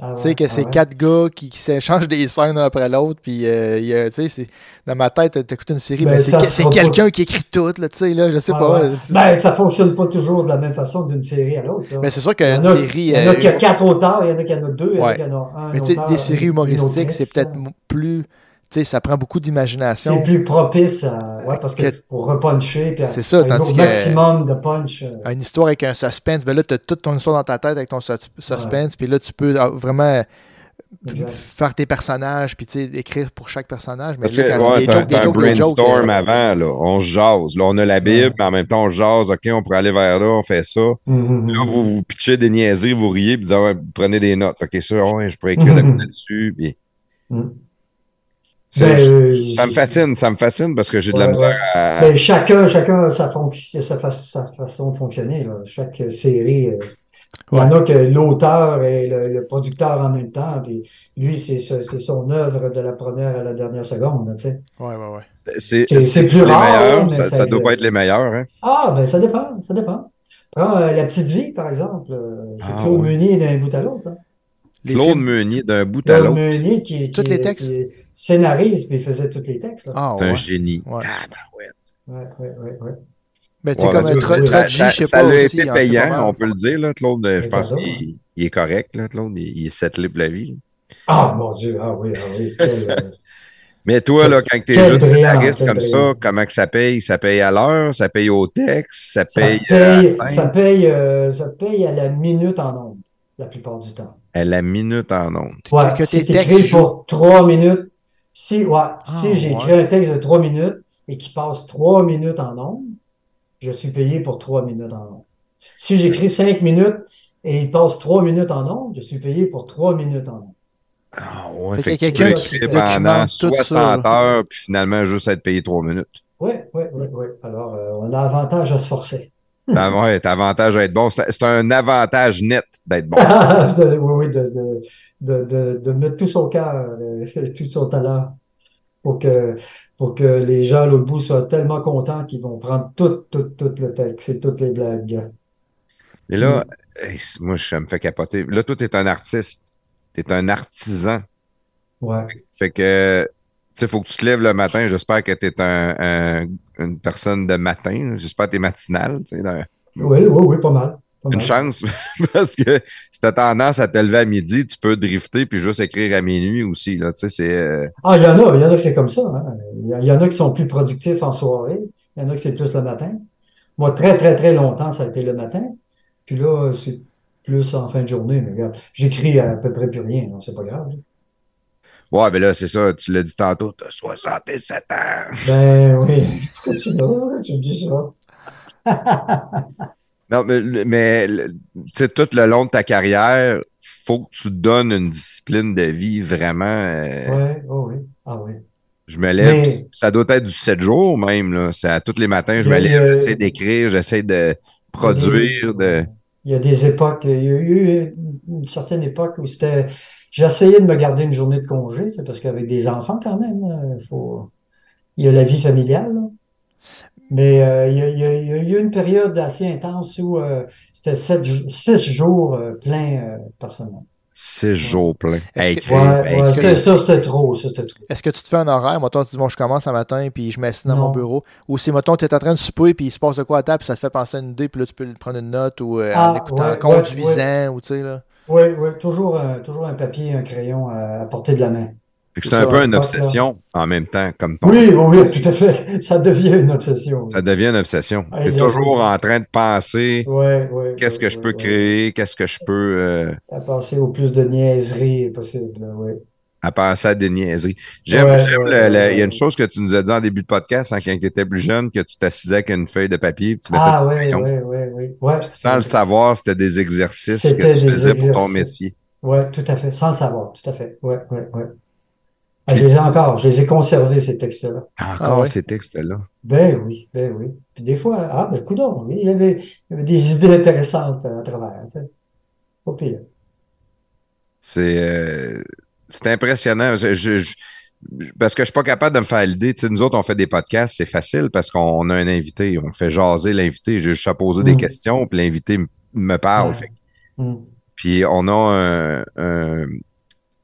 Ah
tu
ouais,
sais, que
ah
c'est
ouais.
quatre gars qui, qui s'échangent des scènes l'un après l'autre. Puis, euh, il y a- tu sais, c'est- dans ma tête, t'écoutes une série,
Ben,
mais c'est
ça
que-
se
c'est
fera pas.
quelqu'un qui écrit tout. Là, tu sais, là, je sais
Ah
pas.
ouais. Ben, ça fonctionne pas toujours de la même façon d'une série à l'autre. là.
Mais c'est sûr
Il y
qu'une
en a-
série.
Il y en a
euh,
qui a quatre auteurs, il y en a qui en a deux, il y en a
Ouais.
qui en a un.
mais tu sais,
auteur,
des séries
une
humoristiques,
autrice,
c'est peut-être
hein.
m- plus. Tu sais, ça prend beaucoup
C'est
d'imagination.
plus propice à. Ouais, parce que,
Euh, Que-
pour repuncher, puis à-
C'est ça,
un
tandis
au
que-
maximum de punch. euh,
une histoire avec un suspense, ben là, tu as toute ton histoire dans ta tête avec ton sus- suspense, puis là, tu peux ah, vraiment p-
Exact.
faire tes personnages, puis tu sais, écrire pour chaque personnage. Mais
Parce
là,
que,
quand
ouais,
c'est des
t'as
jokes, des
t'as un
jokes, des jokes.
brainstorm
euh,
avant, là. On se jase. Là, on a la Bible, mais en même temps, on se jase. OK, on pourrait aller vers là, on fait ça.
Mhm.
Là, vous vous pitchez des niaiseries, vous riez, puis vous dites, ah ouais, vous prenez des notes. OK, ça, ouais, je pourrais écrire
Mhm.
là-dessus. puis-
Mhm.
C'est-
Ben, euh,
ça me fascine, ça me fascine parce que j'ai de la
Ouais,
misère à.
Ben, chacun, chacun a sa, fonction, sa, fa- sa façon de fonctionner. là. Chaque euh, série, euh, il y en a que l'auteur et le, le producteur en même temps. Puis lui, c'est ce- c'est son œuvre de la première à la dernière seconde. là, tu sais.
Ouais, ouais, ouais.
C'est
C'est-
c'est
c'est plus
les
rare,
meilleurs,
mais
ça,
ça
ça doit
existe.
pas être les meilleurs. Hein.
Ah, ben ça dépend, ça dépend. Prends euh, La Petite Vie, par exemple. euh, C'est
Ah,
Claude
oui.
Meunier d'un bout à l'autre. hein.
Les
Claude
films-
Meunier, d'un bout à
Claude
l'autre,
Meunier qui,
Tous
qui-
les textes.
qui scénarise, puis il faisait tous les textes. là.
Ah,
c'est un
ouais.
génie.
Ouais.
Ah, ben ouais.
Ouais, ouais, ouais, ouais.
Mais tu sais,
Ouais,
comme
ben,
un
oui,
tra-
oui.
Trudgy,
ça,
je sais
ça
pas
l'a
aussi,
été
hein, il en fait pas mal.
payant, on peut le dire, là, Claude. Je
Mais
pense
pardon,
qu'il il est correct, là, Claude. Il, il est settlé pour la vie.
Ah, mon Dieu, ah oui, ah oui. quel, euh,
Mais toi, là, quand t'es
Quel
juste
brillant,
scénariste
quel
comme ça,
brillant.
comment que ça paye? Ça paye à l'heure, ça paye au texte, ça
Ça
paye,
paye,
euh, à la scène?
ça, paye, euh, ça paye à la minute en nombre, la plupart du temps.
à la minute en ondes.
Ouais,
que
si
tes
t'écris
textes
pour trois minutes, si, ouais,
Ah,
si j'ai écrit
ouais.
un texte de trois minutes et qui passe trois minutes en nombre, je suis payé pour trois minutes en nombre. Si j'écris cinq minutes et il passe trois minutes en ondes, je suis payé pour trois minutes en ondes.
Ah ouais,
Fait
fait
qu'il y a
que tu peux
quelqu'un qui
écrire pendant
documente tout
60
ça.
heures, puis finalement, juste être payé 3 minutes.
Oui, oui, oui, oui. Alors, euh, on a avantage à se forcer.
Ah ouais, t'as avantage à être bon. C'est c'est un avantage net d'être bon.
Vous allez- oui, oui, de, de, de, de, de mettre tout son cœur, euh, et tout son talent pour que, pour que les gens à l'autre bout soient tellement contents qu'ils vont prendre tout, tout, tout le texte et toutes les blagues.
Et là,
Hmm.
hey, moi, ça me fait capoter. Là, toi, t'es un artiste. T'es un artisan.
Ouais.
Fait que, tu sais, faut que tu te lèves le matin. J'espère que t'es un, un- une personne de matin. J'espère que t'es matinal. tu sais, dans-
Oui, oui, oui, pas mal. Pas
Une
mal.
chance, parce que si t'as tendance à te lever à midi, tu peux drifter puis juste écrire à minuit aussi. Là, tu sais, c'est... euh,
Ah, il y en a, il y en a que c'est comme ça. hein. Il y a- il y en a qui sont plus productifs en soirée, il y en a que c'est plus le matin. Moi, très, très, très longtemps, ça a été le matin. Puis là, c'est plus en fin de journée. Mais regarde, j'écris à peu près plus rien, non, c'est pas grave.
Ouais, ben là, c'est ça, tu l'as dit tantôt, t'as 67 ans.
Ben oui, pourquoi tu, l'as? tu me dis ça?
Non, mais, mais le- tu sais, tout le long de ta carrière, faut que tu te donnes une discipline de vie vraiment. euh,
Ouais, oh oui, ah oui.
Je me lève,
Mais-
pis ça doit être du 7 jours même, là. C'est à tous les matins, je me
Mais,
lève,
euh,
j'essaie d'écrire, j'essaie de produire, de.
Il y a des époques, il y a eu une certaine époque où c'était. J'essayais de me garder une journée de congé, c'est parce qu'avec des enfants quand même, euh, faut... il y a la vie familiale. là. Mais euh, il y a, il y a- il y a eu une période assez intense où euh, c'était sept, jou- six jours euh, pleins euh, par semaine.
6 jours pleins.
Est-ce
Hey,
que-
Chris,
Ouais,
hey,
ouais,
est-ce
c'était-
que-
ça c'était trop, ça, c'était trop.
Est-ce que tu te fais un horaire? Mettons, tu dis, bon, je commence un matin, puis je m'assieds dans mon
Non.
bureau. Ou si, mettons, tu es en train de souper, puis il se passe de quoi à table, puis ça te fait penser à une idée, puis là, tu peux prendre une note ou euh, en
Ah,
écoutant, en
ouais,
conduisant,
ouais,
ou tu sais, là.
Oui, oui, toujours, un- toujours un papier, un crayon à, à portée de la main.
fait que
c'est
c'est
ça,
un peu
à
une
l'époque,
obsession en même temps, comme ton.
Oui, oui, oui, tout à fait. Ça devient une obsession.
Ça devient une obsession.
Hey,
T'es
là,
toujours
oui.
en train de penser
Ouais, ouais,
qu'est-ce que
ouais,
je
ouais,
peux
ouais.
créer, qu'est-ce que je peux. euh,
À penser au plus de niaiseries possible, là, oui.
à penser à des niaiseries. J'aime,
Ouais,
j'aime
ouais,
le-
ouais,
le-
ouais.
il y a une chose que tu nous as dit en début de podcast, hein, quand tu étais plus jeune, que tu t'assisais avec une feuille de papier, puis tu mettais
Ah
ton
oui,
Ben, crayon.
oui, oui, oui. Ouais,
Sans le savoir, c'était des exercices que
C'était
tu
des
faisais pour ton
exercices.
métier.
ouais, tout à fait. Sans le savoir, tout à fait. Ouais, ouais, ouais. Ah, je les ai encore, je les ai conservés, ces textes-là.
Encore
Ah ouais?
ces textes-là.
Ben oui, ben oui. Puis des fois, ah ben coudonc, oui, il y avait, il y avait des idées intéressantes à travers, tu sais. Au pire.
C'est, euh, c'est impressionnant. Je- je- je- parce que je suis pas capable de me faire l'idée. Tu sais, nous autres, on fait des podcasts, c'est facile parce qu'on a un invité. On fait jaser l'invité. J'ai juste à poser des
Mm.
questions, puis l'invité m- me parle.
Ouais.
Fait
Hum.
Puis on a un, un,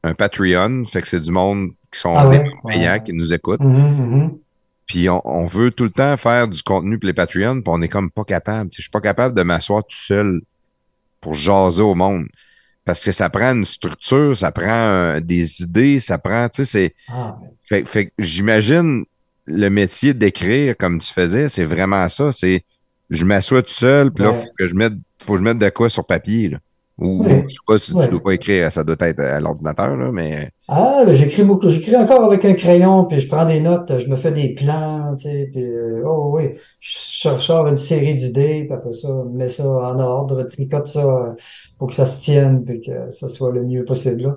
un Patreon, fait que c'est du monde qui sont
Ah
des
ouais?
membres payants,
Ouais.
qui nous écoutent.
Mhm,
hum.
mhm.
Puis on, on veut tout le temps faire du contenu pour les Patreons, puis on est comme pas capable. Tu sais, Je suis pas capable de m'asseoir tout seul pour jaser au monde. Parce que ça prend une structure, ça prend euh, des idées, ça prend, tu sais, c'est.
Ah, ben,
Fait, fait que j'imagine le métier d'écrire comme tu faisais, c'est vraiment ça. C'est je m'assois tout seul, puis là,
Ouais.
faut que je mette, faut que je mette de quoi sur papier. Là. Ou
Ouais.
je sais pas si
Ouais.
tu dois pas écrire, ça doit être à l'ordinateur, là, mais
Ah, ben, j'écris beaucoup, j'écris encore avec un crayon, puis je prends des notes, je me fais des plans, tu sais, puis euh, oh oui, je, je sors une série d'idées, puis après ça, je mets ça en ordre, tricote ça euh, pour que ça se tienne, puis que ça soit le mieux possible là.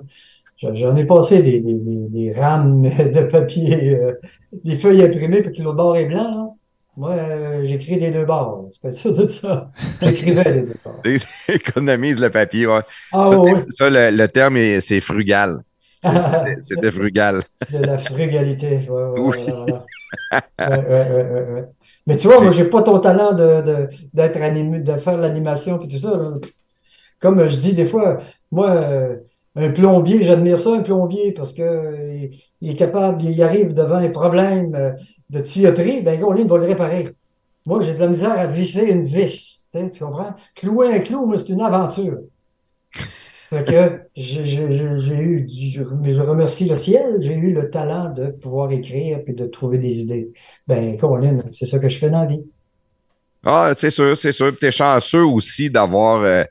J'en- J'en ai passé des, des, des, des rames de papier, euh, des feuilles imprimées, puis que le bord est blanc, là. Moi, euh, j'écris des deux bords, tu peux être sûr de ça. J'écrivais les deux bords.
économise le papier. ouais.
Ah
ça, c'est-
oui,
ça, le, le terme, est- c'est frugal. C'est- C'était c'était frugal.
De la frugalité. Ouais, ouais,
Oui.
voilà, voilà. Ouais, ouais, ouais, ouais, ouais. Mais tu vois, moi, j'ai pas ton talent de, de, d'être animé, de faire l'animation et tout ça. là. Comme je dis des fois, moi, euh, un plombier, j'admire ça, un plombier, parce que euh, il, il est capable, il arrive devant un problème euh, de tuyauterie, ben, on lui, il va le réparer. Moi, j'ai de la misère à visser une vis. Tu sais, tu comprends? Clouer un clou, moi, c'est une aventure. Fait que j'ai j'ai- j'ai- j'ai eu, du- je rem- je remercie le ciel, j'ai eu le talent de pouvoir écrire puis de trouver des idées. Ben, Colin, c'est ça que je fais dans la vie.
Ah, c'est sûr, c'est sûr. Puis t'es chanceux aussi d'avoir euh,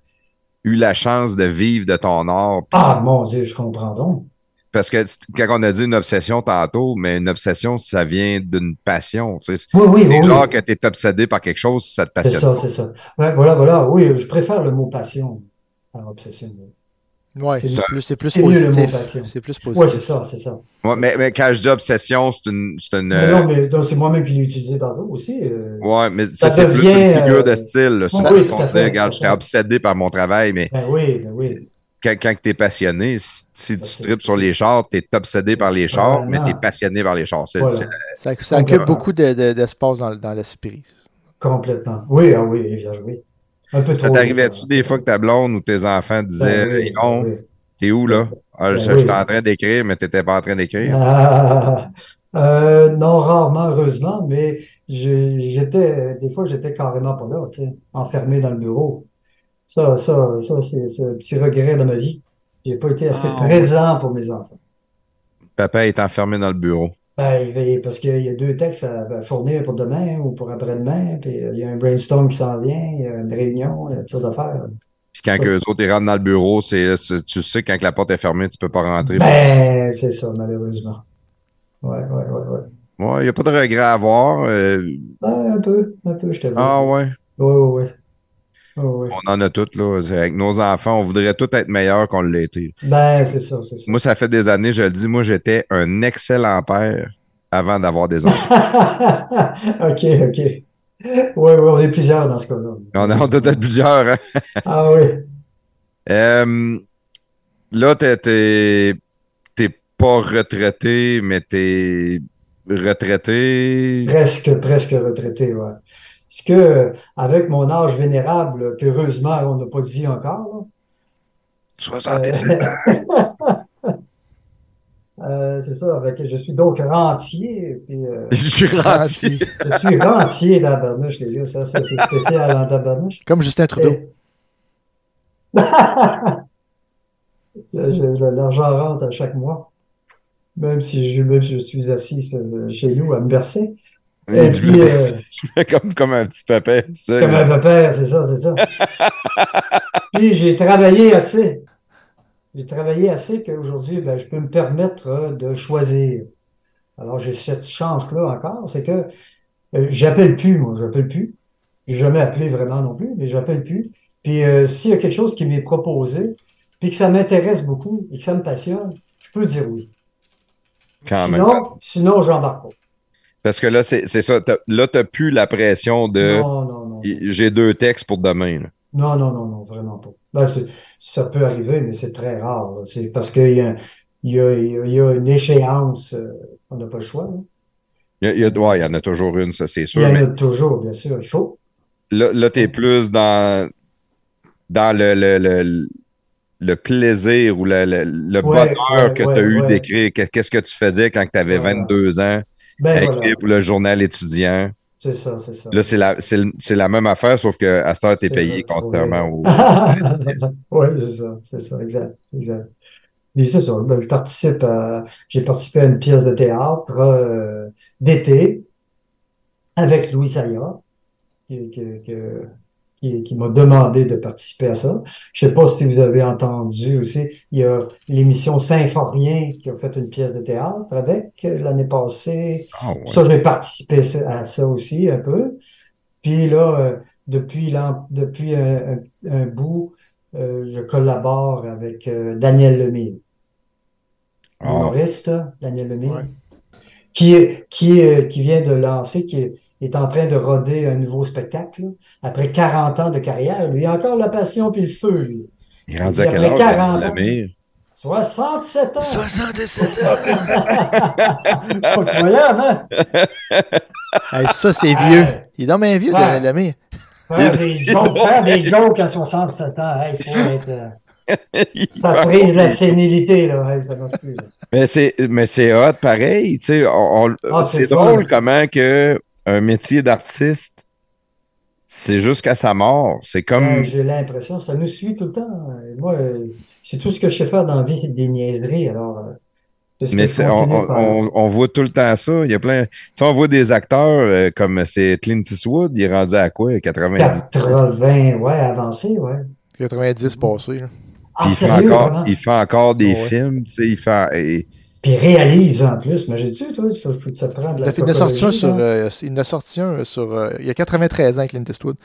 eu la chance de vivre de ton art. Puis-
Ah, mon Dieu, je comprends donc.
Parce que c'est- quand on a dit une obsession tantôt, mais une obsession, ça vient d'une passion. Tu sais.
Oui, oui, Eh oui.
C'est
oui.
genre que t'es obsédé par quelque chose, ça te
C'est
passionne.
ça, c'est ça. Ouais, voilà, voilà. Oui, je préfère le mot passion. par obsession.
Ouais,
C'est
c'est
ça.
plus, c'est plus
C'est mieux le mot
positif.
passion.
C'est plus
Oui, c'est
positif.
ça, c'est ça.
Ouais, mais, mais quand je dis obsession, c'est une. C'est une
Mais
euh,
non, mais donc, c'est moi-même qui l'ai utilisé tantôt aussi. euh,
ouais, mais
Ça
ça, c'est plus une
devient,
figure
euh,
de style. là.
oui,
Souvent,
oui, tout
on
à
se dit,
fait,
regarde,
tout à
j'étais
fait.
obsédé par mon travail, mais
Ben oui, ben oui.
quand, quand tu es passionné, si, si tu
Ah, c'est-
tripes sur les chars, tu es obsédé par les chars, mais
Vraiment.
tu es passionné par les chars. C'est-
Voilà.
c'est-
Ça, ça occupe
Complètement.
beaucoup de- de- d'espace dans, dans l'esprit.
Complètement. Oui, ah oui, bien joué. Un peu
Ça
trop.
t'arrivait-tu des fois que ta blonde ou tes enfants disaient
Ben oui,
Non,
ben oui.
t'es où là? Ah, je
Ben
je
oui.
suis en train d'écrire, mais t'étais pas en train d'écrire.
Ah, euh, non, rarement, heureusement, mais je- j'étais, des fois, j'étais carrément pas là, tu sais, enfermé dans le bureau. Ça, ça, ça, c'est c'est un petit regret de ma vie. J'ai pas été assez
Ah, ouais.
présent pour mes enfants.
Papa est enfermé dans le bureau.
Ben, il va- parce qu'il y a deux textes à fournir pour demain hein, ou pour après-demain, puis euh, il y a un brainstorm qui s'en vient, il y a une réunion, il y a toutes sortes d'affaires.
Puis quand
Ça,
que
c'est-
eux autres ils rentrent dans le bureau, c'est, c'est- tu sais quand que la porte est fermée, tu peux pas rentrer.
Ben, c'est ça, malheureusement. Ouais, ouais, ouais, ouais.
Il n'y a pas de regret à avoir. euh,
Ben, un peu, un peu, je te
ah
ouais.
ouais,
Ouais, ouais, ouais. Ouais, ouais.
on en a toutes. Là. C'est Avec nos enfants, on voudrait tout être meilleur qu'on l'a été.
Ben, c'est ça, c'est ça.
Moi, ça fait des années, je le dis, moi j'étais un excellent père avant d'avoir des enfants.
OK, OK. Ouais, ouais, on est plusieurs dans ce cas-là.
on en a peut-être plusieurs. hein.
Ah oui.
Euh, là, t'es, t'es, t'es pas retraité, mais t'es retraité.
Presque, presque retraité, ouais. Parce que, avec mon âge vénérable, qu'heureusement, on n'a pas dit encore,
78 ans.
là, euh, c'est ça, avec, je suis donc rentier, puis euh,
Je suis gentil.
je suis rentier dans la barnouche, les gars, ça, ça c'est spécial hein, en tabarnouche.
Comme Justin Trudeau.
Et- Je- je- L'argent rentre à chaque mois, même si je, même si je suis assis euh, chez nous à me bercer. Et
Je
puis,
me-
euh,
je me- comme, comme un petit papa. tu sais.
Comme un père, c'est ça, c'est ça. Puis j'ai travaillé assez. J'ai travaillé assez qu'aujourd'hui, ben, je peux me permettre euh, de choisir. Alors j'ai cette chance-là encore, c'est que euh, j'appelle plus, moi, j'appelle plus. J'ai jamais appelé vraiment non plus, mais j'appelle plus. Puis euh, s'il y a quelque chose qui m'est proposé, puis que ça m'intéresse beaucoup et que ça me passionne, je peux dire oui.
Quand même.
sinon, sinon j'embarque pas.
Parce que là, c'est c'est ça. T'as- Là, t'as plus la pression de
Non, non, non.
j'ai deux textes pour demain. là.
Non, non, non, non, vraiment pas. Ben, c'est- ça peut arriver, mais c'est très rare. là. C'est parce qu'il y a, il y a- il y a- il y a une échéance. euh, on n'a pas le choix. là.
Il y, a- il y a- ouais, il y en a toujours une, ça, c'est
Il y
sûr.
en
Mais
a toujours, bien sûr. Il faut.
là, là t'es plus dans, dans le, le, le, le plaisir ou le, le, le
Ouais,
bonheur
ouais,
que
ouais,
t'as eu
ouais.
d'écrire. Que- Qu'est-ce que tu faisais quand tu avais
Voilà.
22 ans à
Ben
écrire
voilà,
pour le journal étudiant?
c'est ça, c'est ça.
Là, c'est la, c'est le- c'est la même affaire, sauf que à cette heure, t'es
C'est
payé
retrouvé.
contrairement au.
Oui, c'est ça, c'est ça, exact, exact. Mais c'est ça, ben, je participe à, j'ai participé à une pièce de théâtre euh, d'été avec Louis Saya, qui, qui- qui- qui- qui m'a demandé de participer à ça. Je sais pas si vous avez entendu aussi, il y a l'émission Symphorien qui a fait une pièce de théâtre avec euh, l'année passée.
Ah, ouais.
Ça, j'ai participé à ça aussi un peu. Puis là, euh, depuis, l'an- depuis un, un- un bout, euh, je collabore avec euh, Daniel Lemire,
Ah.
l'humoriste Daniel Lemire,
Ouais.
qui, est- qui, est- euh, qui vient de lancer, qui est, est en train de roder un nouveau spectacle. là. Après 40 ans de carrière, lui, il a encore la passion puis le feu, lui.
Il est rendu
Il
à
a
quel
pris
âge, hein,
40
la
ans.
mire?
67 ans!
67
Pas croyable, hein?
ça, c'est vieux. Il est dans mes vieux,
Ouais.
Daniel Lemire.
Faire des jokes, faire des jokes à 67 ans, hey, faut être... euh,
Il
Ça
va-
prise la sénilité, là. Ouais, ça marche plus, là.
Mais c'est, mais c'est hot, pareil. Tu sais, on- on-
Ah, c'est
c'est
le fun.
drôle comment que un métier d'artiste, c'est jusqu'à sa mort. C'est comme.
Ouais, J'ai l'impression, ça nous suit tout le temps. Et Moi, euh, c'est tout ce que je sais faire dans la vie, c'est des niaiseries. Alors, euh, c'est ce
mais
que je
c'est- on,
continue de faire.
on- on- on voit tout le temps ça. Il y a plein. Tu sais, on voit des acteurs euh, comme c'est Clint Eastwood, il est rendu à quoi? 90.
80, ouais, avancé, ouais.
90 passé. là.
Ah,
il, fait
sérieux,
encore,
vraiment?
il fait encore des
Ouais.
films, tu sais, il fait. et-
Puis réalise en plus. Mais j'ai dit, toi, il faut, faut que ça prenne de la
Il en a sorti un
cocologie,
sur,
là.
euh, il en a sorti un sur, euh, il y a 93 ans, Clint Eastwood.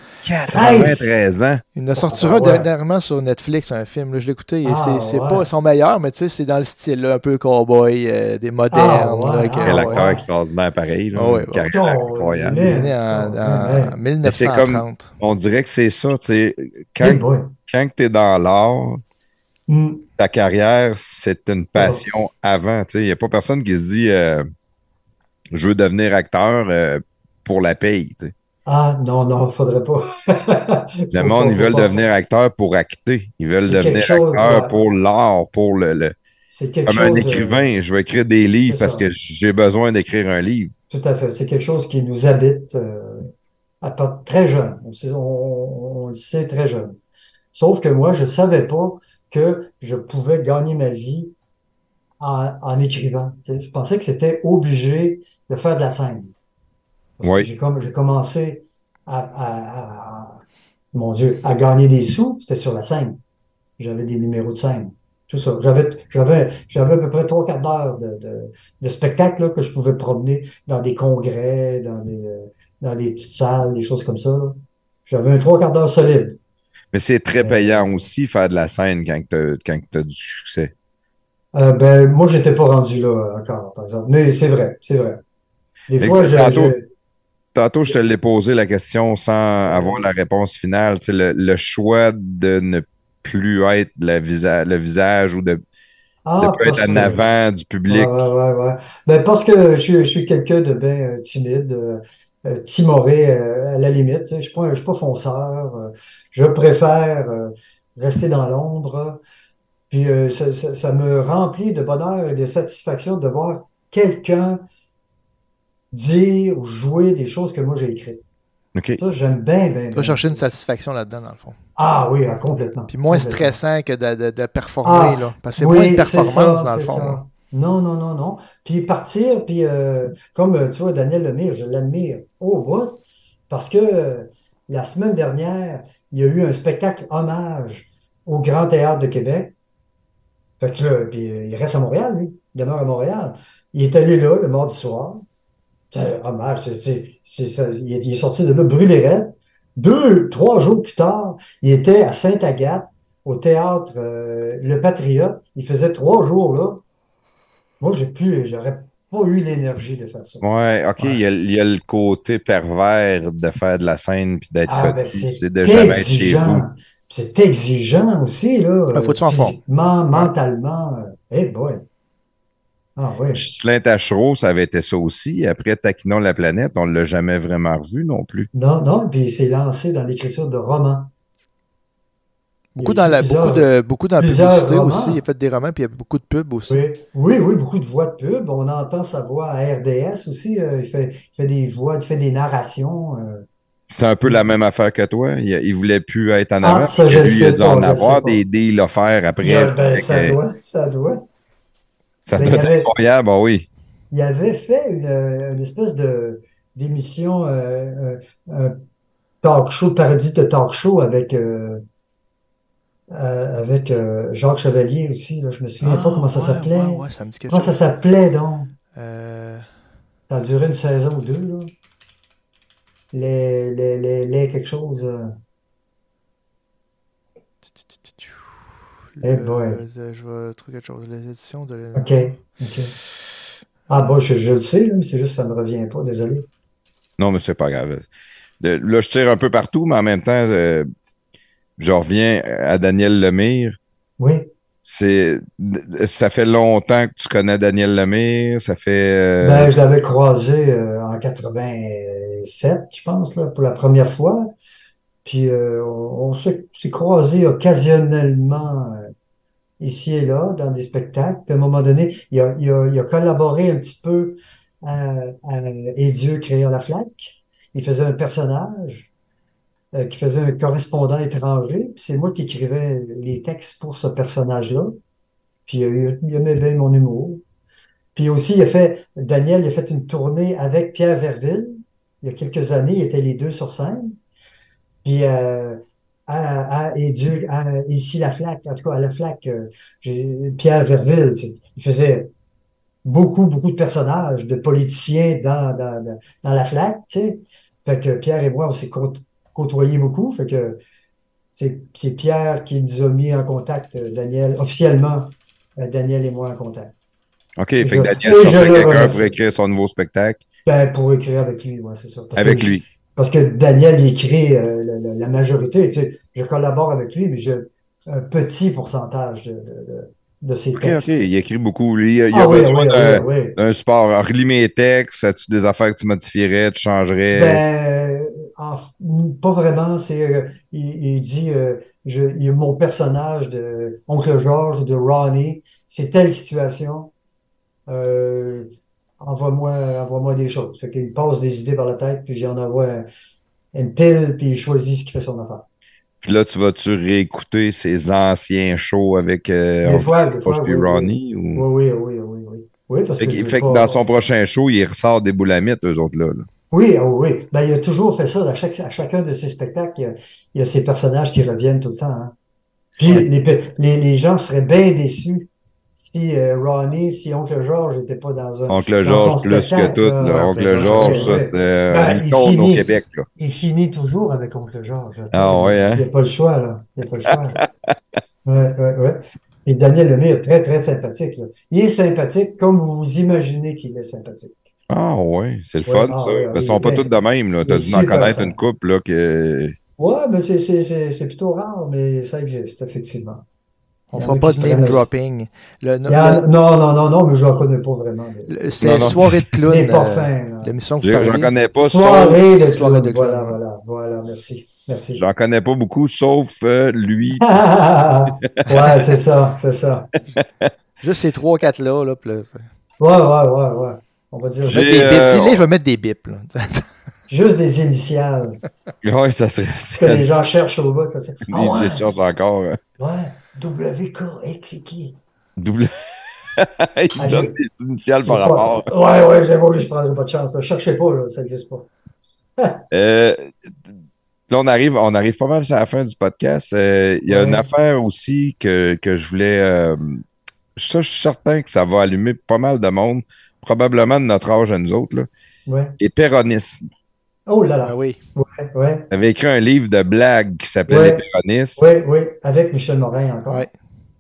93 ans.
Il en
Ah
sortira
ouais.
dernièrement sur Netflix un film. là, je l'ai écouté. et
Ah
c'est c'est
ouais.
pas son meilleur, mais tu sais, c'est dans le style là, un peu cowboy, euh, des modernes.
Ah ouais,
là, que-
ah
Quel
ouais.
acteur extraordinaire, pareil. là,
Ah ouais,
une
ouais.
carrière
Oh,
incroyable.
Il est né en, en
Ah, Ouais.
1930.
On dirait que c'est ça. tu sais,
Eh
Quand,
boy.
quand tu es dans l'art,
Mm.
ta carrière, c'est une passion avant. tu sais. Il n'y a pas personne qui se dit euh, je veux devenir acteur euh, pour la paye. tu sais.
Ah, non, non, faudrait pas.
Le monde, ils veulent devenir acteur pour acteur. Ils veulent
C'est quelque
devenir
chose,
acteur
ouais.
pour l'art, pour le. le-
C'est quelque
comme un
chose, euh,
écrivain, je vais écrire des livres
c'est
parce
ça.
que j'ai besoin d'écrire un livre.
Tout à fait. C'est quelque chose qui nous habite euh, à part- très jeune. On, sait- on- on le sait très jeune. Sauf que moi, je savais pas que je pouvais gagner ma vie en, en écrivant. tu sais. Je pensais que c'était obligé de faire de la scène. Parce que
Oui.
J'ai comme- j'ai commencé à, à- à- mon Dieu, à gagner des sous, c'était sur la scène. J'avais des numéros de scène. Tout ça. J'avais, j'avais, j'avais à peu près trois quarts d'heure de, de, de spectacle là, que je pouvais promener dans des congrès, dans des, euh, dans des petites salles, des choses comme ça. là. J'avais un trois quarts d'heure solide.
Mais c'est très
Ouais.
payant aussi faire de la scène quand tu as du succès.
Euh, ben, moi, j'étais pas rendu là encore, par exemple. Mais c'est vrai, c'est vrai. Des
Écoute,
fois, je,
tantôt-
je-
Tantôt, je te l'ai posé la question sans avoir la réponse finale. Tu sais, le, le choix de ne plus être le, visa- le visage ou de ne
Ah,
plus être
parce
en
que-
avant du public.
Ouais, ouais, ouais, ouais. Ben, parce que je, suis- je suis quelqu'un de bien euh, timide, euh, euh, timoré euh, à la limite. tu sais. Je suis pas, je suis pas fonceur. euh, je préfère euh, rester dans l'ombre. Puis euh, ça, ça- ça me remplit de bonheur et de satisfaction de voir quelqu'un dire ou jouer des choses que moi j'ai écrites.
OK.
Ça, j'aime bien, bien,
Tu
bien.
vas chercher une satisfaction là-dedans, dans le fond.
Ah oui, ah, complètement.
Puis moins
Complètement.
stressant que de, de- de performer,
Ah,
là. Parce que c'est
Oui,
moins une
c'est ça,
performance, dans le
c'est
fond.
ça.
là.
Non, non, non, non. Puis partir, puis euh, comme euh, tu vois, Daniel Lemire, je l'admire au bout, parce que euh, la semaine dernière, il y a eu un spectacle hommage au Grand Théâtre de Québec. Fait que là, puis euh, il reste à Montréal, lui. Il demeure à Montréal. Il est allé là le mardi soir. ah, C'est un hommage, c'est, c'est, c'est ça. Il, est, il est sorti de là brûlé raide. Deux, trois jours plus tard, il était à Sainte-Agathe, au théâtre euh, Le Patriote. Il faisait trois jours là. Moi, j'ai plus, j'aurais pas eu l'énergie de faire ça.
Ouais, OK.
Ouais.
Il, y a, il y a le côté pervers de faire de la scène puis d'être
Ah, ben,
petit.
c'est
C'est de jamais être chez vous.
exigeant. C'est exigeant aussi, là.
Ben, faut que tu
euh,
en formes.
Physiquement, mentalement. Eh boy. Ah ouais.
Ghislain Tachereau, ça avait été ça aussi. Après Taquinons la planète, on ne l'a jamais vraiment revu non plus.
Non, non, puis il s'est lancé dans l'écriture de romans.
Beaucoup
Il y a
dans la,
eu plusieurs-
beaucoup de, beaucoup dans la
plusieurs
publicité
romans.
aussi. Il a fait des romans, puis il y a beaucoup de pubs aussi.
Oui, oui, oui, beaucoup de voix de pub. On entend sa voix à RDS aussi. euh, il fait, il fait des voix, il fait des narrations. euh.
C'est un peu la même affaire que toi. Il, il voulait plus être en
Ah,
avant.
ça,
parce que
je
lui, il
sais
a dû en
pas, je
avoir
sais pas.
des deals offerts après.
Ben,
Fait
ça
que-
doit, ça doit.
Ça
Ben,
doit
il y
être
avait-
incroyable, ah oui.
Il avait fait une, euh, une espèce de d'émission, euh, euh, un talk show, parodie de talk show avec euh, euh, avec euh, Jacques Chevalier aussi. Là, je me souviens pas comment ça
Ah, ouais,
s'appelait.
Ouais, ouais, ça me dit quelque
Comment ça
chose.
s'appelait donc?
Euh,
Ça a duré une saison ou deux, là. Les, les, les, les quelque chose. euh. Eh
le-
boy.
le- je vais trouver quelque chose. Les éditions de.
OK. OK. Ah, bon, je, je le sais, là, mais c'est juste que ça me revient pas, désolé.
Non, mais c'est pas grave. De- là, je tire un peu partout, mais en même temps, euh, je reviens à Daniel Lemire.
Oui.
C'est, ça fait longtemps que tu connais Daniel Lemire. Ça fait. euh,
Ben, je l'avais croisé euh, en 87, je pense, là, pour la première fois. Puis euh, on, on s'est s'est croisé occasionnellement euh, ici et là, dans des spectacles. Puis à un moment donné, il a, il a, il a collaboré un petit peu à, à Et Dieu créant la flaque. Il faisait un personnage euh, qui faisait un correspondant étranger. Puis c'est moi qui écrivais les textes pour ce personnage-là. Puis euh, il aimait bien mon humour. Puis aussi, il a fait, Daniel, il a fait une tournée avec Pierre Verville. Il y a quelques années, ils étaient les deux sur scène. Puis, euh, à, à- et Dieu, à, ici, la flaque, en tout cas, à la flaque, euh, j'ai- Pierre Verville, tu sais, il faisait beaucoup, beaucoup de personnages, de politiciens dans, dans, dans, dans la flaque, tu sais. Fait que Pierre et moi, on s'est côtoyés beaucoup. Fait que c'est Pierre qui nous a mis en contact, euh, Daniel, officiellement, euh, Daniel et moi en contact.
OK, fait que Daniel cherchait quelqu'un pour écrire son nouveau spectacle.
Ben, pour écrire avec lui, ouais, c'est ça. Parce
Avec
que-
lui.
Parce que Daniel il écrit euh, la, la- la majorité. Tu sais, je collabore avec lui, mais j'ai un petit pourcentage de, de, de- de ses
OK, OK,
textes.
il écrit beaucoup. Lui, il a
Ah oui, oui,
besoin
oui,
d'un-
oui, oui.
d'un support. Alors, relis mes textes, as-tu des affaires que tu modifierais, tu changerais?
Ben, en f- pas vraiment. C'est, euh, il, il dit, euh, je, il- mon personnage de Oncle George ou de Ronnie, c'est telle situation. Euh, envoie-moi, envoie-moi des choses. Fait qu'il passe des idées par la tête, puis j'en envoie un- une pile, puis il choisit ce qui fait son affaire.
Puis là, tu vas-tu réécouter ces anciens shows avec euh,
Des fois, des fois,
George puis
oui, oui.
Ronnie? Ou...
Oui, oui, oui, oui, oui. Oui, parce
Fait,
que
que,
je veux
fait que
pas-
dans son prochain show, il ressort des boulamites, eux autres là. là.
Oui, ah oui. Ben, il a toujours fait ça. À, chaque, à chacun de ses spectacles, il y a, il y a ces personnages qui reviennent tout le temps. hein. Puis
Ouais.
les, pe- les, les gens seraient bien déçus si euh, Ronnie, si Oncle George n'était pas dans un...
Oncle
Dans
George,
son
plus que
spectacle, euh,
tout.
là.
là.
Ouais,
Oncle
fait-
George,
Ouais.
ça, c'est euh,
Ben,
une
il
icône au
finit.
Québec. Là.
Il finit toujours avec Oncle George.
Ah ouais, hein?
Il n'y a pas le choix, là. Il n'y a pas le choix. ouais, ouais, ouais. Et Daniel Lemire est très, très sympathique. là. Il est sympathique comme vous imaginez qu'il est sympathique.
Ah ouais, c'est le
Ouais,
fun,
ah ouais,
ça. Parce
ouais,
qu'ils sont pas
mais-
tous de même, là. T'as
mais
dû en
super
connaître
fun.
une couple, là, que...
Ouais, mais c'est- c'est c'est- c'est plutôt rare, mais ça existe, effectivement.
On
Il y en
fera
a
pas
qui
de
se
name
prennent-
dropping. Le,
Il y en a- Non, non, non, non, mais je ne connais pas vraiment. mais-
le- le- c'est
Non, non.
Soirée de clown.
Des
euh,
parfums. là.
L'émission que
Je
vous
j'en
parliez.
connais pas, sauf...
Soirée de
Soirée de
clown. Voilà,
clown.
voilà, voilà. Merci. Merci.
J'en connais pas beaucoup, sauf euh, lui.
ouais, c'est ça, c'est ça.
Juste ces trois, quatre là. là, puis là, ça-
Ouais, ouais, ouais, ouais. On va dire
je vais
juste,
J'ai-
mettre des
euh,
bips. Dis-les, je vais mettre des bips. là.
Ah. juste des initiales
Ouais, ça serait...
que les gens cherchent au bout. comme ça.
Il
Ah ouais,
les cherche encore. euh,
ouais, WKX, qui?
Double...
Ah,
Il
j'ai-
donne des initiales par rapport.
Ouais, ouais, j'ai bon, je prendrai pas de chance. là. Cherchez pas, là, ça n'existe pas.
Euh, là, on arrive, on arrive pas mal à la fin du podcast. Euh, Il y a
Ouais.
une affaire aussi que, que je voulais. euh, ça, je suis certain que ça va allumer pas mal de monde, probablement de notre âge à nous autres. Là.
Ouais.
Et péronisme.
Oh là
Ah
là.
oui.
Ouais, ouais,
J'avais écrit un livre de blagues qui s'appelait
Ouais.
Les péronistes.
ouais, ouais. Avec Michel Morin encore.
Ouais.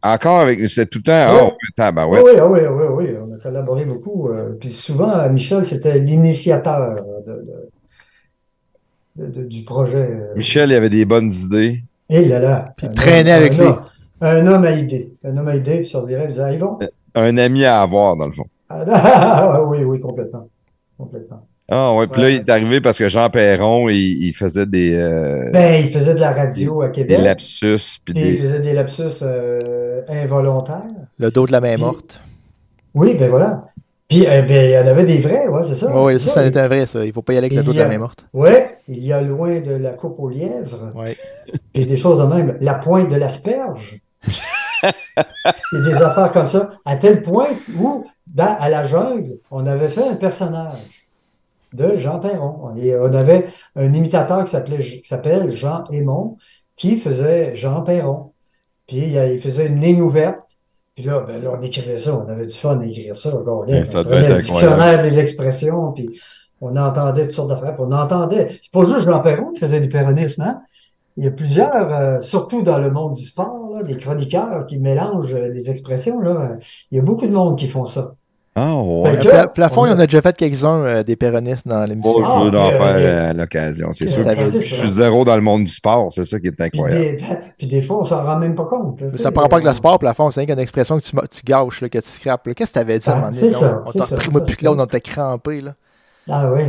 Encore avec. C'était tout le temps.
Ouais.
Oh, putain, ben
Oui,
ouais.
oui, oui, oui, oui, on a collaboré beaucoup. euh, puis souvent, euh, Michel, c'était l'initiateur de- de- de- de- du projet. euh.
Michel, il avait des bonnes idées.
Et là là.
Puis
un
traînait
homme-
avec
un
lui.
homme- Un homme à idée. Un homme à idée, puis on dirait, il disait, Ah, Yvon?
Un ami à avoir, dans le fond.
Ah, ah, oui, oui, complètement. Complètement.
Ah, ouais. Puis là,
Ouais.
il est arrivé parce que Jean Perron, il, il faisait des, euh,
Ben, il faisait de la radio à
des
Québec.
lapsus. Puis
et il
des.
faisait des lapsus euh, involontaires.
Le dos de la main
Puis-
morte.
Oui, ben voilà. Puis, euh, ben, il y en avait des vrais, ouais, c'est ça.
Ah oui,
c'est
ça, ça était un vrai, ça. Il faut pas y aller avec le
Il
dos de
y a-
la main morte.
Ouais, il y a loin de la coupe aux lièvres.
Ouais.
Et des choses de même. La pointe de l'asperge. Et des affaires comme ça. À tel point où, dans- Ben, à la jungle, on avait fait un personnage de Jean Perron. Et on avait un imitateur qui s'appelait, qui s'appelle Jean Aymon, qui faisait Jean Perron. Puis il, y a- il faisait une ligne ouverte. Puis là, ben là, on écrivait ça, on avait du fun à écrire ça. On,
Ouais, ça
on
devait
prenait
être
le
incroyable.
dictionnaire des expressions, puis on entendait toutes sortes d'affaires. puis On entendait. C'est pas juste Jean Perron qui faisait du péronisme, hein? Il y a plusieurs, euh, surtout dans le monde du sport, là, des chroniqueurs qui mélangent euh, les expressions. Là. Il y a beaucoup de monde qui font ça.
Ah, ouais.
Fait que-
Euh, Pla- plafond,
on
il y en
a-
a déjà fait quelques-uns euh, des péronistes dans l'émission.
Bon, Oh, je veux
Ah,
en
ok,
faire
ok.
euh, à l'occasion, c'est
Ok,
sûr.
ok,
Je,
c'est
je
ça.
suis zéro dans le monde du sport, c'est ça qui est
Puis,
incroyable.
des, puis des fois, on s'en rend même pas compte. là,
Mais
tu
ça
sais.
prend pas que le sport, plafond, c'est rien qu'une expression que tu, ma- tu gâches, là, que tu scrapes. là. Qu'est-ce que t'avais dit à un
Ah,
moment donné?
c'est
là?
ça,
on
c'est
t'a
ça,
repris, moi,
ça,
puis
c'est
là, on
ça.
t'a crampé. Là.
Ah oui.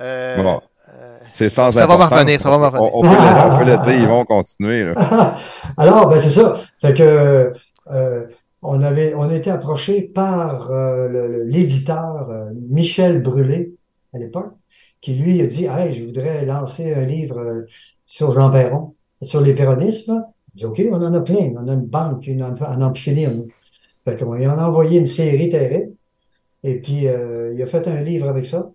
Euh,
Bon,
euh,
c'est sans
ça va m'en
importance.
revenir, ça va m'en
On,
revenir.
on peut le, on peut le dire, ils vont continuer. là.
Alors, ben, c'est ça. Fait que euh, on avait, on a été approché par euh, le- le- l'éditeur euh, Michel Brûlé à l'époque, qui lui a dit, hey, je voudrais lancer un livre euh, sur Jean Perron, sur les péronismes. J'ai dit, OK, on en a plein. On a une banque, une en en a plus finir. nous. Fait qu'on lui en a envoyé une série terrible. Et puis, euh, il a fait un livre avec ça.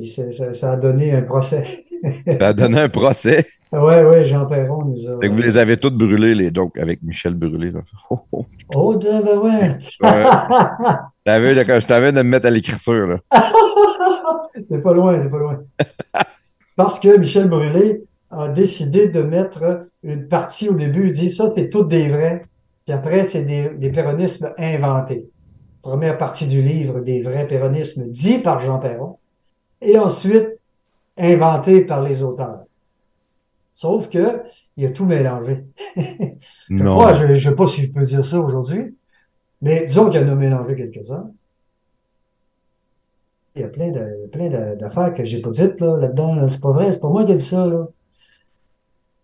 Et c'est- ça, ça a donné un procès.
Ça a donné un procès.
Ouais, ouais, Jean Perron nous a.
Fait que vous les avez toutes brûlées, les jokes, avec Michel Brûlé. ça fait, oh, oh.
Oh, Danouette!
Ouais. T'as vu, d'accord, je t'avais de me mettre à l'écriture. là.
T'es pas loin, t'es pas loin. Parce que Michel Brûlé a décidé de mettre une partie au début, il dit ça, c'est toutes des vrais. Puis après, c'est des, des péronismes inventés. Première partie du livre, des vrais péronismes dits par Jean Perron. Et ensuite, inventés par les auteurs. Sauf que, il a tout mélangé. Je crois, je ne sais pas si je peux dire ça aujourd'hui, mais disons qu'il en a mélangé quelques-uns. Il y a plein de plein de- d'affaires que j'ai pas dites là, là-dedans. là. C'est pas vrai, c'est pas moi qui ai dit ça. Là.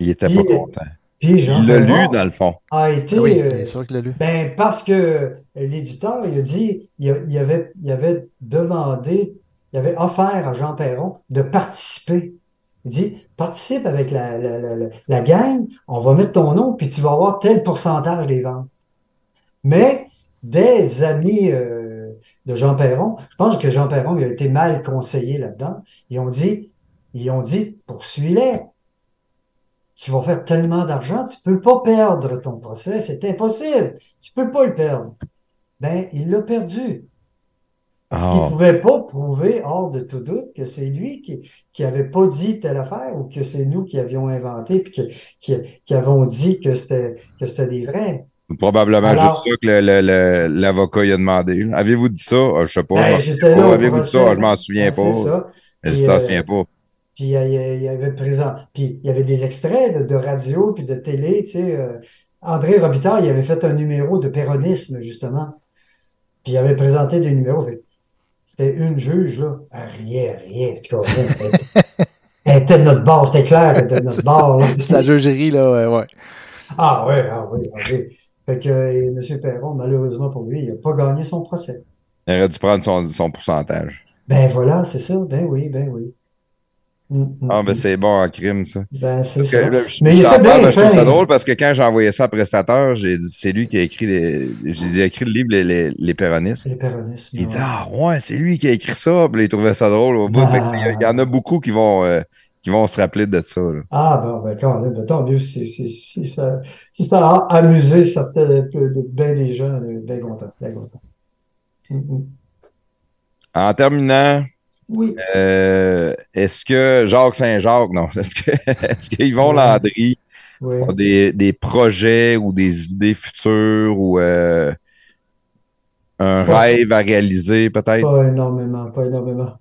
Il était
Il-
pas content.
Puis Jean
Il l'a lu,
Perron
dans le fond.
a été
Ah Oui,
euh,
bien sûr qu'il l'a lu.
ben parce que l'éditeur, il a dit, il, a- il avait, il avait demandé, il avait offert à Jean Perron de participer. Il dit, participe avec la, la, la, la- la gang, on va mettre ton nom, puis tu vas avoir tel pourcentage des ventes. Mais des amis euh, de Jean Perron, je pense que Jean Perron il a été mal conseillé là-dedans. Ils ont dit, ils ont dit, poursuis-les. Tu vas faire tellement d'argent, tu peux pas perdre ton procès, c'est impossible. Tu peux pas le perdre. Ben, il l'a perdu. Parce qu'il
Ah.
pouvait pas prouver, hors de tout doute, que c'est lui qui, qui avait pas dit telle affaire ou que c'est nous qui avions inventé puis que, qui, qui avons dit que c'était, que c'était des vrais.
Probablement
Alors-
juste ça que le- le- le- l'avocat il a demandé. Avez-vous dit ça? Ah, je sais pas.
Ben,
je m'en-
j'étais là
pas.
au
Avez-vous dit ça?
procès.
Ah, Je m'en souviens
C'est
pas.
ça.
Je
Puis,
t'en
euh,
souviens pas.
Puis il y, a- il y avait présent. Puis il y avait des extraits là, de radio puis de télé, tu sais. euh, André Robitaille, il avait fait un numéro de péronisme, justement. Puis il avait présenté des numéros. Fait- C'était une juge, là. Ah, Rien, rien. tu comprends. Elle était- Elle était de notre bord, c'était clair, elle était de notre bord. là.
C'est la jugerie, là, ouais, ouais.
Ah ouais, ah oui, ah oui. Fait que euh, M. Perron, malheureusement pour lui, il n'a pas gagné son procès.
Il aurait dû prendre son, son pourcentage.
Ben voilà, c'est ça. Ben oui, ben oui. Hum, hum,
Ah, ben
hum.
c'est bon en crime, ça.
Ben, c'est
Parce que,
ça.
là, je-
Mais
je
il
t'en
était
parle,
bien
je trouve ça
fin.
drôle parce que quand j'ai envoyé ça à prestataire, j'ai dit c'est lui qui a écrit les. J'ai dit, il a écrit le livre Les, les, les Péronistes.
Les péronismes.
Il
ouais.
dit Ah ouais, c'est lui qui a écrit ça. Puis là, il trouvait ça drôle au bout.
Ah.
Fait que, il y a- il y en a beaucoup qui vont, euh, qui vont se rappeler de ça. là.
Ah, bon, ben, quand même, ben, tant mieux si, si, si ça, si ça a amusé certains, peu- de- ben des gens, euh, ben content, ben content. Mm, mm.
En terminant,
Oui,
euh, est-ce que Jacques Saint-Jacques, non, est-ce que, est-ce que Yvon Landry
oui.
a des, des projets ou des idées futures ou euh, un
Pas-
rêve à réaliser peut-être?
Pas énormément, pas énormément.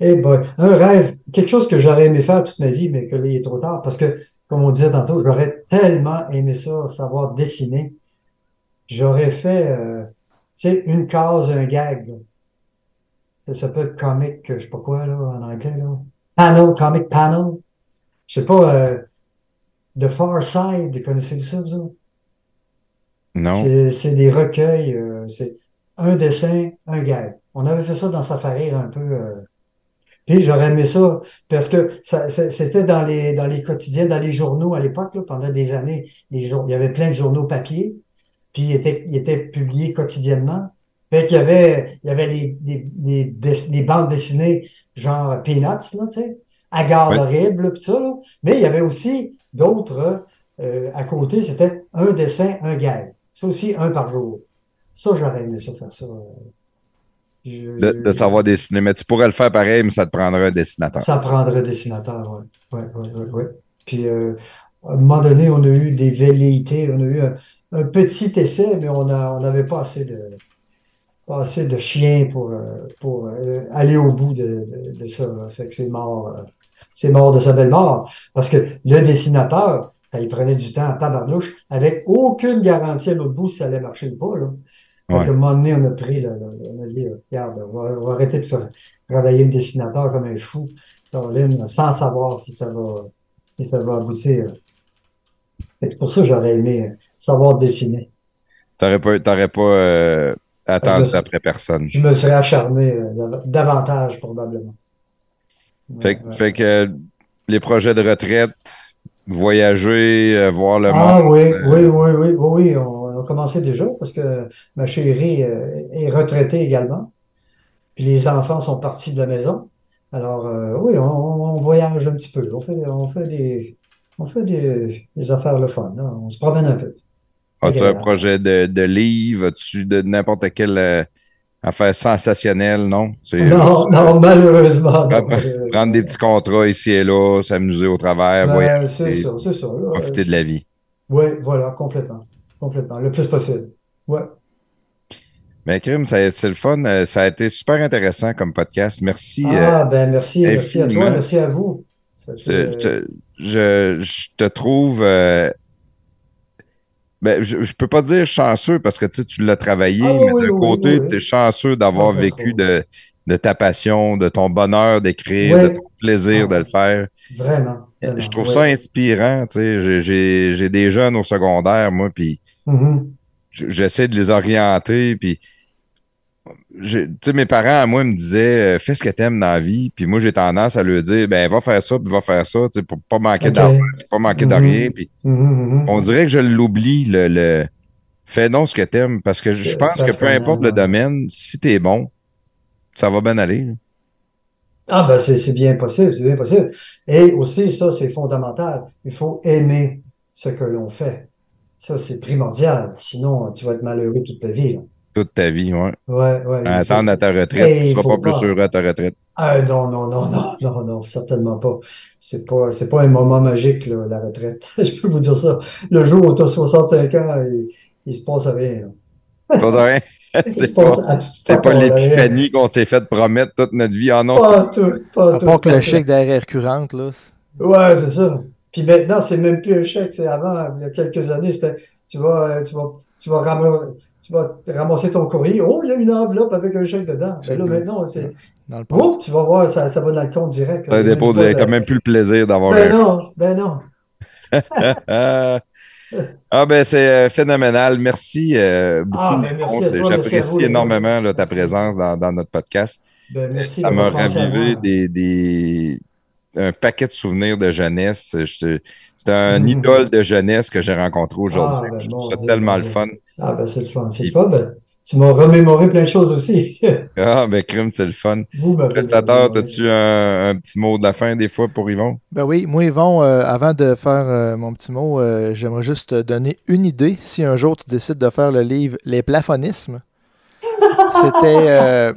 Eh ben, un rêve, quelque chose que j'aurais aimé faire toute ma vie, mais que là, il est trop tard, parce que, comme on disait tantôt, j'aurais tellement aimé ça, savoir dessiner. J'aurais fait, euh, tu sais, une case, un gag. là. Ça s'appelle comic, euh, je sais pas quoi, là, en anglais, là. Panel, comic panel. Je sais pas, euh, The Far Side, connaissez-vous ça, vous autres?
Non?
C'est- C'est des recueils, euh, c'est un dessin, un gag. On avait fait ça dans Safari un peu. euh. Puis j'aurais aimé ça parce que ça, ça- c'était dans les dans les quotidiens, dans les journaux à l'époque, là, pendant des années, les jour- il y avait plein de journaux papier, puis ils étaient, ils étaient publiés quotidiennement. Fait qu'il y avait, il y avait les, les, les, dess- les bandes dessinées genre Peanuts, là, tu sais, Agar
Ouais.
l'horrible, là, puis ça, là. Mais il y avait aussi d'autres euh, euh, à côté, c'était un dessin, un gag. Ça aussi, un par jour. Ça, j'aurais aimé ça faire ça. euh. Je-
De, de savoir dessiner. Mais tu pourrais le faire pareil, mais ça te prendrait un dessinateur.
Ça prendrait dessinateur, ouais. Ouais, ouais, ouais, ouais. Puis, euh, à un moment donné, on a eu des velléités, on a eu un, un petit essai, mais on a, on n'avait pas assez de, pas assez de chiens pour, euh, pour euh, aller au bout de, de, de ça. là. Fait que c'est mort, euh, c'est mort de sa belle mort. Parce que le dessinateur, ça il prenait du temps à tabarnouche, avec aucune garantie à l'autre bout si ça allait marcher ou pas, là. Fait
Ouais.
qu'à un moment donné, on a pris, là, là, on a dit, euh, regarde, on va, on va arrêter de faire travailler le dessinateur comme un fou, Caroline, sans savoir si ça va, si ça va aboutir. Fait que pour ça, j'aurais aimé euh, savoir dessiner.
T'aurais pas, t'aurais pas euh,
Ah,
attendu
ben,
après personne.
Je me serais acharné euh, dav- davantage, probablement.
Fait,
Ouais, ouais.
fait que euh, les projets de retraite, voyager, euh, voir le
Ah
monde.
oui,
euh,
oui, oui, oui, oui, oui, on, on a commencé déjà parce que ma chérie euh, est retraitée également. Puis les enfants sont partis de la maison. Alors, euh, oui, on, on voyage un petit peu. On fait, on fait, des, on fait des, des affaires le fun. là. On se promène un peu.
As-tu un
Agréable.
projet de, de livre? As-tu de n'importe quelle euh, affaire sensationnelle? Non? C'est-
Non, non, malheureusement. non,
Prendre-
malheureusement.
Prendre des petits contrats ici et là, s'amuser au travers,
Ben,
voyager,
c'est
et
ça, c'est ça. là.
profiter de la vie.
Ouais, voilà, complètement. Complètement. Le plus possible. Ouais.
Mais Crime, ça- c'est le fun. Euh, Ça a été super intéressant comme podcast. Merci. euh,
Ah, ben merci, merci à toi,
infiniment.
merci à vous. Ça fait-
je, te- je- je te trouve. euh, ben, je, je peux pas dire chanceux parce que tu sais, tu l'as travaillé,
Ah oui,
mais
oui,
d'un
oui,
côté,
oui.
tu es chanceux d'avoir
Ah, ben,
vécu
trop.
de, de ta passion, de ton bonheur d'écrire,
Ouais.
de ton plaisir
Ah.
de le faire.
Vraiment, vraiment,
je trouve
ouais.
ça inspirant. tu sais. J'ai- J'ai j'ai des jeunes au secondaire, moi, puis
Mhm.
je- j'essaie de les orienter, puis je- tu sais, mes parents, à moi, me disaient euh, fais ce que t'aimes dans la vie, puis moi, j'ai tendance à leur dire ben va faire ça, puis va faire ça, tu sais, pour pas manquer
Ok.
d'argent, puis pas manquer de
Mhm.
rien, puis
Mhm, mhm.
on dirait que je l'oublie, le, le- fais donc ce que t'aimes, parce que je, je
C'est-
pense
parce
que peu
qu'on a-
importe le domaine, si t'es bon, ça va bien aller. là.
Ah, ben c'est c'est bien possible, c'est bien possible. Et aussi, ça, c'est fondamental. Il faut aimer ce que l'on fait. Ça, c'est primordial. Sinon, tu vas être malheureux toute ta vie. là.
Toute ta vie, ouais.
Ouais, ouais. il
À
faut-
attendre à ta
Et
retraite, tu
il
seras
faut
pas plus
pas.
heureux à ta retraite.
Ah, non, non, non, non, non, non, certainement pas. C'est pas, c'est pas un moment magique, là, la retraite. Je peux vous dire ça. Le jour où tu as 65 ans, il, il se passe rien. là.
C'est pas-
Il se passe
hein, C'est pas
absolument rien.
l'épiphanie qu'on s'est fait promettre toute notre vie. Ah non,
Pas tout, pas
À
tout,
part que
pas
le
tout.
chèque d'RRQ rentre, là. c'est-
Ouais, c'est ça. Puis maintenant, c'est même plus un chèque. C'est avant, il y a quelques années, c'était tu vas, euh, tu vas, tu vas, ramasser, tu vas ramasser ton courrier. Oh, il y a une enveloppe avec un chèque dedans. Mais
Chèque
là,
bleu.
maintenant, c'est
Dans le pont.
oh, tu vas voir, ça, ça va dans le compte direct.
ça
Même
dépôt
pas
direct.
de-
T'as même plus le plaisir d'avoir un
Ben non, ben non.
Ah Ah, ben c'est euh, phénoménal. Merci euh, beaucoup.
Ah, ben, merci
Léon.
à toi, merci à vous,
J'apprécie
les gars.
énormément là, ta
Merci.
présence dans, dans notre podcast.
Ben, merci
Ça m'a
d'avoir pensé à
ravivé
moi.
des, des- un paquet de souvenirs de jeunesse. Je te- C'est un
Mhm.
idole de jeunesse que j'ai rencontré aujourd'hui.
Ah, ben,
Je trouve
mon
ça
Dieu,
tellement
mon
le
Dieu.
fun.
Ah, ben c'est le fun, c'est le fun. Ben, tu m'as remémoré plein de choses aussi.
Ah, ben crime, c'est le fun.
Vous, ben,
Prestateur, as-tu un, un petit mot de la fin des fois pour Yvon?
Ben oui, moi, Yvon, euh, avant de faire euh, mon petit mot, euh, j'aimerais juste te donner une idée. Si un jour tu décides de faire le livre Les plafonismes, c'était. euh,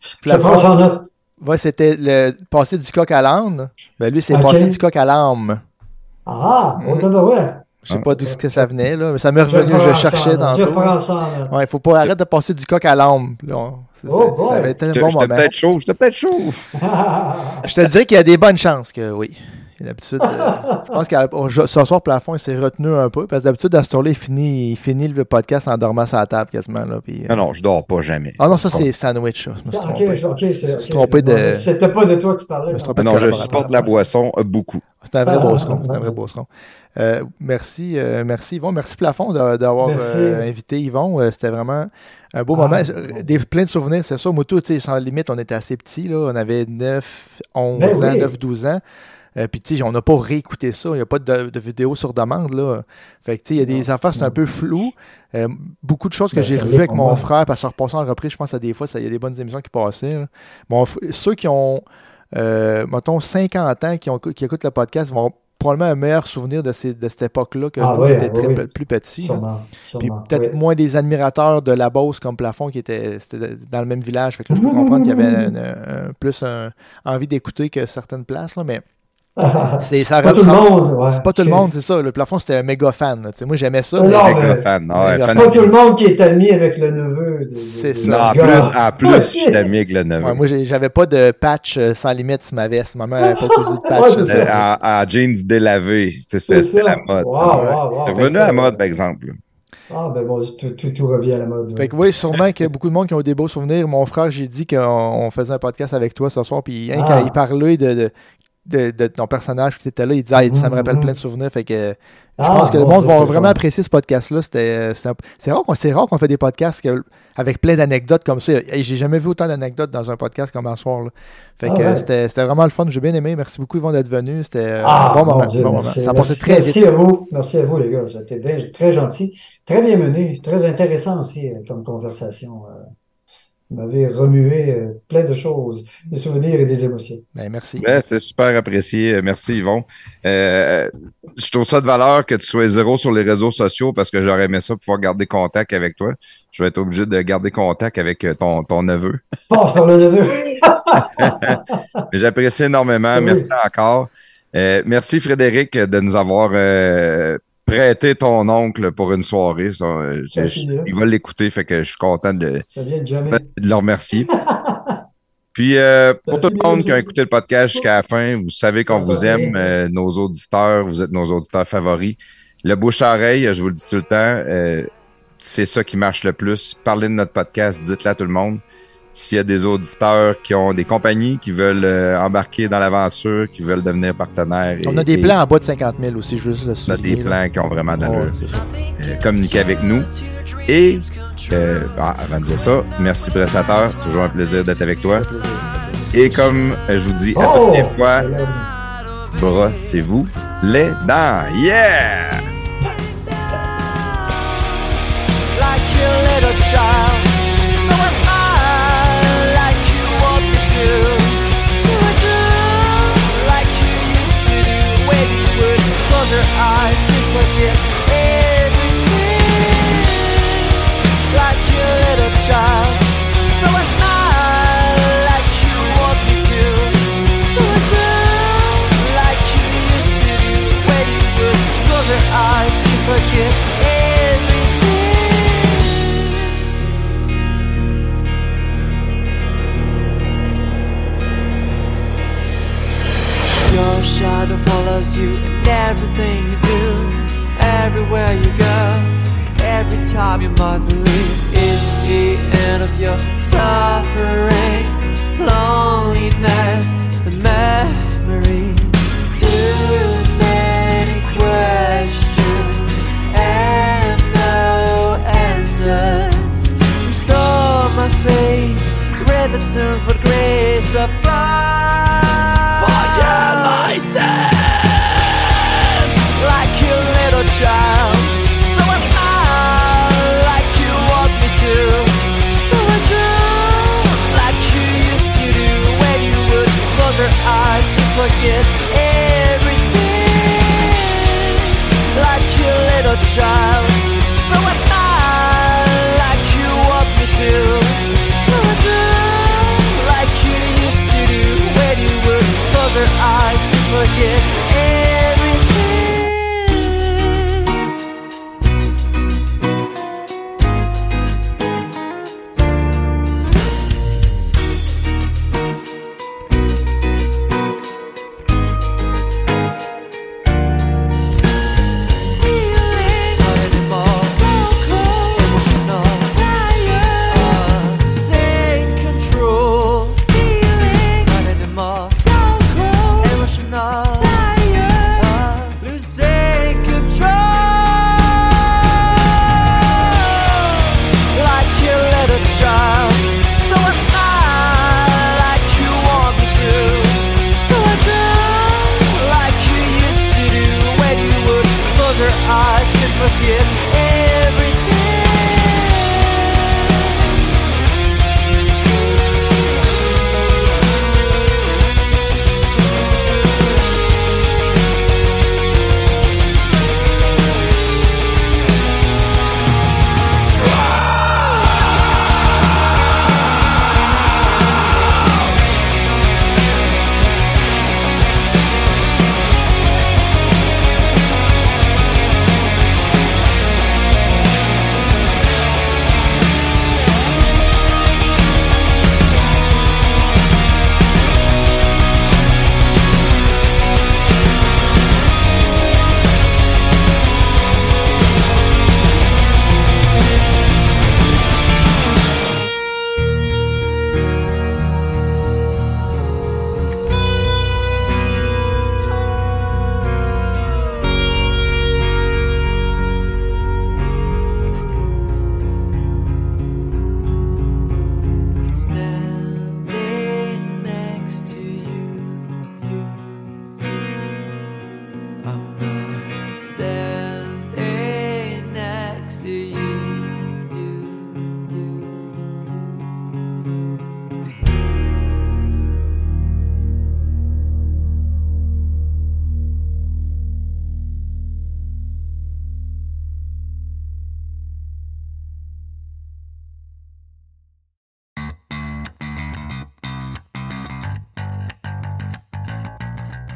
Je prends
plafon-
en note.
ouais, c'était le passer du coq à l'âne. Ben lui, c'est
Ok.
passer du coq à l'âme.
Ah,
Mm.
on donne ouais.
Je
Ah.
sais pas d'où ce que ça venait, là, mais ça m'est
Je
revenu,
prends
je
ça en
cherchais Ah.
note,
dans
Je prends ça en note.
Ouais, faut pas arrêter de passer du coq à l'âme. là, on- c'était-
Oh boy.
ça avait été un
J'étais
bon moment.
peut-être chaud, j'étais peut-être chaud.
Ah,
Je te dirais qu'il y a des bonnes chances que oui. Et D'habitude, euh, je pense que ce soir, plafond, il s'est retenu un peu. Parce que d'habitude, à ce tour-là, il finit, il finit le podcast en dormant sur la table quasiment. Là, puis, euh,
Non, non, je dors pas jamais.
Ah non, ça, c'est sandwich. ça. Je me suis
Ah, ok,
trompé.
je- ok, c'est-
Je me
ok.
suis trompé de.
C'était pas de toi que tu parlais.
Je me suis
non.
trompé de
Ah Non, je
collaborateur.
supporte la boisson euh, beaucoup.
C'est un vrai
Ah,
bosseron. C'est un vrai bosseron. Euh, merci, euh, merci Yvon. Merci Plafond d'a- d'avoir
Merci.
euh, invité Yvon. Euh, C'était vraiment un beau
Ah,
moment. Euh,
bon.
Des, plein de souvenirs, c'est sûr. Moutou, tu sais, sans limite, on était assez petits. Là. On avait 9, 11
Ben
ans,
oui.
9, 12 ans. Euh, Puis, tu sais, on n'a pas réécouté ça. Il n'y a pas de, de vidéo sur demande. Là. Fait que, tu sais, il y a des affaires, c'est un peu flou. Euh, beaucoup de choses que
Ben,
j'ai
ça
revues avec
dépend.
mon frère, parce que repassant en reprise, je pense à des fois, ça- il y a des bonnes émissions qui passaient. là. Mon fr- ceux qui ont euh, mettons, 50 ans qui, ont- qui écoutent le podcast vont probablement un meilleur souvenir de, ces- de cette époque-là que
Ah
nous,
ouais,
qui étaient
oui,
très
oui.
pe- plus petits. là.
Sûrement,
hein. Puis
sûrement.
peut-être
oui.
moins des admirateurs de la Beauce comme plafond qui était, c'était dans le même village. Fait que là, je peux comprendre qu'il y avait un- un- un- plus un- envie d'écouter que certaines places, là, mais c'est ça
Ah, C'est pas
reste-
tout le monde. ouais.
C'est pas tout le monde, c'est ça. Le plafond, c'était un méga fan. là. Tu sais, Moi, j'aimais ça.
Non,
mais-
Ah,
Avec
mais-
le fan.
mais
Ouais,
le
C'est
fan
pas
du-
tout le monde qui est ami avec le neveu. de- de-
C'est
de-
ça.
de-
Non, en
du gars.
plus, en plus, je suis ami avec le neveu.
Ouais, moi, j'ai- j'avais pas de patch euh, sans limite sur ma veste. Maman n'avait pas posé de patch.
Ouais, c'est
sur sa
ça.
Euh,
veste.
en, en jeans délavés. Tu sais,
C'est
C'était c'était
ça.
la mode.
Wow,
Ouais.
wow, wow.
C'est revenu
Fait
à
ça,
la mode, par exemple.
Ah, ben bon, tout, tout, tout revient à la mode.
Fait que oui, sûrement qu'il y a beaucoup de monde qui ont des beaux souvenirs. Mon frère, j'ai dit qu'on on faisait un podcast avec toi ce soir, puis hein,
Ah.
quand il parlait de, de, de- de ton personnage qui était là, il disait Ah, il dit, ça me rappelle
Mhm.
plein de souvenirs. Fait que euh, je
Ah,
pense que le
bon,
monde
ça,
va
c'est
vraiment
ça.
apprécier ce podcast-là. C'était, euh, c'était un- C'est rare qu'on c'est rare qu'on fait des podcasts que- avec plein d'anecdotes comme ça. Hey, j'ai jamais vu autant d'anecdotes dans un podcast comme un soir. là. Fait
Ah
que euh,
ouais.
c'était c'était vraiment le fun. J'ai bien aimé. Merci beaucoup, Yvon, d'être venu. C'était euh,
Ah,
un bon
mon
moment.
Dieu,
bon moment.
merci,
Ça a passé
merci,
très vite.
Merci à vous, merci à vous les gars, c'était bien, très gentil, très bien mené, très intéressant aussi euh, comme conversation. euh. Vous m'avez remué euh, plein de choses, des souvenirs et des émotions.
Ben, merci.
Ouais, c'est super apprécié. Euh, Merci, Yvon. Euh, je trouve ça de valeur que tu sois zéro sur les réseaux sociaux parce que j'aurais aimé ça pouvoir garder contact avec toi. Je vais être obligé de garder contact avec euh, ton, ton neveu.
Passe par le neveu.
Mais J'apprécie énormément.
Oui.
Merci encore. Euh, merci, Frédéric, de nous avoir euh, prêté ton oncle pour une soirée. Ça, euh, je- je- il va l'écouter, fait que je suis content de,
Ça vient de jamais.
de le remercier. Puis euh, pour
Salut,
tout le monde
les
qui a
amis.
écouté le podcast jusqu'à la fin, vous savez qu'on vous aime,
Ouais.
euh, nos auditeurs, vous êtes nos auditeurs favoris. Le bouche-à-oreille, je vous le dis tout le temps, euh, c'est ça qui marche le plus. Parlez de notre podcast, dites-le à tout le monde. S'il y a des auditeurs qui ont des compagnies qui veulent euh, embarquer dans l'aventure, qui veulent devenir partenaires.
On
et-
a des
et
plans en bas de 50 000 aussi, juste
On
le
a des
souligner, là.
plans qui ont vraiment de l'allure.
Ouais, c'est ça.
Euh, communiquez avec nous. Et euh, ah, avant de dire ça, merci prestateur, toujours un plaisir d'être avec toi.
Ça fait plaisir.
Et comme euh, je vous dis à
Oh!
toutes les fois,
Alors,
brossez-vous les dents. Yeah!
like your little child. So I smile like you want me to. So I drown like you used to do when you would close your eyes and forget everything. Like your little child. So I smile like you want me to. So I drown like you used to do when you would close your eyes and forget everything. Your shadow follows you in everything you do, everywhere you go, every time you might believe it's the end of your suffering, loneliness, and memories. Too many questions and no answers. Restore my faith, repentance, but grace above. Forgive my like your little child. So I smile like you want me to. So I drown like you used to do when you would close your eyes and forget everything. Like your little child. So I smile like you want me to. So I drown like you used to do when you would close your eyes and forget everything. Feeling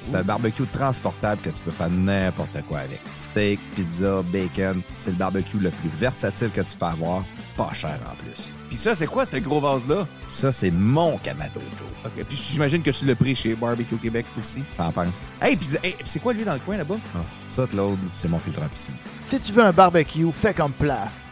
C'est un barbecue transportable que tu peux faire n'importe quoi avec. Steak, pizza, bacon. C'est le barbecue le plus versatile que tu peux avoir. Pas cher en plus.
Puis ça, c'est quoi ce gros vase-là?
Ça, c'est mon Kamado Joe.
OK, puis j'imagine que tu l'as pris chez Barbecue Québec aussi.
T'en penses?
Hey, puis hey, puis c'est quoi lui dans le coin là-bas?
Ah, Ça, Claude, c'est mon filtre à piscine.
Si tu veux un barbecue, fais comme Plaf